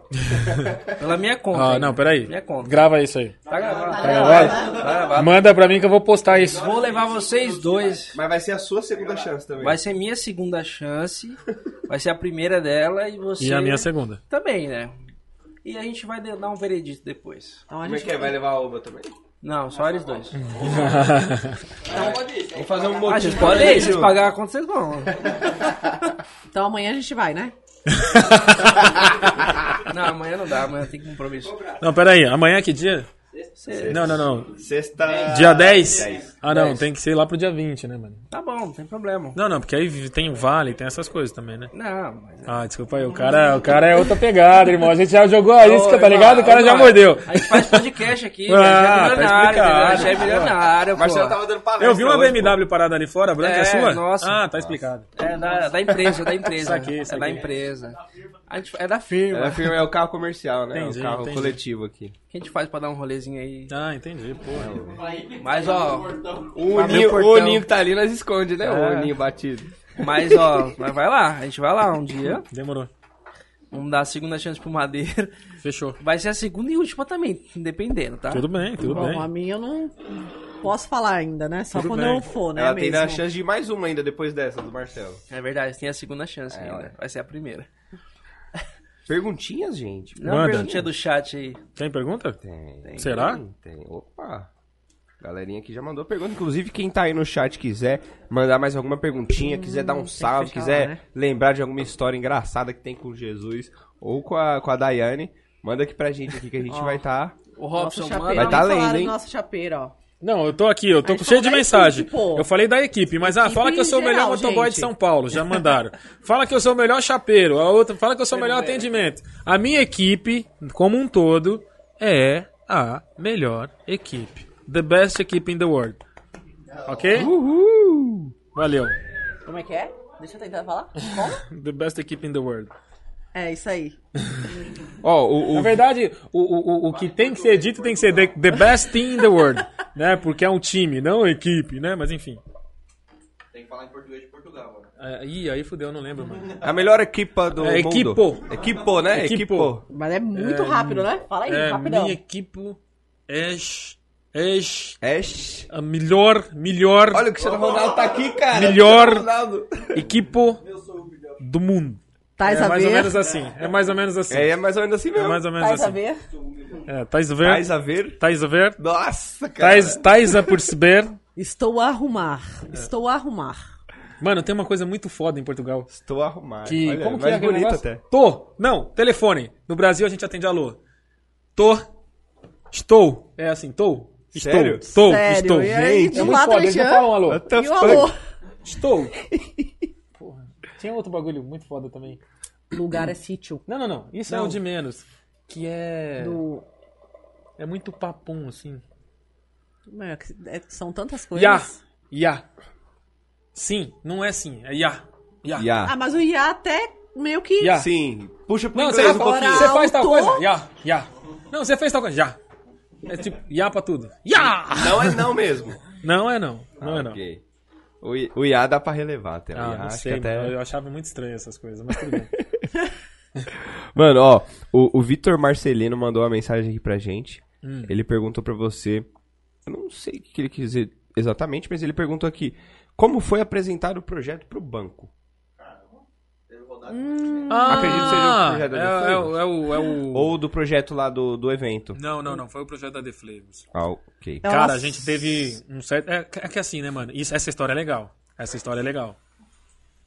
Pela minha conta.
Ah,
hein?
não, peraí.
Minha É, conta.
Grava isso aí.
Tá gravado.
Tá gravado?
Tá gravado.
Manda pra mim que eu vou postar isso.
Vou levar vocês dois.
Mas vai ser a sua segunda chance também.
Vai ser minha segunda chance. Vai ser a primeira dela e você.
E a minha segunda.
Também, né? E a gente vai de- dar um veredito depois.
Então a
Como é
gente
que é? Vai levar a Oba também?
Não, só eles dois.
Hum.
Vamos fazer um motim.
Ah, vocês podem ir, vocês pagar quanto vocês vão.
Então amanhã a gente vai, né?
Não, amanhã não dá, amanhã tem compromisso.
Não, peraí. Amanhã é que dia?
Você-
Não, não, não.
Sexta.
Dia 10?
Dez.
Ah, não.
Dez.
Tem que ser lá pro dia 20, né, mano?
Tá bom, não tem problema.
Não, não, porque aí tem o vale, tem essas coisas também, né?
Não, mas. é
Ah, desculpa aí. O cara, o cara é outra pegada, irmão. A gente já jogou a isca,
Ô,
tá ligado?
irmão,
O cara já
irmão,
mordeu.
A gente faz podcast aqui,
Ah,
ah, já é
tá
milionário,
explicado.
entendeu? já é milionário,
Marcelo
pô.
tava dando palestra.
Eu vi uma
hoje, pô.
BMW parada ali fora, branca, é,
É,
sua?
nossa.
Ah, tá explicado.
É da, da empresa, da empresa.
Saquei,
É da
saquei.
empresa. A gente, é da firma.
Ela afirma, é o carro comercial, né?
Entendi,
é o carro
entendi.
coletivo aqui.
O que a gente faz pra dar um rolezinho aí?
Ah, entendi, porra.
Mas, ó,
O
Mas
Ninho,
meu portão.
o Ninho que tá ali, nós esconde, né?
É.
O Ninho batido.
mas, ó, mas vai lá, a gente vai lá um dia.
Demorou.
Vamos dar a segunda chance pro Madeira.
Fechou.
Vai ser a segunda e última também, dependendo, tá?
Tudo bem, tudo
Bom, a
bem.
minha eu não posso falar ainda, né? Só
Tudo
quando
bem.
eu for, né?
Ela tem
mesmo.
a chance de mais uma ainda depois dessa, do Marcelo.
É verdade, tem a segunda chance
É,
ainda.
ué.
Vai ser a primeira.
Perguntinhas, gente?
Não
Manda.
perguntinha do chat aí.
Tem pergunta?
Tem.
Será?
Tem, tem. Opa. Galerinha aqui já mandou pergunta. Inclusive, quem tá aí no chat quiser mandar mais alguma perguntinha, quiser dar um salve,
Hum, fechar
quiser
lá, né?
lembrar de alguma história engraçada que tem com Jesus ou com a, com a Daiane, manda aqui pra gente aqui que a gente vai tá.
O
Nosso
Robson
chapeiro.
manda.
Vai tá
Falaram
lendo, hein?
do Nosso chapeiro, ó.
Não, eu tô aqui, eu tô
gente
cheio
falou
de
da
mensagem.
equipe, pô.
Eu falei da equipe, mas ah, fala que eu sou o
Equipe em
melhor
geral,
motoboy de
gente.
São Paulo, já mandaram. fala que eu sou o melhor chapeiro, a outra fala que eu sou o melhor
é.
atendimento. A minha equipe, como um todo, é a melhor equipe. The best equipe in the world. Ok? Uhul! Valeu.
Como é que é? Deixa eu tentar falar. Como?
The best equipe in the world.
É isso aí.
Ó, o,
Na
o
verdade, o, o, o, o que tem que ser dito tem que ser the, the best team in the world, né? Porque é um time, não equipe, né? Mas enfim.
Tem que falar em português de Portugal, mano.
É, ih, aí fudeu, eu não lembro, mano.
A melhor equipa do
É,
mundo.
equipo.
Equipo, né?
Equipo.
Equipo.
Mas é muito rápido, né? Fala aí,
É,
rapidão.
minha equipe és, és
Ash.
a melhor, melhor
Olha o Cristiano Ronaldo tá aqui, cara.
Melhor.
Cristiano Ronaldo.
equipe do mundo.
Tais
é
a
mais ou menos
ver.
assim. É mais ou menos assim.
É, é mais ou menos assim
É
mesmo.
mais ou menos
Tais a
assim.
ver.
É, tais a ver.
Mais a ver.
Tais a ver.
Nossa, cara.
Tais, tais a perceber.
Estou a arrumar. Estou a arrumar.
Mano, tem uma coisa muito foda em Portugal.
Estou arrumado.
Que,
Olha,
como que
mais
é aquele
bonito
negócio?
até.
Tô. Não, telefone. No Brasil a gente atende alô. Tô. Estou. É assim, tô. Estou.
Sério?
Tô,
Sério,
estou.
e aí, de
é muito
lá,
foda, eles não
Tatiana?
falam alô.
What the
E o alô?
fuck?
Estou. Porra. Tinha outro bagulho muito foda também.
Lugar é sítio.
Não, não, não. Isso é
Não.
o de menos. Que é.
Do...
É muito papum, assim.
Meu, é- são tantas coisas.
Ya. Ya. Sim, não é sim. É ya. Ya.
Ah,
Yeah.
mas o Iá até meio que.
Ya.
Ah, Sim. Puxa pro
Não, você, tá
inglês um
fala-
pouquinho.
você faz tal
Tô.
coisa? Ya. Ya. Não, você fez tal coisa? Já. É tipo, ya pra tudo. Ya!
Não é não mesmo. Ah,
Não é não. Não é não.
Ok. O, I- o IA dá pra relevar até. o
Ah,
IA,
não
acho
sei,
que até...
mano. eu achava muito estranho essas coisas, mas tudo bem.
Mano, ó, o, o Vitor Marcelino mandou uma mensagem aqui pra gente.
Hum.
Ele perguntou pra você. Eu não sei o que ele quis dizer exatamente, mas ele perguntou aqui: Como foi apresentado o projeto pro banco?
Ah,
Acredito que seja o projeto da
é, é,
Deflavors.
o- é o, é o...
Ou do projeto lá do, do evento?
Não, não, não, foi o projeto da The Flavors.
Ah, ok.
Nossa.
Cara, a gente teve um certo... É, é que assim, né, mano? Isso, essa história é legal. Essa história é legal.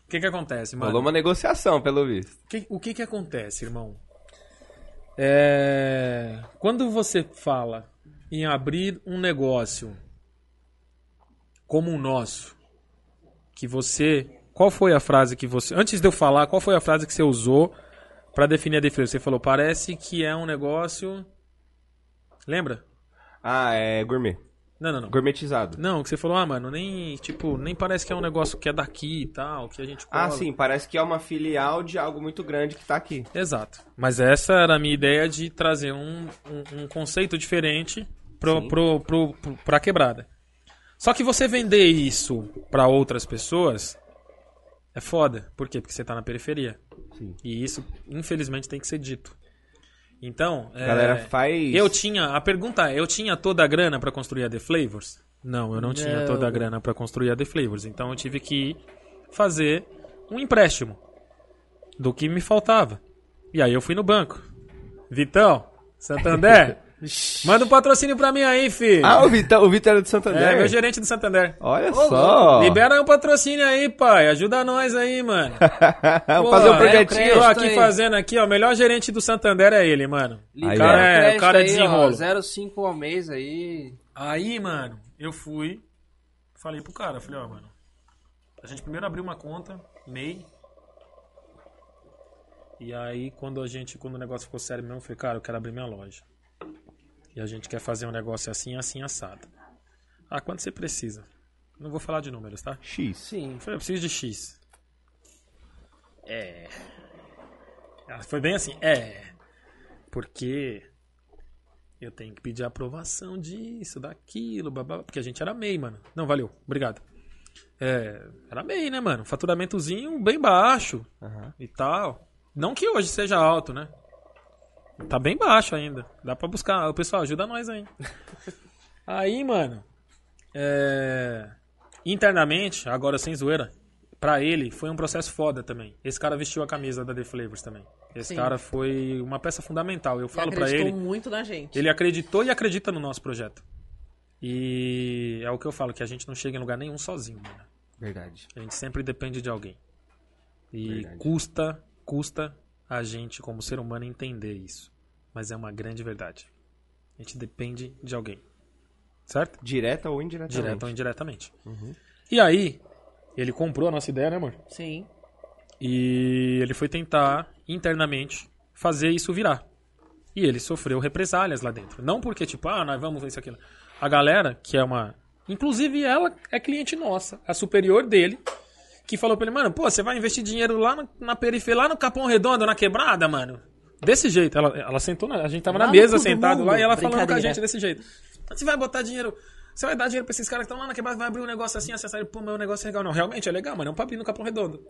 O que que acontece, mano?
Rolou uma negociação, pelo visto.
Que- o que que acontece, irmão? É, quando você fala em abrir um negócio como o nosso, que você, qual foi a frase que você, antes de eu falar, qual foi a frase que você usou pra definir a defesa? Você falou, parece que é um negócio, lembra?
Ah, é gourmet.
Não, não, não.
Gourmetizado.
Não, que você falou, ah, mano, nem, tipo, nem parece que é um negócio que é daqui e tal, que a gente
Ah,
cola.
sim, parece que é uma filial de algo muito grande que tá aqui.
Exato. Mas essa era a minha ideia de trazer um, um, um conceito diferente pro, pro, pro, pro- pra quebrada. Só que você vender isso pra outras pessoas é foda. Por quê? Porque você tá na periferia. E isso, infelizmente, tem que ser dito. Então, é,
Galera, faz.
eu tinha. A pergunta é: eu tinha toda a grana pra construir a The Flavors? Não, eu não tinha
Não.
toda a grana pra construir a The Flavors. Então eu tive que fazer um empréstimo do que me faltava. E aí eu fui no banco. Vitão, Santander, manda um patrocínio pra mim aí, filho.
Ah, o Vitor, o Vitor era do Santander.
é, meu gerente do Santander.
Olha só.
Libera um patrocínio aí, pai. Ajuda nós aí, mano.
Vamos
Pô,
fazer um
é,
projetinho.
Tô
Isso
aqui
aí.
fazendo aqui, ó. O melhor gerente do Santander é ele, mano.
Aí,
o cara
ó.
é, o cara é
Crédito aí, ó,
desenrolo.
0,5 ao mês aí.
Aí, mano, eu fui, falei pro cara, falei, ó, mano, a gente primeiro abriu uma conta, MEI, e aí quando a gente, quando o negócio ficou sério mesmo, eu falei, cara, eu quero abrir minha loja. E a gente quer fazer um negócio assim, assim, assado. Ah, quanto você precisa? Não vou falar de números, tá?
X.
Sim.
Eu falei, eu preciso de X. É. Ela foi bem assim, é. Porque eu tenho que pedir aprovação disso, daquilo, babá. Porque a gente era MEI, mano. Não, valeu, obrigado. É, era MEI, né, mano? Faturamentozinho bem baixo e tal. Não que hoje seja alto, né? Tá bem baixo ainda. Dá pra buscar. O pessoal ajuda nós aí. aí, mano. É internamente, agora sem zoeira, pra ele foi um processo foda também. Esse cara vestiu a camisa da The Flavors também. Esse
Sim.
cara foi uma peça fundamental. Eu falo pra
acreditou
ele,
muito na gente.
ele acreditou e acredita no nosso projeto. E é o que eu falo, que a gente não chega em lugar nenhum sozinho, mano.
Verdade.
A gente sempre depende de alguém. E
Verdade.
custa, custa a gente como ser humano entender isso. Mas é uma grande verdade. A gente depende de alguém. Certo?
Direta ou indiretamente?
Direta ou indiretamente. E aí, ele comprou a nossa ideia, né, amor?
Sim.
E ele foi tentar, internamente, fazer isso virar. E ele sofreu represálias lá dentro. Não porque, tipo, ah, nós vamos ver isso aquilo. A galera, que é uma. Inclusive, ela é cliente nossa, a superior dele. que falou pra ele, mano, pô, você vai investir dinheiro lá no- na periferia, lá no Capão Redondo, na quebrada, mano. Desse jeito, ela, ela sentou, na, a gente tava
Lá
na
no
mesa
Todo
sentado
Mundo.
lá e ela falando com a
Brincadeira.
gente desse jeito. Você vai botar dinheiro, você vai dar dinheiro pra esses caras que estão lá na quebrada, vai abrir um negócio assim, acessar ele, pô, meu negócio é legal. Não, realmente é legal, mano, é um papinho no Capão Redondo.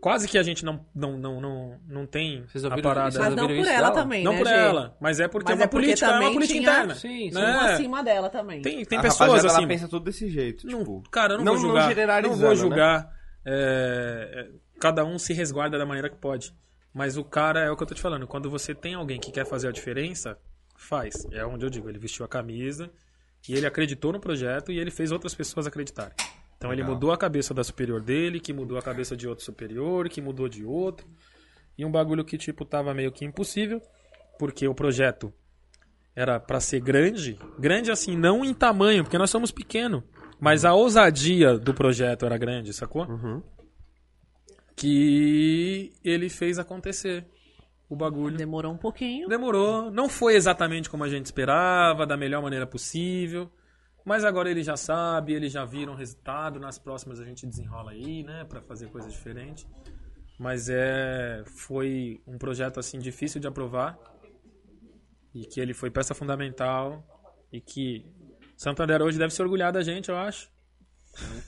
Quase que a gente não, não, não, não, não tem
Vocês
a
ouviram
parada.
isso
Mas não
ouviram
por
isso
ela
dela?
também,
Não
né,
por
Gê?
ela, mas é porque
Mas
é uma
é porque
política, é uma
também
política
tinha-
interna.
Sim, sim.
né?
Um acima dela também.
Tem, tem
A
pessoas
rapaziada,
assim.
Ela pensa tudo desse jeito.
Não,
Tipo,
cara, eu não,
não-
vou
não
julgar. Não,
generalizando,
vou
né?
julgar. É, é, cada um se resguarda da maneira que pode. Mas o cara, é o que eu tô te falando, quando você tem alguém que quer fazer a diferença, faz. É onde eu digo, ele vestiu a camisa e ele acreditou no projeto e ele fez outras pessoas acreditarem. Então ele mudou a cabeça da superior dele, que mudou a cabeça de outro superior, que mudou de outro. E um bagulho que, tipo, tava meio que impossível, porque o projeto era pra ser grande, grande assim, não em tamanho, porque nós somos pequeno, mas a ousadia do projeto era grande, sacou? Que ele fez acontecer o bagulho.
Demorou um pouquinho.
Demorou, não foi exatamente como a gente esperava, da melhor maneira possível, mas agora ele já sabe, ele já viram o resultado, nas próximas a gente desenrola aí, né, Pra fazer coisa diferente. Mas é foi um projeto assim difícil de aprovar e que ele foi peça fundamental e que Santander hoje deve se orgulhar da gente, eu acho.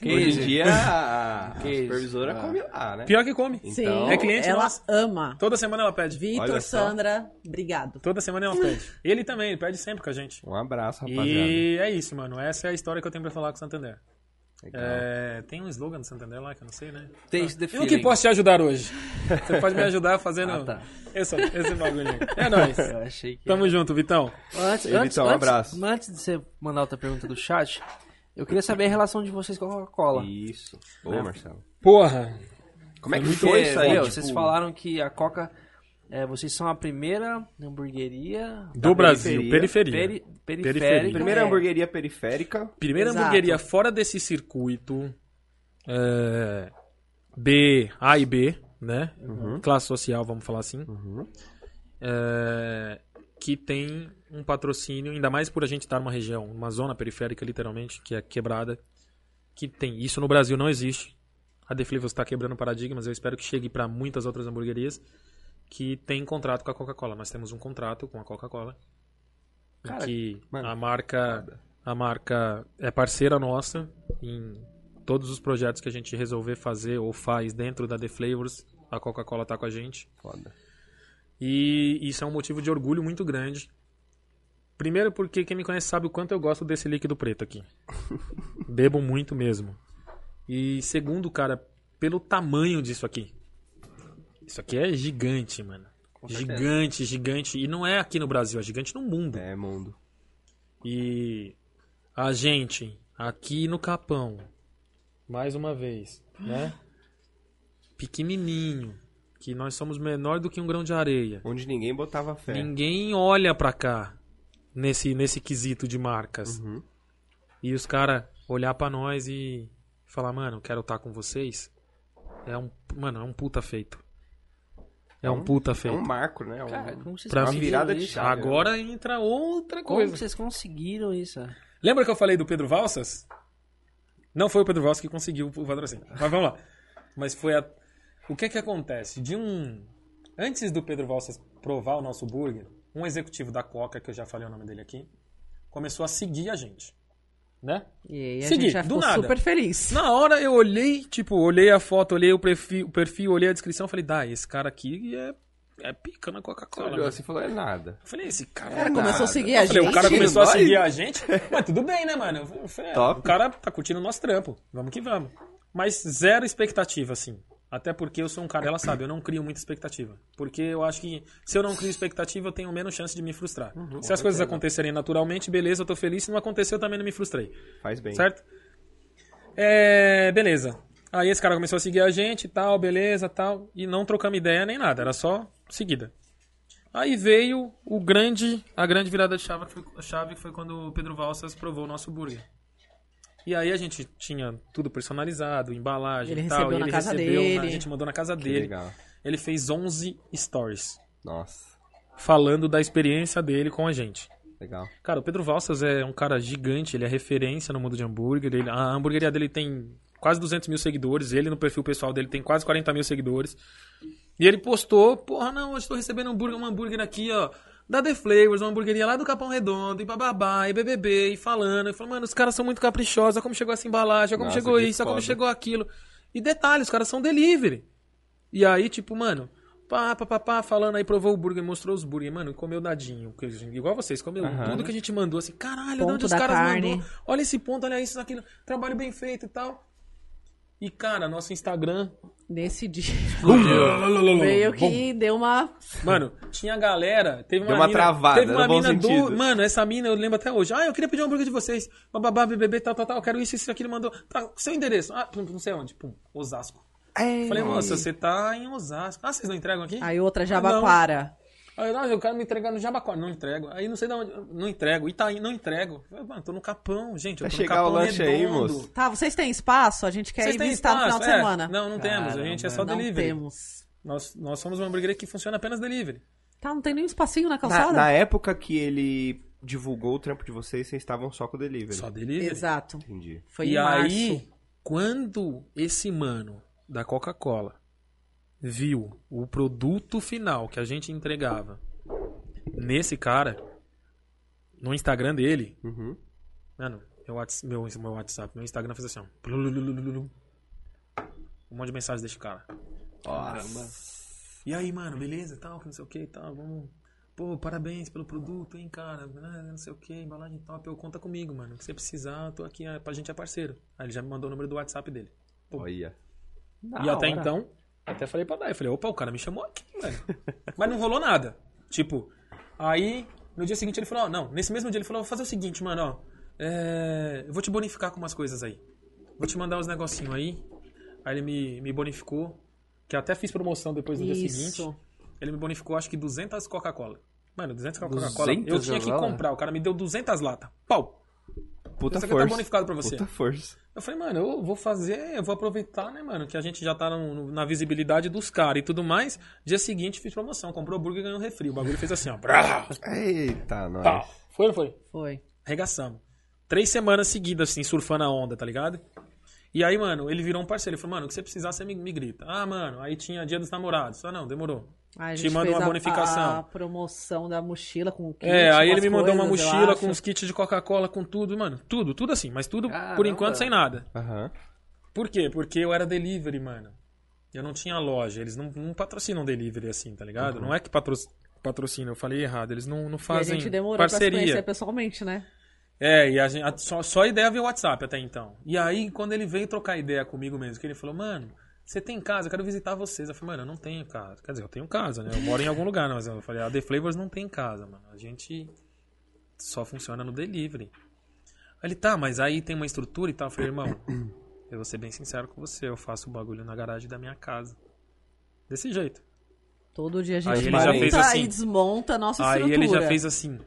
hoje em dia, a a
Case.
supervisora
Ah.
come lá, né?
Pior que come.
Sim,
É cliente
Então, ela
nosso.
ama.
Toda semana ela pede.
Vitor,
Olha só.
Sandra, obrigado.
Toda semana ela pede. Ele também, ele pede sempre com a gente.
Um abraço, rapaziada.
E é isso, mano. Essa é a história que eu tenho pra falar com o Santander.
Legal.
É, tem um slogan do Santander lá que eu não sei, né?
Taste the
Eu que
feeling.
posso te ajudar hoje. Você pode me ajudar fazendo
Ah, tá.
esse, esse bagulho. aí. É nóis.
Eu achei que...
Tamo junto, Vitão.
Antes,
Ei,
antes,
Vitão, um
antes-
abraço.
mas antes de você mandar outra pergunta do chat, eu queria saber a relação de vocês com a Coca-Cola.
Isso. Ô,
Né?
Marcelo.
Porra.
Como é que
Porque,
foi isso aí?
meu,
tipo,
Vocês falaram que a Coca... é, vocês são a primeira hamburgueria...
Do né? Brasil, Tá periferia.
Peri, periférica.
Periferia.
Primeira
É.
hamburgueria periférica.
Primeira
Exato.
hamburgueria fora desse circuito é, B, A e B, né? Classe social, vamos falar assim. É, que tem um patrocínio, ainda mais por a gente estar numa região, uma zona periférica, literalmente, que é quebrada. Que tem. Isso no Brasil não existe. A The Flavors está quebrando paradigmas. Eu espero que chegue para muitas outras hamburguerias que tem contrato com a Coca-Cola. Nós temos um contrato com a Coca-Cola. em
Cara,
que
mano,
a marca a marca é parceira nossa em todos os projetos que a gente resolver fazer ou faz dentro da The Flavors, a Coca-Cola tá com a gente.
Foda.
E isso é um motivo de orgulho muito grande. Primeiro porque quem me conhece sabe o quanto eu gosto desse líquido preto aqui. Bebo muito mesmo. E segundo, cara, pelo tamanho disso aqui. Isso aqui é gigante, mano. Gigante, gigante. E não é aqui no Brasil, é gigante no mundo.
É, mundo.
E a gente aqui no Capão, mais uma vez, né? Pequenininho, que nós somos menor do que um grão de areia.
Onde ninguém botava fé.
Ninguém olha pra cá nesse nesse quesito de marcas.
Uhum.
E os caras olhar pra nós e falar, mano, quero estar com vocês. É um, mano, é um puta feito. É,
É
um,
um-
puta
É
feito.
um marco, né? Um-
Cara, como vocês
Pra
conseguiram
virada de
isso?
chave.
Agora entra outra
Como
coisa.
vocês conseguiram isso?
Lembra que eu falei do Pedro Valsas? Não foi o Pedro Valsas que conseguiu o patrocínio. Mas vamos lá. Mas foi a. O que é que acontece? De um. Antes do Pedro Valsas provar o nosso burger, um executivo da Coca, que eu já falei o nome dele aqui, começou a seguir a gente. Né?
E aí a
Segui,
gente já
do
ficou
nada.
super feliz.
Na hora eu olhei, tipo, olhei a foto, olhei o perfil, o perfil olhei a descrição, falei, dá, esse cara aqui é, é pica na
Você
Coca-Cola.
olhou
mano."
assim e falou, é nada.
Eu falei, esse cara é
Ela começou a seguir a
Eu falei,
gente.
o cara começou a
Nós?
seguir a gente. Mas tudo bem, né, mano? Eu falei, é,
Top.
O cara tá curtindo o nosso trampo. Vamos que vamos. Mas zero expectativa, assim. Até porque eu sou um cara, ela sabe, eu não crio muita expectativa. Porque eu acho que se eu não crio expectativa, eu tenho menos chance de me frustrar. se as coisas acontecerem naturalmente, beleza, eu tô feliz. Se não aconteceu, eu também não me frustrei.
Faz bem.
Certo? É, beleza. Aí esse cara começou a seguir a gente e tal, beleza, tal. E não trocamos ideia nem nada, era só seguida. Aí veio o grande, a grande virada de chave que, foi, chave que foi quando o Pedro Valsas provou o nosso burger. E aí a gente tinha tudo personalizado, embalagem
Ele
e tal.
recebeu
e
na
ele
casa
recebeu, na-
dele.
a gente mandou na casa
Que
dele.
legal.
Ele fez 11 stories
Nossa,
falando da experiência dele com a gente.
legal.
Cara, o Pedro Valsas é um cara gigante, ele é referência no mundo de hambúrguer. ele- a hamburgueria dele tem quase 200 mil seguidores. Ele, no perfil pessoal dele, tem quase 40 mil seguidores. E ele postou, porra, não, hoje estou recebendo um hambúrguer, um hambúrguer aqui, ó, da The Flavors, uma hambúrgueria lá do Capão Redondo, e bababá, e BBB, e falando. E falando, mano, os caras são muito caprichosos, olha como chegou essa embalagem, olha como
Nossa,
chegou
que
isso, olha como
foda.
chegou aquilo. E detalhe, os caras são delivery. E aí, tipo, mano, pá, pá, pá, pá, falando aí, provou o burger, mostrou os burger, mano, e comeu dadinho. que a gente- Igual vocês, comeu
Aham.
tudo que a gente mandou, assim, caralho, de
Ponto
onde os
da
caras
carne.
mandou? Olha esse ponto, olha isso, aquilo, trabalho bem feito e tal. E, cara, nosso Instagram.
Nesse dia,
Veio
meio que deu uma...
Mano, tinha galera, teve uma,
Deu uma
mina,
travada,
teve
no
uma
bom
mina do,
sentido.
mano, essa mina eu lembro até hoje. Ah, eu queria pedir um hambúrguer de vocês. Bababá, BBB, tal, tal, tal, quero isso, isso, aquilo, mandou. Tá, seu endereço. Ah, pum, não sei onde. Pum, Osasco. Falei, moça, você tá em Osasco. Ah, vocês não entregam aqui?
É. Aí outra Jabaquara.
Aí, eu, ah, eu quero me entregar no Jabaquara. Não entrego. Aí não sei de onde. Não entrego. Itaí, não entrego. Falei, Mano, tô no Capão, gente. Eu
Vai
tô no
chegar
Capão
o lanche aí,
Redondo.
moço.
Tá, vocês têm espaço? A gente quer
Vocês
ir
têm
visitar no final
espaço?
de
É.
semana.
Não, não temos. A gente é só
não
delivery.
temos.
Nós, nós somos uma hamburgueria que funciona apenas delivery.
Tá, não tem nenhum espacinho na
Na,
calçada?
na época que ele divulgou o trampo de vocês, vocês estavam só com o delivery.
Só delivery.
Exato.
Entendi.
Foi
e
em março.
aí, quando esse mano da Coca-Cola viu o produto final que a gente entregava nesse cara, no Instagram dele,
Uhum.
mano, Ah, meu, Whats- meu, meu WhatsApp, meu Instagram fez assim, ó, plululululululu. um monte de mensagem desse cara. E aí, mano, beleza? Tal, que não sei o que, tal, vamos. Pô, parabéns pelo produto, hein, cara. né, Não sei o que, embalagem top. Eu conta comigo, mano. O que você precisar, eu tô aqui. é, Pra gente é parceiro. Aí ele já me mandou o número do WhatsApp dele.
Olha.
e até então, até falei pra dar. Eu falei, opa, o cara me chamou aqui, mano. Mas não rolou nada. Tipo, aí no dia seguinte ele falou, ó, não, nesse mesmo dia ele falou, vou fazer o seguinte, mano, ó. é, eu vou te bonificar com umas coisas aí. Vou te mandar uns negocinhos aí. Aí ele me, me bonificou. Que eu até fiz promoção depois no dia
Isso.
seguinte. Ele me bonificou, acho que 200 Coca-Cola. Mano, 200 Coca-Cola. Eu
200
tinha que
Coca-Cola?
comprar. O cara me deu 200 latas. Pau!
Puta
Isso aqui tá
força.
bonificado pra você.
Puta força.
Eu falei, mano, eu vou fazer, eu vou aproveitar, né, mano, que a gente já tá no- no- na visibilidade dos caras e tudo mais. Dia seguinte fiz promoção, comprou hambúrguer e ganhou um refri. O bagulho fez assim, ó. brá,
Eita, nós.
pá. Foi ou não foi?
Foi.
Arregaçamos. Três semanas seguidas, assim, surfando a onda, tá ligado? E aí, mano, ele virou um parceiro. Ele falou, mano, o que você precisar, você me, me grita. Ah, mano, aí tinha dia dos namorados. Ah, não, demorou.
Aí a
Te
gente
manda
fez
uma
a-
bonificação.
A promoção da mochila com o kit,
É, aí
com
ele
as
me mandou uma
coisas, eu
mochila
acho.
com os kits de Coca-Cola, com tudo, mano. Tudo, tudo assim, mas tudo por
Caramba.
enquanto sem nada.
Aham.
Por quê? Porque eu era delivery, mano. Eu não tinha loja. Eles não, não patrocinam delivery assim, tá ligado? Não é que patro, patrocina, eu falei errado. Eles não, não
Uhum. E a
fazem
gente demorou pra se
parceria.
conhecer pessoalmente, né?
É, e a gente, a- só, só a ideia veio o WhatsApp até então. E aí, quando ele veio trocar ideia comigo mesmo, que ele falou, mano, você tem casa, eu quero visitar vocês. Eu falei, mano, eu não tenho casa. Quer dizer, eu tenho casa, né? Eu moro em algum lugar, mas eu falei, a The Flavors não tem casa, mano. A gente só funciona no delivery. Aí ele, tá, mas aí tem uma estrutura e tal. Eu falei, irmão, eu vou ser bem sincero com você, eu faço o bagulho na garagem da minha casa. Desse jeito.
Todo dia a gente
Aí ele
monta
já fez assim.
e desmonta a nossa
Aí
estrutura.
ele já fez assim.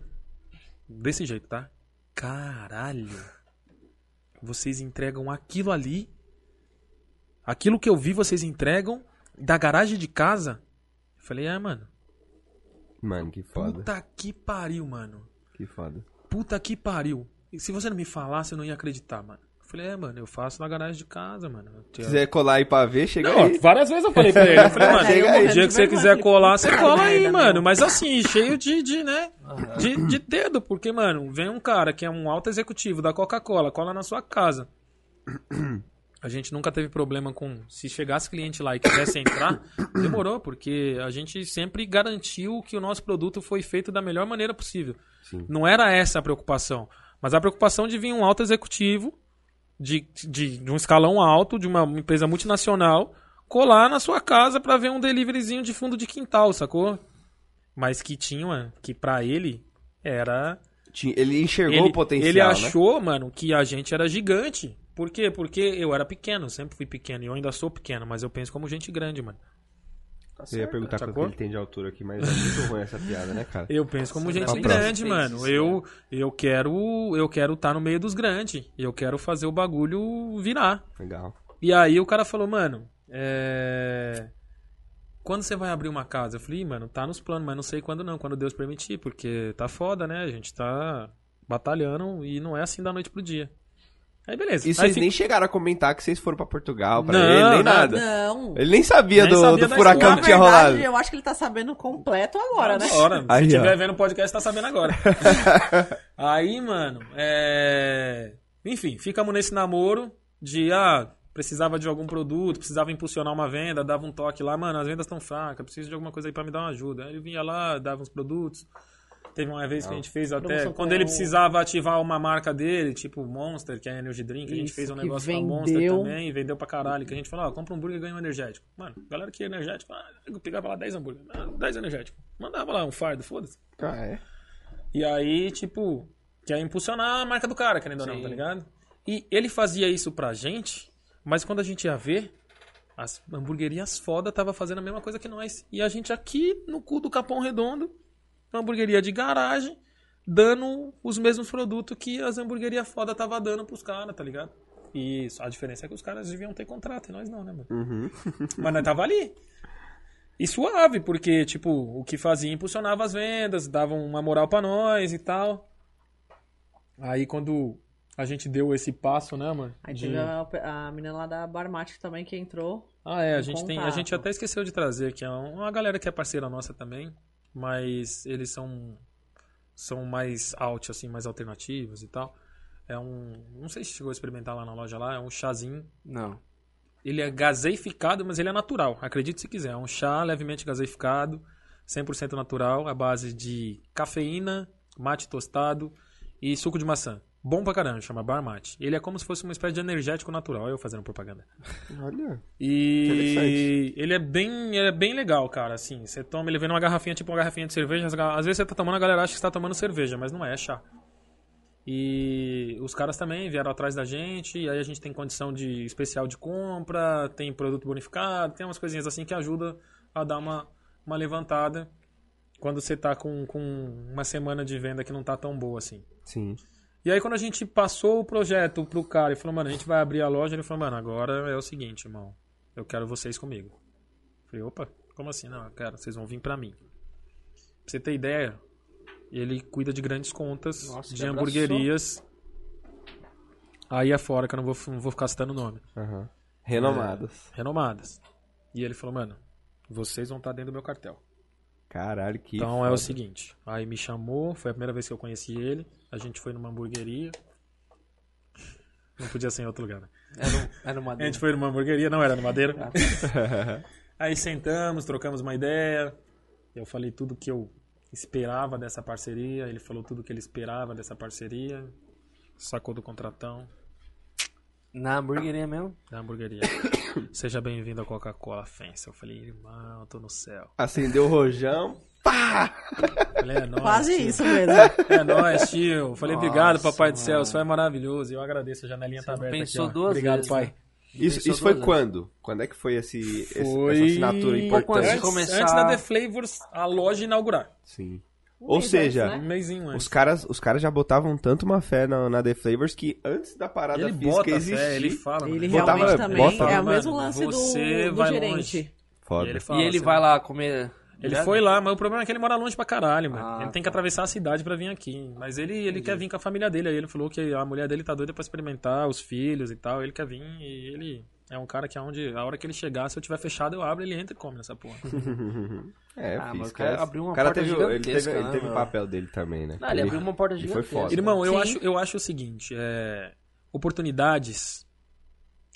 Desse jeito, tá? Caralho. Vocês entregam aquilo ali. Aquilo que eu vi, vocês entregam da garagem de casa. Eu falei, é, mano.
Mano, que foda.
Puta que pariu, mano.
Que
Tá.
foda.
Puta que pariu. E se você não me falasse, eu não ia acreditar, mano. Eu falei, é, mano, eu faço na garagem de casa, mano. Eu
Se
te-
quiser colar aí pra ver, chega
Não,
aí.
várias vezes eu falei pra ele. Eu falei, mano,
Chega aí.
o dia que você quiser
Falei,
colar, você
puta
cola aí,
merda,
mano.
meu.
Mas assim, cheio de, de né? De, de dedo, porque, mano, vem um cara que é um alto executivo da Coca-Cola, cola na sua casa. A gente nunca teve problema com. Se chegasse cliente lá e quisesse entrar, demorou, porque a gente sempre garantiu que o nosso produto foi feito da melhor maneira possível. Não era essa a preocupação. Mas a preocupação de vir um alto executivo, de, de, de um escalão alto, de uma empresa multinacional, colar na sua casa pra ver um deliveryzinho de fundo de quintal, sacou? Mas que tinha, que pra ele era
Tinha- Ele enxergou
ele,
o potencial,
ele
né?
achou, mano, que a gente era gigante. Por quê? Porque eu era pequeno, sempre fui pequeno e eu ainda sou pequeno, mas eu penso como gente grande, mano.
tá
Eu ia perguntar
Sacou?
quanto ele tem de altura aqui, mas é muito ruim essa piada, né, cara?
Eu penso como
Nossa,
gente
né?
grande,
Fez
mano.
isso,
eu eu quero eu quero estar no meio dos grandes. Eu quero fazer o bagulho virar.
Legal.
E aí o cara falou, mano, é... quando você vai abrir uma casa? Eu falei, "Ih, mano, tá nos planos, mas não sei quando não, quando Deus permitir, porque tá foda, né? A gente tá batalhando e não é assim da noite pro dia. Aí beleza.
E
aí
vocês nem chegaram a comentar que vocês foram pra Portugal, pra
Não,
ele, nem
nada.
nada.
Não.
Ele nem sabia
Nem
do,
sabia
do
da
furacão
história.
que tinha
Na verdade,
rolado.
Eu acho que ele tá sabendo completo agora, né?
Agora,
Aí,
Tá se
ó.
tiver vendo o podcast, tá sabendo agora. Aí, mano, é... Enfim, ficamos nesse namoro de, ah, precisava de algum produto, precisava impulsionar uma venda, dava um toque lá, mano, as vendas estão fracas, preciso de alguma coisa aí pra me dar uma ajuda. Aí ele vinha lá, dava uns produtos. Teve uma
Ah,
vez que a gente fez até,
Promoção
quando
com-
ele precisava ativar uma marca dele, tipo Monster, que é a Energy Drink, a gente
Isso,
fez um
que
negócio com a Monster
vendeu.
também, vendeu pra caralho, que a gente falou, ó, compra um hambúrguer e ganha um energético. Mano, galera que é energético, ah, eu pegava lá 10 hambúrguer, ah, 10 energético. Mandava lá um fardo, foda-se.
Ah, é?
E aí, tipo, quer impulsionar a marca do cara, querendo ou não, tá ligado? E ele fazia isso pra gente, mas quando a gente ia ver, as hamburguerias foda tava fazendo a mesma coisa que nós. E a gente aqui no cu do Capão Redondo, uma hamburgueria de garagem, dando os mesmos produtos que as hamburguerias foda tava dando pros caras, tá ligado? E só a diferença é que os caras deviam ter contrato e nós não, né, mano? Mas nós tava ali. E suave, porque, tipo, o que fazia impulsionava as vendas, dava uma moral pra nós e tal. Aí quando a gente deu esse passo, né, mano?
Aí
de-
teve a, a menina lá da Barmate também que entrou.
Ah, é, a
um
gente, tem, a
contato.
gente até esqueceu de trazer aqui. é Uma galera que é parceira nossa também, mas eles são, são mais out, assim, mais alternativos e tal. É um. Não sei se chegou a experimentar lá na loja lá, é um chazinho
Não.
ele é gaseificado, mas ele é natural. Acredite se quiser. É um chá levemente gaseificado, 100% natural, à base de cafeína, mate tostado e suco de maçã. Bom pra caramba, chama Bar Mate. Ele é como se fosse uma espécie de energético natural. Olha Eu fazendo propaganda.
Olha.
E
Interessante.
ele é bem, ele é bem legal, cara. Assim, você toma, ele vem numa garrafinha, tipo uma garrafinha de cerveja. as ga- Às vezes você tá tomando, a galera acha que você tá tomando cerveja, mas não é, é chá. E os caras também vieram atrás da gente, e aí a gente tem condição de especial de compra, tem produto bonificado, tem umas coisinhas assim que ajuda a dar uma, uma levantada quando você tá com, com uma semana de venda que não tá tão boa assim.
Sim.
E aí quando a gente passou o projeto pro cara e falou, mano, a gente vai abrir a loja, ele falou, mano, agora é o seguinte, irmão, eu quero vocês comigo. Falei, opa, como assim? Não, eu quero, vocês vão vir pra mim. Pra você ter ideia, ele cuida de grandes contas
Nossa,
de
ele
hamburguerias. Aí é fora, que eu não vou, não vou ficar citando o nome.
Aham. É. Renomadas.
Renomadas. E ele falou, mano, vocês vão estar dentro do meu cartel.
Caralho, que.
Então é
foda.
o seguinte, aí me chamou, foi a primeira vez que eu conheci ele, a gente foi numa hamburgueria. Não podia ser em outro lugar, né?
Era, era uma
A gente foi numa hamburgueria, não era no Madeira. aí sentamos, trocamos uma ideia. Eu falei tudo que eu esperava dessa parceria, ele falou tudo que ele esperava dessa parceria. Sacou do contratão
Na hamburgueria mesmo?
da hamburgueria. Seja bem-vindo à Coca-Cola Fence. Eu falei, irmão, tô no céu.
Acendeu o rojão.
Eu Falei, é nóis,
Quase
tio.
isso mesmo.
É nóis, tio. Falei,
Nossa,
obrigado, papai do céu. Isso é maravilhoso. E eu agradeço. A janelinha tá
não
aberta
pensou
aqui. ó.
duas
obrigado,
vezes,
pai.
né?
Isso,
Pensou
isso foi
duas
quando? Quando é que foi esse, esse-
Foi
essa assinatura
Um
pouco
importante?
antes
Antes,
de começar-
antes da The Flavors, a loja inaugurar.
Sim.
Um
Ou
mês
seja,
antes,
Um
né?
mêsinho antes.
os caras, os caras já botavam tanto uma fé na, na The Flavors que antes da parada
Ele
física
bota
existir.
fé, ele fala.
Ele
mano.
Botava-
realmente também
botava,
é o
mano,
mesmo lance do,
você
do
vai
gerente.
longe.
Foda.
E ele, assim,
e ele vai lá comer.
Ele foi lá, mas o problema é que ele mora longe pra caralho, mano.
Ah,
ele tem que atravessar a cidade pra vir aqui. Mas ele, ele quer vir com a família dele. Aí ele falou que a mulher dele tá doida pra experimentar, os filhos e tal. Ele quer vir e ele é um cara que aonde, a hora que ele chegar, se eu tiver fechado, eu abro, ele entra e come nessa porra.
É,
Ah,
fiz,
mas o cara
cara.
abriu uma
O cara
porta
teve, ele teve,
gigantesca,
ele
né,
teve o
mano?
papel dele também, né?
Não, ele abriu uma porta
ele
gigantesca.
foi foda.
Irmão, eu
Sim.
acho, eu acho o seguinte, é, oportunidades,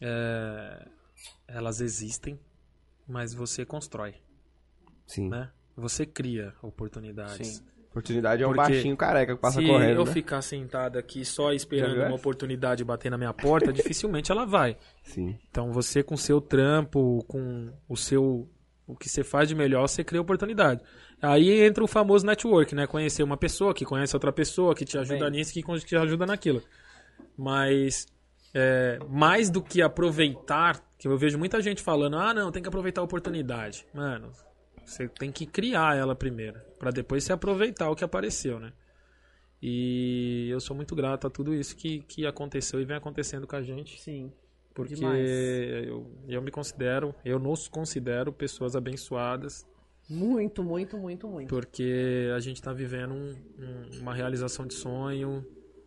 é, elas existem, mas você constrói,
Sim.
né? Você cria oportunidades.
Sim.
Oportunidade é um
Porque
baixinho careca que passa
Se
correndo,
eu
né?
ficar sentado aqui só
Já
esperando
viu
uma
essa?
oportunidade bater na minha porta, dificilmente ela vai.
Sim.
Então você com seu trampo, com o seu o que você faz de melhor, você cria oportunidade. Aí entra o famoso network, né? Conhecer uma pessoa que conhece outra pessoa, que te ajuda nisso, que con- te ajuda naquilo. Mas é, mais do que aproveitar, que eu vejo muita gente falando, ah, não, tem que aproveitar a oportunidade. Mano, você tem que criar ela primeiro, pra depois você aproveitar o que apareceu, né? E eu sou muito grato a tudo isso que, que aconteceu e vem acontecendo com a gente.
Sim.
Porque
Demais.
eu, eu me considero, eu nos considero pessoas abençoadas,
Muito, muito, muito, muito.
porque a gente tá vivendo um- um- uma realização de sonho,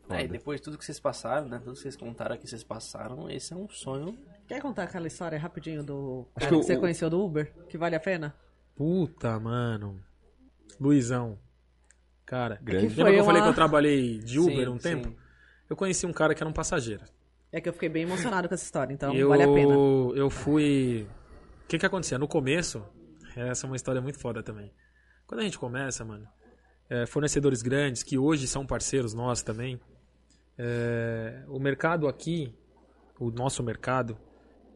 É, e depois de tudo que vocês passaram, né? Tudo que vocês contaram aqui, vocês passaram, esse é um sonho.
Quer contar aquela história rapidinho do cara
que
que
o-
você
o-
conheceu do Uber? Que vale a pena?
Puta, mano. Luizão. Cara,
Grande.
lembra que eu
Foi
falei
uma-
que eu trabalhei de Uber
Sim,
um
sim.
tempo? Eu conheci um cara que era um passageiro.
É que eu fiquei bem emocionado com essa história, então
eu,
vale a pena.
Eu fui. O que que acontecia? No começo, essa é uma história muito foda também. Quando a gente começa, mano, é, fornecedores grandes, que hoje são parceiros nossos também, é, o mercado aqui, o nosso mercado,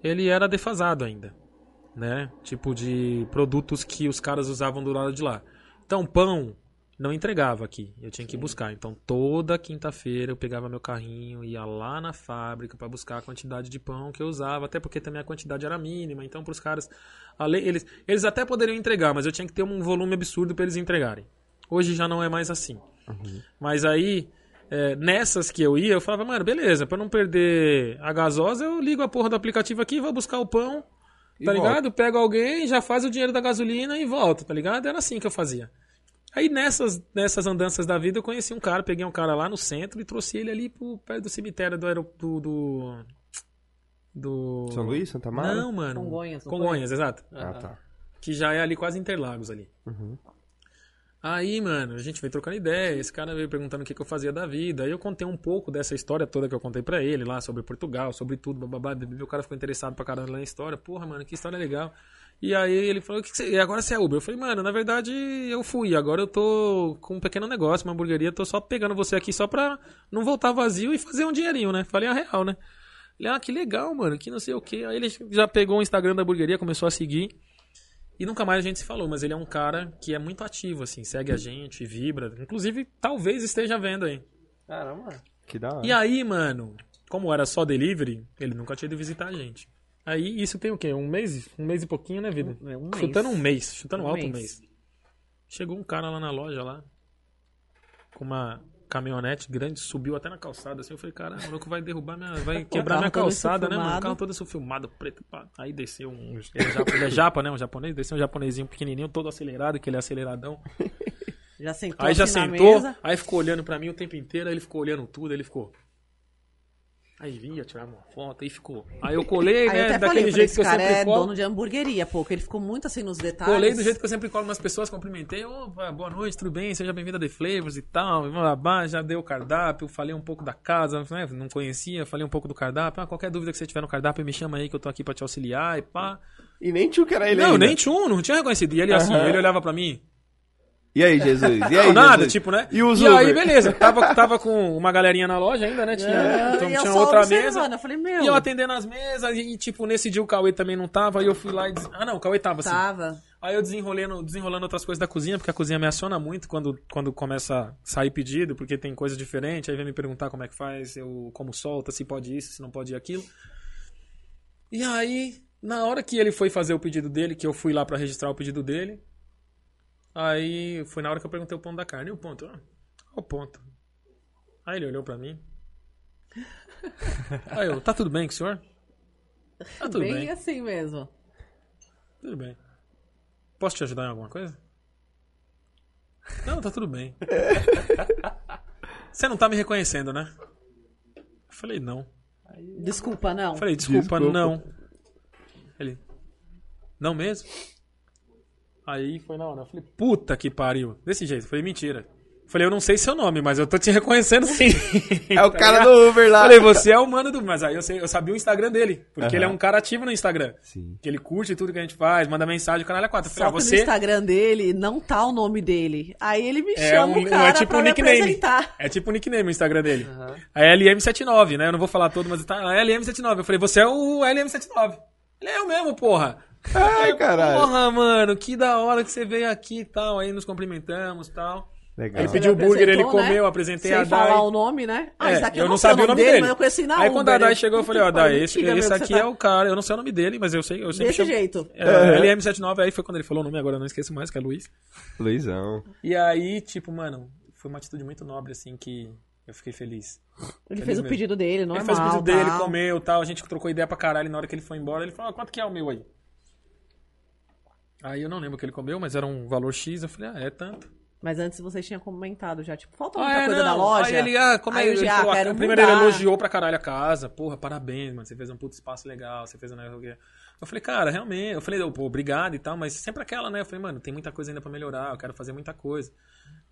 ele era defasado ainda. Né? Tipo de produtos que os caras usavam do lado de lá. Então, pão não entregava aqui. Eu tinha que buscar. Então, toda quinta-feira eu pegava meu carrinho, ia lá na fábrica para buscar a quantidade de pão que eu usava, até porque também a quantidade era mínima. Então, para os caras, além- eles, eles até poderiam entregar, mas eu tinha que ter um volume absurdo para eles entregarem. Hoje já não é mais assim. Mas aí, é, nessas que eu ia, eu falava, mano, beleza, para não perder a gasosa, eu ligo a porra do aplicativo aqui, vou buscar o pão, tá ligado? Pego alguém, já faz o dinheiro da gasolina e volto, tá ligado? Era assim que eu fazia. Aí nessas, nessas andanças da vida eu conheci um cara, peguei um cara lá no centro e trouxe ele ali pro perto do cemitério do aero, do, do. do-
São Luís, Santa Mara?
Não, mano.
Congonhas, não
Congonhas, exato.
Ah, tá.
Que já é ali quase Interlagos ali. Aí, mano, a gente veio trocando ideia, esse cara veio perguntando o que, que eu fazia da vida. Aí eu contei um pouco dessa história toda que eu contei pra ele lá, sobre Portugal, sobre tudo, bababá. O cara ficou interessado pra caramba na história. Porra, mano, que história legal. E aí ele falou, que que você- e agora você é Uber? Eu falei, mano, na verdade eu fui, agora eu tô com um pequeno negócio, uma hamburgueria, tô só pegando você aqui só pra não voltar vazio e fazer um dinheirinho, né? Falei a real, né? Ele, ah, que legal, mano, que não sei o que. Aí ele já pegou o Instagram da hamburgueria, começou a seguir. E nunca mais a gente se falou, mas ele é um cara que é muito ativo, assim, segue a gente, vibra. Inclusive, talvez esteja vendo aí.
Caramba.
Que da hora.
E aí, mano, como era só delivery, ele nunca tinha ido visitar a gente. Aí, isso tem o quê? Um mês? Um mês e pouquinho, né, vida?
Um- é, um mês.
chutando um mês, chutando
Um
alto um
mês.
mês. Chegou um cara lá na loja, lá, com uma caminhonete grande, subiu até na calçada, assim, eu falei, cara, o maluco vai derrubar minha, vai quebrar
carro
minha
todo
calçada, né, mano? O
sulfumado.
carro todo filmado, preto, pá. Aí desceu um, ele é japa- ele é japa, né, um japonês, desceu um japonesinho pequenininho, todo acelerado, que ele é aceleradão.
Já sentou
Aí já
assim na
sentou, né,
mesa?
aí ficou olhando pra mim o tempo inteiro, aí ele ficou olhando tudo, aí ele ficou. Aí vinha, tirava uma foto, aí ficou. Aí eu colei,
Aí eu
né,
até
daquele
falei, falei,
jeito
esse
que eu
cara
sempre
é
colo.
dono de hamburgueria, pô, que ele ficou muito assim nos detalhes.
Colei do jeito que eu sempre colo nas pessoas, cumprimentei. Opa, boa noite, tudo bem? Seja bem-vindo a The Flavors e tal. e bababá, Já dei o cardápio, falei um pouco da casa, né? Não conhecia, falei um pouco do cardápio. Ah, qualquer dúvida que você tiver no cardápio, me chama aí que eu tô aqui pra te auxiliar e pá.
E nem tio que era ele
não,
ainda.
nem tinha um, não tinha reconhecido. E ele assim, ele olhava pra mim.
E aí, Jesus? E aí,
Não, nada,
Jesus?
tipo, né?
É, E os
aí,
Uber?
beleza. Tava, tava com uma galerinha na loja ainda, né? Tinha,
É,
então
e eu
tinha
só
outra
observando, né?
mesa.
Eu falei, meu,
E eu atendendo as mesas, e, tipo, nesse dia o Cauê também não tava, e eu fui lá e. Des... Ah, não, o Cauê tava, assim.
tava.
Aí eu desenrolando, desenrolando outras coisas da cozinha, porque a cozinha me aciona muito quando, quando começa a sair pedido, porque tem coisa diferente, aí vem me perguntar como é que faz, eu como solta, se pode isso, se não pode aquilo. E aí, na hora que ele foi fazer o pedido dele, que eu fui lá pra registrar o pedido dele, aí foi na hora que eu perguntei o ponto da carne. E o ponto? Ah, o ponto. Aí ele olhou pra mim. Aí eu, tá tudo bem com o senhor? Tá tudo
bem,
bem.
assim mesmo.
Tudo bem. Posso te ajudar em alguma coisa? Não, tá tudo bem. Você não tá me reconhecendo, né? Eu falei, não.
Desculpa, não.
Eu falei, desculpa, não. Ele, não mesmo? Aí foi na hora. Eu falei, puta que pariu. Desse jeito. Eu falei, mentira. Eu falei, eu não sei seu nome, mas eu tô te reconhecendo sim. Tá
É o cara do Uber lá.
Falei, você é o mano do. Mas aí eu, sei- eu sabia o Instagram dele. Porque ele é um cara ativo no Instagram.
Sim.
Que ele curte tudo que a gente faz, manda mensagem, o canal é 4. Eu
Só
falei, ah,
que
você.
no Instagram dele não tá o nome dele. Aí ele me
É,
chama
um,
o cara
é tipo
pra
um
me
nickname.
apresentar.
É tipo um nickname o Instagram dele. A LM79, né? Eu não vou falar todo, mas tá. A LM79. Eu falei, você é o LM79. Ele é eu mesmo, porra.
Ai, caralho.
Porra, mano, que da hora que você veio aqui e tal. Aí nos cumprimentamos e tal.
Legal.
Ele pediu o
Me
burger, ele
apresentou, né?
comeu, eu apresentei
Sem
a Dai.
falar o nome, né? Ah,
É,
esse daqui
eu não
sei
sabia o nome dele.
Mas eu conheci na
Aí
Uber. né?
quando a Dai chegou, eu falei, ó,
Puta que
Dai,
pariu,
esse,
mentira,
esse
meu, que
aqui
você
é o cara. Eu não sei o nome dele, mas eu sei. Eu
tá-
sempre
Desse
chamo-
jeito.
É, LM79, aí foi quando ele falou o nome, agora eu não esqueço mais, que é Luiz.
Luizão.
E aí, tipo, mano, foi uma atitude muito nobre, assim, que eu fiquei feliz.
Ele
Feliz
fez o
mesmo.
pedido dele, normal.
ele fez o pedido dele,
tal.
comeu e tal, a gente trocou ideia pra caralho. Na hora que ele foi embora, ele falou, ah, quanto que é o meu aí? Aí eu não lembro o que ele comeu, mas era um valor X, eu falei, ah, é tanto.
Mas antes vocês tinham comentado já, tipo, falta muita
Ah, é,
coisa da
não.
loja.
Aí ele, ah, como é
Aí eu
ele
já
falou, ah,
quero
Primeiro ele
mudar.
elogiou pra caralho a casa. Porra, parabéns, mano. Você fez um puto espaço legal, você fez um negócio. que- Eu falei, cara, realmente. Eu falei, pô, obrigado e tal, mas sempre aquela, né? Eu falei, mano, tem muita coisa ainda pra melhorar, eu quero fazer muita coisa.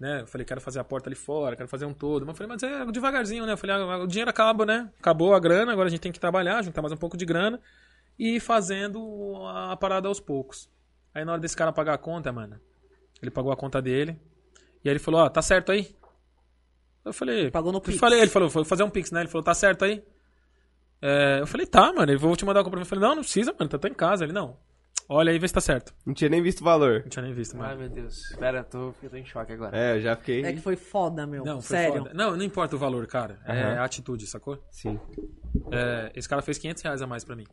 Né? Eu falei, quero fazer a porta ali fora, quero fazer um todo. Mas eu falei, mas é devagarzinho, né? Eu falei, ah, o dinheiro acaba, né? Acabou a grana, agora a gente tem que trabalhar, juntar mais um pouco de grana e ir fazendo a parada aos poucos. Aí na hora desse cara pagar a conta, mano, ele pagou a conta dele. E aí ele falou, ó, tá certo aí? Eu falei.
Pagou no
eu
Pix.
Falei, ele falou, vou fazer um Pix, né? Ele falou, tá certo aí? É, eu falei, tá, mano, eu vou te mandar o comprovante. Eu falei, não, não precisa, mano, tá, tá em casa. Ele, não. Olha aí, vê se tá certo.
Não tinha nem visto o valor.
Não tinha nem visto,
Ai,
mano.
meu Deus. Pera, eu tô, eu tô em choque agora.
É, eu já fiquei.
É que foi foda, meu.
Não, foi
Sério.
foda. Não, não importa o valor, cara. É
Aham.
a atitude, sacou?
Sim.
É, esse cara fez 500 reais a mais pra mim.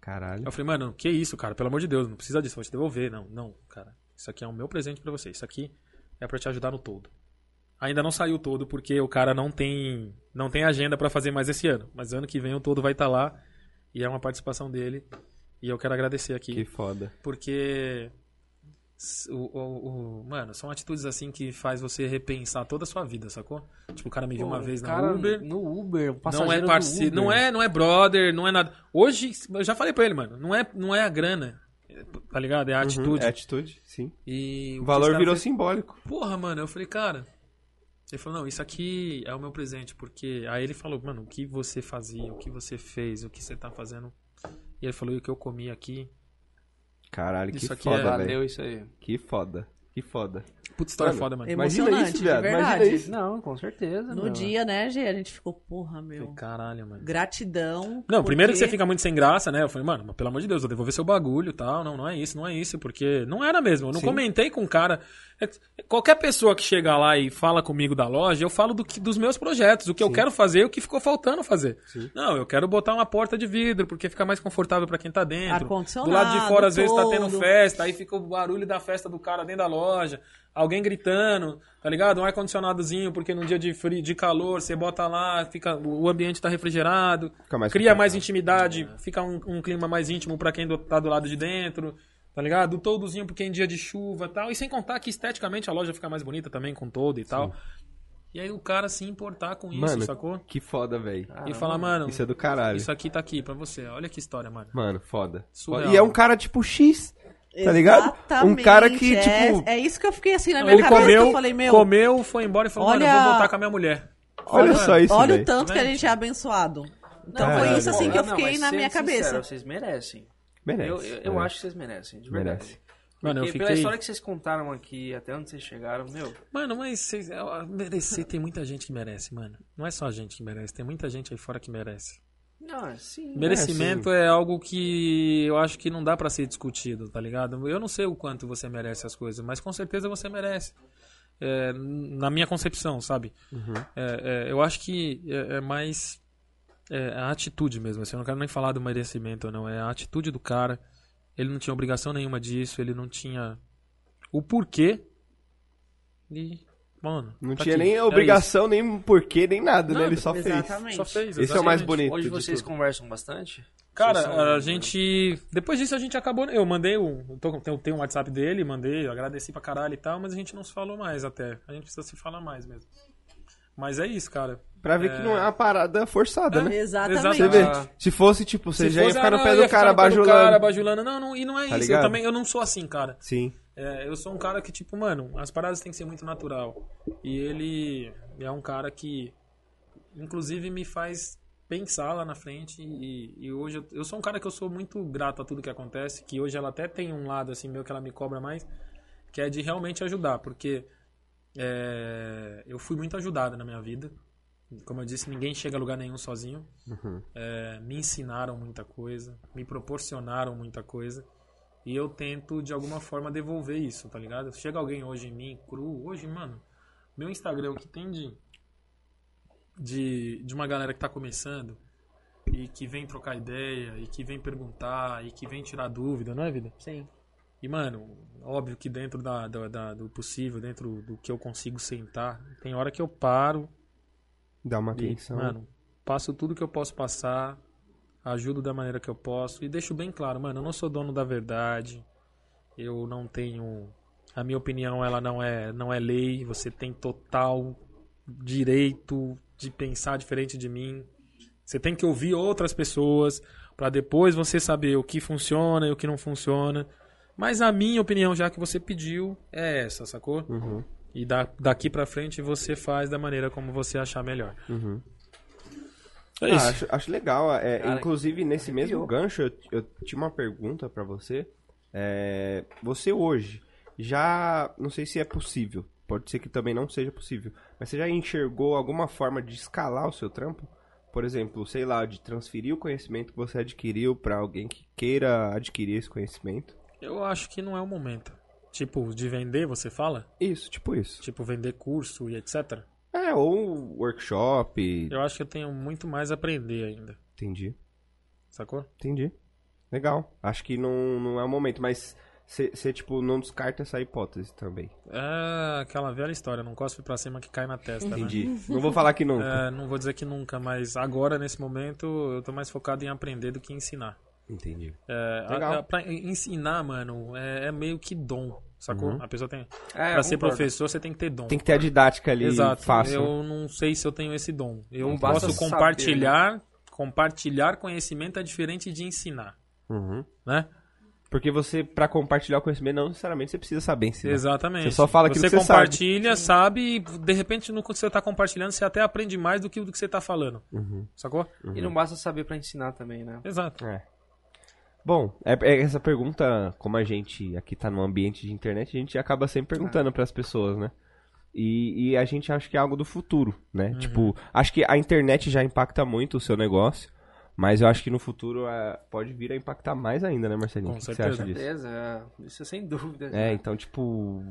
Caralho.
Eu falei, mano, que isso, cara? Pelo amor de Deus, não precisa disso, vou te devolver. Não, não, cara. Isso aqui é o meu presente pra você. Isso aqui é pra te ajudar no todo. Ainda não saiu o todo porque o cara não tem não tem agenda pra fazer mais esse ano. Mas ano que vem o todo vai estar lá e é uma participação dele. E eu quero agradecer aqui
Que foda.
porque s- o, o- o- mano, são atitudes assim que faz você repensar toda a sua vida, sacou? Tipo, o cara me viu uma
Pô,
vez
o
na
cara
Uber.
No Uber, o passageiro
Não é
do
parceiro,
Uber.
não é, não é brother, não é nada. Hoje, eu já falei pra ele, mano, não é, não é a grana, tá ligado? É a atitude.
Uhum, é atitude, sim.
E
O
que esse
valor
cara
virou
fez-
simbólico.
Porra, mano, eu falei, cara. Ele falou, não, isso aqui é o meu presente, porque. Aí ele falou, mano, o que você fazia, o que você fez, o que você tá fazendo. E ele falou, e o que eu comi aqui.
Caralho,
Isso
que
aqui
foda,
é-
velho.
Valeu isso aí.
Que foda. Que foda.
Puta história
Mano,
foda, mano.
Imagina
Emocionante,
isso,
de
viado. Imagina
verdade.
isso.
Ah, Não, com certeza.
No
meu.
dia, né, Gê? A gente ficou, porra,
Eu falei,
meu.
Caralho, mano.
Gratidão.
Não, primeiro que
porque-
você fica muito sem graça, né? Eu falei, mano, mas pelo amor de Deus, vou devolver seu bagulho e tal. Não, não é isso, não é isso, porque não era mesmo. Eu não comentei com o cara. É, Qualquer pessoa que chega lá e fala comigo da loja, eu falo do que- dos meus projetos, o que eu quero fazer e o que ficou faltando fazer. Não, eu quero botar uma porta de vidro, porque fica mais confortável pra quem tá dentro.
Ar-condicionado,
Do lado de fora, às vezes, tá tendo
todo.
festa, aí fica o barulho da festa do cara dentro da loja, alguém gritando, tá ligado? Um ar-condicionadozinho, porque num dia de frio, de calor, você bota lá, fica, o ambiente tá refrigerado,
Fica mais
cria
confortável.
mais intimidade, fica um, um clima mais íntimo pra quem do, tá do lado de dentro, tá ligado? O Toldozinho, porque em dia de chuva e tal. E sem contar que esteticamente a loja fica mais bonita também com todo e tal. E aí o cara se importar com isso,
Mano,
sacou?
que foda, velho.
e falar, mano,
Isso é do caralho.
isso aqui tá aqui pra você. Olha que história, mano.
Mano, foda.
Surreal.
Foda. E é um cara tipo X, tá ligado?
Exatamente,
Um cara que,
é,
tipo,
É isso que eu fiquei assim na minha
Ele
cabeça.
comeu,
eu falei, meu,
comeu, foi embora e falou, mano, eu
olha-
vou voltar com a minha mulher.
olha
Mano,
só isso,
olha
velho. é,
o tanto que a gente é abençoado. Então foi isso assim que eu
Não,
fiquei
mas
na
sendo
minha cabeça.
sincero, vocês merecem.
Merece. é.
eu eu, eu
merece.
acho que vocês merecem, de verdade.
Merece.
Mano, eu
Porque
fiquei...
Pela história que vocês contaram aqui, até onde vocês chegaram, meu.
Mano, mas vocês, ah, merecer, tem muita gente que merece, mano. Não é só a gente que merece, tem muita gente aí fora que merece.
Não, é sim.
Merecimento é, algo que eu acho que não dá pra ser discutido, tá ligado? Eu não sei o quanto você merece as coisas, mas com certeza você merece. É, na minha concepção, sabe?
Uhum.
É, é, eu acho que é, é mais é, a atitude mesmo. Assim, eu não quero nem falar do merecimento, ou não. É a atitude do cara. Ele não tinha obrigação nenhuma disso, ele não tinha o porquê. E, mano.
Não
tá
tinha
aqui.
nem
É
obrigação, nem porquê, nem nada, né?
Nada,
Ele só fez.
Exatamente.
isso. Só fez.
Esse é o mais
exatamente.
bonito.
Hoje
de
vocês
tudo.
conversam bastante?
Cara,
Vocês são- um-
a gente. Depois disso a gente acabou. Eu mandei um. eu tô com- Tem tem um WhatsApp dele, mandei, eu agradeci pra caralho e tal, mas a gente não se falou mais até. A gente precisa se falar mais mesmo. Mas é isso, cara.
Pra ver que não é uma parada forçada,
É.
né?
Exatamente.
Você vê,
Ah.
se fosse, tipo, você
Se
já ia
fosse,
ficar no
ah,
pé
não,
do
ia ficar
cara
no pé do cara,
bajulando.
bajulando. Não, não, e não é
Tá
isso. Eu
ligado?
também eu não sou assim, cara.
Sim.
É, eu sou um cara que, tipo, mano, as paradas têm que ser muito natural. E ele é um cara que, inclusive, me faz pensar lá na frente. E, e hoje eu, eu sou um cara que eu sou muito grato a tudo que acontece. Que hoje ela até tem um lado, assim, meu que ela me cobra mais, que é de realmente ajudar. Porque é, eu fui muito ajudado na minha vida. Como eu disse, ninguém chega a lugar nenhum sozinho. É, me ensinaram muita coisa, me proporcionaram muita coisa. E eu tento, de alguma forma, devolver isso, tá ligado? Chega alguém hoje em mim, cru, hoje, mano, meu Instagram, o que tem de, de, de uma galera que tá começando e que vem trocar ideia, e que vem perguntar, e que vem tirar dúvida, não é, vida?
Sim.
E, mano, óbvio que dentro da, da- da- do possível, dentro do que eu consigo sentar, tem hora que eu paro
Dá uma
e,
atenção.
mano, passo tudo que eu posso passar, ajudo da maneira que eu posso e deixo bem claro, mano, eu não sou dono da verdade, eu não tenho A minha opinião, ela não é, não é lei. Você tem total direito de pensar diferente de mim. Você tem que ouvir outras pessoas para depois você saber o que funciona e o que não funciona. Mas a minha opinião, já que você pediu, é essa, sacou?
Uhum,
E da, daqui pra frente você faz da maneira como você achar melhor.
uhum.
É
Ah,
isso.
acho, acho legal. é,
Cara,
inclusive, nesse mesmo gancho, eu, eu tinha uma pergunta pra você. É, você hoje já. Não sei se é possível. Pode ser que também não seja possível. Mas você já enxergou alguma forma de escalar o seu trampo? Por exemplo, sei lá, de transferir o conhecimento que você adquiriu pra alguém que queira adquirir esse conhecimento?
Eu acho que não é o momento. Tipo, de vender, você fala?
Isso, tipo isso.
Tipo, vender curso e etc.
É, ou workshop.
Eu acho que eu tenho muito mais a aprender ainda.
Entendi.
Sacou?
Entendi. Legal. Acho que não, não é o momento, mas você, tipo, não descarta essa hipótese também.
É aquela velha história, não cospe pra cima que cai na testa,
Entendi. Tá Não vou falar que não.
né? É, não vou dizer que nunca, mas agora, nesse momento, eu tô mais focado em aprender do que ensinar.
Entendi.
É,
Legal.
a- a- pra ensinar, mano, é, é meio que dom, sacou?
Uhum.
A pessoa tem...
É,
pra ser
concordo.
professor, você tem que ter dom.
Tem que ter a didática ali
Exato.
fácil.
Eu não sei se eu tenho esse dom. Eu
Não basta
posso
saber,
compartilhar, compartilhar conhecimento é diferente de ensinar,
Uhum.
né?
Porque você, pra compartilhar o conhecimento, não necessariamente você precisa saber ensinar.
Exatamente.
Você só fala aquilo
você
que você sabe.
compartilha, sabe. e de repente no que você tá compartilhando, você até aprende mais do que o que você tá falando.
Uhum.
Sacou?
E não basta saber pra ensinar também, né?
Exato.
É. Bom, é, é essa pergunta, como a gente aqui tá num ambiente de internet, a gente acaba sempre perguntando pras pessoas, né? E, e a gente acha que é algo do futuro, né? Tipo, acho que a internet já impacta muito o seu negócio, mas eu acho que no futuro é, pode vir a impactar mais ainda, né, Marcelinho?
Com
O que que você
certeza.
acha disso?
Beleza, é, isso é sem dúvida.
É, então, tipo,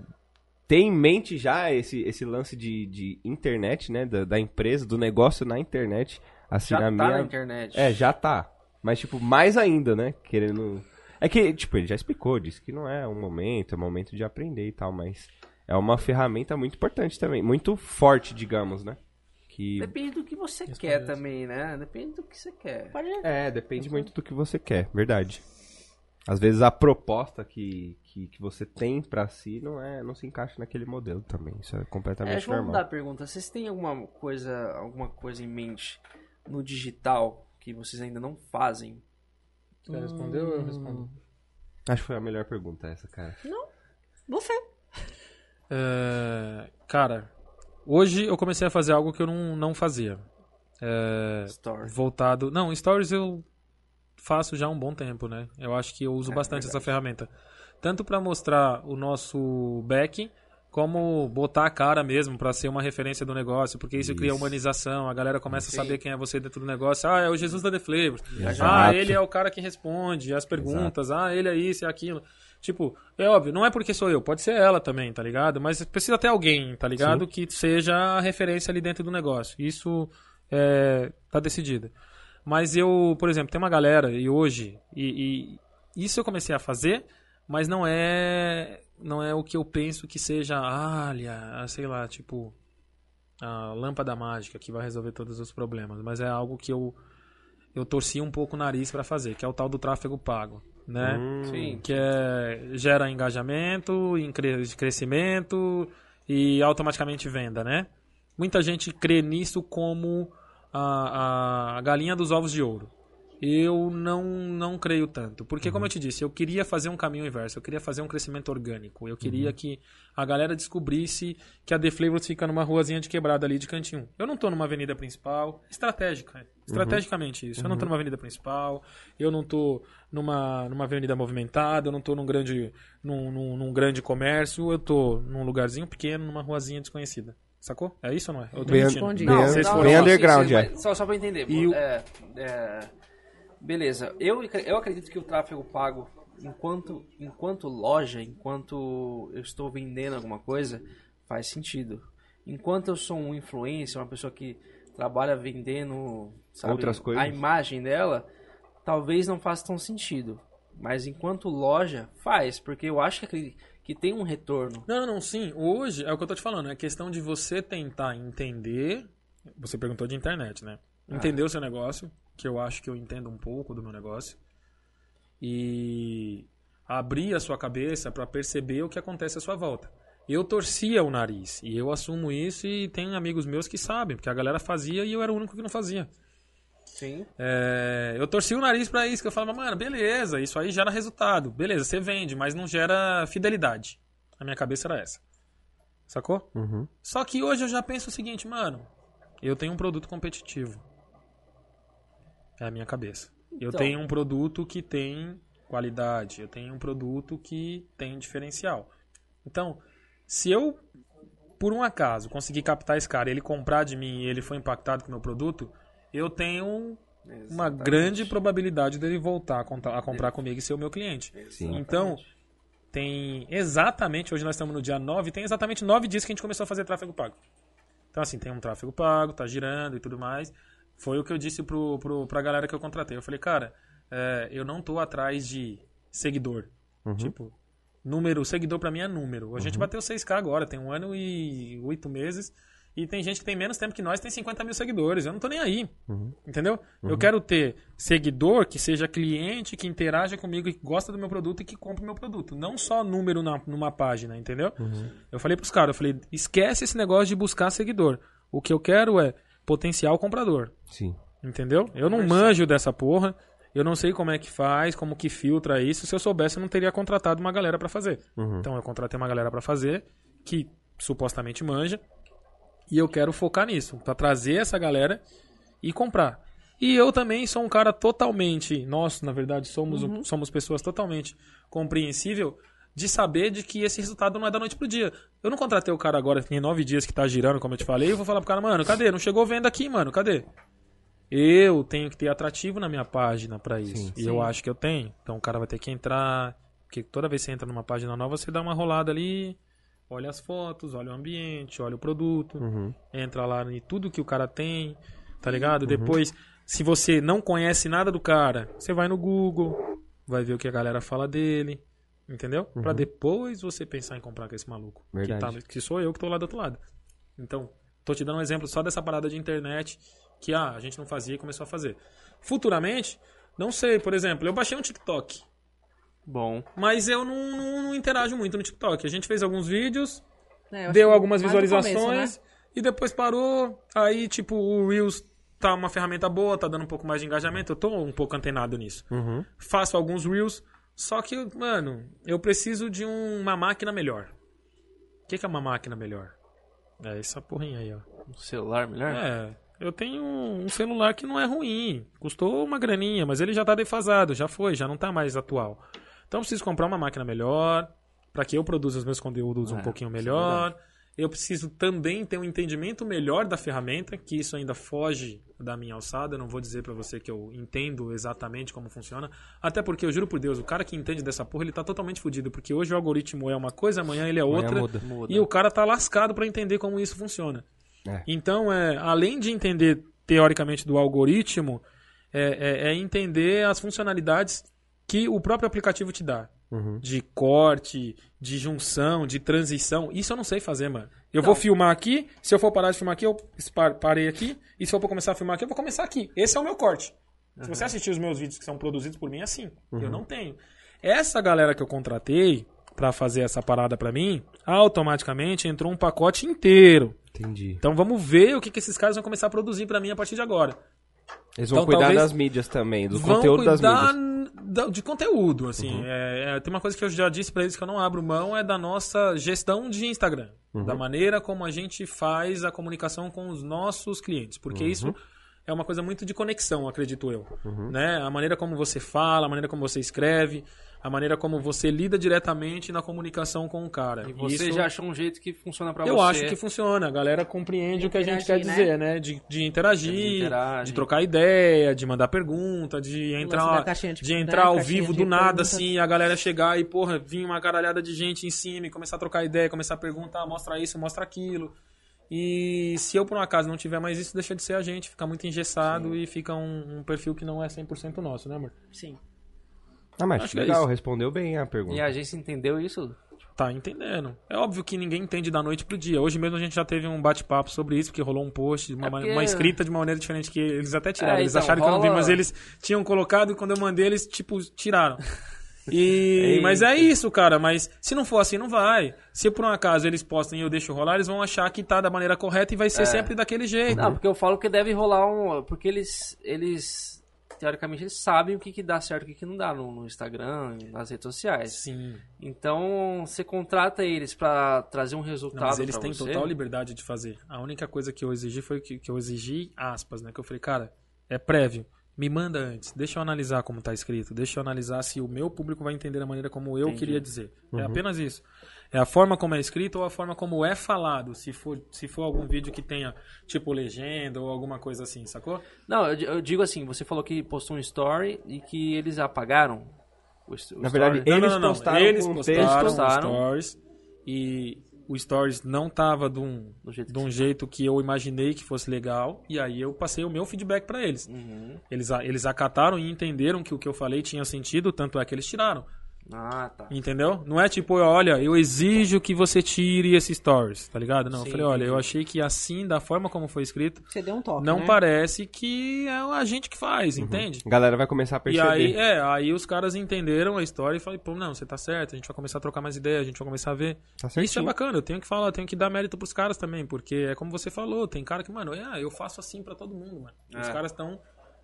tem em mente já esse, esse lance de, de internet, né? Da, da empresa, do negócio na internet. Assim,
já
na
tá
minha.
na internet.
É, já tá. Mas, tipo, mais ainda, né? Querendo. É que, tipo, ele já explicou, disse que não é um momento, é um momento de aprender e tal, mas é uma ferramenta muito importante também, muito forte, digamos, né? Que.
Depende do que você quer também, né? Depende do que você quer.
Pode...
É, depende muito do que você quer, verdade. Às vezes a proposta que, que, que você tem pra si não é não se encaixa naquele modelo também. Isso é
É, vamos
completamente
mudar a
normal.
pergunta. Vocês têm alguma coisa, alguma coisa em mente no digital que vocês ainda não fazem?
Você respondeu ou eu respondo?
Acho que foi a melhor pergunta essa, cara.
Não sei.
É, cara, hoje eu comecei a fazer algo que eu não, não fazia. É,
Story.
voltado. Não, stories eu faço já há um bom tempo, né? Eu acho que eu uso
É,
bastante
verdade.
essa ferramenta. Tanto pra mostrar o nosso back, como botar a cara mesmo pra ser uma referência do negócio, porque isso, cria
Isso.
humanização, a galera começa
Sim.
a saber quem é você dentro do negócio. Ah, é o Jesus da The Flavors. Ah,
Exato.
ele é o cara que responde as perguntas. Ah, ele é isso, é aquilo. Tipo, é óbvio, não é porque sou eu, pode ser ela também, tá ligado? Mas precisa ter alguém, tá ligado? Que seja a referência ali dentro do negócio. Isso é, tá decidido. Mas eu, por exemplo, tem uma galera, e hoje, e, e isso eu comecei a fazer, mas não é não é o que eu penso que seja, ah, olha, sei lá, tipo, a lâmpada mágica que vai resolver todos os problemas. Mas é algo que eu, eu torci um pouco o nariz pra fazer, que é o tal do tráfego pago, né?
Hum.
Sim.
que é, gera engajamento, em cre- crescimento e automaticamente venda, né? Muita gente crê nisso como a, a- a galinha dos ovos de ouro. Eu não, não creio tanto. Porque, como eu te disse, eu queria fazer um caminho inverso. Eu queria fazer um crescimento orgânico. Eu queria que a galera descobrisse que a The Flavors fica numa ruazinha de quebrada ali de cantinho. Eu não tô numa avenida principal. Estratégica. né? Estrategicamente isso. Eu não tô numa avenida principal. Eu não tô numa, numa avenida movimentada. Eu não tô num grande, num, num, num grande comércio. Eu tô num lugarzinho pequeno, numa ruazinha desconhecida. Sacou? É isso ou não é? Eu tô
Bem-
mentindo.
Respondi.
bem-
Não,
bem
vocês foram-
underground,
sim, sim,
é.
mas Só, só pra eu entender.
E o-
é, é, beleza. Eu, eu acredito que o tráfego pago, enquanto, enquanto loja, enquanto eu estou vendendo alguma coisa, faz sentido. Enquanto eu sou um influencer, uma pessoa que trabalha vendendo sabe,
Outras coisas.
a imagem dela, talvez não faça tão sentido. Mas enquanto loja, faz, porque eu acho que, acredito- que tem um retorno.
Não, não, sim. Hoje é o que eu tô te falando. É questão de você tentar entender. Você perguntou de internet, né? Entender o seu negócio, que eu acho que eu entendo um pouco do meu negócio. E abrir a sua cabeça para perceber o que acontece à sua volta. Eu torcia o nariz e eu assumo isso e tem amigos meus que sabem, porque a galera fazia e eu era o único que não fazia.
Sim.
É, eu torci o nariz pra isso, que eu falava, mano, beleza, isso aí gera resultado. Beleza, você vende, mas não gera fidelidade. A minha cabeça era essa. Sacou?
uhum.
Só que hoje eu já penso o seguinte, mano, eu tenho um produto competitivo. É a minha cabeça. Eu
Então.
tenho um produto que tem qualidade, eu tenho um produto que tem diferencial. Então, se eu, por um acaso, conseguir captar esse cara, ele comprar de mim e ele for impactado com o meu produto, eu tenho uma grande probabilidade dele voltar a, conta- a comprar comigo e ser o meu cliente. Então, tem exatamente, hoje nós estamos no dia 9, tem exatamente 9 dias que a gente começou a fazer tráfego pago. Então, assim, tem um tráfego pago, tá girando e tudo mais. Foi o que eu disse pro, pro, pra galera que eu contratei. Eu falei, cara, é, eu não tô atrás de seguidor. Tipo, número, seguidor pra mim é número. A gente bateu 6K agora, tem um ano e oito meses. E tem gente que tem menos tempo que nós, tem 50 mil seguidores. Eu não tô nem aí. Entendeu? Eu quero ter seguidor que seja cliente, que interaja comigo, que gosta do meu produto e que compra o meu produto. Não só número na- numa página, entendeu? Eu falei pros caras, eu falei, esquece esse negócio de buscar seguidor. O que eu quero é potencial comprador.
Sim.
Entendeu? Eu não manjo dessa porra. Eu não sei como é que faz, como que filtra isso. Se eu soubesse, eu não teria contratado uma galera pra fazer. Então eu contratei uma galera pra fazer que supostamente manja. E eu quero focar nisso, pra trazer essa galera e comprar. E eu também sou um cara totalmente, nós, na verdade, somos um- somos pessoas totalmente compreensível de saber de que esse resultado não é da noite pro dia. Eu não contratei o cara agora que tem nove dias que tá girando, como eu te falei, e vou falar pro cara, mano, cadê? Não chegou venda aqui, mano, cadê? Eu tenho que ter atrativo na minha página pra isso. e eu acho que eu tenho. Então o cara vai ter que entrar. Porque toda vez que você entra numa página nova, você dá uma rolada ali, olha as fotos, olha o ambiente, olha o produto,
Uhum.
entra lá em tudo que o cara tem, tá ligado? Depois, se você não conhece nada do cara, você vai no Google, vai ver o que a galera fala dele, entendeu? Pra depois você pensar em comprar com esse maluco. que
Verdade.
tá- que sou eu que tô lá do outro lado. Então, tô te dando um exemplo só dessa parada de internet que ah, a gente não fazia e começou a fazer. Futuramente, não sei, por exemplo, eu baixei um TikTok,
Bom.
mas eu não, não- não interajo muito no TikTok. A gente fez alguns vídeos,
É, eu acho
deu
que
algumas
mais no
visualizações
começo, né?
e depois parou. Aí, tipo, o Reels tá uma ferramenta boa, tá dando um pouco mais de engajamento. Eu tô um pouco antenado nisso. Faço alguns Reels, só que, mano, eu preciso de um- uma máquina melhor. O que, que é uma máquina melhor? É essa porrinha aí, ó.
Um celular melhor?
É, eu tenho um celular que não é ruim. Custou uma graninha, mas ele já tá defasado, já foi, já não tá mais atual. Então eu preciso comprar uma máquina melhor, para que eu produza os meus conteúdos um
É,
pouquinho
isso é
melhor. eu preciso também ter um entendimento melhor da ferramenta, que isso ainda foge da minha alçada. Eu não vou dizer para você que eu entendo exatamente como funciona. Até porque, eu juro por Deus, o cara que entende dessa porra, ele tá totalmente fudido. Porque hoje o algoritmo é uma coisa, amanhã ele é
Amanhã
outra.
muda.
Muda.
E o cara tá lascado pra entender como isso funciona.
É.
Então, é, além de entender teoricamente do algoritmo, é, é- é entender as funcionalidades que o próprio aplicativo te dá. De corte, de junção, de transição. Isso eu não sei fazer, mano. Eu vou filmar aqui, se eu for parar de filmar aqui, eu par- parei aqui. E se eu for começar a filmar aqui, eu vou começar aqui. Esse é o meu corte. Se você assistir os meus vídeos que são produzidos por mim, é assim. Eu não tenho. Essa galera que eu contratei pra fazer essa parada pra mim, automaticamente entrou um pacote inteiro.
Entendi.
Então vamos ver o que, que esses caras vão começar a produzir pra mim a partir de agora.
Eles vão
Então,
cuidar
talvez-
das mídias também, do
vão
conteúdo das
cuidar
mídias. Uhum.
da- de conteúdo, assim. É, é, tem uma coisa que eu já disse pra eles que eu não abro mão é da nossa gestão de Instagram,
Uhum.
da maneira como a gente faz a comunicação com os nossos clientes, porque
Uhum.
isso é uma coisa muito de conexão, acredito eu. Né? A maneira como você fala, a maneira como você escreve, a maneira como você lida diretamente na comunicação com o cara.
E você
Isso-
já achou um jeito que funciona pra
eu
você.
acho que funciona. A galera compreende o que a gente quer
Interagir,
dizer, né? De, de interagir,
Eles
de,
interagem.
trocar ideia, de mandar pergunta, de
lance da
entrar,
caixinha
de,
de- né?
entrar ao
Caixinha
vivo
de
do nada,
perguntas.
assim, e a galera chegar e, porra, vir uma caralhada de gente em cima e começar a trocar ideia, começar a perguntar, mostra isso, mostra aquilo. E se eu, por um acaso, não tiver mais isso, deixa de ser a gente, fica muito engessado e fica um, um perfil que não é 100% nosso, né, amor?
Sim.
Ah, mas
Acho que é
legal,
isso.
respondeu bem a pergunta.
E a agência entendeu isso?
Tá entendendo. É óbvio que ninguém entende da noite pro dia. Hoje mesmo a gente já teve um bate-papo sobre isso, porque rolou um post, uma,
É porque-
uma escrita de uma maneira diferente que eles até tiraram.
É,
eles
então,
acharam que eu não vi,
rola-
mas eles tinham colocado e quando eu mandei eles, tipo, tiraram. E, mas é isso, cara. Mas se não for assim, não vai. Se por um acaso eles postam e eu deixo rolar, eles vão achar que tá da maneira correta e vai ser sempre daquele jeito.
É. Não, porque eu falo que deve rolar um. Porque eles. eles teoricamente, eles sabem o que, que dá certo e o que, que não dá no, no Instagram, nas redes sociais.
Sim.
Então, você contrata eles pra trazer um resultado.
Não, mas Tá, eles
pra
têm
você.
total liberdade de fazer. A única coisa que eu exigi foi que, que eu exigi aspas, né? Que eu falei, cara, é prévio. Me manda antes, deixa eu analisar como tá escrito, deixa eu analisar se o meu público vai entender da maneira como eu
Entendi.
queria dizer. É apenas isso. É a forma como é escrito ou a forma como é falado, se for, se for algum vídeo que tenha, tipo, legenda ou alguma coisa assim, sacou?
Não, eu, di- eu digo assim, você falou que postou um story e que eles apagaram o, s- o
Na verdade,
story.
ele- Eles postaram
Eles
com
postaram,
texto.
no
Postaram.
stories e o stories não tava de um,
Do jeito
de um jeito que eu imaginei que fosse legal e aí eu passei o meu feedback pra eles.
Uhum.
Eles, a- eles acataram e entenderam que o que eu falei tinha sentido, tanto é que eles tiraram.
Ah, tá.
Entendeu? Não é tipo, olha, eu exijo que você tire esses stories, tá ligado? Não,
Sim,
eu falei, olha, eu
entendi.
achei que assim, da forma como foi escrito,
Você deu um toque,
não
né?
parece que é a gente que faz, entende?
A galera vai começar a
E
perceber.
aí, é, aí os caras entenderam a história e falaram, pô, não, você tá certo, a gente vai começar a trocar mais ideia, a gente vai começar a ver.
Tá
Isso é
certinho.
bacana, eu tenho que falar, eu tenho que dar mérito pros caras também, porque é como você falou, tem cara que, mano, é, eu faço assim pra todo mundo, mano. Os
É.
caras estão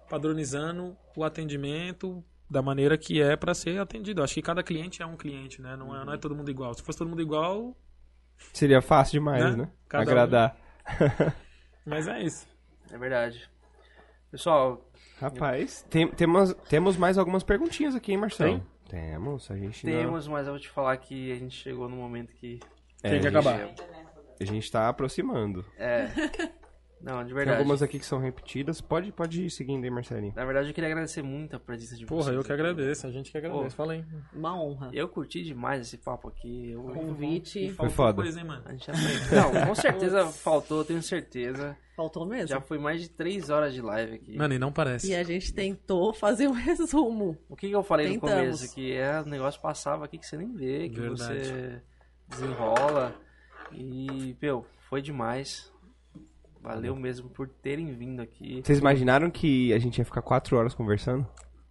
padronizando o atendimento da maneira que é pra ser atendido. Eu Acho que cada cliente é um cliente, né? Não é, não é todo mundo igual. Se fosse todo mundo igual,
Seria fácil demais,
Né?
né?
Cada um.
Agradar.
mas é isso.
É verdade. Pessoal,
Rapaz, tem- temos, temos mais algumas perguntinhas aqui, hein, Marcelo? Temos, a gente não...
temos, mas eu vou te falar que a gente chegou no momento que.
É,
tem que
a gente-
acabar.
A gente tá aproximando.
É. Não, de
Tem
verdade.
algumas aqui que são repetidas. Pode, pode ir seguindo aí, Marcelinho.
Na verdade, eu queria agradecer muito a presença de vocês.
Porra, eu que
aqui.
agradeço, a gente que agradece.
Pô.
Fala aí.
Uma honra.
Eu curti demais esse papo aqui. Eu...
E
Convite.
faltou
foda.
coisa, hein, mano?
A gente aprendeu. Não, com certeza faltou, tenho certeza.
Faltou mesmo.
Já foi mais de três horas de live aqui.
Mano, e não parece.
E é. a gente tentou fazer um resumo.
O que, que eu falei no
Tentamos.
começo? Que é o negócio passava aqui que você nem vê, que
Verdade.
você desenrola. E, meu, foi demais. Valeu mesmo por terem vindo aqui.
Vocês imaginaram que a gente ia ficar quatro horas conversando?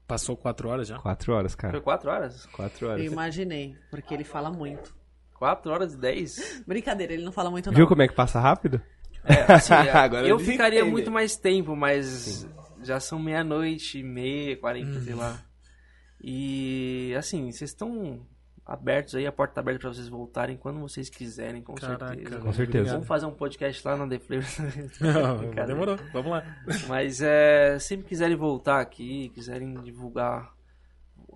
Passou quatro horas já?
Quatro horas,
Foi
cara.
quatro horas?
Quatro
Eu
horas.
imaginei, porque ele fala muito.
Quatro horas e dez?
Brincadeira, ele não fala muito não.
Viu como é que passa rápido?
É, assim,
Agora
eu
eu
ficaria
entendi.
muito mais tempo, mas já são meia-noite, e meia, quarenta,
Hum.
sei lá. E, assim, vocês estão abertos aí, a porta tá aberta pra vocês voltarem quando vocês quiserem, com certeza.
Com certeza.
Vamos fazer um podcast lá na The Flavors.
Não,
Cara,
demorou, vamos lá.
Mas é, sempre quiserem voltar aqui, quiserem divulgar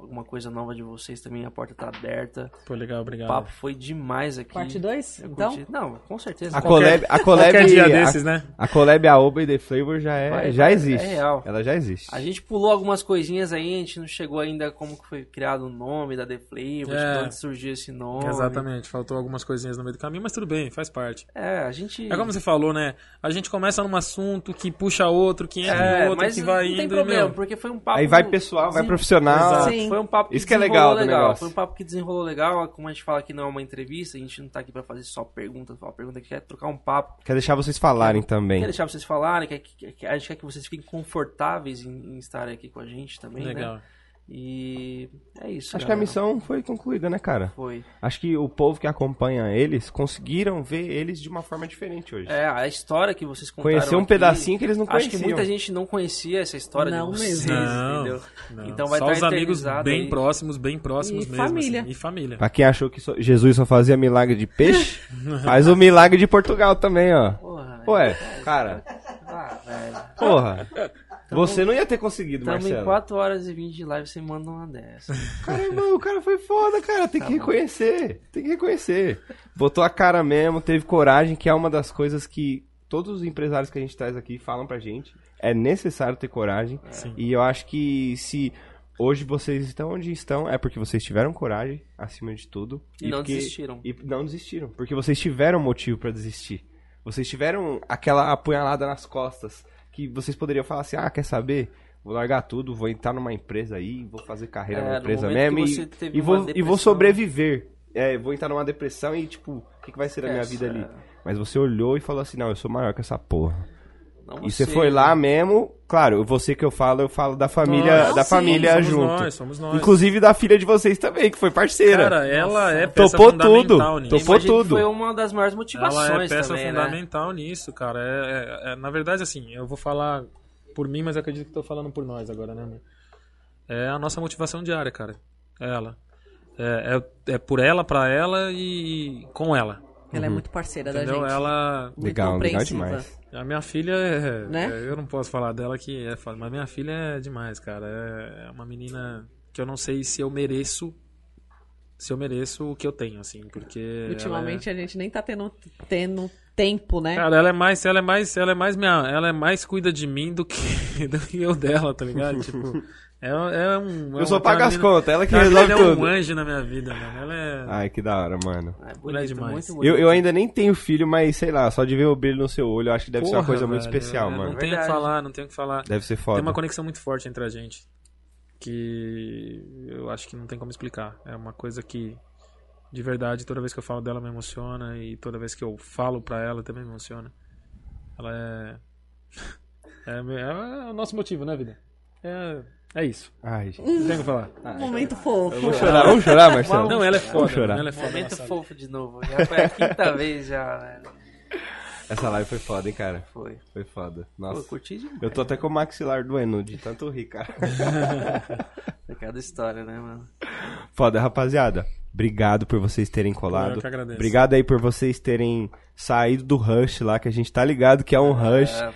alguma coisa nova de vocês também, a porta tá aberta.
Pô, legal,
O
obrigado.
papo foi demais aqui.
Parte 2?
Eu
Então,
curti. Não, com certeza.
A collab, a collab,
Qualquer dia
a-
desses, né?
a, collab Aoba e The Flavor já é,
Vai,
já
é
existe.
real.
Ela já existe.
A gente pulou algumas coisinhas aí, a gente não chegou ainda como que foi criado o nome da The Flavor,
É.
de onde surgiu esse nome.
Exatamente, faltou algumas coisinhas no meio do caminho, mas tudo bem, faz parte.
É, a gente...
É como você falou, né? A gente começa num assunto que puxa outro, que entra
É,
no outro,
mas
que vai
não
indo.
tem
e,
problema,
meu,
porque foi um papo...
Aí vai pessoal, vai
Sim.
profissional.
Exato.
Sim.
Foi um papo que
Isso que é
desenrolou
legal do negócio.
Foi um papo que desenrolou legal. Como a gente fala que não é uma entrevista, a gente não tá aqui pra fazer só pergunta, só pergunta, quer trocar um papo.
Quer deixar vocês falarem também.
Quer deixar vocês falarem, quer, que- que- a gente quer que vocês fiquem confortáveis em, em estarem aqui com a gente também, né?
Legal.
E é isso.
Acho que a
galera.
missão foi concluída, né, cara?
foi.
Acho que o povo que acompanha eles conseguiram ver eles de uma forma diferente hoje.
É, a história que vocês contaram.
Conhecer um
aqui,
pedacinho que eles não
Acho
conheciam.
que muita gente não conhecia essa história
Não
de vocês,
mesmo.
Não,
entendeu?
Não,
Então vai
Só
tá
os amigos
eternizado
bem
aí.
próximos, bem próximos
E
mesmo.
família.
assim, e família.
Pra quem achou que só- Jesus só fazia milagre de peixe, faz o milagre de Portugal também, ó.
Porra, velho.
Ué, cara,
Ah, velho.
porra. Você não ia ter conseguido,
Tamo em
Marcelo.
4 horas e 20 de live, você manda uma dessa.
Caramba, o cara foi foda, cara. Tem que reconhecer. Tem que reconhecer. Botou a cara mesmo, teve coragem, que é uma das coisas que todos os empresários que a gente traz aqui falam pra gente. É necessário ter coragem.
Sim.
E eu acho que se hoje vocês estão onde estão, é porque vocês tiveram coragem, acima de tudo.
E, não
porque-
desistiram.
E não desistiram. Porque vocês tiveram motivo pra desistir. Vocês tiveram aquela apunhalada nas costas. Que vocês poderiam falar assim: ah, quer saber? Vou largar tudo, vou entrar numa empresa aí, vou fazer carreira
É,
na
no
empresa
momento
mesmo
que
e,
você teve
e
uma
vou, e vou
depressão.
sobreviver. É, vou entrar numa depressão e tipo, o que, que vai ser da minha
Esquece,
vida ali?
é.
Mas você olhou e falou assim: não, eu sou maior que essa porra.
Não
E você foi lá mesmo, claro, você que eu falo, eu falo da família,
Nós,
da
sim,
família
somos
junto.
nós, somos nós.
Inclusive da filha de vocês também, que foi parceira.
Cara, ela é peça
Topou
fundamental
tudo,
nisso.
topou
Imagino que
tudo.
Foi uma das
Ela
maiores
é
motivações
peça
também, né?
fundamental nisso, cara. É- é- é- na verdade, assim, eu vou falar por mim, mas eu acredito que tô falando por nós agora, né? amor? É a nossa motivação diária, cara. É ela. É, é, é por ela, pra ela e com ela.
Ela é muito parceira
Entendeu?
da gente.
Ela.
Muito
Uhum. Legal, legal
compreensiva.
demais.
A minha filha é,
Né?
é, Eu não posso falar dela que é foda, mas minha filha é demais, cara. É, é uma menina que eu não sei se eu mereço. Se eu mereço o que eu tenho, assim, porque. ela é-
Ultimamente a gente nem tá tendo, tendo tempo, né?
Cara, ela é mais, ela é mais, ela é mais minha, ela é mais cuida de mim do que, do que eu dela, tá ligado? tipo, é, é um. é
Eu só
uma-
pago
aquela
as
menina-
contas, ela que
aquela
resolve
menina é um
tudo. Ah,
anjo na minha vida, mano. Ela é.
Ai, que da hora, mano.
É
Ela é demais.
Eu, eu ainda nem tenho filho, mas sei lá, só de ver o brilho no seu olho, eu acho que deve ser uma
Porra,
coisa muito
velho,
especial,
eu
mano.
Não tenho o que
Verdade.
falar, não tenho o que falar.
Deve ser
Tem
foda.
uma conexão muito forte entre a gente. Que eu acho que não tem como explicar. É uma coisa que, de verdade, toda vez que eu falo dela me emociona. E toda vez que eu falo pra ela também me emociona. Ela é. É, me- é o nosso motivo, né, vida? É, é isso.
Ai, gente.
Não tem o que falar.
Ah,
Um momento fofo.
Vamos chorar, vamos chorar, Marcelo?
Não, ela é
Vamos
foda.
chorar.
mano, Ela é foda.
Momento
nossa.
fofo de novo. Já foi a quinta vez já, velho.
Essa live foi foda, hein, cara?
Foi.
Foi foda.
Pô,
Nossa.
curti demais.
Eu tô até com o maxilar doendo de tanto rir, cara.
É Cada história, né, mano?
Foda, rapaziada. Obrigado por vocês terem colado.
Eu que agradeço.
Obrigado aí por vocês terem saído do rush lá, que a gente tá ligado que é um rush.
É,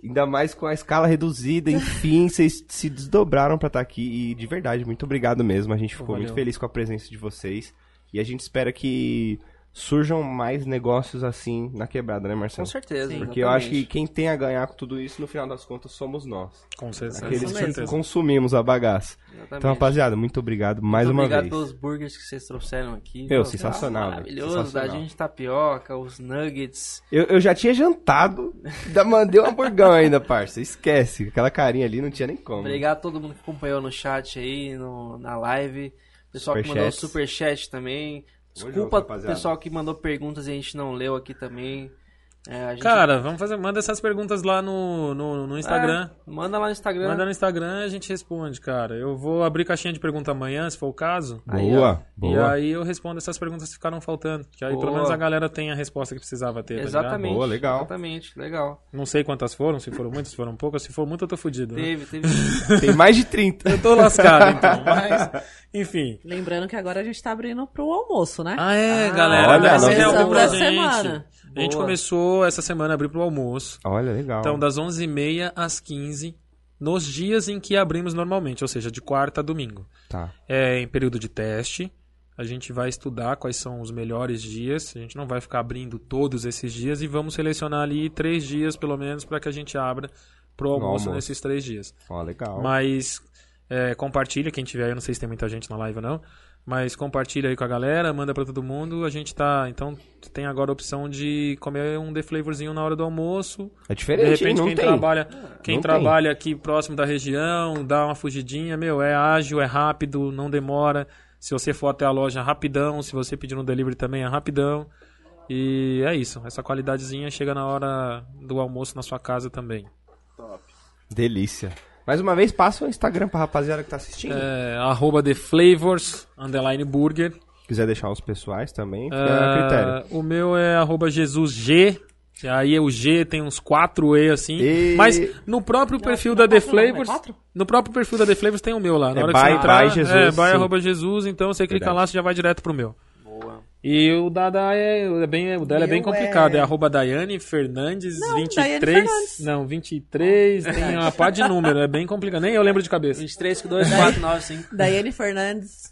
Ainda mais com a escala reduzida, enfim, vocês se desdobraram pra estar aqui e de verdade, muito obrigado mesmo. A gente ficou
Valeu.
muito feliz com a presença de vocês e a gente espera que surjam mais negócios assim na quebrada, né,
com
Marcelo?
certeza.
Porque eu acho que quem tem a ganhar com tudo isso, no final das contas, somos nós.
Com certeza.
Aqueles
com
que
certeza.
consumimos a bagaça. Então, rapaziada, muito obrigado mais
Muito
uma
obrigado
vez.
pelos burgers que vocês trouxeram aqui.
Meu,
Pô,
sensacional,
Maravilhoso,
velho,
da
sensacional.
gente tapioca, os nuggets.
Eu, eu já tinha jantado, ainda mandei um hamburgão ainda, parça. Esquece, aquela carinha ali não tinha nem como.
Obrigado a todo mundo que acompanhou no chat aí, no, na live. Pessoal que mandou
Superchats.
superchat também.
Tamo
Desculpa,
junto, rapaziada.
pessoal que mandou perguntas e a gente não leu aqui também. É, a gente-
Cara, vamos fazer. Manda essas perguntas lá no, no, no Instagram.
É, manda lá no Instagram.
Manda no Instagram e a gente responde, cara. Eu vou abrir caixinha de pergunta amanhã, se for o caso.
Aí,
Boa, boa.
E aí eu respondo essas perguntas que ficaram faltando. Que aí pelo
Boa.
menos a galera tem a resposta que precisava ter. tá ligado?
Exatamente.
Boa, legal.
Exatamente, legal.
não sei quantas foram, se foram muitas, se foram poucas. Se for muito, eu tô fudido. né?
Teve, teve.
Tem mais de 30.
Eu tô lascado, então. Mas, enfim.
Lembrando que agora a gente tá abrindo pro almoço, né?
Ah, é, galera.
olha,
vai ser
novidade.
algo pra
Da
gente.
semana.
A gente
Boa.
começou essa semana a abrir pro almoço.
Olha, legal.
Então, das 11h30 às 15 nos dias em que abrimos normalmente, ou seja, de quarta a domingo.
Tá.
é, em período de teste. A gente vai estudar quais são os melhores dias. A gente não vai ficar abrindo todos esses dias e vamos selecionar ali três dias, pelo menos, para que a gente abra pro almoço
almoço. Tá.
nesses três dias.
Ó, legal.
Mas é, compartilha, quem tiver aí, eu não sei se tem muita gente na live ou não, mas compartilha aí com a galera, manda pra todo mundo. A gente tá, então, tem agora a opção de comer um The Flavorzinho na hora do almoço.
É
De
diferente, hein?
repente,
Não
quem
tem. Ah,
trabalha, quem
não tem.
trabalha aqui próximo da região, dá uma fugidinha, meu, é ágil, é rápido, não demora. Se você for até a loja, é rapidão. Se você pedir no delivery também, é rapidão. E é isso. Essa qualidadezinha chega na hora do almoço na sua casa também.
Delícia. Mais uma vez, passa o Instagram pra rapaziada que tá assistindo.
É, arroba The Flavors, underline burger.
Quiser deixar os pessoais também, fica É, a critério.
Ah, o meu é arroba JesusG. Aí o G tem uns 4 E assim.
E-
Mas no próprio perfil da The
quatro não, é
Flavors.
quatro?
no próprio perfil da The Flavors tem o meu lá. Na
É
hora que você
by-
entrar,
by Jesus,
é,
sim.
by arroba Jesus, então você clica
Verdade.
lá, você já vai direto pro meu.
Boa.
E o da, da é, é bem, o dela é bem
Meu
complicado. É,
é-
arroba Daiane Fernandes
Não,
23.
Daiane Fernandes. Ah,
Não, 23, tem uma pá de número, é bem complicado. Nem eu lembro de cabeça.
23, 2, 4, 9, 5.
Daiane Fernandes,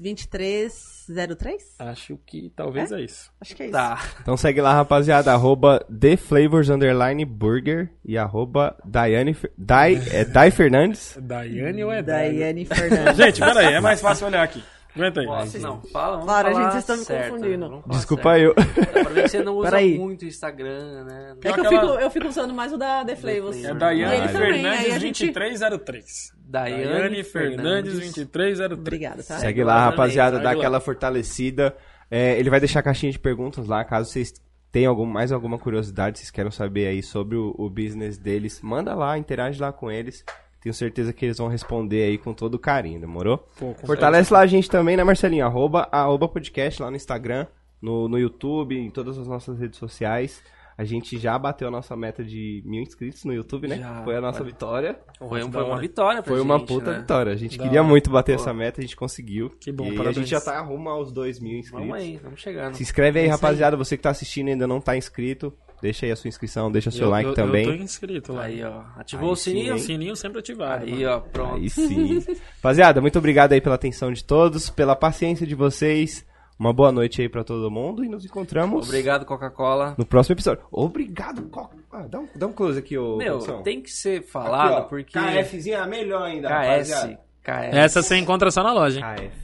2303?
Acho que talvez é isso.
Acho que é isso.
Tá.
Então segue lá, rapaziada, arroba TheFlavors underline burger e arroba Daiane, Fer- Dai, é Dai Fernandes.
Daiane ou é Daiane?
Daiane Fernandes.
Gente, peraí, é mais fácil olhar aqui. Aguenta aí.
Nossa, não, fala, vamos
Claro,
falar
gente, vocês estão me
certo,
confundindo.
vamos falar
Desculpa
certo.
é.
aí. eu.
Dá pra ver que você não usa
Peraí.
muito o Instagram, né?
É que eu
Aquela-
fico, eu fico usando mais o da The Flavors.
É
E
Daiane
ele também, aí a
Fernandes
gente-
2303.
Daiane,
Daiane Fernandes 2303.
Obrigada, tá?
Segue lá, rapaziada,
Segue
dá
lá.
aquela fortalecida. É, ele vai deixar a caixinha de perguntas lá, caso vocês tem algum, mais alguma curiosidade, vocês querem saber aí sobre o, o business deles, manda lá, interage lá com eles. Tenho certeza que eles vão responder aí com todo carinho, demorou?
Pô, com
Fortalece lá a gente também, né, Marcelinho? Arroba, arroba podcast lá no Instagram, no, no YouTube, em todas as nossas redes sociais. A gente já bateu a nossa meta de mil inscritos no YouTube, né?
Já,
Foi a nossa vitória.
Foi,
Da
foi uma
hora.
vitória pra
Foi
gente,
uma puta
né?
vitória. A gente
Da
queria
hora.
muito bater
Pô.
essa meta, a gente conseguiu.
Que bom,
e
parabéns.
a gente já tá rumo aos dois mil inscritos.
Vamos aí, vamos chegando.
Se inscreve aí,
É isso aí.
rapaziada. Você que tá assistindo e ainda não tá inscrito, deixa aí a sua inscrição, deixa seu
Eu-
like
eu,
também.
Eu tô inscrito lá.
Aí, ó. Ativou
Aí
o sininho?
O sininho sempre ativado.
Aí,
mano.
ó, pronto.
Aí sim. Rapaziada, muito obrigado aí pela atenção de todos, pela paciência de vocês. Uma boa noite aí pra todo mundo e nos encontramos
Obrigado, Coca-Cola.
no próximo episódio. Obrigado, Coca. Ah, dá, um, dá um close aqui, ô.
Meu,
produção.
tem que ser
Aqui,
falado,
ó,
porque...
KFzinha é melhor ainda,
KS.
rapaziada.
KS.
Essa você encontra só na loja, hein?
KF.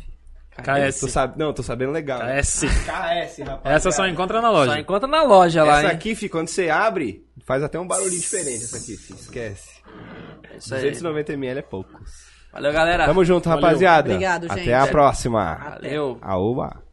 Ah,
Tô
KS.
sab... Não, tô sabendo legal. né?
KS.
KS, rapaz.
Essa só encontra na
Só
loja.
encontra na loja lá,
Essa
hein?
aqui, fi, quando você abre, faz até um barulhinho diferente essa aqui, fi. Esquece.
É Isso aí.
290ml é poucos.
Valeu, galera.
Tamo junto, rapaziada.
Obrigado, gente.
Até a próxima.
Valeu.
Aoba.